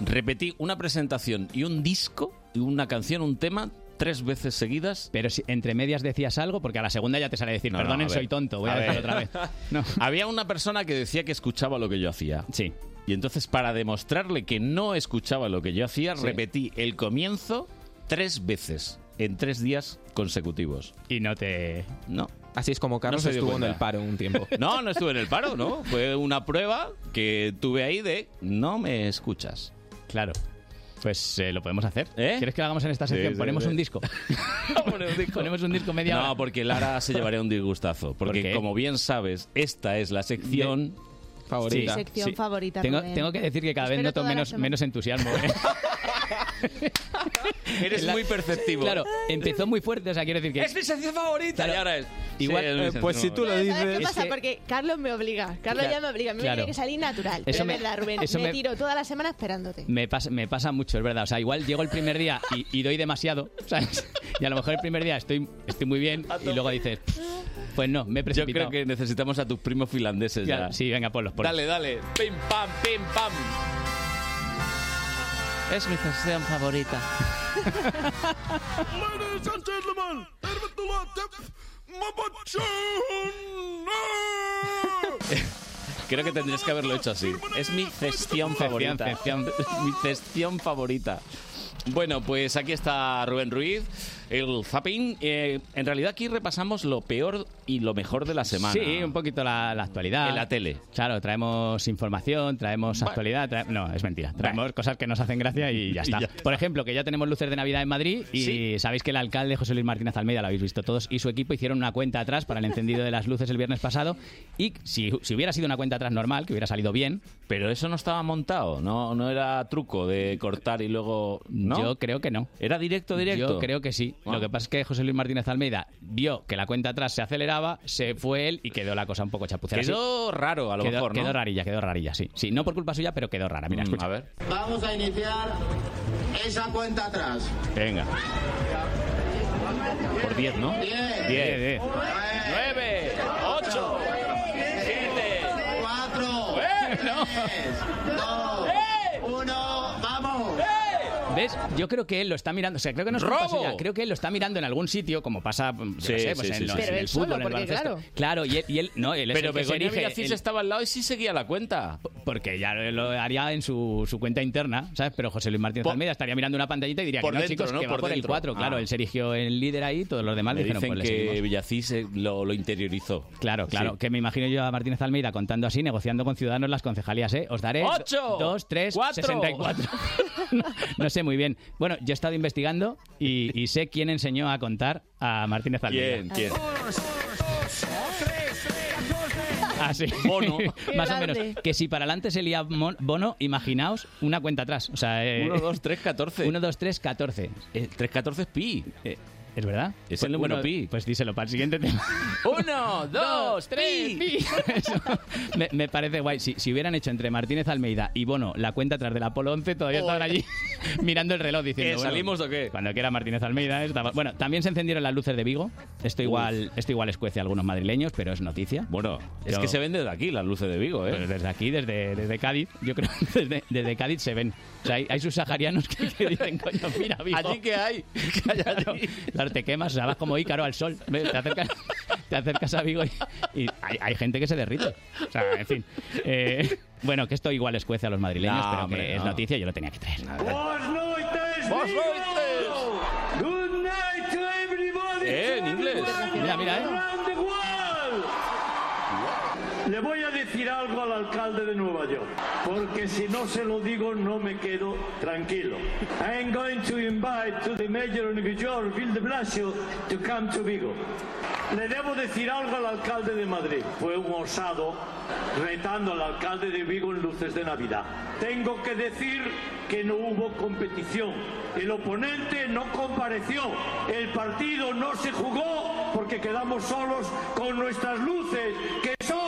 [SPEAKER 2] Repetí una presentación y un disco, y una canción, un tema, tres veces seguidas.
[SPEAKER 25] Pero si entre medias decías algo, porque a la segunda ya te sale decir, perdonen,
[SPEAKER 2] a ver.
[SPEAKER 25] soy tonto, voy a, decir
[SPEAKER 2] ver.
[SPEAKER 25] otra vez.
[SPEAKER 2] Había una persona que decía que escuchaba lo que yo hacía.
[SPEAKER 25] Sí.
[SPEAKER 2] Y entonces, para demostrarle que no escuchaba lo que yo hacía,
[SPEAKER 25] Sí.
[SPEAKER 2] repetí el comienzo tres veces, en tres días consecutivos.
[SPEAKER 25] Y no te...
[SPEAKER 2] No.
[SPEAKER 13] Así es como Carlos
[SPEAKER 2] se dio
[SPEAKER 13] estuvo
[SPEAKER 2] cuenta.
[SPEAKER 13] en el paro un tiempo.
[SPEAKER 2] No, no estuve en el paro, ¿no? Fue una prueba que tuve ahí de no me escuchas.
[SPEAKER 25] Claro. Pues eh, lo podemos hacer. ¿Quieres que lo hagamos en esta
[SPEAKER 2] Sí,
[SPEAKER 25] sección?
[SPEAKER 2] sí,
[SPEAKER 25] Ponemos
[SPEAKER 2] sí.
[SPEAKER 25] un disco. Ponemos un disco media hora.
[SPEAKER 2] No, porque Lara se llevaría un disgustazo. Porque,
[SPEAKER 25] qué?
[SPEAKER 2] como bien sabes, esta es la sección favorita.
[SPEAKER 25] Sí.
[SPEAKER 14] Sección
[SPEAKER 25] Sí.
[SPEAKER 14] favorita.
[SPEAKER 25] Tengo,
[SPEAKER 14] Rubén.
[SPEAKER 25] tengo que decir que cada vez
[SPEAKER 14] Espero
[SPEAKER 25] noto
[SPEAKER 14] toda la
[SPEAKER 25] menos,
[SPEAKER 14] semana.
[SPEAKER 25] menos entusiasmo. ¿eh?
[SPEAKER 2] Eres muy perceptivo.
[SPEAKER 25] Claro, empezó muy fuerte, o sea, quiero decir que...
[SPEAKER 2] Es mi sección favorita.
[SPEAKER 25] Claro.
[SPEAKER 2] Y ahora es.
[SPEAKER 25] Igual-
[SPEAKER 2] es mi
[SPEAKER 25] Eh, pues
[SPEAKER 2] sección
[SPEAKER 25] si tú lo
[SPEAKER 2] favorita.
[SPEAKER 14] ¿Sabes qué
[SPEAKER 25] Es
[SPEAKER 14] pasa?
[SPEAKER 25] que-
[SPEAKER 14] Porque Carlos me obliga. Carlos
[SPEAKER 25] Claro,
[SPEAKER 14] ya me obliga. A mí
[SPEAKER 25] claro.
[SPEAKER 14] me tiene que salir natural.
[SPEAKER 25] Eso
[SPEAKER 14] Pero es
[SPEAKER 25] me-
[SPEAKER 14] verdad, Rubén.
[SPEAKER 25] eso
[SPEAKER 14] me
[SPEAKER 25] me-
[SPEAKER 14] tiro toda la semana esperándote.
[SPEAKER 25] Me pasa, me pasa mucho, es verdad. O sea, igual llego el primer día y, y doy demasiado, ¿sabes? Y a lo mejor el primer día estoy, estoy muy bien y luego dices, pues no, me he
[SPEAKER 2] Yo
[SPEAKER 25] precipitado.
[SPEAKER 2] creo que necesitamos a tus primos finlandeses
[SPEAKER 25] Ya,
[SPEAKER 2] ya.
[SPEAKER 25] Sí, venga, ponlos, ponlos.
[SPEAKER 2] Dale, dale. Pim, pam, pim, pam. Es mi sección favorita.
[SPEAKER 11] Ladies and gentlemen, tervetuloa Depth Mobile Show.
[SPEAKER 2] Creo que tendrías que haberlo hecho así. Es mi cestión favorita. Mi cestión favorita. Bueno, pues aquí está Rubén Ruiz, el zapping. Eh, en realidad aquí repasamos lo peor y lo mejor de la semana.
[SPEAKER 25] Sí, un poquito la, la actualidad.
[SPEAKER 2] En la tele.
[SPEAKER 25] Claro, traemos información, traemos actualidad. trae- No, es mentira. Traemos cosas que nos hacen gracia y ya está.
[SPEAKER 2] ya
[SPEAKER 25] Por ejemplo, que ya tenemos luces de Navidad en Madrid y
[SPEAKER 2] Sí.
[SPEAKER 25] sabéis que el alcalde José Luis Martínez Almeida, lo habéis visto todos, y su equipo hicieron una cuenta atrás para el encendido de las luces el viernes pasado. Y si, si hubiera sido una cuenta atrás normal, que hubiera salido bien.
[SPEAKER 2] Pero eso no estaba montado, no, no era truco de cortar y luego. ¿no?
[SPEAKER 25] Yo creo que no.
[SPEAKER 2] ¿Era directo, directo?
[SPEAKER 25] Yo creo que sí. Lo que pasa es que José Luis Martínez Almeida vio que la cuenta atrás se aceleraba, se fue él y quedó la cosa un poco chapucera.
[SPEAKER 2] Quedó raro, a lo
[SPEAKER 25] Quedó-
[SPEAKER 2] mejor, ¿no? Mm,
[SPEAKER 25] Quedó rarilla, quedó rarilla, sí. Sí, no por culpa suya, pero quedó rara. Mira, escucha.
[SPEAKER 2] a ver.
[SPEAKER 23] Vamos a iniciar esa cuenta atrás.
[SPEAKER 2] Venga. Por 10, ¿no? 10. 10. 9, 8, 7,
[SPEAKER 23] 4, 3, 2, 1, vamos.
[SPEAKER 25] ¿Ves? Yo creo que él lo está mirando. O sea, creo que no es
[SPEAKER 23] ¡Robo!
[SPEAKER 25] culpa suya. Creo que él lo está mirando en algún sitio, como pasa, yo qué
[SPEAKER 2] Sí,
[SPEAKER 25] sé, pues
[SPEAKER 2] sí, sí,
[SPEAKER 25] en, los-
[SPEAKER 2] sí.
[SPEAKER 25] en
[SPEAKER 2] Pero
[SPEAKER 25] el
[SPEAKER 2] él solo,
[SPEAKER 25] fútbol, en el
[SPEAKER 2] porque
[SPEAKER 25] baloncesto.
[SPEAKER 2] claro.
[SPEAKER 25] y él, y él- no, él es
[SPEAKER 2] Pero
[SPEAKER 25] el que se
[SPEAKER 2] Begoña
[SPEAKER 25] erige,
[SPEAKER 2] Villacís
[SPEAKER 25] él-
[SPEAKER 2] estaba al lado y sí seguía la cuenta.
[SPEAKER 25] Porque ya lo, lo haría en su, su cuenta interna, ¿sabes? Pero José Luis Martínez Almeida estaría mirando una pantallita y diría
[SPEAKER 2] por
[SPEAKER 25] que no,
[SPEAKER 2] dentro,
[SPEAKER 25] chicos,
[SPEAKER 2] ¿no?
[SPEAKER 25] que va
[SPEAKER 2] Por
[SPEAKER 25] por, el
[SPEAKER 2] dentro.
[SPEAKER 25] 4. Claro,
[SPEAKER 2] Ah.
[SPEAKER 25] él se erigió el líder ahí, todos los demás
[SPEAKER 2] Me
[SPEAKER 25] le dijeron,
[SPEAKER 2] dicen
[SPEAKER 25] pues le
[SPEAKER 2] que
[SPEAKER 25] seguimos.
[SPEAKER 2] Villacís eh, lo, lo interiorizó.
[SPEAKER 25] Claro, claro.
[SPEAKER 2] Sí.
[SPEAKER 25] Que me imagino yo a Martínez Almeida contando así, negociando con Ciudadanos las concejalías, ¿eh? Os daré...
[SPEAKER 2] ¡Ocho!
[SPEAKER 25] 2, 3,
[SPEAKER 2] ¡Cuatro!
[SPEAKER 25] 64. No sé muy bien. Bueno, yo he estado investigando y, y sé quién enseñó a contar a Martínez Almeida.
[SPEAKER 2] ¿Quién? ¿Quién?
[SPEAKER 25] Así.
[SPEAKER 2] Bono.
[SPEAKER 25] Ah, Más o
[SPEAKER 2] Qué
[SPEAKER 25] menos.
[SPEAKER 2] grande.
[SPEAKER 25] Que si para adelante se lía mon- Bono, imaginaos una cuenta atrás. O sea, eh,
[SPEAKER 2] 1, 2, 3, 14.
[SPEAKER 25] 1, 2, 3, 14.
[SPEAKER 2] 3, 14 Eh, es pi.
[SPEAKER 25] Eh, ¿Es verdad?
[SPEAKER 2] Es
[SPEAKER 25] Pues
[SPEAKER 2] el número
[SPEAKER 25] uno-
[SPEAKER 2] pi.
[SPEAKER 25] Pues díselo para el siguiente tema.
[SPEAKER 2] 1, 2, 3, pi.
[SPEAKER 25] me, me parece guay. Si, si hubieran hecho entre Martínez Almeida y Bono la cuenta atrás del Apolo 11, todavía estaban allí mirando el reloj diciendo.
[SPEAKER 2] ¿Qué,
[SPEAKER 25] bueno,
[SPEAKER 2] ¿Eh, salimos o qué?
[SPEAKER 25] Cuando quiera Martínez Almeida eh, estaba. Bueno, también se encendieron las luces de Vigo. Esto igual, esto igual escuece a algunos madrileños, pero es noticia.
[SPEAKER 2] Bueno, es
[SPEAKER 25] Yo-
[SPEAKER 2] que se vende de aquí las luces de Vigo, ¿eh?
[SPEAKER 25] Pues desde aquí, desde, desde Cádiz, yo creo que desde, desde Cádiz se ven. O sea, hay, hay subsaharianos que, que dicen, coño, mira, Vigo.
[SPEAKER 2] Allí que hay.
[SPEAKER 25] Claro, claro, te quemas, o sea, vas como Ícaro al sol. Ve, Te acercas, te acercas a Vigo y, y hay, hay gente que se derrite. O sea, en fin. Eh, bueno, que esto igual escuece a los madrileños,
[SPEAKER 2] No,
[SPEAKER 25] pero
[SPEAKER 2] hombre,
[SPEAKER 25] que es
[SPEAKER 2] no.
[SPEAKER 25] noticia, yo lo tenía que traer.
[SPEAKER 11] Boas noites,
[SPEAKER 2] Boas
[SPEAKER 11] Vigo.
[SPEAKER 2] noites.
[SPEAKER 11] Good night to everybody.
[SPEAKER 2] Eh, en inglés.
[SPEAKER 11] Everybody
[SPEAKER 2] Mira, mira, eh.
[SPEAKER 11] around the world. Le voy a decir
[SPEAKER 31] decir algo al alcalde de Nueva York, porque si no se lo digo no me quedo tranquilo. I am going to invite to the mayor of New York, Bill de Blasio, to come to Vigo. Le debo decir algo al alcalde de Madrid. Fue un osado retando al alcalde de Vigo en luces de Navidad. Tengo que decir que no hubo competición. El oponente no compareció. El partido no se jugó porque quedamos solos con nuestras luces, que son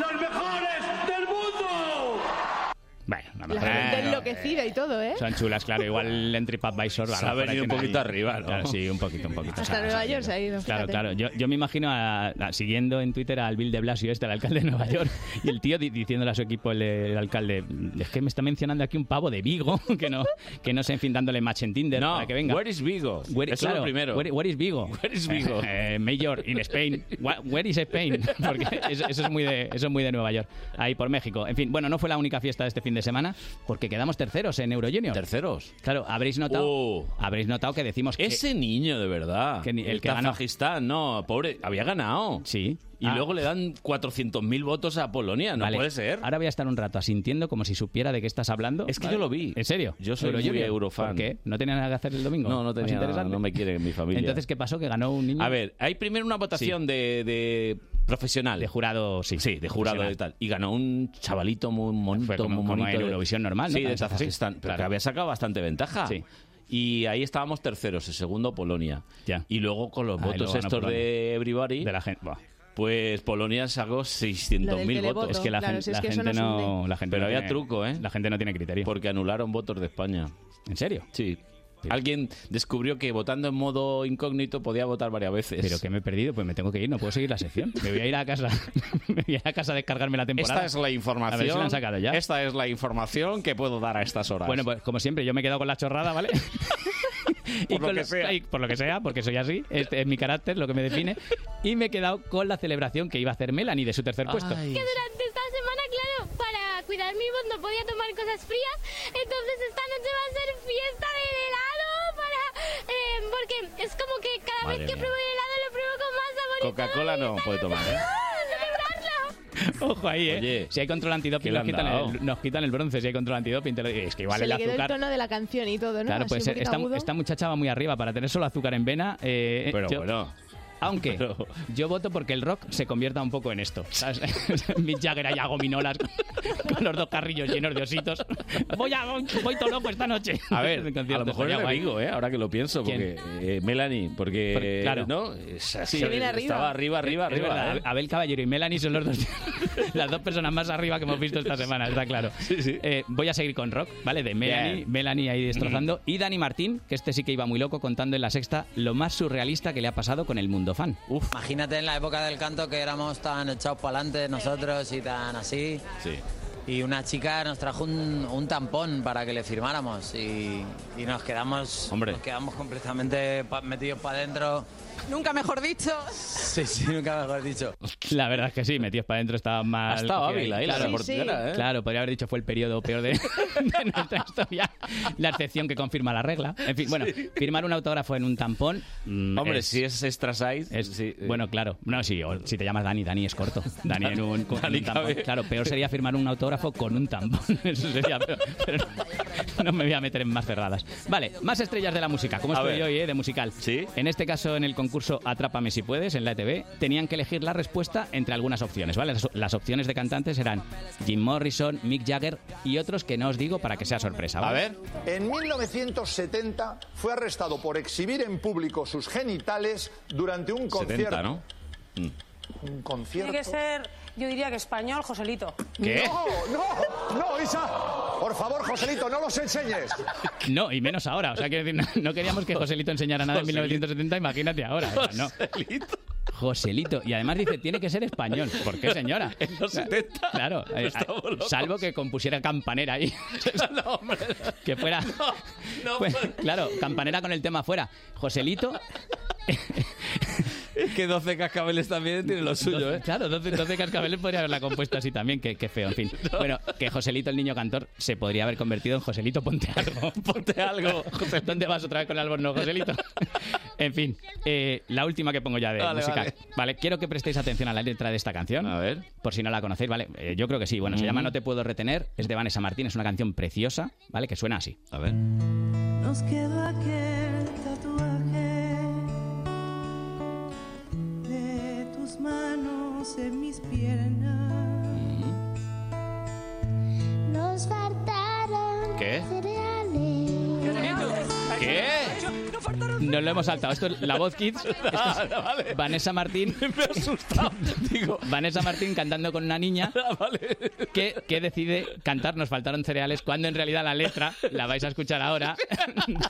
[SPEAKER 31] las mejores del mundo.
[SPEAKER 25] Bueno, nada
[SPEAKER 14] La
[SPEAKER 25] más.
[SPEAKER 14] gente enloquecida y todo, ¿eh?
[SPEAKER 25] Son chulas, claro. Igual el entry advisor.
[SPEAKER 2] Se ha venido un poquito arriba, ¿no?
[SPEAKER 25] sí, un poquito, un poquito.
[SPEAKER 14] Hasta Nueva York se ha ido.
[SPEAKER 25] ah, Claro,
[SPEAKER 14] fíjate.
[SPEAKER 25] claro. Yo, yo me imagino a- a- siguiendo en Twitter al Bill de Blasio, este, el alcalde de Nueva York, y el tío di- diciéndole a su equipo, el, el alcalde, es que me está mencionando aquí un pavo de Vigo, que no, que no sé, en fin, dándole match en Tinder
[SPEAKER 2] No,
[SPEAKER 25] para que venga.
[SPEAKER 2] where is Vigo?
[SPEAKER 25] Where-
[SPEAKER 2] Eso es lo
[SPEAKER 25] claro,
[SPEAKER 2] primero.
[SPEAKER 25] Where, where is Vigo?
[SPEAKER 2] Where is Vigo?
[SPEAKER 25] Eh, eh, mayor in Spain. Wha- Where is Spain? Porque eso, eso es muy de, eso es muy de Nueva York. Ahí por México. En fin, bueno, no fue la única fiesta de este fin de semana, porque quedamos terceros en Euro Junior. ¿Terceros? Claro, habréis notado,
[SPEAKER 2] Oh.
[SPEAKER 25] habréis notado que decimos que...
[SPEAKER 2] Ese niño, de verdad.
[SPEAKER 25] Que ni- el
[SPEAKER 2] el
[SPEAKER 25] que ganó.
[SPEAKER 2] Kazajistán, no, pobre, había ganado.
[SPEAKER 25] Sí.
[SPEAKER 2] Y
[SPEAKER 25] Ah.
[SPEAKER 2] luego le dan 400.000 votos a Polonia, no
[SPEAKER 25] Vale.
[SPEAKER 2] puede ser.
[SPEAKER 25] Ahora voy a estar un rato asintiendo como si supiera de qué estás hablando. Es
[SPEAKER 2] que yo lo vi.
[SPEAKER 25] ¿En serio?
[SPEAKER 2] Yo soy muy
[SPEAKER 25] Junior.
[SPEAKER 2] eurofan.
[SPEAKER 25] ¿Por qué? ¿No tenía nada que hacer el domingo?
[SPEAKER 2] No, no
[SPEAKER 25] ¿Más
[SPEAKER 2] tenía nada,
[SPEAKER 25] interesante?
[SPEAKER 2] no me quiere mi familia.
[SPEAKER 25] Entonces, ¿qué pasó? Que ganó un niño...
[SPEAKER 2] A ver, hay primero una votación de, de profesional. De
[SPEAKER 25] jurado, sí.
[SPEAKER 2] Sí, de jurado
[SPEAKER 25] Profesional.
[SPEAKER 2] y tal. Y ganó un chavalito muy monito,
[SPEAKER 25] Fue como-
[SPEAKER 2] muy
[SPEAKER 25] como
[SPEAKER 2] bonito.
[SPEAKER 25] en
[SPEAKER 2] de-
[SPEAKER 25] Eurovisión normal, ¿no?
[SPEAKER 2] Sí, de
[SPEAKER 25] Cabezas así.
[SPEAKER 2] Kazajistán. Pero
[SPEAKER 25] Claro.
[SPEAKER 2] que había sacado bastante ventaja.
[SPEAKER 25] Sí.
[SPEAKER 2] Y ahí estábamos terceros, el segundo Polonia. Y luego con los
[SPEAKER 25] Ah, y
[SPEAKER 2] votos
[SPEAKER 25] luego ganó
[SPEAKER 2] estos de Everybody.
[SPEAKER 25] De la gente.
[SPEAKER 2] Pues Polonia sacó
[SPEAKER 25] Lo del
[SPEAKER 2] 600.000
[SPEAKER 25] televoto,
[SPEAKER 2] votos.
[SPEAKER 25] Es que la claro, gen- si es la que eso gente nos no- hunde. la gente
[SPEAKER 2] Pero
[SPEAKER 25] no
[SPEAKER 2] había
[SPEAKER 25] tiene-
[SPEAKER 2] truco, ¿eh?
[SPEAKER 25] La gente no tiene criterio.
[SPEAKER 2] Porque anularon votos de España.
[SPEAKER 25] ¿En serio?
[SPEAKER 2] Sí. Alguien descubrió que votando en modo incógnito podía votar varias veces.
[SPEAKER 25] Pero que me he perdido, pues me tengo que ir, no puedo seguir la sección. Me voy a ir a casa, me voy a ir a casa a descargarme la temporada.
[SPEAKER 2] Esta es la información.
[SPEAKER 25] A ver si la han sacado ya.
[SPEAKER 2] Esta es la información que puedo dar a estas horas.
[SPEAKER 25] Bueno, pues como siempre, yo me he quedado con la chorrada, ¿vale?
[SPEAKER 2] Por lo
[SPEAKER 25] con
[SPEAKER 2] que
[SPEAKER 25] los-
[SPEAKER 2] sea.
[SPEAKER 25] y por lo que sea, porque soy así, este es mi carácter, lo que me define. Y me he quedado con la celebración que iba a hacer Melanie de su tercer puesto.
[SPEAKER 16] Que durante esta semana, claro, para cuidar mi voz no podía tomar cosas frías, entonces esta noche va a ser fiesta del helado para... eh, porque es como que cada
[SPEAKER 2] Madre
[SPEAKER 16] vez que
[SPEAKER 2] mía.
[SPEAKER 16] pruebo el helado lo pruebo con más sabor y
[SPEAKER 2] Coca-Cola no puede tomar. ¿eh?
[SPEAKER 25] Ojo ahí, ¿eh? si hay control
[SPEAKER 2] ¿qué
[SPEAKER 25] antidoping,
[SPEAKER 2] le
[SPEAKER 25] nos
[SPEAKER 2] han
[SPEAKER 25] quitan,
[SPEAKER 2] dado?
[SPEAKER 25] el, nos quitan el bronce. Si hay control antidoping, te lo- es que igual
[SPEAKER 14] Se
[SPEAKER 25] el
[SPEAKER 14] le quedó
[SPEAKER 25] azúcar.
[SPEAKER 14] el tono de la canción y todo, ¿no?
[SPEAKER 25] Claro,
[SPEAKER 14] Así
[SPEAKER 25] puede
[SPEAKER 14] un
[SPEAKER 25] ser.
[SPEAKER 14] poquito
[SPEAKER 25] Esta,
[SPEAKER 14] agudo.
[SPEAKER 25] esta muchacha va muy arriba para tener solo azúcar en vena. eh,
[SPEAKER 2] Pero
[SPEAKER 25] yo-
[SPEAKER 2] bueno.
[SPEAKER 25] Aunque
[SPEAKER 2] Pero-
[SPEAKER 25] yo voto porque el rock se convierta un poco en esto. ¿sabes? Mick Jagger allá gominolas con los dos carrillos llenos de ositos. Voy, a, voy todo loco esta noche.
[SPEAKER 2] A ver,
[SPEAKER 25] El
[SPEAKER 2] a
[SPEAKER 25] concierto
[SPEAKER 2] lo mejor
[SPEAKER 25] estaría
[SPEAKER 2] le
[SPEAKER 25] guay.
[SPEAKER 2] digo, ¿eh? ahora que lo pienso,
[SPEAKER 25] ¿Quién?
[SPEAKER 2] porque eh, Melanie, porque,
[SPEAKER 25] Porque, claro.
[SPEAKER 2] Eh, ¿no? Es así,
[SPEAKER 25] Se viene
[SPEAKER 2] estaba arriba, arriba,
[SPEAKER 25] Es
[SPEAKER 2] arriba.
[SPEAKER 25] verdad,
[SPEAKER 2] ¿eh?
[SPEAKER 25] Abel Caballero y Melanie son los dos, las dos personas más arriba que hemos visto esta semana, está claro. Eh, voy a seguir con Rock, ¿vale? De Melanie,
[SPEAKER 2] Bien.
[SPEAKER 25] Melanie ahí destrozando. Y Dani Martín, que este sí que iba muy loco contando en la sexta lo más surrealista que le ha pasado con el mundo fan. Uf.
[SPEAKER 13] Imagínate en la época del canto que éramos tan echados para adelante nosotros y tan así. Y una chica nos trajo un, un tampón para que le firmáramos y, y nos quedamos
[SPEAKER 2] Hombre.
[SPEAKER 13] nos quedamos completamente pa- metidos para adentro. Nunca mejor dicho. Sí, sí, nunca mejor dicho.
[SPEAKER 25] La verdad es que sí, metidos para adentro estaba mal.
[SPEAKER 2] Ha estado
[SPEAKER 25] cogida
[SPEAKER 2] hábil ahí la reportera, ¿eh?
[SPEAKER 25] Claro, podría haber dicho fue el periodo peor de, de nuestra historia. La excepción que confirma la regla. En fin, bueno, firmar un autógrafo en un tampón. mm,
[SPEAKER 2] Hombre,
[SPEAKER 25] es-
[SPEAKER 2] si es extra size, sí, eh,
[SPEAKER 25] Bueno, claro. No, sí, o- si te llamas Dani, Dani es corto. Dani en un, con
[SPEAKER 2] Dani
[SPEAKER 25] un tampón.
[SPEAKER 2] cabe.
[SPEAKER 25] Claro, peor sería firmar un autógrafo con un tampón. Eso sería peor. Pero no, no me voy a meter en más cerradas. Vale, más estrellas de la música. Como
[SPEAKER 2] A
[SPEAKER 25] estoy
[SPEAKER 2] ver.
[SPEAKER 25] hoy, eh, de musical. Sí. En este caso, en el concurso Atrápame si puedes, en la ETV, tenían que elegir la respuesta entre algunas opciones, ¿vale? Las, las opciones de cantantes eran Jim Morrison, Mick Jagger y otros que no os digo para que sea sorpresa. ¿vale?
[SPEAKER 20] En 1970 fue arrestado por exhibir en público sus genitales durante un
[SPEAKER 2] 70,
[SPEAKER 20] concierto.
[SPEAKER 2] ¿no?
[SPEAKER 20] Un
[SPEAKER 10] Tiene
[SPEAKER 20] concierto.
[SPEAKER 10] que ser, yo diría que español, Joselito.
[SPEAKER 20] No, no, no, Isa. Por favor, Joselito, no los enseñes.
[SPEAKER 25] No, y menos ahora. O sea, quiero decir, no, no queríamos que Joselito enseñara nada en
[SPEAKER 2] Joselito.
[SPEAKER 25] 1970, imagínate ahora. O sea, no. Joselito. Y además dice, tiene que ser español. ¿Por qué, señora? En los 70. Claro. eh, salvo que compusiera campanera ahí. Que fuera. Pues, claro, campanera con el tema fuera. Joselito.
[SPEAKER 2] que 12 cascabeles también tiene lo suyo, ¿eh?
[SPEAKER 25] Claro, 12, 12 cascabeles podría haberla compuesto así también, que, que feo, en fin. Bueno, que Joselito el niño cantor se podría haber convertido en Joselito Ponte algo. Ponte algo. José, ¿Dónde vas otra vez con el alborno, Joselito? En fin, eh, la última que pongo ya de
[SPEAKER 2] Vale,
[SPEAKER 25] música.
[SPEAKER 2] vale.
[SPEAKER 25] Vale. quiero que prestéis atención a la letra de esta canción. A ver. Por si no la conocéis, ¿vale? Eh, yo creo que sí. Bueno, se
[SPEAKER 2] Mm.
[SPEAKER 25] llama No te puedo retener, es de Vanessa Martín, es una canción preciosa, ¿vale? Que suena así.
[SPEAKER 2] A ver.
[SPEAKER 10] Nos queda aquel tatuaje de tus manos en mis piernas. Nos faltaron
[SPEAKER 25] ¿Qué?
[SPEAKER 10] cereales.
[SPEAKER 25] ¿Qué? Nos lo hemos saltado. Esto es la voz kids. Esto es Vanessa Martín. Me he asustado. Digo. Ah, Vanessa Martín cantando con una niña que, que decide cantar Nos faltaron cereales cuando en realidad la letra la vais a escuchar ahora.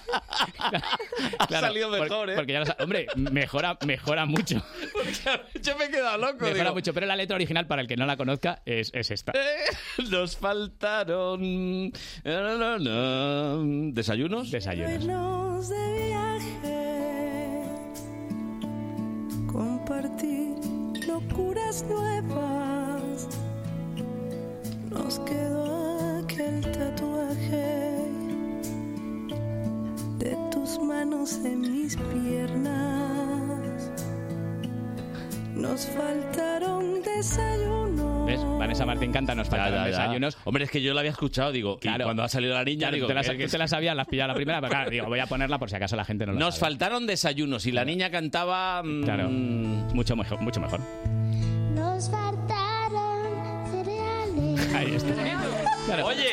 [SPEAKER 25] ha
[SPEAKER 2] salido mejor, ¿eh?
[SPEAKER 25] Porque ya lo sa- Hombre, mejora, mejora mucho.
[SPEAKER 2] Yo me he quedado loco,
[SPEAKER 25] Mejora
[SPEAKER 2] digo.
[SPEAKER 25] mucho. Pero la letra original, para el que no la conozca, es, es esta.
[SPEAKER 2] Nos faltaron. na, na, na. ¿Desayunos?
[SPEAKER 25] Desayunos.
[SPEAKER 10] Irnos de viaje, compartir locuras nuevas. Nos quedó aquel tatuaje de tus manos en mis piernas. Nos faltaron desayunos.
[SPEAKER 25] ¿Ves? Vanessa Martín canta Nos faltaron desayunos.
[SPEAKER 2] Hombre, es que yo la había escuchado, digo. y cuando ha salido la niña,
[SPEAKER 25] Claro,
[SPEAKER 2] digo.
[SPEAKER 25] tú te la,
[SPEAKER 2] es que-
[SPEAKER 25] tú te la sabías, la has pillado la primera, pero claro, digo, voy a ponerla por si acaso la gente no lo
[SPEAKER 2] Nos
[SPEAKER 25] sabe.
[SPEAKER 2] faltaron desayunos y la niña cantaba. mm,
[SPEAKER 25] Claro. Mucho mejor, mucho mejor.
[SPEAKER 10] Nos faltaron cereales.
[SPEAKER 25] Ahí está. Claro.
[SPEAKER 2] Oye,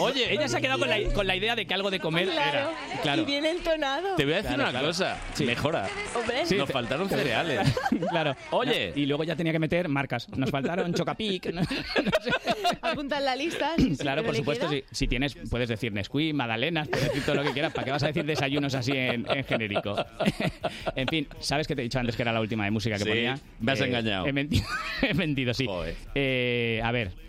[SPEAKER 2] oye.
[SPEAKER 25] Ella se ha quedado con la, con la idea de que algo de comer
[SPEAKER 14] Claro.
[SPEAKER 25] era. Claro.
[SPEAKER 14] Y bien entonado.
[SPEAKER 2] Te voy a decir una cosa. Mejora.
[SPEAKER 14] Hombre.
[SPEAKER 2] Nos faltaron cereales.
[SPEAKER 25] Claro.
[SPEAKER 2] Oye.
[SPEAKER 25] No, y luego ya tenía que meter marcas. Nos faltaron Chocapic. ¿no?
[SPEAKER 14] Apunta en la lista. sí, sí,
[SPEAKER 25] Claro,
[SPEAKER 14] pero
[SPEAKER 25] por
[SPEAKER 14] le
[SPEAKER 25] supuesto,
[SPEAKER 14] queda.
[SPEAKER 25] si, si tienes, puedes decir Nesquik, Madalenas, puedes decir todo lo que quieras. ¿Para qué vas a decir desayunos así en, en genérico? en fin, ¿sabes que te he dicho antes que era la última de música que
[SPEAKER 2] Sí,
[SPEAKER 25] ponía? Eh,
[SPEAKER 2] me has engañado.
[SPEAKER 25] He mentido, he mentido, sí. Eh, a ver.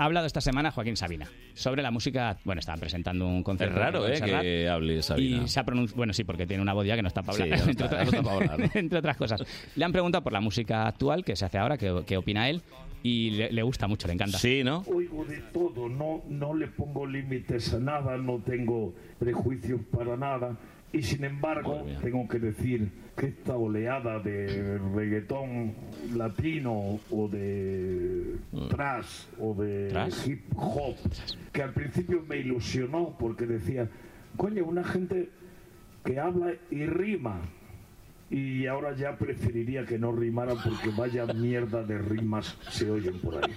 [SPEAKER 25] Ha hablado esta semana Joaquín Sabina sobre la música. Bueno, estaba presentando un concierto.
[SPEAKER 2] Es raro,
[SPEAKER 25] en
[SPEAKER 2] ¿eh?
[SPEAKER 25] Montserrat.
[SPEAKER 2] Que hable Sabina.
[SPEAKER 25] Y se ha pronunci- Bueno, sí, porque tiene una voz ya que no está para
[SPEAKER 2] Sí,
[SPEAKER 25] hablar.
[SPEAKER 2] ya no
[SPEAKER 25] entre,
[SPEAKER 2] está-
[SPEAKER 25] otras,
[SPEAKER 2] ya no está para hablar,
[SPEAKER 25] entre otras cosas. Le han preguntado por la música actual que se hace ahora, qué, qué opina él. Y le, le gusta mucho, le encanta.
[SPEAKER 2] Sí, ¿no?
[SPEAKER 32] Oigo de todo, no, no le pongo límites a nada, no tengo prejuicios para nada. Y sin embargo, tengo que decir que esta oleada de reggaetón latino o de trash o de
[SPEAKER 2] ¿Thrash?
[SPEAKER 32] hip hop, que al principio me ilusionó porque decía, coño, una gente que habla y rima. Y ahora ya preferiría que no rimaran porque vaya mierda de rimas se oyen por ahí.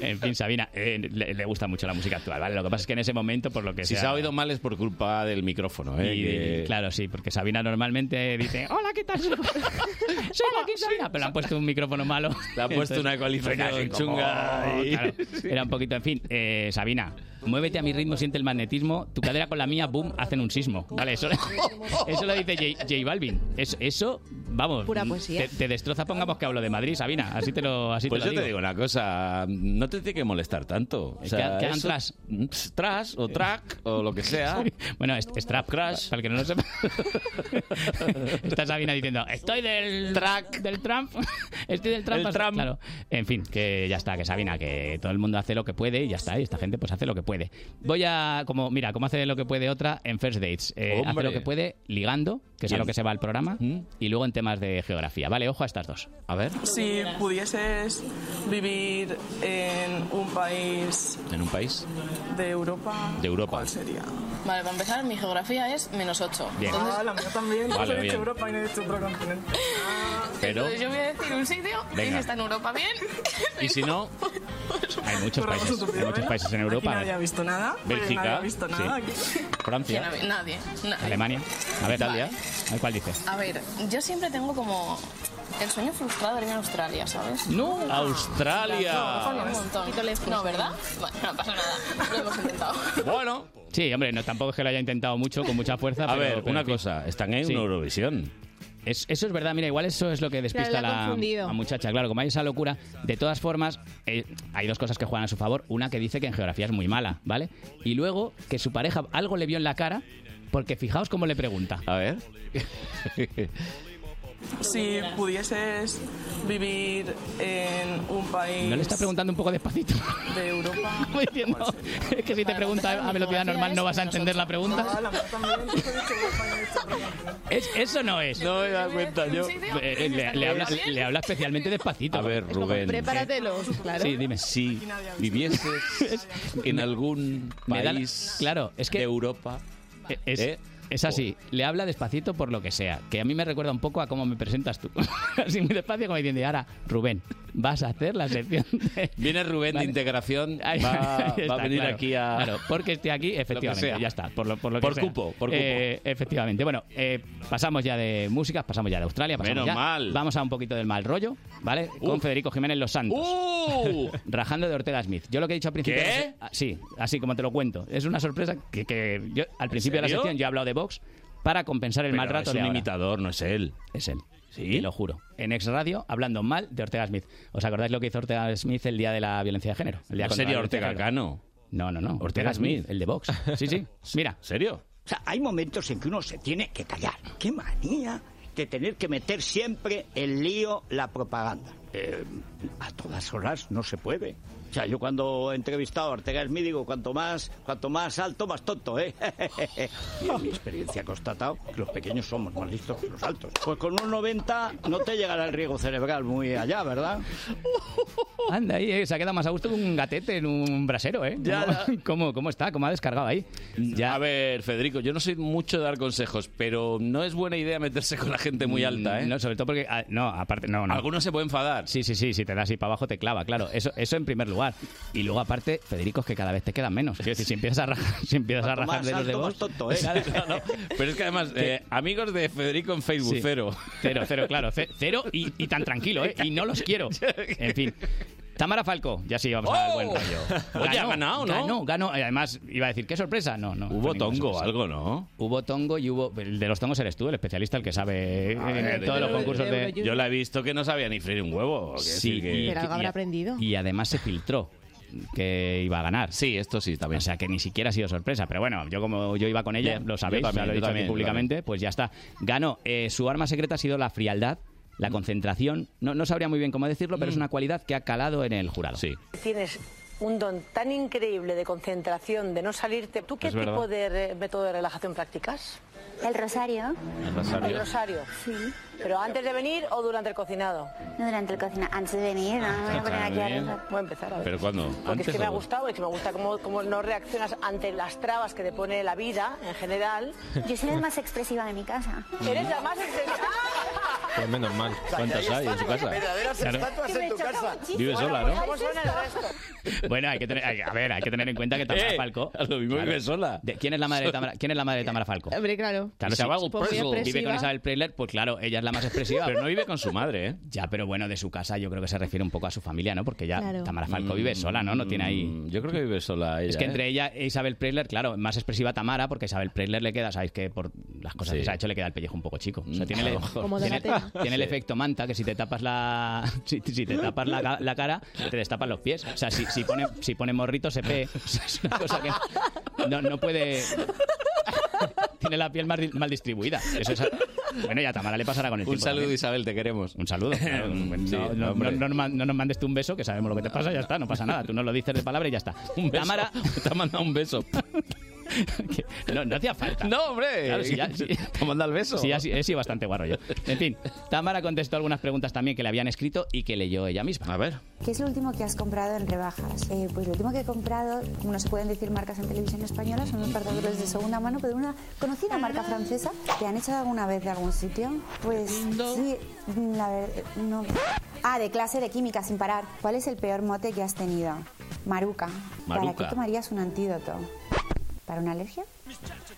[SPEAKER 25] En fin, Sabina, eh, le, le gusta mucho la música actual, ¿vale? Lo que pasa es que en ese momento, por lo que
[SPEAKER 2] Si
[SPEAKER 25] sea-
[SPEAKER 2] se ha oído mal es por culpa del micrófono, ¿eh?
[SPEAKER 25] Y-
[SPEAKER 2] Que-
[SPEAKER 25] claro, sí, porque Sabina normalmente dice, Eh, hola, ¿qué tal? Soy Joaquín Sabina, pero le han puesto un micrófono malo.
[SPEAKER 2] Le han puesto una ecualización
[SPEAKER 25] suena así como-
[SPEAKER 2] chunga y-
[SPEAKER 25] claro, era un poquito, en fin, eh, Sabina, muévete a mi ritmo, siente el magnetismo, tu cadera con la mía, boom, hacen un sismo. Vale, eso, eso lo dice J, J Balvin. Es- eso, vamos, mm,
[SPEAKER 14] Pura poesía.
[SPEAKER 25] Te, te destroza, pongamos que hablo de Madrid, Sabina, así te lo, así
[SPEAKER 2] Pues
[SPEAKER 25] te lo
[SPEAKER 2] yo te digo una cosa, no te tiene que molestar tanto. O
[SPEAKER 25] Que-
[SPEAKER 2] sea,
[SPEAKER 25] que hagan
[SPEAKER 2] eso-
[SPEAKER 25] tras.
[SPEAKER 2] Mm, pss, Tras o track o lo que sea.
[SPEAKER 25] Bueno, es, es trap, crash. Para el que no lo sepa. Está Sabina diciendo, estoy del track del Trump. Estoy del Trump.
[SPEAKER 2] El
[SPEAKER 25] así-
[SPEAKER 2] Trump.
[SPEAKER 25] Claro. En fin, que ya está, que Sabina, que todo el mundo hace lo que puede y ya está. Y esta gente pues hace lo que puede. Voy a, como, mira, como hace lo que puede otra en First Dates. Eh, hace
[SPEAKER 2] Hombre.
[SPEAKER 25] lo que puede ligando, que es a
[SPEAKER 2] Bien.
[SPEAKER 25] lo que se va el programa, y luego en temas de geografía. Vale, ojo a estas dos. A ver.
[SPEAKER 3] Si pudieses vivir en un país
[SPEAKER 2] En un país
[SPEAKER 3] de Europa,
[SPEAKER 2] de Europa.
[SPEAKER 3] Vale, para empezar, mi geografía es menos 8.
[SPEAKER 2] Bien. Entonces-
[SPEAKER 3] Ah, la mía también.
[SPEAKER 2] Vale, bien.
[SPEAKER 3] y no he dicho este otro continente.
[SPEAKER 2] Pero,
[SPEAKER 3] Entonces yo voy a decir un sitio y
[SPEAKER 2] Venga.
[SPEAKER 3] si está en Europa bien.
[SPEAKER 2] y si no, hay
[SPEAKER 25] muchos países, hay
[SPEAKER 10] ¿eh?
[SPEAKER 25] muchos países en Europa. ¿eh?
[SPEAKER 3] Aquí nadie ha visto nada.
[SPEAKER 25] Bélgica,
[SPEAKER 3] Nadie ha visto
[SPEAKER 25] sí.
[SPEAKER 3] nada. aquí.
[SPEAKER 25] Francia.
[SPEAKER 3] Aquí no- Nadie. nadie.
[SPEAKER 25] Alemania. A ver,
[SPEAKER 3] Italia.
[SPEAKER 25] ¿A cuál dices?
[SPEAKER 3] A ver, yo siempre tengo como el sueño frustrado de irme a Australia, ¿sabes?
[SPEAKER 2] No. Australia.
[SPEAKER 3] No, un montón. No, ¿verdad? Bueno, no pasa nada. Lo hemos intentado.
[SPEAKER 2] Bueno.
[SPEAKER 25] Sí, hombre, no, tampoco es que lo haya intentado mucho, con mucha fuerza.
[SPEAKER 2] A
[SPEAKER 25] pero-
[SPEAKER 2] ver,
[SPEAKER 25] pero
[SPEAKER 2] una
[SPEAKER 25] en fin.
[SPEAKER 2] cosa, están en
[SPEAKER 25] Sí.
[SPEAKER 2] Eurovisión.
[SPEAKER 25] Es- eso es verdad, mira, igual eso es lo que despista
[SPEAKER 14] Claro, la ha
[SPEAKER 25] a la,
[SPEAKER 14] confundido.
[SPEAKER 25] a muchacha. Claro, como hay esa locura, de todas formas, eh, hay dos cosas que juegan a su favor. Una que dice que en geografía es muy mala, ¿vale? Y luego que su pareja algo le vio en la cara Porque fijaos cómo le pregunta.
[SPEAKER 2] A ver.
[SPEAKER 10] Si pudieses vivir en un país
[SPEAKER 25] No le está preguntando un poco despacito.
[SPEAKER 10] de Europa.
[SPEAKER 25] Como diciendo, es que si te pregunta a velocidad normal no vas a entender la pregunta. Es, eso no es. No
[SPEAKER 2] me da cuenta yo.
[SPEAKER 25] Le, le habla, le habla especialmente despacito. A ver,
[SPEAKER 2] Rubén.
[SPEAKER 33] Prepáratelos, claro.
[SPEAKER 25] Sí, dime.
[SPEAKER 2] Si vivieses en algún
[SPEAKER 25] Me da la-
[SPEAKER 2] país
[SPEAKER 25] claro, es que, e-
[SPEAKER 2] de Europa.
[SPEAKER 25] Es,
[SPEAKER 2] ¿Eh?
[SPEAKER 25] es así, le habla despacito por lo que sea, que a mí me recuerda un poco a cómo me presentas tú. así muy despacio como diciendo, y ahora, Rubén, vas a hacer la sección de...
[SPEAKER 2] Viene Rubén de integración.
[SPEAKER 25] Ahí-
[SPEAKER 2] Va,
[SPEAKER 25] ahí
[SPEAKER 2] va
[SPEAKER 25] está,
[SPEAKER 2] a venir
[SPEAKER 25] claro.
[SPEAKER 2] aquí a.
[SPEAKER 25] Claro, porque esté aquí, efectivamente,
[SPEAKER 2] sea.
[SPEAKER 25] ya está, por lo, por lo que
[SPEAKER 2] Por
[SPEAKER 25] sea.
[SPEAKER 2] cupo, por cupo.
[SPEAKER 25] Eh, efectivamente. Bueno, eh, pasamos ya de música, pasamos ya de Australia, pasamos
[SPEAKER 2] Menos
[SPEAKER 25] ya.
[SPEAKER 2] mal.
[SPEAKER 25] Vamos a un poquito del mal rollo, ¿vale? Con Federico Jiménez Los Santos.
[SPEAKER 2] ¡Uh!
[SPEAKER 25] Rajando de Ortega Smith. Yo lo que he dicho al principio...
[SPEAKER 2] ¿Qué?
[SPEAKER 25] Ah, Sí, así como te lo cuento. Es una sorpresa que, que yo al principio de la
[SPEAKER 2] serio?
[SPEAKER 25] sección yo he hablado de Vox para compensar el
[SPEAKER 2] Pero
[SPEAKER 25] mal rato
[SPEAKER 2] es
[SPEAKER 25] de
[SPEAKER 2] un
[SPEAKER 25] ahora.
[SPEAKER 2] imitador, no es él.
[SPEAKER 25] Es él.
[SPEAKER 2] Sí.
[SPEAKER 25] Te lo juro. En Ex Radio, hablando mal de Ortega Smith. ¿Os acordáis lo que hizo Ortega Smith el día de la violencia de género? El día contra
[SPEAKER 2] No
[SPEAKER 25] la
[SPEAKER 2] sería
[SPEAKER 25] violencia de
[SPEAKER 2] Ortega
[SPEAKER 25] género.
[SPEAKER 2] Cano.
[SPEAKER 25] No, no, no.
[SPEAKER 2] Ortega Smith.
[SPEAKER 25] el de Vox. Sí, sí. Mira.
[SPEAKER 2] ¿Serio?
[SPEAKER 34] O sea, hay momentos en que uno se tiene que callar. ¡Qué manía! de tener que meter siempre el lío la propaganda. Eh, a todas horas no se puede. O sea, yo cuando he entrevistado a Ortega Smith digo, cuanto más, cuanto más alto, más tonto, ¿eh? Y en mi experiencia he constatado que los pequeños somos más listos que los altos. Pues con un 90 no te llegará el riego cerebral muy allá, ¿verdad?
[SPEAKER 25] Anda ahí, eh, se ha quedado más a gusto que un gatete en un brasero, ¿eh?
[SPEAKER 2] Ya,
[SPEAKER 25] ¿Cómo, cómo, cómo está? ¿Cómo ha descargado ahí?
[SPEAKER 2] A ver, Federico, yo no soy mucho de dar consejos, pero no es buena idea meterse con la gente muy alta, ¿eh?
[SPEAKER 25] Mm, No, sobre todo porque. ah, No, aparte, no, no.
[SPEAKER 2] Algunos se pueden enfadar.
[SPEAKER 25] Sí, sí, sí, si te das así para abajo te clava, claro. Eso, eso en primer lugar. Y luego, aparte, Federico, es que cada vez te quedan menos. Quiero decir, si empiezas a rajar, si empiezas a
[SPEAKER 2] Cuanto
[SPEAKER 25] rajar
[SPEAKER 2] más
[SPEAKER 25] de los de
[SPEAKER 2] alto,
[SPEAKER 25] vos.
[SPEAKER 2] más tonto, ¿eh? Claro, Pero es que además, eh, amigos de Federico en Facebook,
[SPEAKER 25] Sí.
[SPEAKER 2] cero.
[SPEAKER 25] Cero, cero, claro. ce- Cero y, y tan tranquilo, ¿eh? Y no los quiero. En fin. Tamara Falco, ya sí, vamos a dar
[SPEAKER 2] ¡Oh!
[SPEAKER 25] buen rollo.
[SPEAKER 2] Oye, ha ganado, ¿no?
[SPEAKER 25] Ganó, ganó. Y Además, iba a decir, qué sorpresa. No, no.
[SPEAKER 2] Hubo
[SPEAKER 25] fue ninguna
[SPEAKER 2] tongo,
[SPEAKER 25] sorpresa.
[SPEAKER 2] algo, ¿no?
[SPEAKER 25] Hubo tongo y hubo. El de los tongos eres tú, el especialista, el que sabe eh,
[SPEAKER 2] A ver,
[SPEAKER 25] todos los
[SPEAKER 2] yo-
[SPEAKER 25] concursos de.
[SPEAKER 2] Yo la he visto que no sabía ni freír un huevo. quiero
[SPEAKER 25] Sí,
[SPEAKER 2] decir que-
[SPEAKER 33] Pero algo habrá
[SPEAKER 25] y-
[SPEAKER 33] aprendido.
[SPEAKER 25] Y además se filtró que iba a ganar.
[SPEAKER 2] Sí, esto sí también.
[SPEAKER 25] O sea, que ni siquiera ha sido sorpresa. Pero bueno, yo como yo iba con ella,
[SPEAKER 2] Bien,
[SPEAKER 25] lo sabéis,
[SPEAKER 2] yo también,
[SPEAKER 25] ya lo he
[SPEAKER 2] yo
[SPEAKER 25] dicho
[SPEAKER 2] también,
[SPEAKER 25] aquí
[SPEAKER 2] yo
[SPEAKER 25] públicamente, pues ya está. Ganó. Eh, su arma secreta ha sido la frialdad, la concentración. No, no sabría muy bien cómo decirlo,
[SPEAKER 2] Mm.
[SPEAKER 25] pero es una cualidad que ha calado en el jurado. Sí.
[SPEAKER 14] Tienes un don tan increíble de concentración, de no salirte. ¿Tú qué
[SPEAKER 25] Es
[SPEAKER 14] tipo
[SPEAKER 25] verdad.
[SPEAKER 14] de re- método de relajación practicas? El rosario.
[SPEAKER 2] El rosario.
[SPEAKER 14] El rosario. Sí. ¿Pero antes de venir o durante el cocinado? No, durante el cocinado. Antes de venir, no,
[SPEAKER 2] voy a poner antes de aquí a venir. rezar.
[SPEAKER 14] Voy a empezar a ver.
[SPEAKER 2] ¿Pero cuándo?
[SPEAKER 14] Porque
[SPEAKER 2] ¿Antes
[SPEAKER 14] es que me
[SPEAKER 2] o
[SPEAKER 14] ha
[SPEAKER 2] después?
[SPEAKER 14] gustado, es que me gusta cómo, cómo no reaccionas ante las trabas que te pone la vida en general. Yo soy la más expresiva de mi casa. Eres la más expresiva.
[SPEAKER 13] Pues menos mal.
[SPEAKER 2] ¿Cuántas hay en su casa? Claro. Vive sola, ¿no?
[SPEAKER 14] ¿Cómo suena el resto?
[SPEAKER 25] Bueno, hay que tener, hay- a ver, hay que tener en cuenta que Tamara
[SPEAKER 2] Eh,
[SPEAKER 25] Falco.
[SPEAKER 2] lo mismo vive sola.
[SPEAKER 25] De- ¿Quién es la madre de Tamara? ¿Quién es la madre de Tamara
[SPEAKER 14] Eh,
[SPEAKER 25] Falco?
[SPEAKER 33] Hombre, claro.
[SPEAKER 25] Claro, si
[SPEAKER 33] Pues muy
[SPEAKER 25] vive
[SPEAKER 33] expresiva.
[SPEAKER 25] con Isabel Preisler, pues claro, ella es la más expresiva.
[SPEAKER 2] Pero no vive con su madre, ¿eh?
[SPEAKER 25] Ya, pero bueno, de su casa yo creo que se refiere un poco a su familia, ¿no? Porque ya
[SPEAKER 2] Claro.
[SPEAKER 25] Tamara Falco vive sola, ¿no? No tiene ahí...
[SPEAKER 2] Mm, Yo creo que vive sola ella.
[SPEAKER 25] Es que
[SPEAKER 2] ¿eh?
[SPEAKER 25] entre ella e Isabel Preisler, claro, más expresiva Tamara, porque a Isabel Preisler le queda, sabéis que por las cosas que
[SPEAKER 2] Sí.
[SPEAKER 25] se ha hecho le queda el pellejo un poco chico. O sea, tiene, el-
[SPEAKER 2] Como
[SPEAKER 25] tiene-
[SPEAKER 2] Donatello.
[SPEAKER 25] tiene el
[SPEAKER 2] Sí.
[SPEAKER 25] efecto manta que si te tapas la si, si te tapas la, ca- la cara, te destapan los pies. O sea, si, si pone si pone morrito se pe. O sea, es una cosa que no, no puede tiene la piel mal, mal distribuida. Eso es- bueno, ya Tamara le pasará con el
[SPEAKER 2] Un
[SPEAKER 25] tiempo
[SPEAKER 2] saludo,
[SPEAKER 25] también.
[SPEAKER 2] Isabel, te queremos.
[SPEAKER 25] Un saludo. claro. No,
[SPEAKER 2] Sí,
[SPEAKER 25] no, no-
[SPEAKER 2] hombre.
[SPEAKER 25] no nos man- no nos mandes tú un beso, que sabemos lo que te pasa, ya está, no pasa nada. Tú nos lo dices de palabra y ya está.
[SPEAKER 2] Un beso.
[SPEAKER 25] Tamara,
[SPEAKER 2] Te ha mandado un beso.
[SPEAKER 25] no, no hacía falta.
[SPEAKER 2] No, hombre.
[SPEAKER 25] Claro, si ya- si-
[SPEAKER 2] Eh, Te manda el beso.
[SPEAKER 25] Sí, ya sí- he sido bastante guarro yo. En fin, Tamara contestó algunas preguntas también que le habían escrito y que leyó ella misma.
[SPEAKER 2] A ver.
[SPEAKER 28] ¿Qué es lo último que has comprado en rebajas? Eh, pues lo último que he comprado, como no se pueden decir marcas en televisión española, son los cargadores de segunda mano, pero una conocida marca francesa. ¿Te han echado alguna vez de algún sitio? Pues sí, la verdad, no. Ah, de clase de química, sin parar. ¿Cuál es el peor mote que has tenido? Maruca. ¿Para
[SPEAKER 2] Maruca.
[SPEAKER 28] qué tomarías un antídoto? ¿Para una alergia?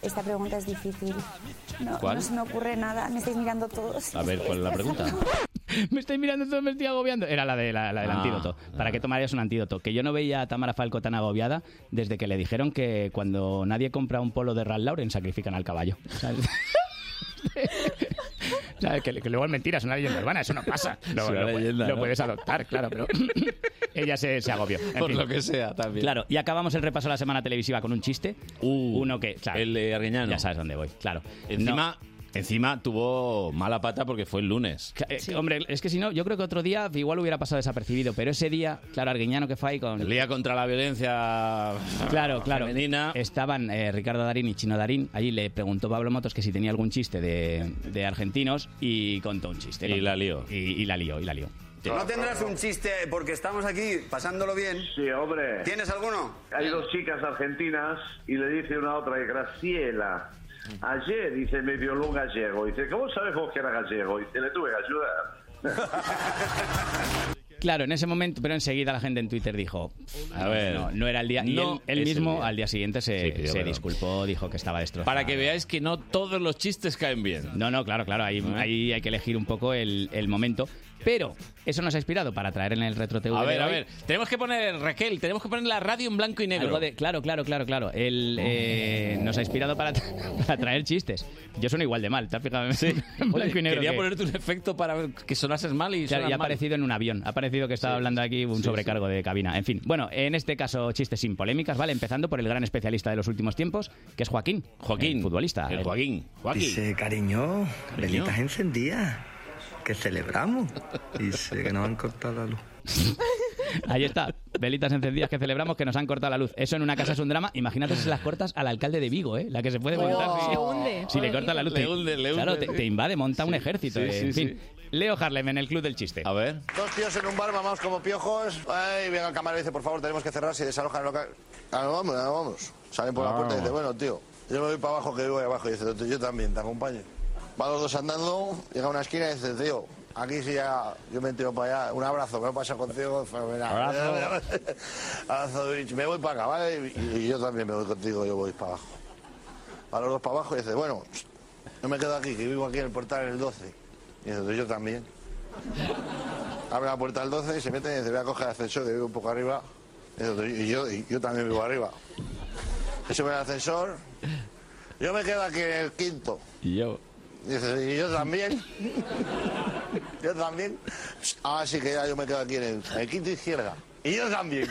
[SPEAKER 28] Esta pregunta es difícil. No,
[SPEAKER 2] ¿Cuál?
[SPEAKER 28] no se me ocurre nada, me estáis mirando todos.
[SPEAKER 2] A ver, ¿cuál es la pregunta?
[SPEAKER 25] Me estáis mirando todo, me estoy agobiando. Era la, de, la, la del
[SPEAKER 2] Ah,
[SPEAKER 25] antídoto. ¿Para qué tomarías un antídoto? Que yo no veía a Tamara Falco tan agobiada desde que le dijeron que cuando nadie compra un polo de Ralph Lauren sacrifican al caballo. ¿Sabes? O sea, Que, que luego es mentira, es una leyenda urbana, eso no pasa.
[SPEAKER 2] Es
[SPEAKER 25] Lo,
[SPEAKER 2] una
[SPEAKER 25] lo-
[SPEAKER 2] leyenda,
[SPEAKER 25] lo
[SPEAKER 2] ¿no?
[SPEAKER 25] puedes adoptar, claro, pero ella se, se agobió.
[SPEAKER 2] Por lo que sea, también. Uh,
[SPEAKER 25] Claro, y acabamos el repaso de la semana televisiva con un chiste. Uno que. el de Arguiñano. Ya sabes dónde voy, claro.
[SPEAKER 2] Encima, encima tuvo mala pata porque fue el lunes.
[SPEAKER 25] Eh, Hombre, es que si no, yo creo que otro día igual hubiera pasado desapercibido, pero ese día, claro, Arguiñano que fue ahí con...
[SPEAKER 2] El día contra la violencia
[SPEAKER 25] Claro, claro. Estaban eh, Ricardo Darín y Chino Darín. Allí le preguntó Pablo Motos que si tenía algún chiste de, de argentinos y contó un chiste. Y la
[SPEAKER 2] lió.
[SPEAKER 25] Y, y la lió, y la lió.
[SPEAKER 3] No tendrás un chiste porque estamos aquí pasándolo bien.
[SPEAKER 15] Sí, hombre.
[SPEAKER 3] ¿Tienes alguno?
[SPEAKER 15] Hay dos chicas argentinas y le dice una a otra, Graciela, ayer, dice, me violó un gallego. Dice, ¿cómo sabes vos que era gallego? Dice, le tuve que ayudar.
[SPEAKER 25] Claro, en ese momento, pero enseguida la gente en Twitter dijo, a ver, no, no era el día. Y
[SPEAKER 2] no
[SPEAKER 25] él, él
[SPEAKER 2] es el
[SPEAKER 25] mismo
[SPEAKER 2] día.
[SPEAKER 25] al día siguiente
[SPEAKER 2] Sí,
[SPEAKER 25] se,
[SPEAKER 2] pidió
[SPEAKER 25] se
[SPEAKER 2] perdón.
[SPEAKER 25] disculpó, dijo que estaba destrozado.
[SPEAKER 2] Para que veáis que no todos los chistes caen bien.
[SPEAKER 25] No, no, claro, claro, ahí, ahí hay que elegir un poco el, el momento. Pero eso nos ha inspirado para traer en el Retro TV.
[SPEAKER 2] A
[SPEAKER 25] de
[SPEAKER 2] ver, a
[SPEAKER 25] hoy
[SPEAKER 2] ver. Tenemos que poner, Raquel, tenemos que poner la radio en blanco y negro. Oh.
[SPEAKER 25] algo de- claro, claro, claro, claro. El, eh, nos ha inspirado para, tra- para traer chistes. Yo sueno igual de mal, ¿te has fijado? Blanco y negro
[SPEAKER 2] Quería
[SPEAKER 25] que-
[SPEAKER 2] ponerte un efecto para ver que sonases mal y
[SPEAKER 25] Claro,
[SPEAKER 2] sonas
[SPEAKER 25] y ha
[SPEAKER 2] mal.
[SPEAKER 25] aparecido en un avión. Ha parecido que estaba hablando aquí un sobrecargo de cabina. En fin, bueno, en este caso chistes sin polémicas, ¿vale? Empezando por el gran especialista de los últimos tiempos, que es Joaquín. Joaquín. futbolista. El
[SPEAKER 2] Joaquín.
[SPEAKER 35] Dice, cariño, velitas encendidas, que celebramos. Dice que nos han cortado la luz.
[SPEAKER 25] Ahí está. Velitas encendidas que celebramos que nos han cortado la luz. Eso en una casa es un drama. Imagínate si se las cortas al alcalde de Vigo, ¿eh? La que se puede montar. si-
[SPEAKER 14] Se hunde.
[SPEAKER 25] Si le corta la luz.
[SPEAKER 2] Le
[SPEAKER 25] te-
[SPEAKER 2] hunde, le
[SPEAKER 25] claro,
[SPEAKER 2] hunde,
[SPEAKER 25] te,
[SPEAKER 2] sí.
[SPEAKER 25] te invade, monta un ejército.
[SPEAKER 2] sí,
[SPEAKER 25] eh,
[SPEAKER 2] sí,
[SPEAKER 25] en fin. Leo Harlem en el Club del Chiste.
[SPEAKER 2] A ver.
[SPEAKER 20] Dos tíos en un bar, mamados como piojos. Ay, venga el camarero y dice, por favor, tenemos que cerrar si desalojan el local. Ah, no vamos, ah, no vamos. Salen por la puerta y dice, bueno, tío, yo me voy para abajo, que voy abajo. Y dice, el otro, yo también, te acompaño. Van los dos andando, llega a una esquina y dice, tío, aquí sí ya, yo me tiro para allá. Un abrazo, me lo paso contigo, fenomenal.
[SPEAKER 21] Abrazo.
[SPEAKER 20] Abrazo, bicho. me voy para acá, ¿vale? Y, y yo también me voy contigo, yo voy para abajo. Van los dos para abajo y dice, bueno, no me quedo aquí, que vivo aquí en el portal en el 12. Y dice, yo también. Abre la puerta al 12 y se mete y dice, voy a coger el ascensor, que vivo un poco arriba. Y yo, y yo, y yo también vivo arriba. Se sube al ascensor. Yo me quedo aquí en el quinto.
[SPEAKER 2] Y yo.
[SPEAKER 20] Dice, y yo también. Yo también. Ah, sí que ya yo me quedo aquí en el, en el quinto izquierda. Y yo también.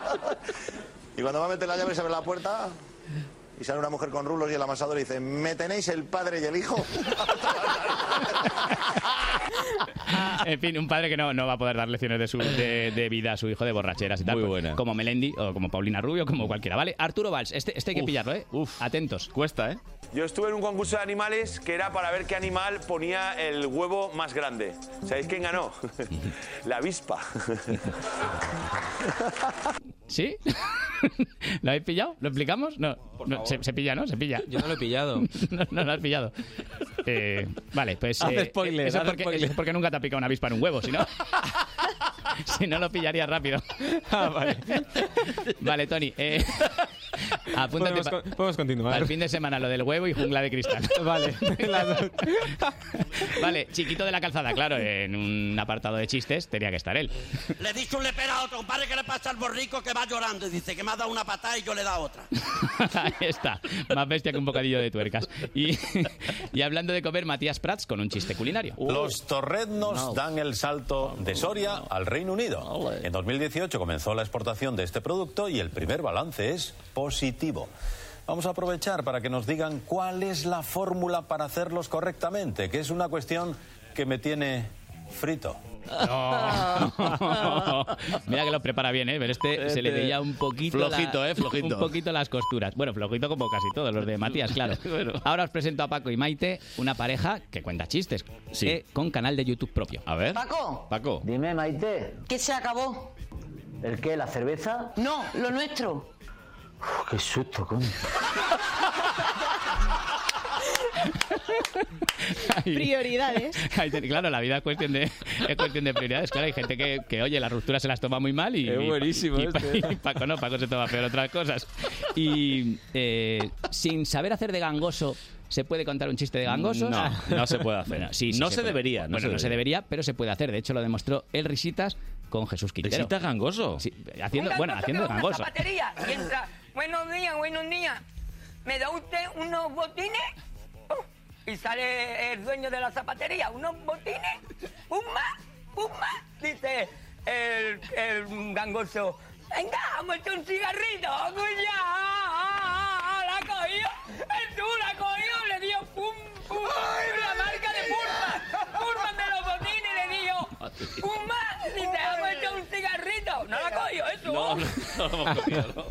[SPEAKER 20] Y cuando va a meter la llave se abre la puerta y sale una mujer con rulos y el amasador y dice, ¿me tenéis el padre y el hijo?
[SPEAKER 25] En fin, un padre que no, no va a poder dar lecciones de, su, de, de vida a su hijo de borracheras y tal. pues, Como Melendi o como Paulina Rubio, como cualquiera, ¿vale? Arturo Valls, este, este hay que pillarlo, ¿eh? Uf. Atentos.
[SPEAKER 2] Cuesta, ¿eh?
[SPEAKER 7] Yo estuve en un concurso de animales que era para ver qué animal ponía el huevo más grande. ¿Sabéis quién ganó? La avispa.
[SPEAKER 2] ¿eh?
[SPEAKER 25] ¿Sí? ¿Lo habéis pillado? ¿Lo explicamos? No, no, se, se pilla, ¿no? Se pilla. Yo no lo he pillado. no, no lo has pillado. Eh, vale, pues...
[SPEAKER 13] Haz spoiler,
[SPEAKER 25] eso, es
[SPEAKER 13] haz
[SPEAKER 25] porque,
[SPEAKER 13] spoiler.
[SPEAKER 25] eso es porque nunca te ha picado una avispa en un huevo, si no... si no, lo pillaría rápido. vale. Vale, Tony. eh, apúntate
[SPEAKER 13] Podemos
[SPEAKER 25] pa-
[SPEAKER 13] continuar.
[SPEAKER 25] Al fin de semana, lo del huevo y jungla de cristal. Vale. vale, chiquito de la calzada, claro, en un apartado de chistes tenía que estar él.
[SPEAKER 36] Le dice un lepera a otro, compadre, ¿qué le pasa al borrico que va llorando? Y dice que me ha dado una patada y yo le he dado otra.
[SPEAKER 25] Ahí está. Más bestia que un bocadillo de tuercas. Y, y hablando de comer, Matías Prats con un chiste culinario.
[SPEAKER 31] Los torrednos dan el salto de Soria al Reino Unido. En 2018 comenzó la exportación de este producto y el primer balance es positivo. Vamos a aprovechar para que nos digan cuál es la fórmula para hacerlos correctamente, que es una cuestión que me tiene frito.
[SPEAKER 25] Mira que lo prepara bien, ¿eh? Pero este, se le
[SPEAKER 2] Este,
[SPEAKER 25] veía un poquito...
[SPEAKER 2] flojito,
[SPEAKER 25] la-
[SPEAKER 2] ¿eh? Flojito.
[SPEAKER 25] Un poquito las costuras. Bueno, flojito como casi todos los de Matías, claro. Ahora os presento a Paco y Maite, una pareja que cuenta chistes. eh, con canal de YouTube propio. A ver.
[SPEAKER 37] Paco.
[SPEAKER 2] Paco.
[SPEAKER 37] Dime, Maite. ¿Qué se acabó? ¿El qué? ¿La cerveza? No, lo nuestro.
[SPEAKER 10] Uf, qué susto, coño.
[SPEAKER 14] Prioridades.
[SPEAKER 25] Ahí ten- claro, la vida es cuestión de, es cuestión de prioridades. Claro, hay gente que, que, oye, las rupturas se las toma muy mal y.
[SPEAKER 13] Es
[SPEAKER 25] y-
[SPEAKER 13] buenísimo
[SPEAKER 25] y-
[SPEAKER 13] este.
[SPEAKER 25] y Paco no, Paco se toma peor otras cosas. Y eh, sin saber hacer de gangoso. ¿Se puede contar un chiste de gangosos?
[SPEAKER 2] No, no se puede hacer.
[SPEAKER 25] Bueno, sí, sí
[SPEAKER 2] No se
[SPEAKER 25] puede.
[SPEAKER 2] debería, no
[SPEAKER 25] Bueno,
[SPEAKER 2] se
[SPEAKER 25] no se
[SPEAKER 2] debería.
[SPEAKER 25] debería, pero se puede hacer. De hecho, lo demostró el Risitas con Jesús Quintero.
[SPEAKER 2] ¿Risitas
[SPEAKER 25] gangoso? haciendo, bueno, haciendo gangoso.
[SPEAKER 38] zapatería y entra, buenos días, buenos días, ¿me da usted unos botines? Uh, Y sale el dueño de la zapatería, unos botines, un más, un más, dice, el, el gangoso. Venga, vamos un cigarrito, cuña. Ah, ah, ah, La cogió, el tú la cogió, le dio pum, pum, la marca de Purma. Purma de los botines le dio. Pumba, dice, vamos a echar un cigarrito. No la cogió, eh. eso.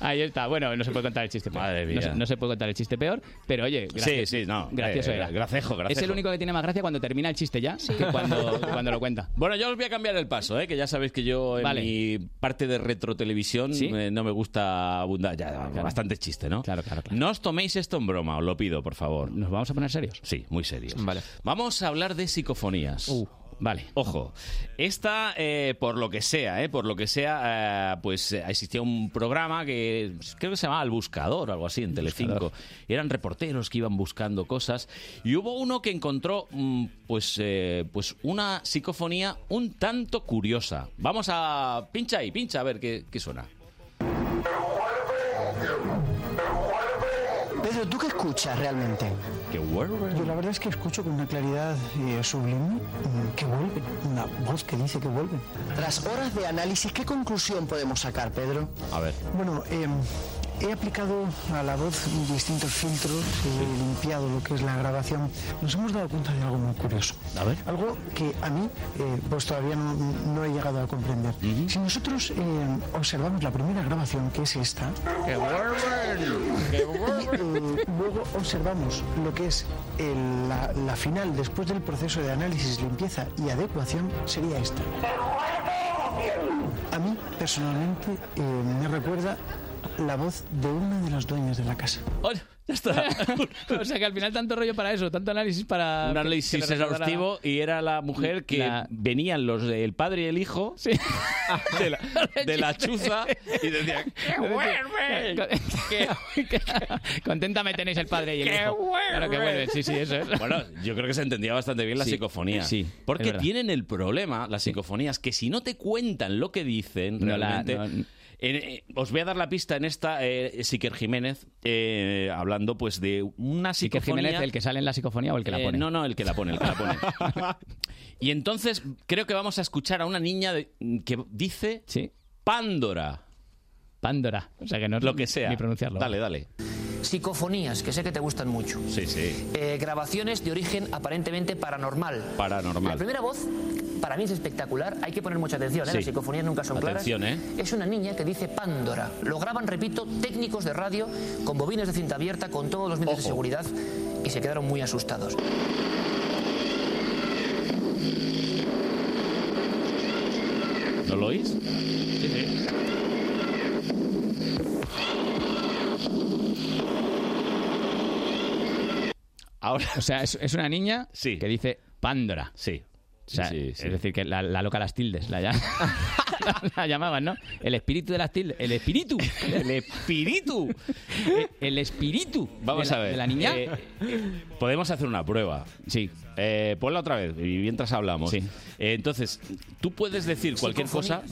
[SPEAKER 25] Ahí está. Bueno, no se puede contar el chiste peor. Madre No,
[SPEAKER 2] mía.
[SPEAKER 25] se- no se puede contar el chiste peor, pero oye.
[SPEAKER 2] Sí, sí, no.
[SPEAKER 25] Gracioso
[SPEAKER 2] Eh,
[SPEAKER 25] era.
[SPEAKER 2] gracejo,
[SPEAKER 25] Es el
[SPEAKER 2] gracejo.
[SPEAKER 25] único que tiene más gracia cuando termina el chiste ya que cuando, cuando lo cuenta.
[SPEAKER 2] Bueno, yo os voy a cambiar el paso, ¿eh? que ya sabéis que yo en
[SPEAKER 25] Vale.
[SPEAKER 2] mi parte de retrotelevisión
[SPEAKER 25] ¿Sí?
[SPEAKER 2] eh, no me gusta abundar, ya bastante chiste, ¿no? Claro, claro, No os toméis esto en broma, os lo pido, por favor.
[SPEAKER 25] ¿Nos vamos a poner serios?
[SPEAKER 2] Sí, muy serios. Vale. Vamos a hablar de psicofonías.
[SPEAKER 25] Uh, Vale.
[SPEAKER 2] Ojo, esta, eh, por lo que sea, eh, por lo que sea, eh, pues eh, existía un programa que creo que se llamaba El Buscador o algo así en Telecinco. Eran reporteros que iban buscando cosas y hubo uno que encontró mm, pues, eh, pues una psicofonía un tanto curiosa. Vamos a... Pincha ahí, pincha a ver qué, qué suena.
[SPEAKER 10] Pedro, ¿tú qué escuchas realmente?
[SPEAKER 2] ¿Qué vuelve?
[SPEAKER 10] Yo la verdad es que escucho con una claridad eh, sublime mm, que vuelve, una voz que dice que vuelve. Tras horas de análisis, ¿qué conclusión podemos sacar, Pedro?
[SPEAKER 2] A ver.
[SPEAKER 10] Bueno, eh, he aplicado a la voz distintos filtros, he limpiado lo que es la grabación. Nos hemos dado cuenta de algo muy curioso.
[SPEAKER 2] A ver.
[SPEAKER 10] Algo que a mí, eh, pues todavía no, no he llegado a comprender. Si nosotros eh, observamos la primera grabación, que es esta, y, eh, luego observamos lo que es el- la, la final después del proceso de análisis, limpieza y adecuación, sería esta. A mí, personalmente, eh, me recuerda la voz de una de las dueñas de la casa.
[SPEAKER 2] Ya está.
[SPEAKER 25] o sea que al final tanto rollo para eso, tanto análisis para...
[SPEAKER 2] Un
[SPEAKER 25] Ah, que-
[SPEAKER 2] análisis
[SPEAKER 25] que le recordara-
[SPEAKER 2] exhaustivo y era la mujer que
[SPEAKER 25] La-
[SPEAKER 2] venían los el padre y el hijo de, la, de la chuza y decían
[SPEAKER 25] ¡Que vuelve! Contentame tenéis el padre y el
[SPEAKER 2] ¡Que
[SPEAKER 25] hijo.
[SPEAKER 2] vuelve!
[SPEAKER 25] Claro que vuelve, sí, sí, eso es.
[SPEAKER 2] Bueno, yo creo que se entendía bastante bien la
[SPEAKER 25] Sí,
[SPEAKER 2] psicofonía.
[SPEAKER 25] sí, es
[SPEAKER 2] Porque
[SPEAKER 25] verdad.
[SPEAKER 2] tienen el problema, las psicofonías, que si no te cuentan lo que dicen
[SPEAKER 25] No la-
[SPEAKER 2] realmente.
[SPEAKER 25] no-
[SPEAKER 2] en- eh, os voy a dar la pista en esta, eh, Siquer Jiménez, eh, hablando pues de una
[SPEAKER 25] que
[SPEAKER 2] psicofonía.
[SPEAKER 25] Jiménez, el que sale en la psicofonía o el que la
[SPEAKER 2] Eh,
[SPEAKER 25] pone.
[SPEAKER 2] no, no, el que la pone, el que la pone. y entonces creo que vamos a escuchar a una niña de- que dice Pándora.
[SPEAKER 25] Pándora. O sea que no
[SPEAKER 2] lo que sea.
[SPEAKER 25] ni pronunciarlo.
[SPEAKER 2] Dale, dale.
[SPEAKER 1] Psicofonías, que sé que te gustan mucho.
[SPEAKER 2] Sí, sí.
[SPEAKER 1] Eh, grabaciones de origen aparentemente paranormal. La
[SPEAKER 2] Paranormal.
[SPEAKER 1] primera voz, para mí es espectacular, hay que poner mucha atención, ¿eh?
[SPEAKER 2] Sí.
[SPEAKER 1] las psicofonías nunca son
[SPEAKER 2] Atención,
[SPEAKER 1] claras.
[SPEAKER 2] ¿eh?
[SPEAKER 1] Es una niña que dice Pándora. Lo graban, repito, técnicos de radio con bobines de cinta abierta, con todos los medios de seguridad y se quedaron muy asustados.
[SPEAKER 2] ¿No lo oís? Ahora.
[SPEAKER 25] O sea, es, es una niña que dice Pándora.
[SPEAKER 2] Sí.
[SPEAKER 25] O sea,
[SPEAKER 2] Sí, sí, sí.
[SPEAKER 25] Es decir, que la, la loca las tildes, la, llam- la llamaban, ¿no? El espíritu de las tildes. El espíritu. El
[SPEAKER 2] espíritu.
[SPEAKER 25] El, espíritu.
[SPEAKER 2] Vamos
[SPEAKER 25] de la-
[SPEAKER 2] a ver.
[SPEAKER 25] De la niña.
[SPEAKER 2] Eh, podemos hacer una prueba. Eh,
[SPEAKER 25] Sí.
[SPEAKER 2] ponla otra vez y mientras hablamos. Eh, entonces, tú puedes decir cualquier cosa.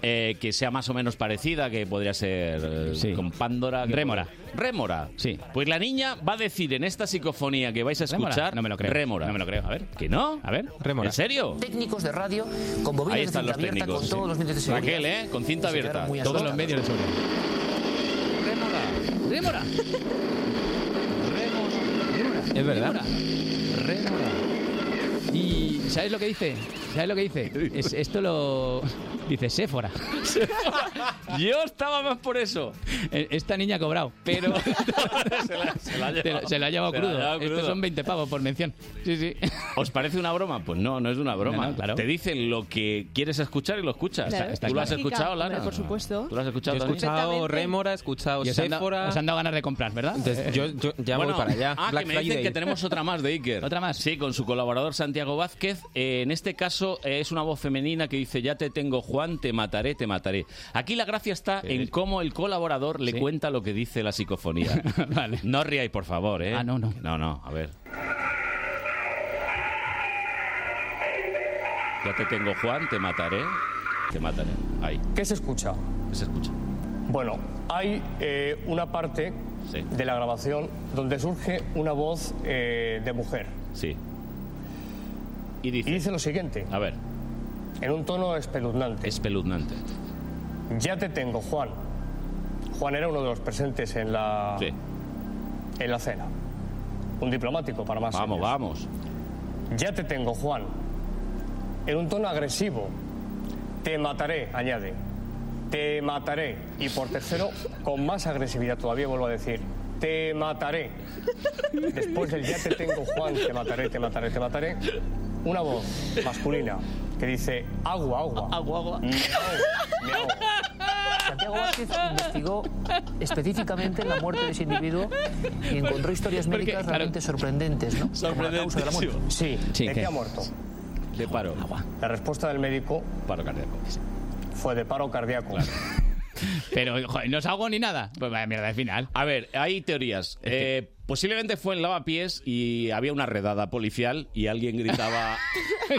[SPEAKER 2] eh, que sea más o menos parecida, que podría ser eh, con Pandora. que
[SPEAKER 25] Rémora.
[SPEAKER 2] podría- Rémora.
[SPEAKER 25] Sí.
[SPEAKER 2] Pues la niña va a decir en esta psicofonía que vais a
[SPEAKER 25] ¿Rémora?
[SPEAKER 2] escuchar.
[SPEAKER 25] No me lo creo.
[SPEAKER 2] Rémora.
[SPEAKER 25] No me lo creo. A ver.
[SPEAKER 2] ¿Que no?
[SPEAKER 25] A ver.
[SPEAKER 2] Rémora. ¿En serio?
[SPEAKER 1] Técnicos de radio con bobines
[SPEAKER 2] Ahí
[SPEAKER 1] de cinta
[SPEAKER 2] están los
[SPEAKER 1] abierta,
[SPEAKER 2] técnicos.
[SPEAKER 1] con todos
[SPEAKER 2] sí.
[SPEAKER 1] los medios de seguridad.
[SPEAKER 2] Raquel, ¿eh? Con cinta
[SPEAKER 1] y se quedaron
[SPEAKER 2] abierta.
[SPEAKER 1] muy
[SPEAKER 2] Todos los
[SPEAKER 1] asustados.
[SPEAKER 2] medios de seguridad.
[SPEAKER 25] Rémora.
[SPEAKER 13] Es verdad.
[SPEAKER 25] Rémora. Y ¿sabes lo que dice? ¿Sabes lo que dice? Es- esto lo dice Séfora.
[SPEAKER 2] Yo estaba más por eso.
[SPEAKER 25] E, Esta niña ha cobrado, pero
[SPEAKER 2] se la ha
[SPEAKER 25] Te
[SPEAKER 2] llevado.
[SPEAKER 25] lo- se lo ha llevado
[SPEAKER 2] Se lo ha
[SPEAKER 25] crudo.
[SPEAKER 2] llevado
[SPEAKER 25] Estos
[SPEAKER 2] crudo.
[SPEAKER 25] son 20 pavos por mención. Sí, sí.
[SPEAKER 2] ¿Os parece una broma? Pues no, no es una broma.
[SPEAKER 25] No, no, claro.
[SPEAKER 2] Te dicen lo que quieres escuchar y lo escuchas.
[SPEAKER 14] Claro, Está- está
[SPEAKER 2] ¿Tú lo
[SPEAKER 14] claro.
[SPEAKER 2] has escuchado,
[SPEAKER 14] Hombre,
[SPEAKER 2] Lara?
[SPEAKER 14] por supuesto.
[SPEAKER 2] ¿Tú lo has
[SPEAKER 13] Yo
[SPEAKER 2] escuchado
[SPEAKER 13] he
[SPEAKER 2] también?
[SPEAKER 13] escuchado
[SPEAKER 14] Perfectamente.
[SPEAKER 13] Rémora, he escuchado
[SPEAKER 25] Y os han, dado,
[SPEAKER 13] Séfora.
[SPEAKER 25] os han dado ganas de comprar, ¿verdad? Eh,
[SPEAKER 13] Entonces, yo, yo ya
[SPEAKER 2] Bueno,
[SPEAKER 13] voy para allá.
[SPEAKER 2] Ah,
[SPEAKER 13] Black
[SPEAKER 2] que me dicen
[SPEAKER 13] Friday.
[SPEAKER 2] que tenemos otra más de Iker. ¿Otra más? Sí, con su colaborador Santiago Vázquez. Eh, en este caso eh, es una voz femenina que dice, ya te tengo Juan, te mataré, te mataré. Aquí la gracia está en cómo el colaborador le cuenta lo que dice la psicofonía.
[SPEAKER 25] vale.
[SPEAKER 2] No os riáis, por favor, ¿eh?
[SPEAKER 25] Ah, no, no.
[SPEAKER 2] No, no, a ver. Ya te tengo Juan, te mataré,
[SPEAKER 39] Ah.
[SPEAKER 2] te mataré. Ahí.
[SPEAKER 9] ¿Qué se escucha?
[SPEAKER 2] ¿Qué se escucha?
[SPEAKER 9] Bueno, hay eh, una parte de la grabación donde surge una voz eh, de mujer.
[SPEAKER 2] Sí.
[SPEAKER 9] Y dice, lo siguiente.
[SPEAKER 2] A ver.
[SPEAKER 39] en un tono espeluznante.
[SPEAKER 2] Espeluznante.
[SPEAKER 39] Ya te tengo, Juan. Juan era uno de los presentes en la. En la cena. Un diplomático, para más.
[SPEAKER 2] Vamos,
[SPEAKER 39] serios.
[SPEAKER 2] vamos.
[SPEAKER 39] Ya te tengo, Juan. En un tono agresivo. Te mataré, añade. Te mataré. Y por tercero, con más agresividad todavía vuelvo a decir. Te mataré. Después del ya te tengo, Juan, te mataré, te mataré, te mataré. Una voz masculina que dice agua, agua. Mm, Agua, agua.
[SPEAKER 38] Santiago Vázquez investigó específicamente la muerte de ese individuo y encontró historias
[SPEAKER 39] Porque,
[SPEAKER 38] médicas realmente sorprendentes, ¿no? Como la causa de la muerte.
[SPEAKER 39] Sí,
[SPEAKER 38] Sí,
[SPEAKER 39] ¿de
[SPEAKER 38] ¿qué?
[SPEAKER 39] qué ha muerto?
[SPEAKER 2] De paro.
[SPEAKER 39] La respuesta del médico.
[SPEAKER 2] Paro cardíaco.
[SPEAKER 39] Fue de paro cardíaco.
[SPEAKER 2] Pero joder, no os hago ni nada. Pues vaya mierda de final. A ver, hay teorías. Eh, posiblemente fue en lavapiés y había una redada policial y alguien gritaba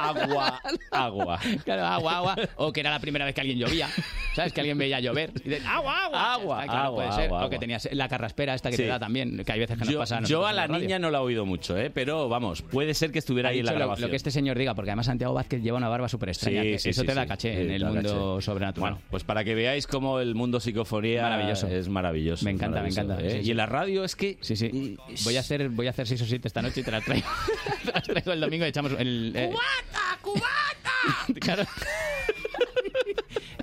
[SPEAKER 2] agua, agua.
[SPEAKER 25] Claro, agua, agua. O que era la primera vez que alguien llovía. ¿Sabes? Que alguien veía llover. Y dices, agua, agua.
[SPEAKER 2] Agua,
[SPEAKER 25] Ah, claro,
[SPEAKER 2] agua,
[SPEAKER 25] puede ser.
[SPEAKER 2] agua,
[SPEAKER 25] O que
[SPEAKER 2] agua.
[SPEAKER 25] tenías la carraspera esta que
[SPEAKER 2] Sí.
[SPEAKER 25] te da también, que hay veces que nos
[SPEAKER 2] Yo,
[SPEAKER 25] pasa.
[SPEAKER 2] yo a la niña no la he oído mucho, eh, pero vamos, puede ser que estuviera ahí en la
[SPEAKER 25] lo,
[SPEAKER 2] grabación.
[SPEAKER 25] lo que este señor diga, porque además Santiago Vázquez lleva una barba súper extraña.
[SPEAKER 2] Sí,
[SPEAKER 25] que
[SPEAKER 2] sí,
[SPEAKER 25] eso
[SPEAKER 2] sí,
[SPEAKER 25] te da
[SPEAKER 2] sí.
[SPEAKER 25] caché
[SPEAKER 2] Sí,
[SPEAKER 25] en
[SPEAKER 2] te
[SPEAKER 25] el
[SPEAKER 2] da
[SPEAKER 25] mundo
[SPEAKER 2] caché.
[SPEAKER 25] sobrenatural.
[SPEAKER 2] Bueno, pues para que veáis cómo el mundo psicofonía
[SPEAKER 25] Maravilloso.
[SPEAKER 2] es maravilloso.
[SPEAKER 25] Me encanta,
[SPEAKER 2] es
[SPEAKER 25] me encanta.
[SPEAKER 2] maravilloso, ¿eh?
[SPEAKER 25] Sí,
[SPEAKER 2] Y
[SPEAKER 25] sí.
[SPEAKER 2] en la radio es que...
[SPEAKER 25] Sí, sí. Voy a hacer, voy a hacer seis o siete esta noche y te las traigo. te las traigo el domingo y echamos el... eh, claro,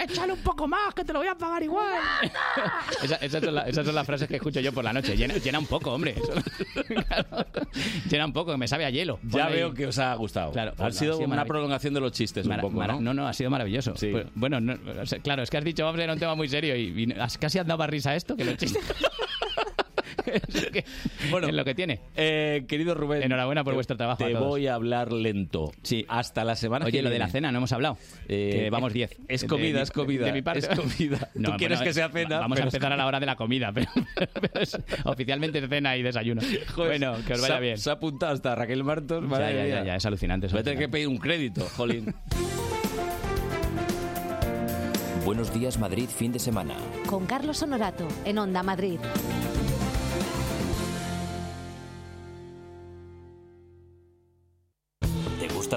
[SPEAKER 10] Échale un poco más, que te lo voy a pagar igual.
[SPEAKER 25] esa- esas, son la- esas son las frases que escucho yo por la noche. Llena, llena un poco, hombre. Eso- claro. Llena un poco, que me sabe a hielo.
[SPEAKER 2] Ya veo que os ha gustado.
[SPEAKER 25] Claro,
[SPEAKER 2] ha
[SPEAKER 25] no, ha
[SPEAKER 2] sido
[SPEAKER 25] sido
[SPEAKER 2] una
[SPEAKER 25] maravilloso.
[SPEAKER 2] prolongación de los chistes
[SPEAKER 25] Mara-
[SPEAKER 2] un poco,
[SPEAKER 25] mara-
[SPEAKER 2] ¿no?
[SPEAKER 25] no, ha sido maravilloso. Pues, bueno, no, o sea, claro, es que has dicho, vamos a ir a un tema muy serio y, y has- casi has dado más risa a esto que lo chiste. bueno, es lo que tiene.
[SPEAKER 2] Eh, querido Rubén,
[SPEAKER 25] enhorabuena por
[SPEAKER 2] te-
[SPEAKER 25] vuestro trabajo.
[SPEAKER 2] Te
[SPEAKER 25] a todos.
[SPEAKER 2] voy a hablar lento. Sí. Hasta la semana
[SPEAKER 25] Oye,
[SPEAKER 2] que
[SPEAKER 25] lo de la
[SPEAKER 2] viene.
[SPEAKER 25] cena no hemos hablado.
[SPEAKER 2] Eh,
[SPEAKER 25] Que vamos 10.
[SPEAKER 2] Es
[SPEAKER 25] De
[SPEAKER 2] comida,
[SPEAKER 25] mi-
[SPEAKER 2] es comida.
[SPEAKER 25] De mi parte.
[SPEAKER 2] Es comida. Tú quieres que sea cena,
[SPEAKER 25] Vamos a
[SPEAKER 2] pero es
[SPEAKER 25] empezar a la hora de la comida, pero, pero es oficialmente cena y desayuno. bueno, que os vaya
[SPEAKER 2] se ha-
[SPEAKER 25] bien.
[SPEAKER 2] Se ha apuntado hasta Raquel Martos.
[SPEAKER 25] Ya,
[SPEAKER 2] madre
[SPEAKER 25] ya, ya,
[SPEAKER 2] mía.
[SPEAKER 25] ya, es alucinante. es
[SPEAKER 2] Voy a tener que
[SPEAKER 25] alucinante.
[SPEAKER 2] pedir un crédito, jolín.
[SPEAKER 40] Buenos días Madrid, fin de semana.
[SPEAKER 12] Con Carlos Honorato, en Onda Madrid.
[SPEAKER 40] ¿Te gusta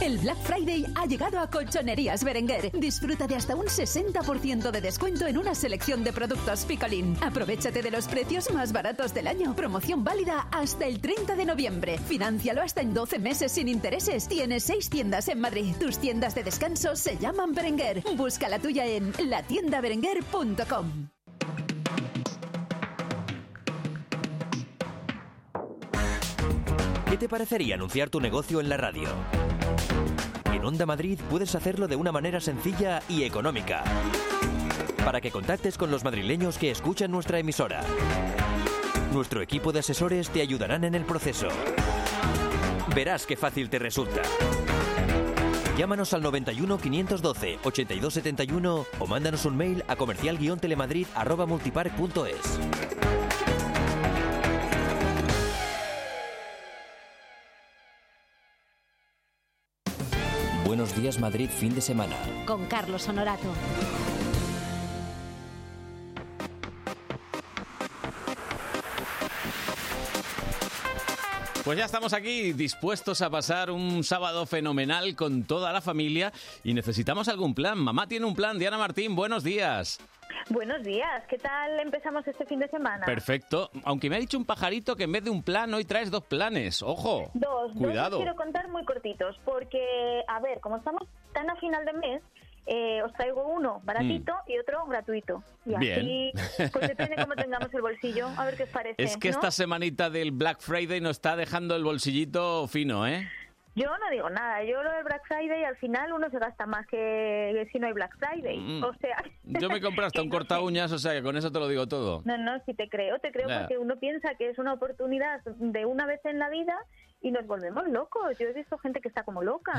[SPEAKER 17] El Black Friday ha llegado a Colchonerías Berenguer. Disfruta de hasta un 60% de descuento en una selección de productos Picolín. Aprovechate de los precios más baratos del año. Promoción válida hasta el 30 de noviembre. Financialo hasta en 12 meses sin intereses. Tienes seis tiendas en Madrid. Tus tiendas de descanso se llaman Berenguer. Busca la tuya en latiendaberenguer.com.
[SPEAKER 1] ¿Qué te parecería anunciar tu negocio en la radio? En Onda Madrid puedes hacerlo de una manera sencilla y económica. Para que contactes con los madrileños que escuchan nuestra emisora. Nuestro equipo de asesores te ayudarán en el proceso. Verás qué fácil te resulta. Llámanos al 91 512 8271 o mándanos un mail a comercial-telemadrid@multipark.es.
[SPEAKER 40] Buenos días Madrid, fin de semana.
[SPEAKER 12] Con Carlos Honorato.
[SPEAKER 2] Pues ya estamos aquí dispuestos a pasar un sábado fenomenal con toda la familia y necesitamos algún plan. Mamá tiene un plan. Diana Martín, buenos días.
[SPEAKER 1] Buenos días, ¿qué tal empezamos este fin de semana?
[SPEAKER 2] Perfecto. Aunque me ha dicho un pajarito que en vez de un plan hoy traes dos planes. Ojo.
[SPEAKER 1] Dos, dos
[SPEAKER 2] Cuidado.
[SPEAKER 1] os quiero contar muy cortitos, porque, a ver, como estamos tan a final de mes, eh, os traigo uno baratito y otro gratuito. Y así,
[SPEAKER 2] Mm. Bien.
[SPEAKER 1] pues depende cómo tengamos el bolsillo, a ver qué os parece.
[SPEAKER 2] Es que
[SPEAKER 1] ¿no?
[SPEAKER 2] esta semanita del Black Friday nos está dejando el bolsillito fino, ¿eh?
[SPEAKER 41] Yo no digo nada, yo lo del Black Friday al final uno se gasta más que si no hay Black Friday.
[SPEAKER 2] Mm.
[SPEAKER 41] O sea,
[SPEAKER 2] Yo me compré hasta un corta uñas, o sea que con eso te lo digo todo.
[SPEAKER 41] no, no, si te creo, te creo
[SPEAKER 2] Ya.
[SPEAKER 41] porque uno piensa que es una oportunidad de una vez en la vida y nos volvemos locos. Yo he visto gente que está como loca.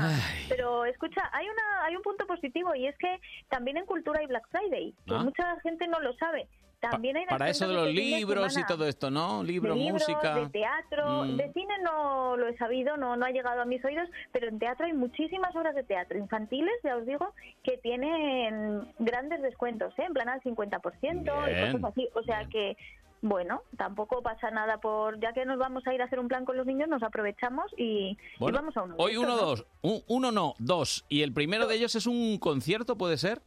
[SPEAKER 41] Pero escucha, hay una hay un punto positivo y es que también en cultura hay Black Friday, que
[SPEAKER 2] Ah.
[SPEAKER 41] mucha gente no lo sabe. También hay
[SPEAKER 2] Para
[SPEAKER 41] descuentos
[SPEAKER 2] eso de los
[SPEAKER 41] este fin
[SPEAKER 2] libros y
[SPEAKER 41] semana
[SPEAKER 2] todo esto, ¿no? Libros,
[SPEAKER 41] de libros,
[SPEAKER 2] música.
[SPEAKER 41] de teatro,
[SPEAKER 2] Mm.
[SPEAKER 41] de cine no lo he sabido, no, no ha llegado a mis oídos, pero en teatro hay muchísimas obras de teatro infantiles, ya os digo, que tienen grandes descuentos, ¿eh? en plan al 50% y
[SPEAKER 3] Bien.
[SPEAKER 41] cosas así, o sea que bueno, tampoco pasa nada por ya que nos vamos a ir a hacer un plan con los niños, nos aprovechamos y, y
[SPEAKER 2] Bueno,
[SPEAKER 41] vamos a uno. de
[SPEAKER 2] hoy
[SPEAKER 41] estos,
[SPEAKER 2] uno,
[SPEAKER 41] ¿no?
[SPEAKER 2] dos. Un- uno no, dos. Y el primero de ellos es un concierto, ¿puede ser?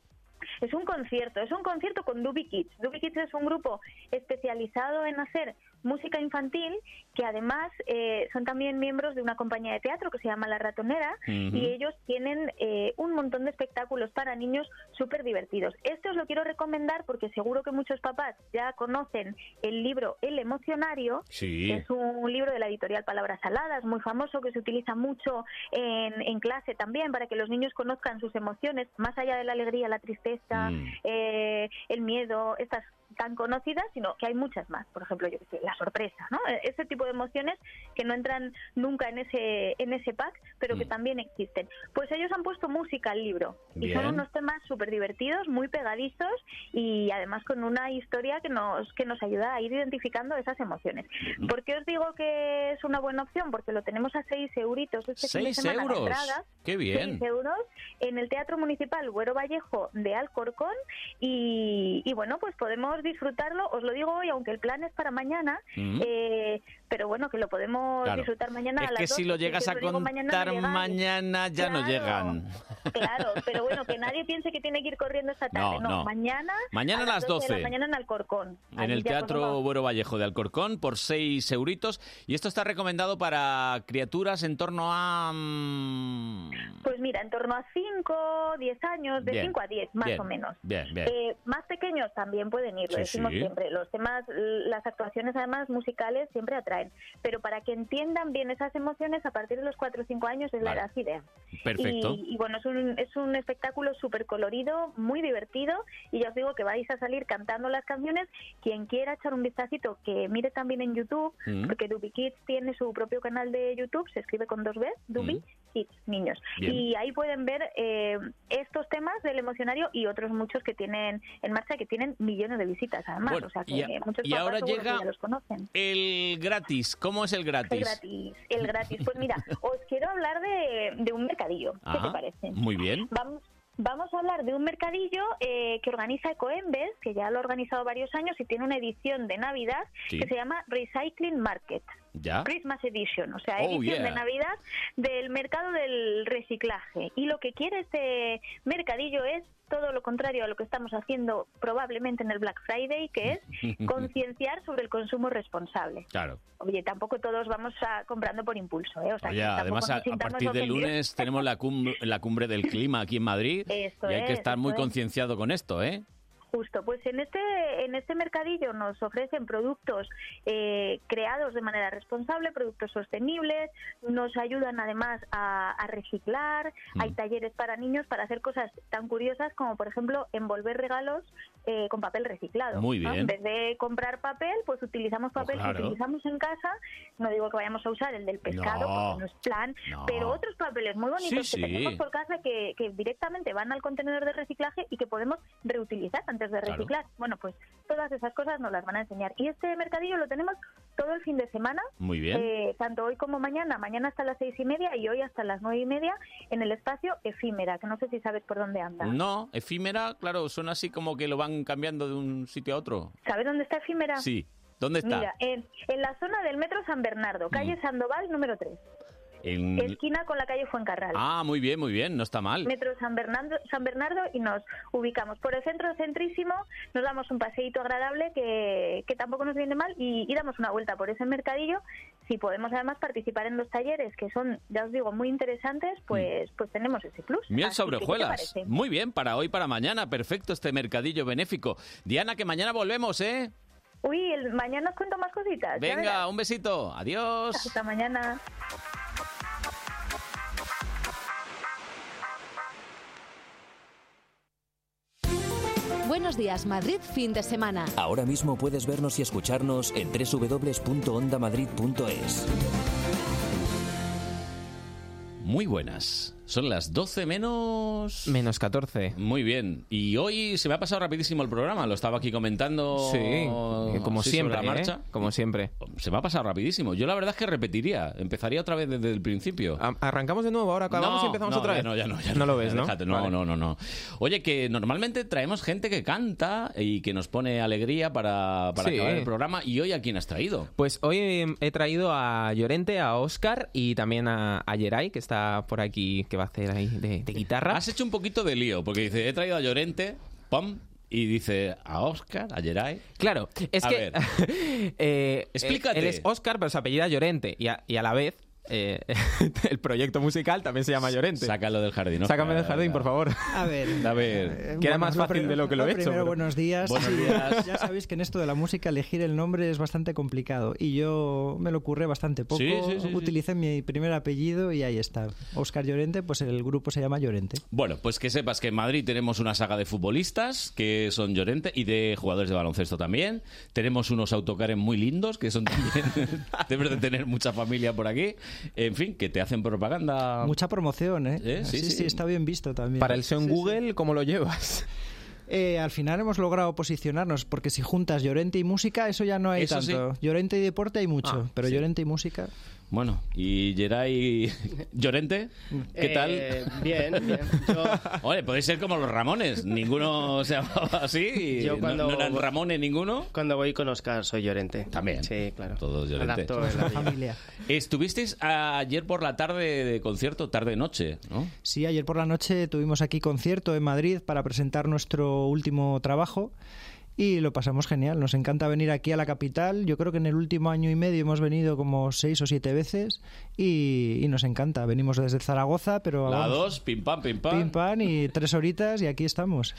[SPEAKER 41] Es un concierto, es un concierto con Dubi Kids. Dubi Kids es un grupo especializado en hacer música infantil que además eh, son también miembros de una compañía de teatro que se llama La Ratonera
[SPEAKER 10] Ujú.
[SPEAKER 41] y ellos tienen eh, un montón de espectáculos para niños súper divertidos. Este os lo quiero recomendar porque seguro que muchos papás ya conocen el libro El Emocionario,
[SPEAKER 32] Sí.
[SPEAKER 41] que es un libro de la editorial Palabras Saladas, muy famoso, que se utiliza mucho en, en clase también para que los niños conozcan sus emociones, más allá de la alegría, la tristeza, eh, el miedo, estas tan conocidas, sino que hay muchas más. Por ejemplo, yo qué sé, la sorpresa, ¿no? E- Ese tipo de emociones que no entran nunca en ese, en ese pack, pero que también existen. Pues ellos han puesto música al libro y son
[SPEAKER 12] Bien.
[SPEAKER 41] unos temas súper divertidos, muy pegadizos y además con una historia que nos, que nos ayuda a ir identificando esas emociones. ¿Por qué os digo que es una buena opción? Porque lo tenemos a 6 euritos este fin de
[SPEAKER 2] Seis
[SPEAKER 41] semana de
[SPEAKER 2] euros.
[SPEAKER 41] entrada.
[SPEAKER 2] Qué bien.
[SPEAKER 41] Seis euros en el Teatro Municipal Güero Vallejo de Alcorcón y, y bueno, pues podemos disfrutarlo, os lo digo hoy, aunque el plan es para mañana,
[SPEAKER 2] Mm.
[SPEAKER 41] eh, pero bueno que lo podemos
[SPEAKER 2] Claro.
[SPEAKER 41] disfrutar mañana
[SPEAKER 2] es
[SPEAKER 41] a las
[SPEAKER 2] que si
[SPEAKER 41] 12,
[SPEAKER 2] lo
[SPEAKER 41] os
[SPEAKER 2] llegas a
[SPEAKER 41] digo, mañana
[SPEAKER 2] contar
[SPEAKER 41] no
[SPEAKER 2] mañana,
[SPEAKER 41] llegáis.
[SPEAKER 2] ya no
[SPEAKER 41] Claro.
[SPEAKER 2] llegan.
[SPEAKER 41] Claro, pero bueno, que nadie piense que tiene que ir corriendo esta tarde.
[SPEAKER 2] No,
[SPEAKER 41] No,
[SPEAKER 2] no.
[SPEAKER 41] mañana.
[SPEAKER 2] Mañana a las
[SPEAKER 41] 12. de
[SPEAKER 2] 12.
[SPEAKER 41] la mañana en Alcorcón.
[SPEAKER 2] En
[SPEAKER 41] Ahí
[SPEAKER 2] el
[SPEAKER 41] ya
[SPEAKER 2] Teatro
[SPEAKER 41] podemos-
[SPEAKER 2] Buero Vallejo de Alcorcón por 6 euritos. Y esto está recomendado para criaturas en torno a... mm,
[SPEAKER 41] Pues mira, en torno a 5, 10 años, de
[SPEAKER 2] Bien,
[SPEAKER 41] 5 a 10, más
[SPEAKER 2] bien,
[SPEAKER 41] o menos.
[SPEAKER 2] Bien, bien.
[SPEAKER 41] Eh, más pequeños también pueden ir, lo
[SPEAKER 2] Sí,
[SPEAKER 41] decimos
[SPEAKER 2] sí.
[SPEAKER 41] siempre. Los temas, las actuaciones además musicales siempre atraen. Pero para que entiendan bien esas emociones, a partir de los 4 o 5 años es
[SPEAKER 2] Vale.
[SPEAKER 41] la edad idea.
[SPEAKER 2] Perfecto.
[SPEAKER 41] Y, y bueno, es un, es un espectáculo súper colorido, muy divertido. Y ya os digo que vais a salir cantando las canciones. Quien quiera echar un vistacito, que mire también en YouTube,
[SPEAKER 16] Mm.
[SPEAKER 41] porque Dubi Kids tiene su propio canal de YouTube, se escribe con dos B, Dubi
[SPEAKER 2] Mm.
[SPEAKER 41] Kids, niños.
[SPEAKER 16] Bien.
[SPEAKER 41] Y ahí pueden ver eh, estos temas del emocionario y otros muchos que tienen en marcha, que tienen millones de visitas además.
[SPEAKER 2] Bueno,
[SPEAKER 41] o sea que
[SPEAKER 2] y a-
[SPEAKER 41] muchos
[SPEAKER 2] y ahora
[SPEAKER 41] papás seguro que
[SPEAKER 2] llega
[SPEAKER 41] ya los conocen.
[SPEAKER 2] El gratis. ¿Cómo es el
[SPEAKER 41] El
[SPEAKER 2] gratis?
[SPEAKER 41] gratis, el gratis. Pues mira, os quiero hablar de, de un mercadillo. ¿Qué
[SPEAKER 2] Ah,
[SPEAKER 41] te parece?
[SPEAKER 2] Muy bien.
[SPEAKER 41] Vamos, vamos a hablar de un mercadillo eh, que organiza Ecoembes, que ya lo ha organizado varios años y tiene una edición de Navidad
[SPEAKER 2] Sí.
[SPEAKER 41] que se llama Recycling Market.
[SPEAKER 2] Ya.
[SPEAKER 41] Christmas Edition, o sea,
[SPEAKER 2] Oh,
[SPEAKER 41] edición
[SPEAKER 2] yeah.
[SPEAKER 41] de Navidad del mercado del reciclaje. Y lo que quiere este mercadillo es todo lo contrario a lo que estamos haciendo probablemente en el Black Friday, que es concienciar sobre el consumo responsable.
[SPEAKER 2] Claro.
[SPEAKER 41] Oye, tampoco todos vamos a comprando por impulso, ¿eh? O sea, que
[SPEAKER 2] Oye,
[SPEAKER 41] tampoco
[SPEAKER 2] además, a,
[SPEAKER 41] nos
[SPEAKER 2] a
[SPEAKER 41] sintamos
[SPEAKER 2] partir del
[SPEAKER 41] ofendidos.
[SPEAKER 2] lunes tenemos la cumbre, la cumbre del clima aquí en Madrid
[SPEAKER 41] Eso
[SPEAKER 2] y hay que
[SPEAKER 41] es,
[SPEAKER 2] estar muy
[SPEAKER 41] eso es.
[SPEAKER 2] concienciado con esto, ¿eh?
[SPEAKER 41] Justo, pues en este, en este mercadillo nos ofrecen productos eh, creados de manera responsable, productos sostenibles, nos ayudan además a, a reciclar,
[SPEAKER 28] Mm.
[SPEAKER 41] hay talleres para niños para hacer cosas tan curiosas como, por ejemplo, envolver regalos eh, con papel reciclado.
[SPEAKER 28] Muy
[SPEAKER 41] ¿no?
[SPEAKER 28] bien. Oh,
[SPEAKER 41] En vez de comprar papel, pues utilizamos papel
[SPEAKER 28] claro.
[SPEAKER 41] que utilizamos en casa. No digo que vayamos a usar el del pescado,
[SPEAKER 28] No.
[SPEAKER 41] porque no es plan,
[SPEAKER 28] No.
[SPEAKER 41] pero otros papeles muy bonitos
[SPEAKER 28] Sí,
[SPEAKER 41] que
[SPEAKER 28] sí.
[SPEAKER 41] tenemos por casa que, que directamente van al contenedor de reciclaje y que podemos reutilizar antes de
[SPEAKER 28] Claro.
[SPEAKER 41] reciclar. Bueno, pues todas esas cosas nos las van a enseñar. Y este mercadillo lo tenemos todo el fin de semana.
[SPEAKER 28] Muy bien.
[SPEAKER 41] eh, tanto hoy como mañana. Mañana hasta las seis y media y hoy hasta las nueve y media en el espacio Efímera, que no sé si sabes por dónde anda.
[SPEAKER 2] No, efímera, claro, suena así como que lo van cambiando de un sitio a otro.
[SPEAKER 41] ¿Sabes dónde está Efímera?
[SPEAKER 2] Sí. ¿Dónde está? Mm.
[SPEAKER 41] Mira, en, en la zona del metro San Bernardo, calle Sandoval número 3,
[SPEAKER 2] En-
[SPEAKER 41] esquina con la calle Fuencarral.
[SPEAKER 2] Mm. Ah, muy bien, muy bien, no está mal.
[SPEAKER 41] Metro San Bernardo, San Bernardo y nos ubicamos por el centro centrísimo, nos damos un paseíto agradable que, que tampoco nos viene mal y, y damos una vuelta por ese mercadillo. Si podemos además participar en los talleres que son, ya os digo, muy interesantes, pues, pues tenemos ese plus.
[SPEAKER 2] Miel
[SPEAKER 41] Así
[SPEAKER 2] sobre
[SPEAKER 41] que, ¿qué te
[SPEAKER 2] hojuelas.
[SPEAKER 41] parece?
[SPEAKER 2] Muy bien, para hoy, para mañana. Perfecto este mercadillo benéfico. Diana, que mañana volvemos, ¿eh?
[SPEAKER 41] Uy, el- mañana os cuento más cositas. ya verás.
[SPEAKER 2] Venga, un besito. Adiós.
[SPEAKER 41] Hasta mañana.
[SPEAKER 11] Buenos días, Madrid, fin de semana.
[SPEAKER 17] Ahora mismo puedes vernos y escucharnos en www.ondamadrid.es.
[SPEAKER 2] Muy buenas. Son las 12 menos...
[SPEAKER 13] Menos 14.
[SPEAKER 2] Muy bien. Y hoy se me ha pasado rapidísimo el programa. Lo estaba aquí comentando.
[SPEAKER 13] Sí, como
[SPEAKER 2] así sobre
[SPEAKER 13] siempre,
[SPEAKER 2] la
[SPEAKER 13] ¿eh?
[SPEAKER 2] marcha.
[SPEAKER 13] Como siempre.
[SPEAKER 2] Se me ha pasado rapidísimo. Yo la verdad es que repetiría. Empezaría otra vez desde el principio.
[SPEAKER 13] Arrancamos de nuevo, ahora acabamos y
[SPEAKER 2] No,
[SPEAKER 13] empezamos
[SPEAKER 2] no,
[SPEAKER 13] otra
[SPEAKER 2] ya
[SPEAKER 13] vez.
[SPEAKER 2] no, ya no, ya
[SPEAKER 13] lo ves, ¿no?
[SPEAKER 2] Déjate, no,
[SPEAKER 13] Vale.
[SPEAKER 2] no, no, no. Oye, que normalmente traemos gente que canta y que nos pone alegría para, para
[SPEAKER 13] Sí.
[SPEAKER 2] acabar el programa. ¿Y hoy a quién has traído?
[SPEAKER 13] Pues hoy eh, he traído a Llorente, a Oscar y también a, a Yeray, que está por aquí, que va a hacer ahí de, de guitarra.
[SPEAKER 2] Has hecho un poquito de lío, porque dice, he traído a Llorente, pam, y dice a Oscar, a Geray.
[SPEAKER 13] Claro, es
[SPEAKER 2] A
[SPEAKER 13] que.
[SPEAKER 2] ver.
[SPEAKER 13] eh,
[SPEAKER 2] Explícate.
[SPEAKER 13] Él es Oscar, pero se apellida Llorente. Y a, y a la vez, eh, el proyecto musical también se llama Llorente.
[SPEAKER 2] Sácalo del jardín. Oscar.
[SPEAKER 13] Sácame del jardín, por favor.
[SPEAKER 8] A ver. Eh,
[SPEAKER 2] A ver.
[SPEAKER 13] Que era
[SPEAKER 8] Bueno,
[SPEAKER 13] más fácil
[SPEAKER 8] pri-
[SPEAKER 13] de lo que lo he hecho.
[SPEAKER 8] Primero,
[SPEAKER 13] pero-
[SPEAKER 8] buenos días.
[SPEAKER 13] Buenos
[SPEAKER 8] Sí,
[SPEAKER 13] días.
[SPEAKER 8] Ya sabéis que en esto de la música elegir el nombre es bastante complicado y yo me lo ocurre bastante poco.
[SPEAKER 2] Sí, sí, sí, sí.
[SPEAKER 8] Utilicé mi primer apellido y ahí está. Oscar Llorente, pues el grupo se llama Llorente.
[SPEAKER 2] Bueno, pues que sepas que en Madrid tenemos una saga de futbolistas que son Llorente y de jugadores de baloncesto también. Tenemos unos autocares muy lindos que son también. Debes de tener mucha familia por aquí. En fin, que te hacen propaganda.
[SPEAKER 8] Mucha promoción, ¿eh?
[SPEAKER 2] Eh, sí,
[SPEAKER 8] sí,
[SPEAKER 2] sí.
[SPEAKER 8] está bien visto también.
[SPEAKER 13] Para el SEO en Google, ¿cómo lo llevas?
[SPEAKER 8] Eh, al final hemos logrado posicionarnos, porque si juntas Llorente y música, eso ya no hay
[SPEAKER 2] Eso sí.
[SPEAKER 8] tanto. Llorente y deporte hay mucho,
[SPEAKER 2] Ah,
[SPEAKER 8] pero
[SPEAKER 2] sí.
[SPEAKER 8] Llorente y música.
[SPEAKER 2] Bueno, y Geray Llorente, ¿qué
[SPEAKER 8] Eh,
[SPEAKER 2] tal?
[SPEAKER 6] bien, bien.
[SPEAKER 2] Oye, podéis ser como los Ramones. Ninguno se llamaba así. y
[SPEAKER 6] Yo
[SPEAKER 2] no-
[SPEAKER 6] cuando
[SPEAKER 2] no, eran
[SPEAKER 6] voy-
[SPEAKER 2] Ramones ninguno.
[SPEAKER 6] Cuando voy con Oscar soy llorente.
[SPEAKER 2] También.
[SPEAKER 6] Sí, claro.
[SPEAKER 2] Todos Llorente.
[SPEAKER 6] Adapto el apellido.
[SPEAKER 2] Estuvisteis ayer por la tarde de concierto, tarde-noche, ¿no?
[SPEAKER 8] Sí, ayer por la noche tuvimos aquí concierto en Madrid para presentar nuestro último trabajo y lo pasamos genial. Nos encanta venir aquí a la capital. Yo creo que en el último año y medio hemos venido como seis o siete veces y, y nos encanta. Venimos desde Zaragoza, pero
[SPEAKER 2] La
[SPEAKER 8] vamos,
[SPEAKER 2] dos, pim pam, pim pam.
[SPEAKER 8] pim pam y tres horitas y aquí estamos.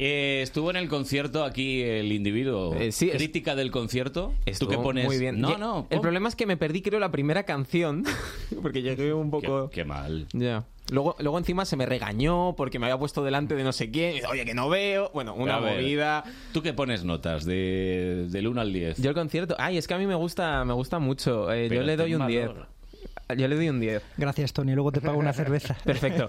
[SPEAKER 2] Eh, estuvo en el concierto aquí el individuo.
[SPEAKER 13] Eh, sí, es-
[SPEAKER 2] Crítica del concierto. ¿Tú qué
[SPEAKER 13] Estuvo
[SPEAKER 2] pones?
[SPEAKER 13] Oh, Muy bien.
[SPEAKER 2] No,
[SPEAKER 13] Ye-
[SPEAKER 2] no.
[SPEAKER 13] El
[SPEAKER 2] pon-
[SPEAKER 13] problema es que me perdí, creo, la primera canción. Porque llegué un poco.
[SPEAKER 2] Qué, mal.
[SPEAKER 13] Ya. Luego, luego encima se me regañó porque me había puesto delante de no sé quién. Y, Oye, que no veo. Bueno, una
[SPEAKER 2] A ver,
[SPEAKER 13] movida.
[SPEAKER 2] ¿Tú qué pones notas de, del 1 al 10?
[SPEAKER 13] Yo el concierto. Ay, es que a mí me gusta, me gusta mucho. Eh,
[SPEAKER 2] Pero
[SPEAKER 13] yo le
[SPEAKER 2] ten
[SPEAKER 13] doy un 10.
[SPEAKER 2] valor.
[SPEAKER 13] Yo le doy un 10.
[SPEAKER 8] Gracias, Tony. Luego te pago una cerveza.
[SPEAKER 13] Perfecto.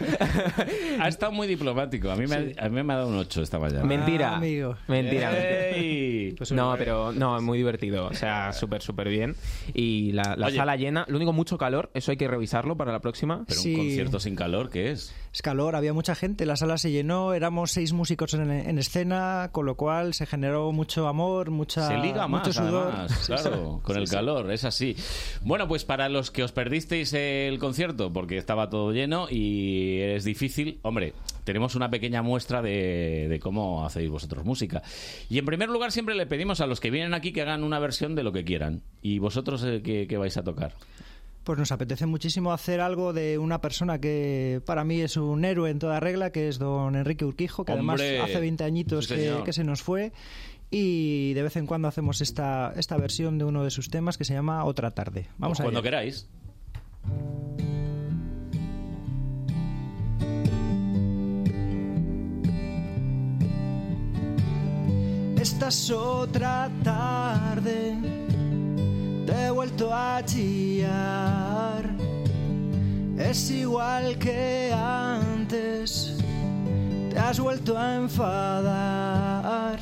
[SPEAKER 2] Ha estado muy diplomático. A mí me, ha- a mí me ha dado un 8 esta mañana.
[SPEAKER 13] Mentira.
[SPEAKER 8] Ah, amigo.
[SPEAKER 13] Mentira.
[SPEAKER 2] Ey.
[SPEAKER 13] no, pero no, es muy divertido. O sea, súper, súper bien. Y la, la
[SPEAKER 2] Oye.
[SPEAKER 13] sala llena. Lo único, mucho calor. Eso hay que revisarlo para la próxima.
[SPEAKER 2] Pero
[SPEAKER 8] Sí.
[SPEAKER 2] un concierto sin calor, ¿qué es?
[SPEAKER 8] Es calor, había mucha gente, la sala se llenó, éramos seis músicos en, en escena, con lo cual se generó mucho amor, mucha,
[SPEAKER 2] Se liga más, ah.
[SPEAKER 8] mucho sudor.
[SPEAKER 2] además, claro, con el calor, es así. Bueno, pues para los que os perdisteis el concierto, porque estaba todo lleno y es difícil, hombre, tenemos una pequeña muestra de, de cómo hacéis vosotros música. Y en primer lugar, siempre le pedimos a los que vienen aquí que hagan una versión de lo que quieran. ¿Y vosotros eh, qué, qué vais a tocar?
[SPEAKER 8] Pues nos apetece muchísimo hacer algo de una persona que para mí es un héroe en toda regla, que es don Enrique Urquijo, que
[SPEAKER 2] ¡Hombre!
[SPEAKER 8] además hace 20 añitos
[SPEAKER 2] Sí,
[SPEAKER 8] que,
[SPEAKER 2] señor.
[SPEAKER 8] que se nos fue. Y de vez en cuando hacemos esta, esta versión de uno de sus temas que se llama Otra tarde. Vamos
[SPEAKER 2] Pues cuando
[SPEAKER 8] allá.
[SPEAKER 2] queráis.
[SPEAKER 8] Esta es otra tarde, te he vuelto a chillar. Es igual que antes, te has vuelto a enfadar.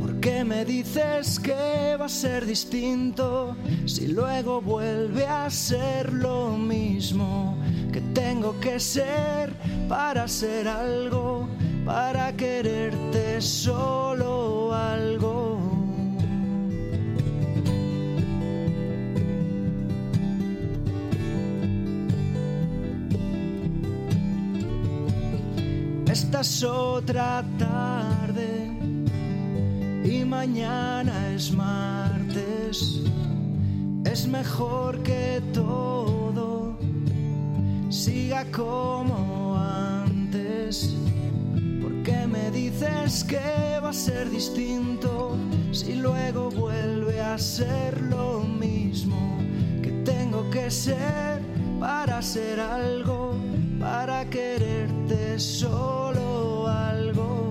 [SPEAKER 8] ¿Por qué me dices que va a ser distinto si luego vuelve a ser lo mismo? Que tengo que ser para ser algo, para quererte solo algo. Esta es otra tarde y mañana es martes. Es mejor que todo siga como antes. Porque me dices que va a ser distinto si luego vuelve a ser lo mismo que tengo que ser para ser algo, para quererte solo algo.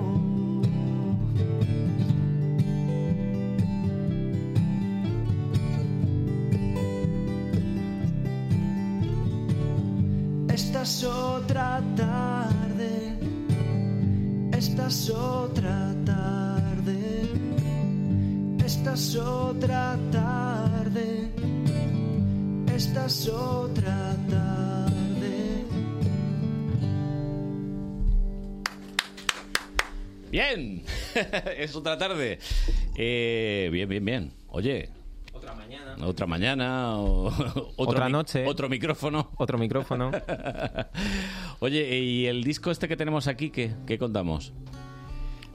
[SPEAKER 35] Esta es otra tarde. Esta es otra tarde. Esta es otra tarde. Esta es otra tarde.
[SPEAKER 2] Bien, es otra tarde. Eh, bien, bien, bien. Oye. Otra mañana. o- otro
[SPEAKER 13] Otra
[SPEAKER 2] mi-
[SPEAKER 13] noche.
[SPEAKER 2] Otro micrófono.
[SPEAKER 13] Otro micrófono.
[SPEAKER 2] Oye, ¿y el disco este que tenemos aquí qué, qué contamos?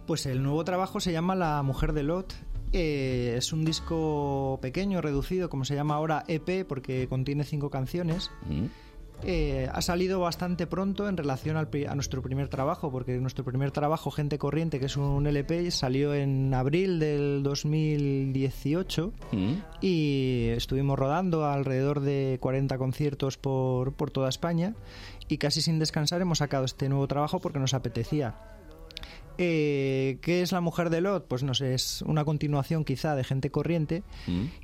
[SPEAKER 8] Pues el nuevo trabajo se llama La Mujer de Lot. Eh, es un disco pequeño, reducido, como se llama ahora EP, porque contiene cinco canciones. Eh, ha salido bastante pronto en relación al pri- a nuestro primer trabajo, porque nuestro primer trabajo, Gente Corriente, que es un LP, salió en abril del 2018
[SPEAKER 2] ¿Mm?
[SPEAKER 8] y estuvimos rodando alrededor de 40 conciertos por, por toda España y casi sin descansar hemos sacado este nuevo trabajo porque nos apetecía. Eh, ¿Qué es la mujer de Lot? Pues no sé, es una continuación quizá de gente corriente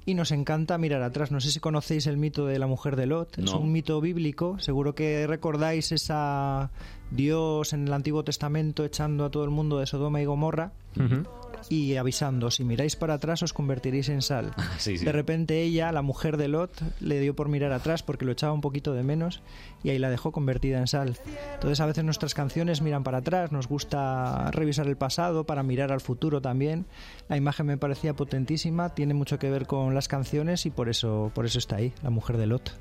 [SPEAKER 8] y nos encanta mirar atrás. No sé si conocéis el mito de la mujer de Lot. Es
[SPEAKER 15] No.
[SPEAKER 8] un mito bíblico. Seguro que recordáis esa Dios en el Antiguo Testamento echando a todo el mundo de Sodoma y Gomorra y avisando, si miráis para atrás os convertiréis en sal.
[SPEAKER 2] sí, sí.
[SPEAKER 8] De repente ella, la mujer de Lot, le dio por mirar atrás porque lo echaba un poquito de menos y ahí la dejó convertida en sal. Entonces a veces nuestras canciones miran para atrás, nos gusta revisar el pasado para mirar al futuro también. La imagen me parecía potentísima, tiene mucho que ver con las canciones y por eso, por eso está ahí, la mujer de Lot.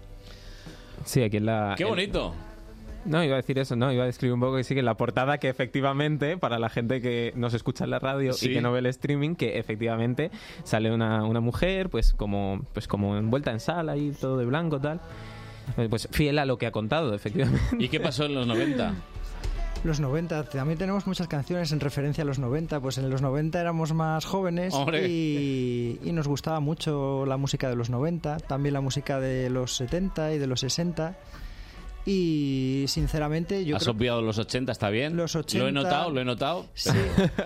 [SPEAKER 13] Sí, aquí en la.
[SPEAKER 2] ¡Qué
[SPEAKER 13] en-
[SPEAKER 2] bonito!
[SPEAKER 13] Ah, No, iba a decir eso, no, iba a describir un poco que sí, que la portada que efectivamente, para la gente que nos escucha en la radio
[SPEAKER 2] Sí.
[SPEAKER 13] y que no ve el streaming, que efectivamente sale una, una mujer, pues como, pues como envuelta en sal ahí, todo de blanco, tal. Eh, Pues fiel a lo que ha contado, efectivamente.
[SPEAKER 2] ¿Y qué pasó en los 90?
[SPEAKER 8] Los 90, también tenemos muchas canciones en referencia a los 90, pues en los 90 éramos más jóvenes
[SPEAKER 2] Hombre.
[SPEAKER 8] y, y nos gustaba mucho la música de los 90, también la música de los 70 y de los 60 y sinceramente yo
[SPEAKER 2] Has
[SPEAKER 8] creo
[SPEAKER 2] obviado los 80, está bien. Los
[SPEAKER 8] 80.
[SPEAKER 2] Lo he notado, lo he notado.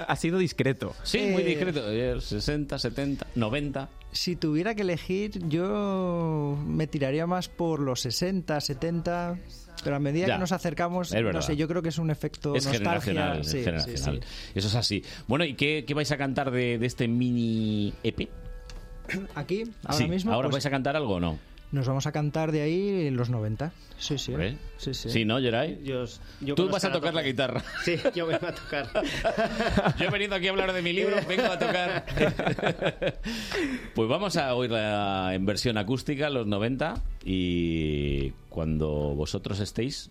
[SPEAKER 13] ha sido discreto.
[SPEAKER 2] Sí, muy
[SPEAKER 8] Eh,
[SPEAKER 2] discreto. Eh, 60, 70, 90.
[SPEAKER 8] si tuviera que elegir yo me tiraría más por los 60, 70, pero a medida
[SPEAKER 2] Ya.
[SPEAKER 8] que nos acercamos,
[SPEAKER 2] Es
[SPEAKER 8] no
[SPEAKER 2] verdad.
[SPEAKER 8] sé, yo creo que es un efecto
[SPEAKER 2] Es
[SPEAKER 8] nostalgia,
[SPEAKER 2] generacional, es
[SPEAKER 8] sí, sí,
[SPEAKER 2] generacional.
[SPEAKER 8] sí.
[SPEAKER 2] Eso es así. Bueno, ¿y qué, qué vais a cantar de, de este mini EP?
[SPEAKER 8] Aquí ahora
[SPEAKER 2] Sí,
[SPEAKER 8] mismo
[SPEAKER 2] ¿Ahora
[SPEAKER 8] pues,
[SPEAKER 2] vais a cantar algo o no?
[SPEAKER 8] nos vamos a cantar de ahí en los 90. Sí, sí.
[SPEAKER 2] Hombre.
[SPEAKER 8] Sí, sí.
[SPEAKER 2] ¿no, Geray?
[SPEAKER 8] yo
[SPEAKER 2] Tú
[SPEAKER 8] conozco
[SPEAKER 2] vas a
[SPEAKER 8] la
[SPEAKER 2] tocar la
[SPEAKER 8] toque.
[SPEAKER 2] guitarra.
[SPEAKER 6] Sí, yo vengo a tocar.
[SPEAKER 2] Yo he venido aquí a hablar de mi libro, vengo a tocar. Pues vamos a oírla en versión acústica, los 90, y cuando vosotros estéis,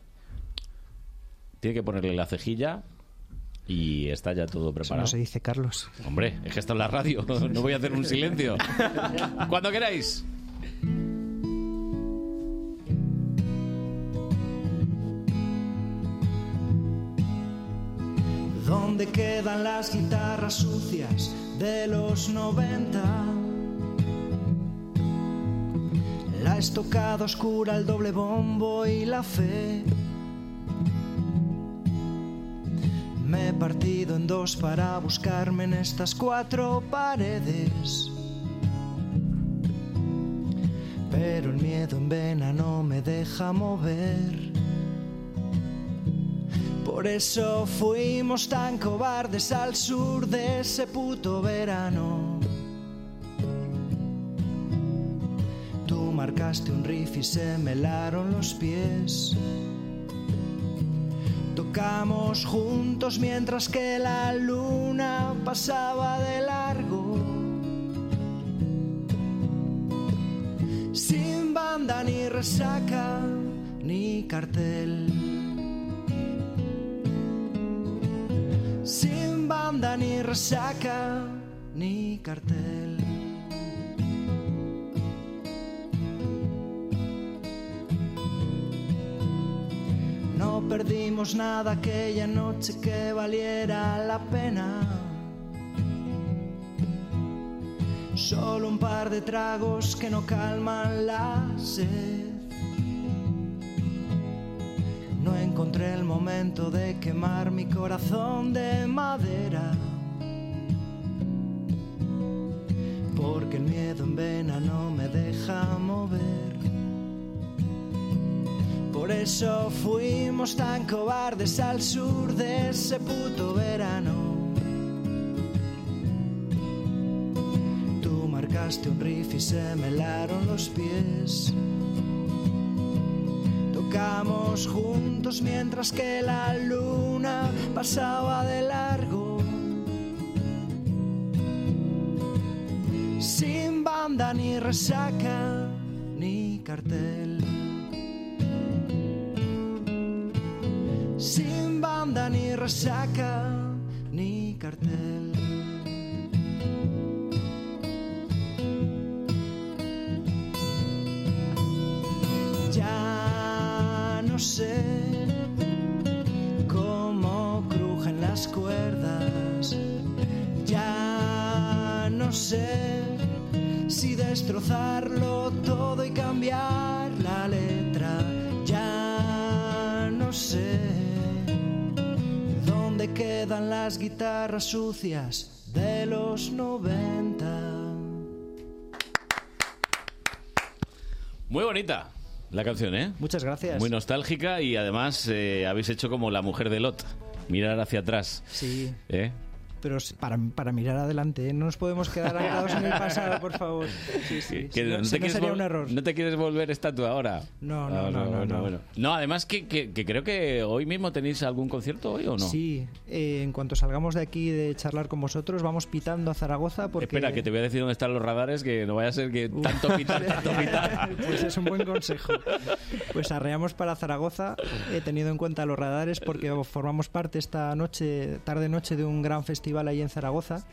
[SPEAKER 2] tiene que ponerle la cejilla y está ya todo
[SPEAKER 8] Eso
[SPEAKER 2] preparado.
[SPEAKER 8] no se dice Carlos.
[SPEAKER 2] Hombre, es que está en la radio, no voy a hacer un silencio. Cuando queráis.
[SPEAKER 35] ¿Dónde quedan las guitarras sucias de los 90? La estocada oscura, el doble bombo y la fe. Me he partido en dos para buscarme en estas cuatro paredes. Pero el miedo en vena no me deja mover. Por eso fuimos tan cobardes al sur de ese puto verano. Tú marcaste un riff y se me helaron los pies. Tocamos juntos mientras que la luna pasaba de largo. Sin banda ni resaca ni cartel. sin banda ni resaca ni cartel. No perdimos nada aquella noche que valiera la pena. Solo un par de tragos que no calman la sed. No encontré el momento de quemar mi corazón de madera. Porque el miedo en vena no me deja mover. Por Por eso fuimos tan cobardes al sur de ese puto verano. Tú marcaste un riff y se me helaron los pies. Tocamos juntos mientras que la luna pasaba de largo. Sin banda ni resaca ni cartel. Sin banda ni resaca ni cartel. Ya no sé cómo crujen las cuerdas. Ya no sé si destrozarlo todo y cambiar la letra. Ya no sé dónde quedan las guitarras sucias de los 90.
[SPEAKER 2] Muy bonita la canción, ¿eh?
[SPEAKER 8] Muchas gracias.
[SPEAKER 2] Muy nostálgica y además eh, habéis hecho como la mujer de Lot, mirar hacia atrás.
[SPEAKER 8] Sí.
[SPEAKER 2] ¿eh?
[SPEAKER 8] Pero s- para, para mirar adelante, ¿eh? no nos podemos quedar anclados en el pasado, por favor. Sí, sí.
[SPEAKER 2] Que
[SPEAKER 8] Si no-
[SPEAKER 2] no,
[SPEAKER 8] si
[SPEAKER 2] te
[SPEAKER 8] no
[SPEAKER 2] quieres
[SPEAKER 8] sería
[SPEAKER 2] vol-
[SPEAKER 8] un error.
[SPEAKER 2] no te quieres volver estatua ahora.
[SPEAKER 8] No,
[SPEAKER 2] Ah,
[SPEAKER 8] no, no, no, no.
[SPEAKER 2] bueno. No, además que, que- que creo que hoy mismo tenéis algún concierto hoy o no.
[SPEAKER 8] Sí, eh, en cuanto salgamos de aquí de charlar con vosotros, vamos pitando a Zaragoza porque
[SPEAKER 2] Espera, que te voy a decir dónde están los radares, que no vaya a ser que tanto pitar, tanto pitar.
[SPEAKER 8] pues es un buen consejo. Pues arreamos para Zaragoza, he tenido en cuenta los radares porque formamos parte esta noche, tarde-noche, de un gran festival ahí en Zaragoza.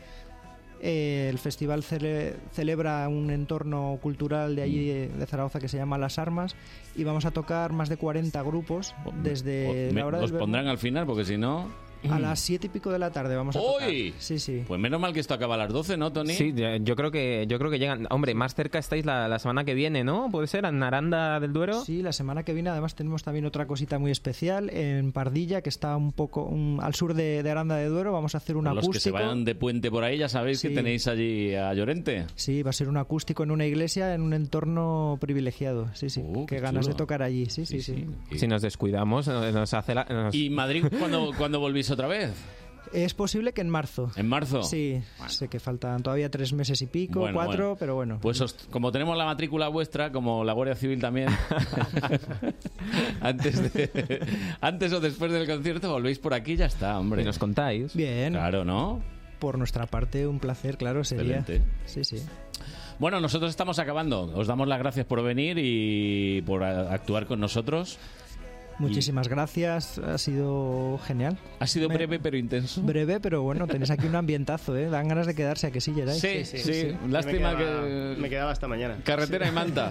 [SPEAKER 8] Eh, el festival cele- celebra un entorno cultural de allí, eh,
[SPEAKER 2] Mm.
[SPEAKER 8] de Zaragoza, que se llama Las Armas, y vamos a tocar más de 40 grupos desde
[SPEAKER 2] O- Oh, me-
[SPEAKER 8] la hora
[SPEAKER 2] os
[SPEAKER 8] del vermut
[SPEAKER 2] pondrán al final, porque si no...
[SPEAKER 8] a las 7 y pico de la tarde. Vamos a tocar.
[SPEAKER 2] ¡Uy!
[SPEAKER 8] Sí, sí.
[SPEAKER 2] Pues menos mal que esto acaba a las 12, ¿no, Tony?
[SPEAKER 13] Sí, yo, yo creo que yo creo que llegan. Hombre, más cerca estáis la, la semana que viene, ¿no? Puede ser, en Aranda del Duero.
[SPEAKER 8] Sí, la semana que viene además tenemos también otra cosita muy especial en Pardilla, que está un poco un- al sur de, de Aranda de Duero. Vamos a hacer un
[SPEAKER 2] Los
[SPEAKER 8] acústico.
[SPEAKER 2] que se vayan de puente por ahí, ya sabéis que
[SPEAKER 8] Sí.
[SPEAKER 2] tenéis allí a Llorente.
[SPEAKER 8] Sí, va a ser un acústico en una iglesia, en un entorno privilegiado. Sí, sí. qué, ganas
[SPEAKER 2] Uh,
[SPEAKER 8] de
[SPEAKER 2] chulo.
[SPEAKER 8] tocar allí. Sí, sí, sí.
[SPEAKER 13] Si nos descuidamos, eh, nos hace la. nos-
[SPEAKER 2] ¿Y Madrid cuándo, cuándo volvís otra vez?
[SPEAKER 8] Es posible que en marzo.
[SPEAKER 2] ¿En marzo?
[SPEAKER 8] Sí, sé que faltan todavía tres meses y pico,
[SPEAKER 2] Bueno,
[SPEAKER 8] cuatro,
[SPEAKER 2] bueno.
[SPEAKER 8] pero bueno.
[SPEAKER 2] Pues os- como tenemos la matrícula vuestra, como la Guardia Civil también, antes, de- antes o después del concierto volvéis por aquí y ya está, hombre. Y nos
[SPEAKER 13] contáis.
[SPEAKER 8] Bien.
[SPEAKER 2] Claro, ¿no?
[SPEAKER 8] Por nuestra parte, un placer, claro, sería.
[SPEAKER 2] Excelente.
[SPEAKER 8] Sí, sí.
[SPEAKER 2] Bueno, nosotros estamos acabando. Os damos las gracias por venir y por a- actuar con nosotros.
[SPEAKER 8] Muchísimas gracias, ha sido genial.
[SPEAKER 2] Ha sido breve pero intenso.
[SPEAKER 8] Breve, pero bueno, tenéis aquí un ambientazo, ¿eh? Dan ganas de quedarse a que sí, Geray.
[SPEAKER 2] Sí, sí, Lástima que...
[SPEAKER 6] Me quedaba hasta mañana.
[SPEAKER 2] Carretera
[SPEAKER 6] Sí.
[SPEAKER 2] y Manta.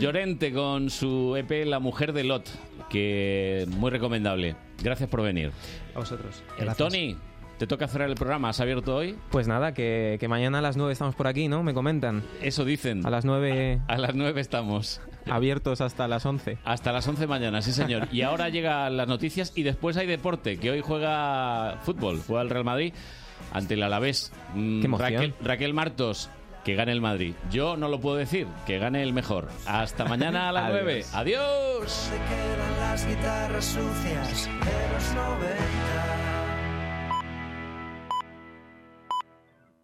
[SPEAKER 2] Llorente con su EP La Mujer de Lot, que muy recomendable. Gracias por venir.
[SPEAKER 6] A vosotros.
[SPEAKER 2] Eh, Tony, te toca cerrar el programa. ¿Has abierto hoy?
[SPEAKER 13] Pues nada, que, que mañana a las 9 estamos por aquí, ¿no? Me comentan.
[SPEAKER 2] Eso dicen.
[SPEAKER 13] A las 9.
[SPEAKER 2] A las 9 estamos.
[SPEAKER 13] Abiertos hasta las 11.
[SPEAKER 2] Hasta las 11 de mañana, sí señor. Y ahora llegan las noticias y después hay deporte, que hoy juega fútbol, juega el Real Madrid ante el Alavés. Mm,
[SPEAKER 13] Qué emoción.
[SPEAKER 2] Raquel, Raquel Martos, que gane el Madrid. Yo no lo puedo decir, que gane el mejor. Hasta mañana a las 9. Adiós.
[SPEAKER 35] Te quedan las guitarras sucias de los 90.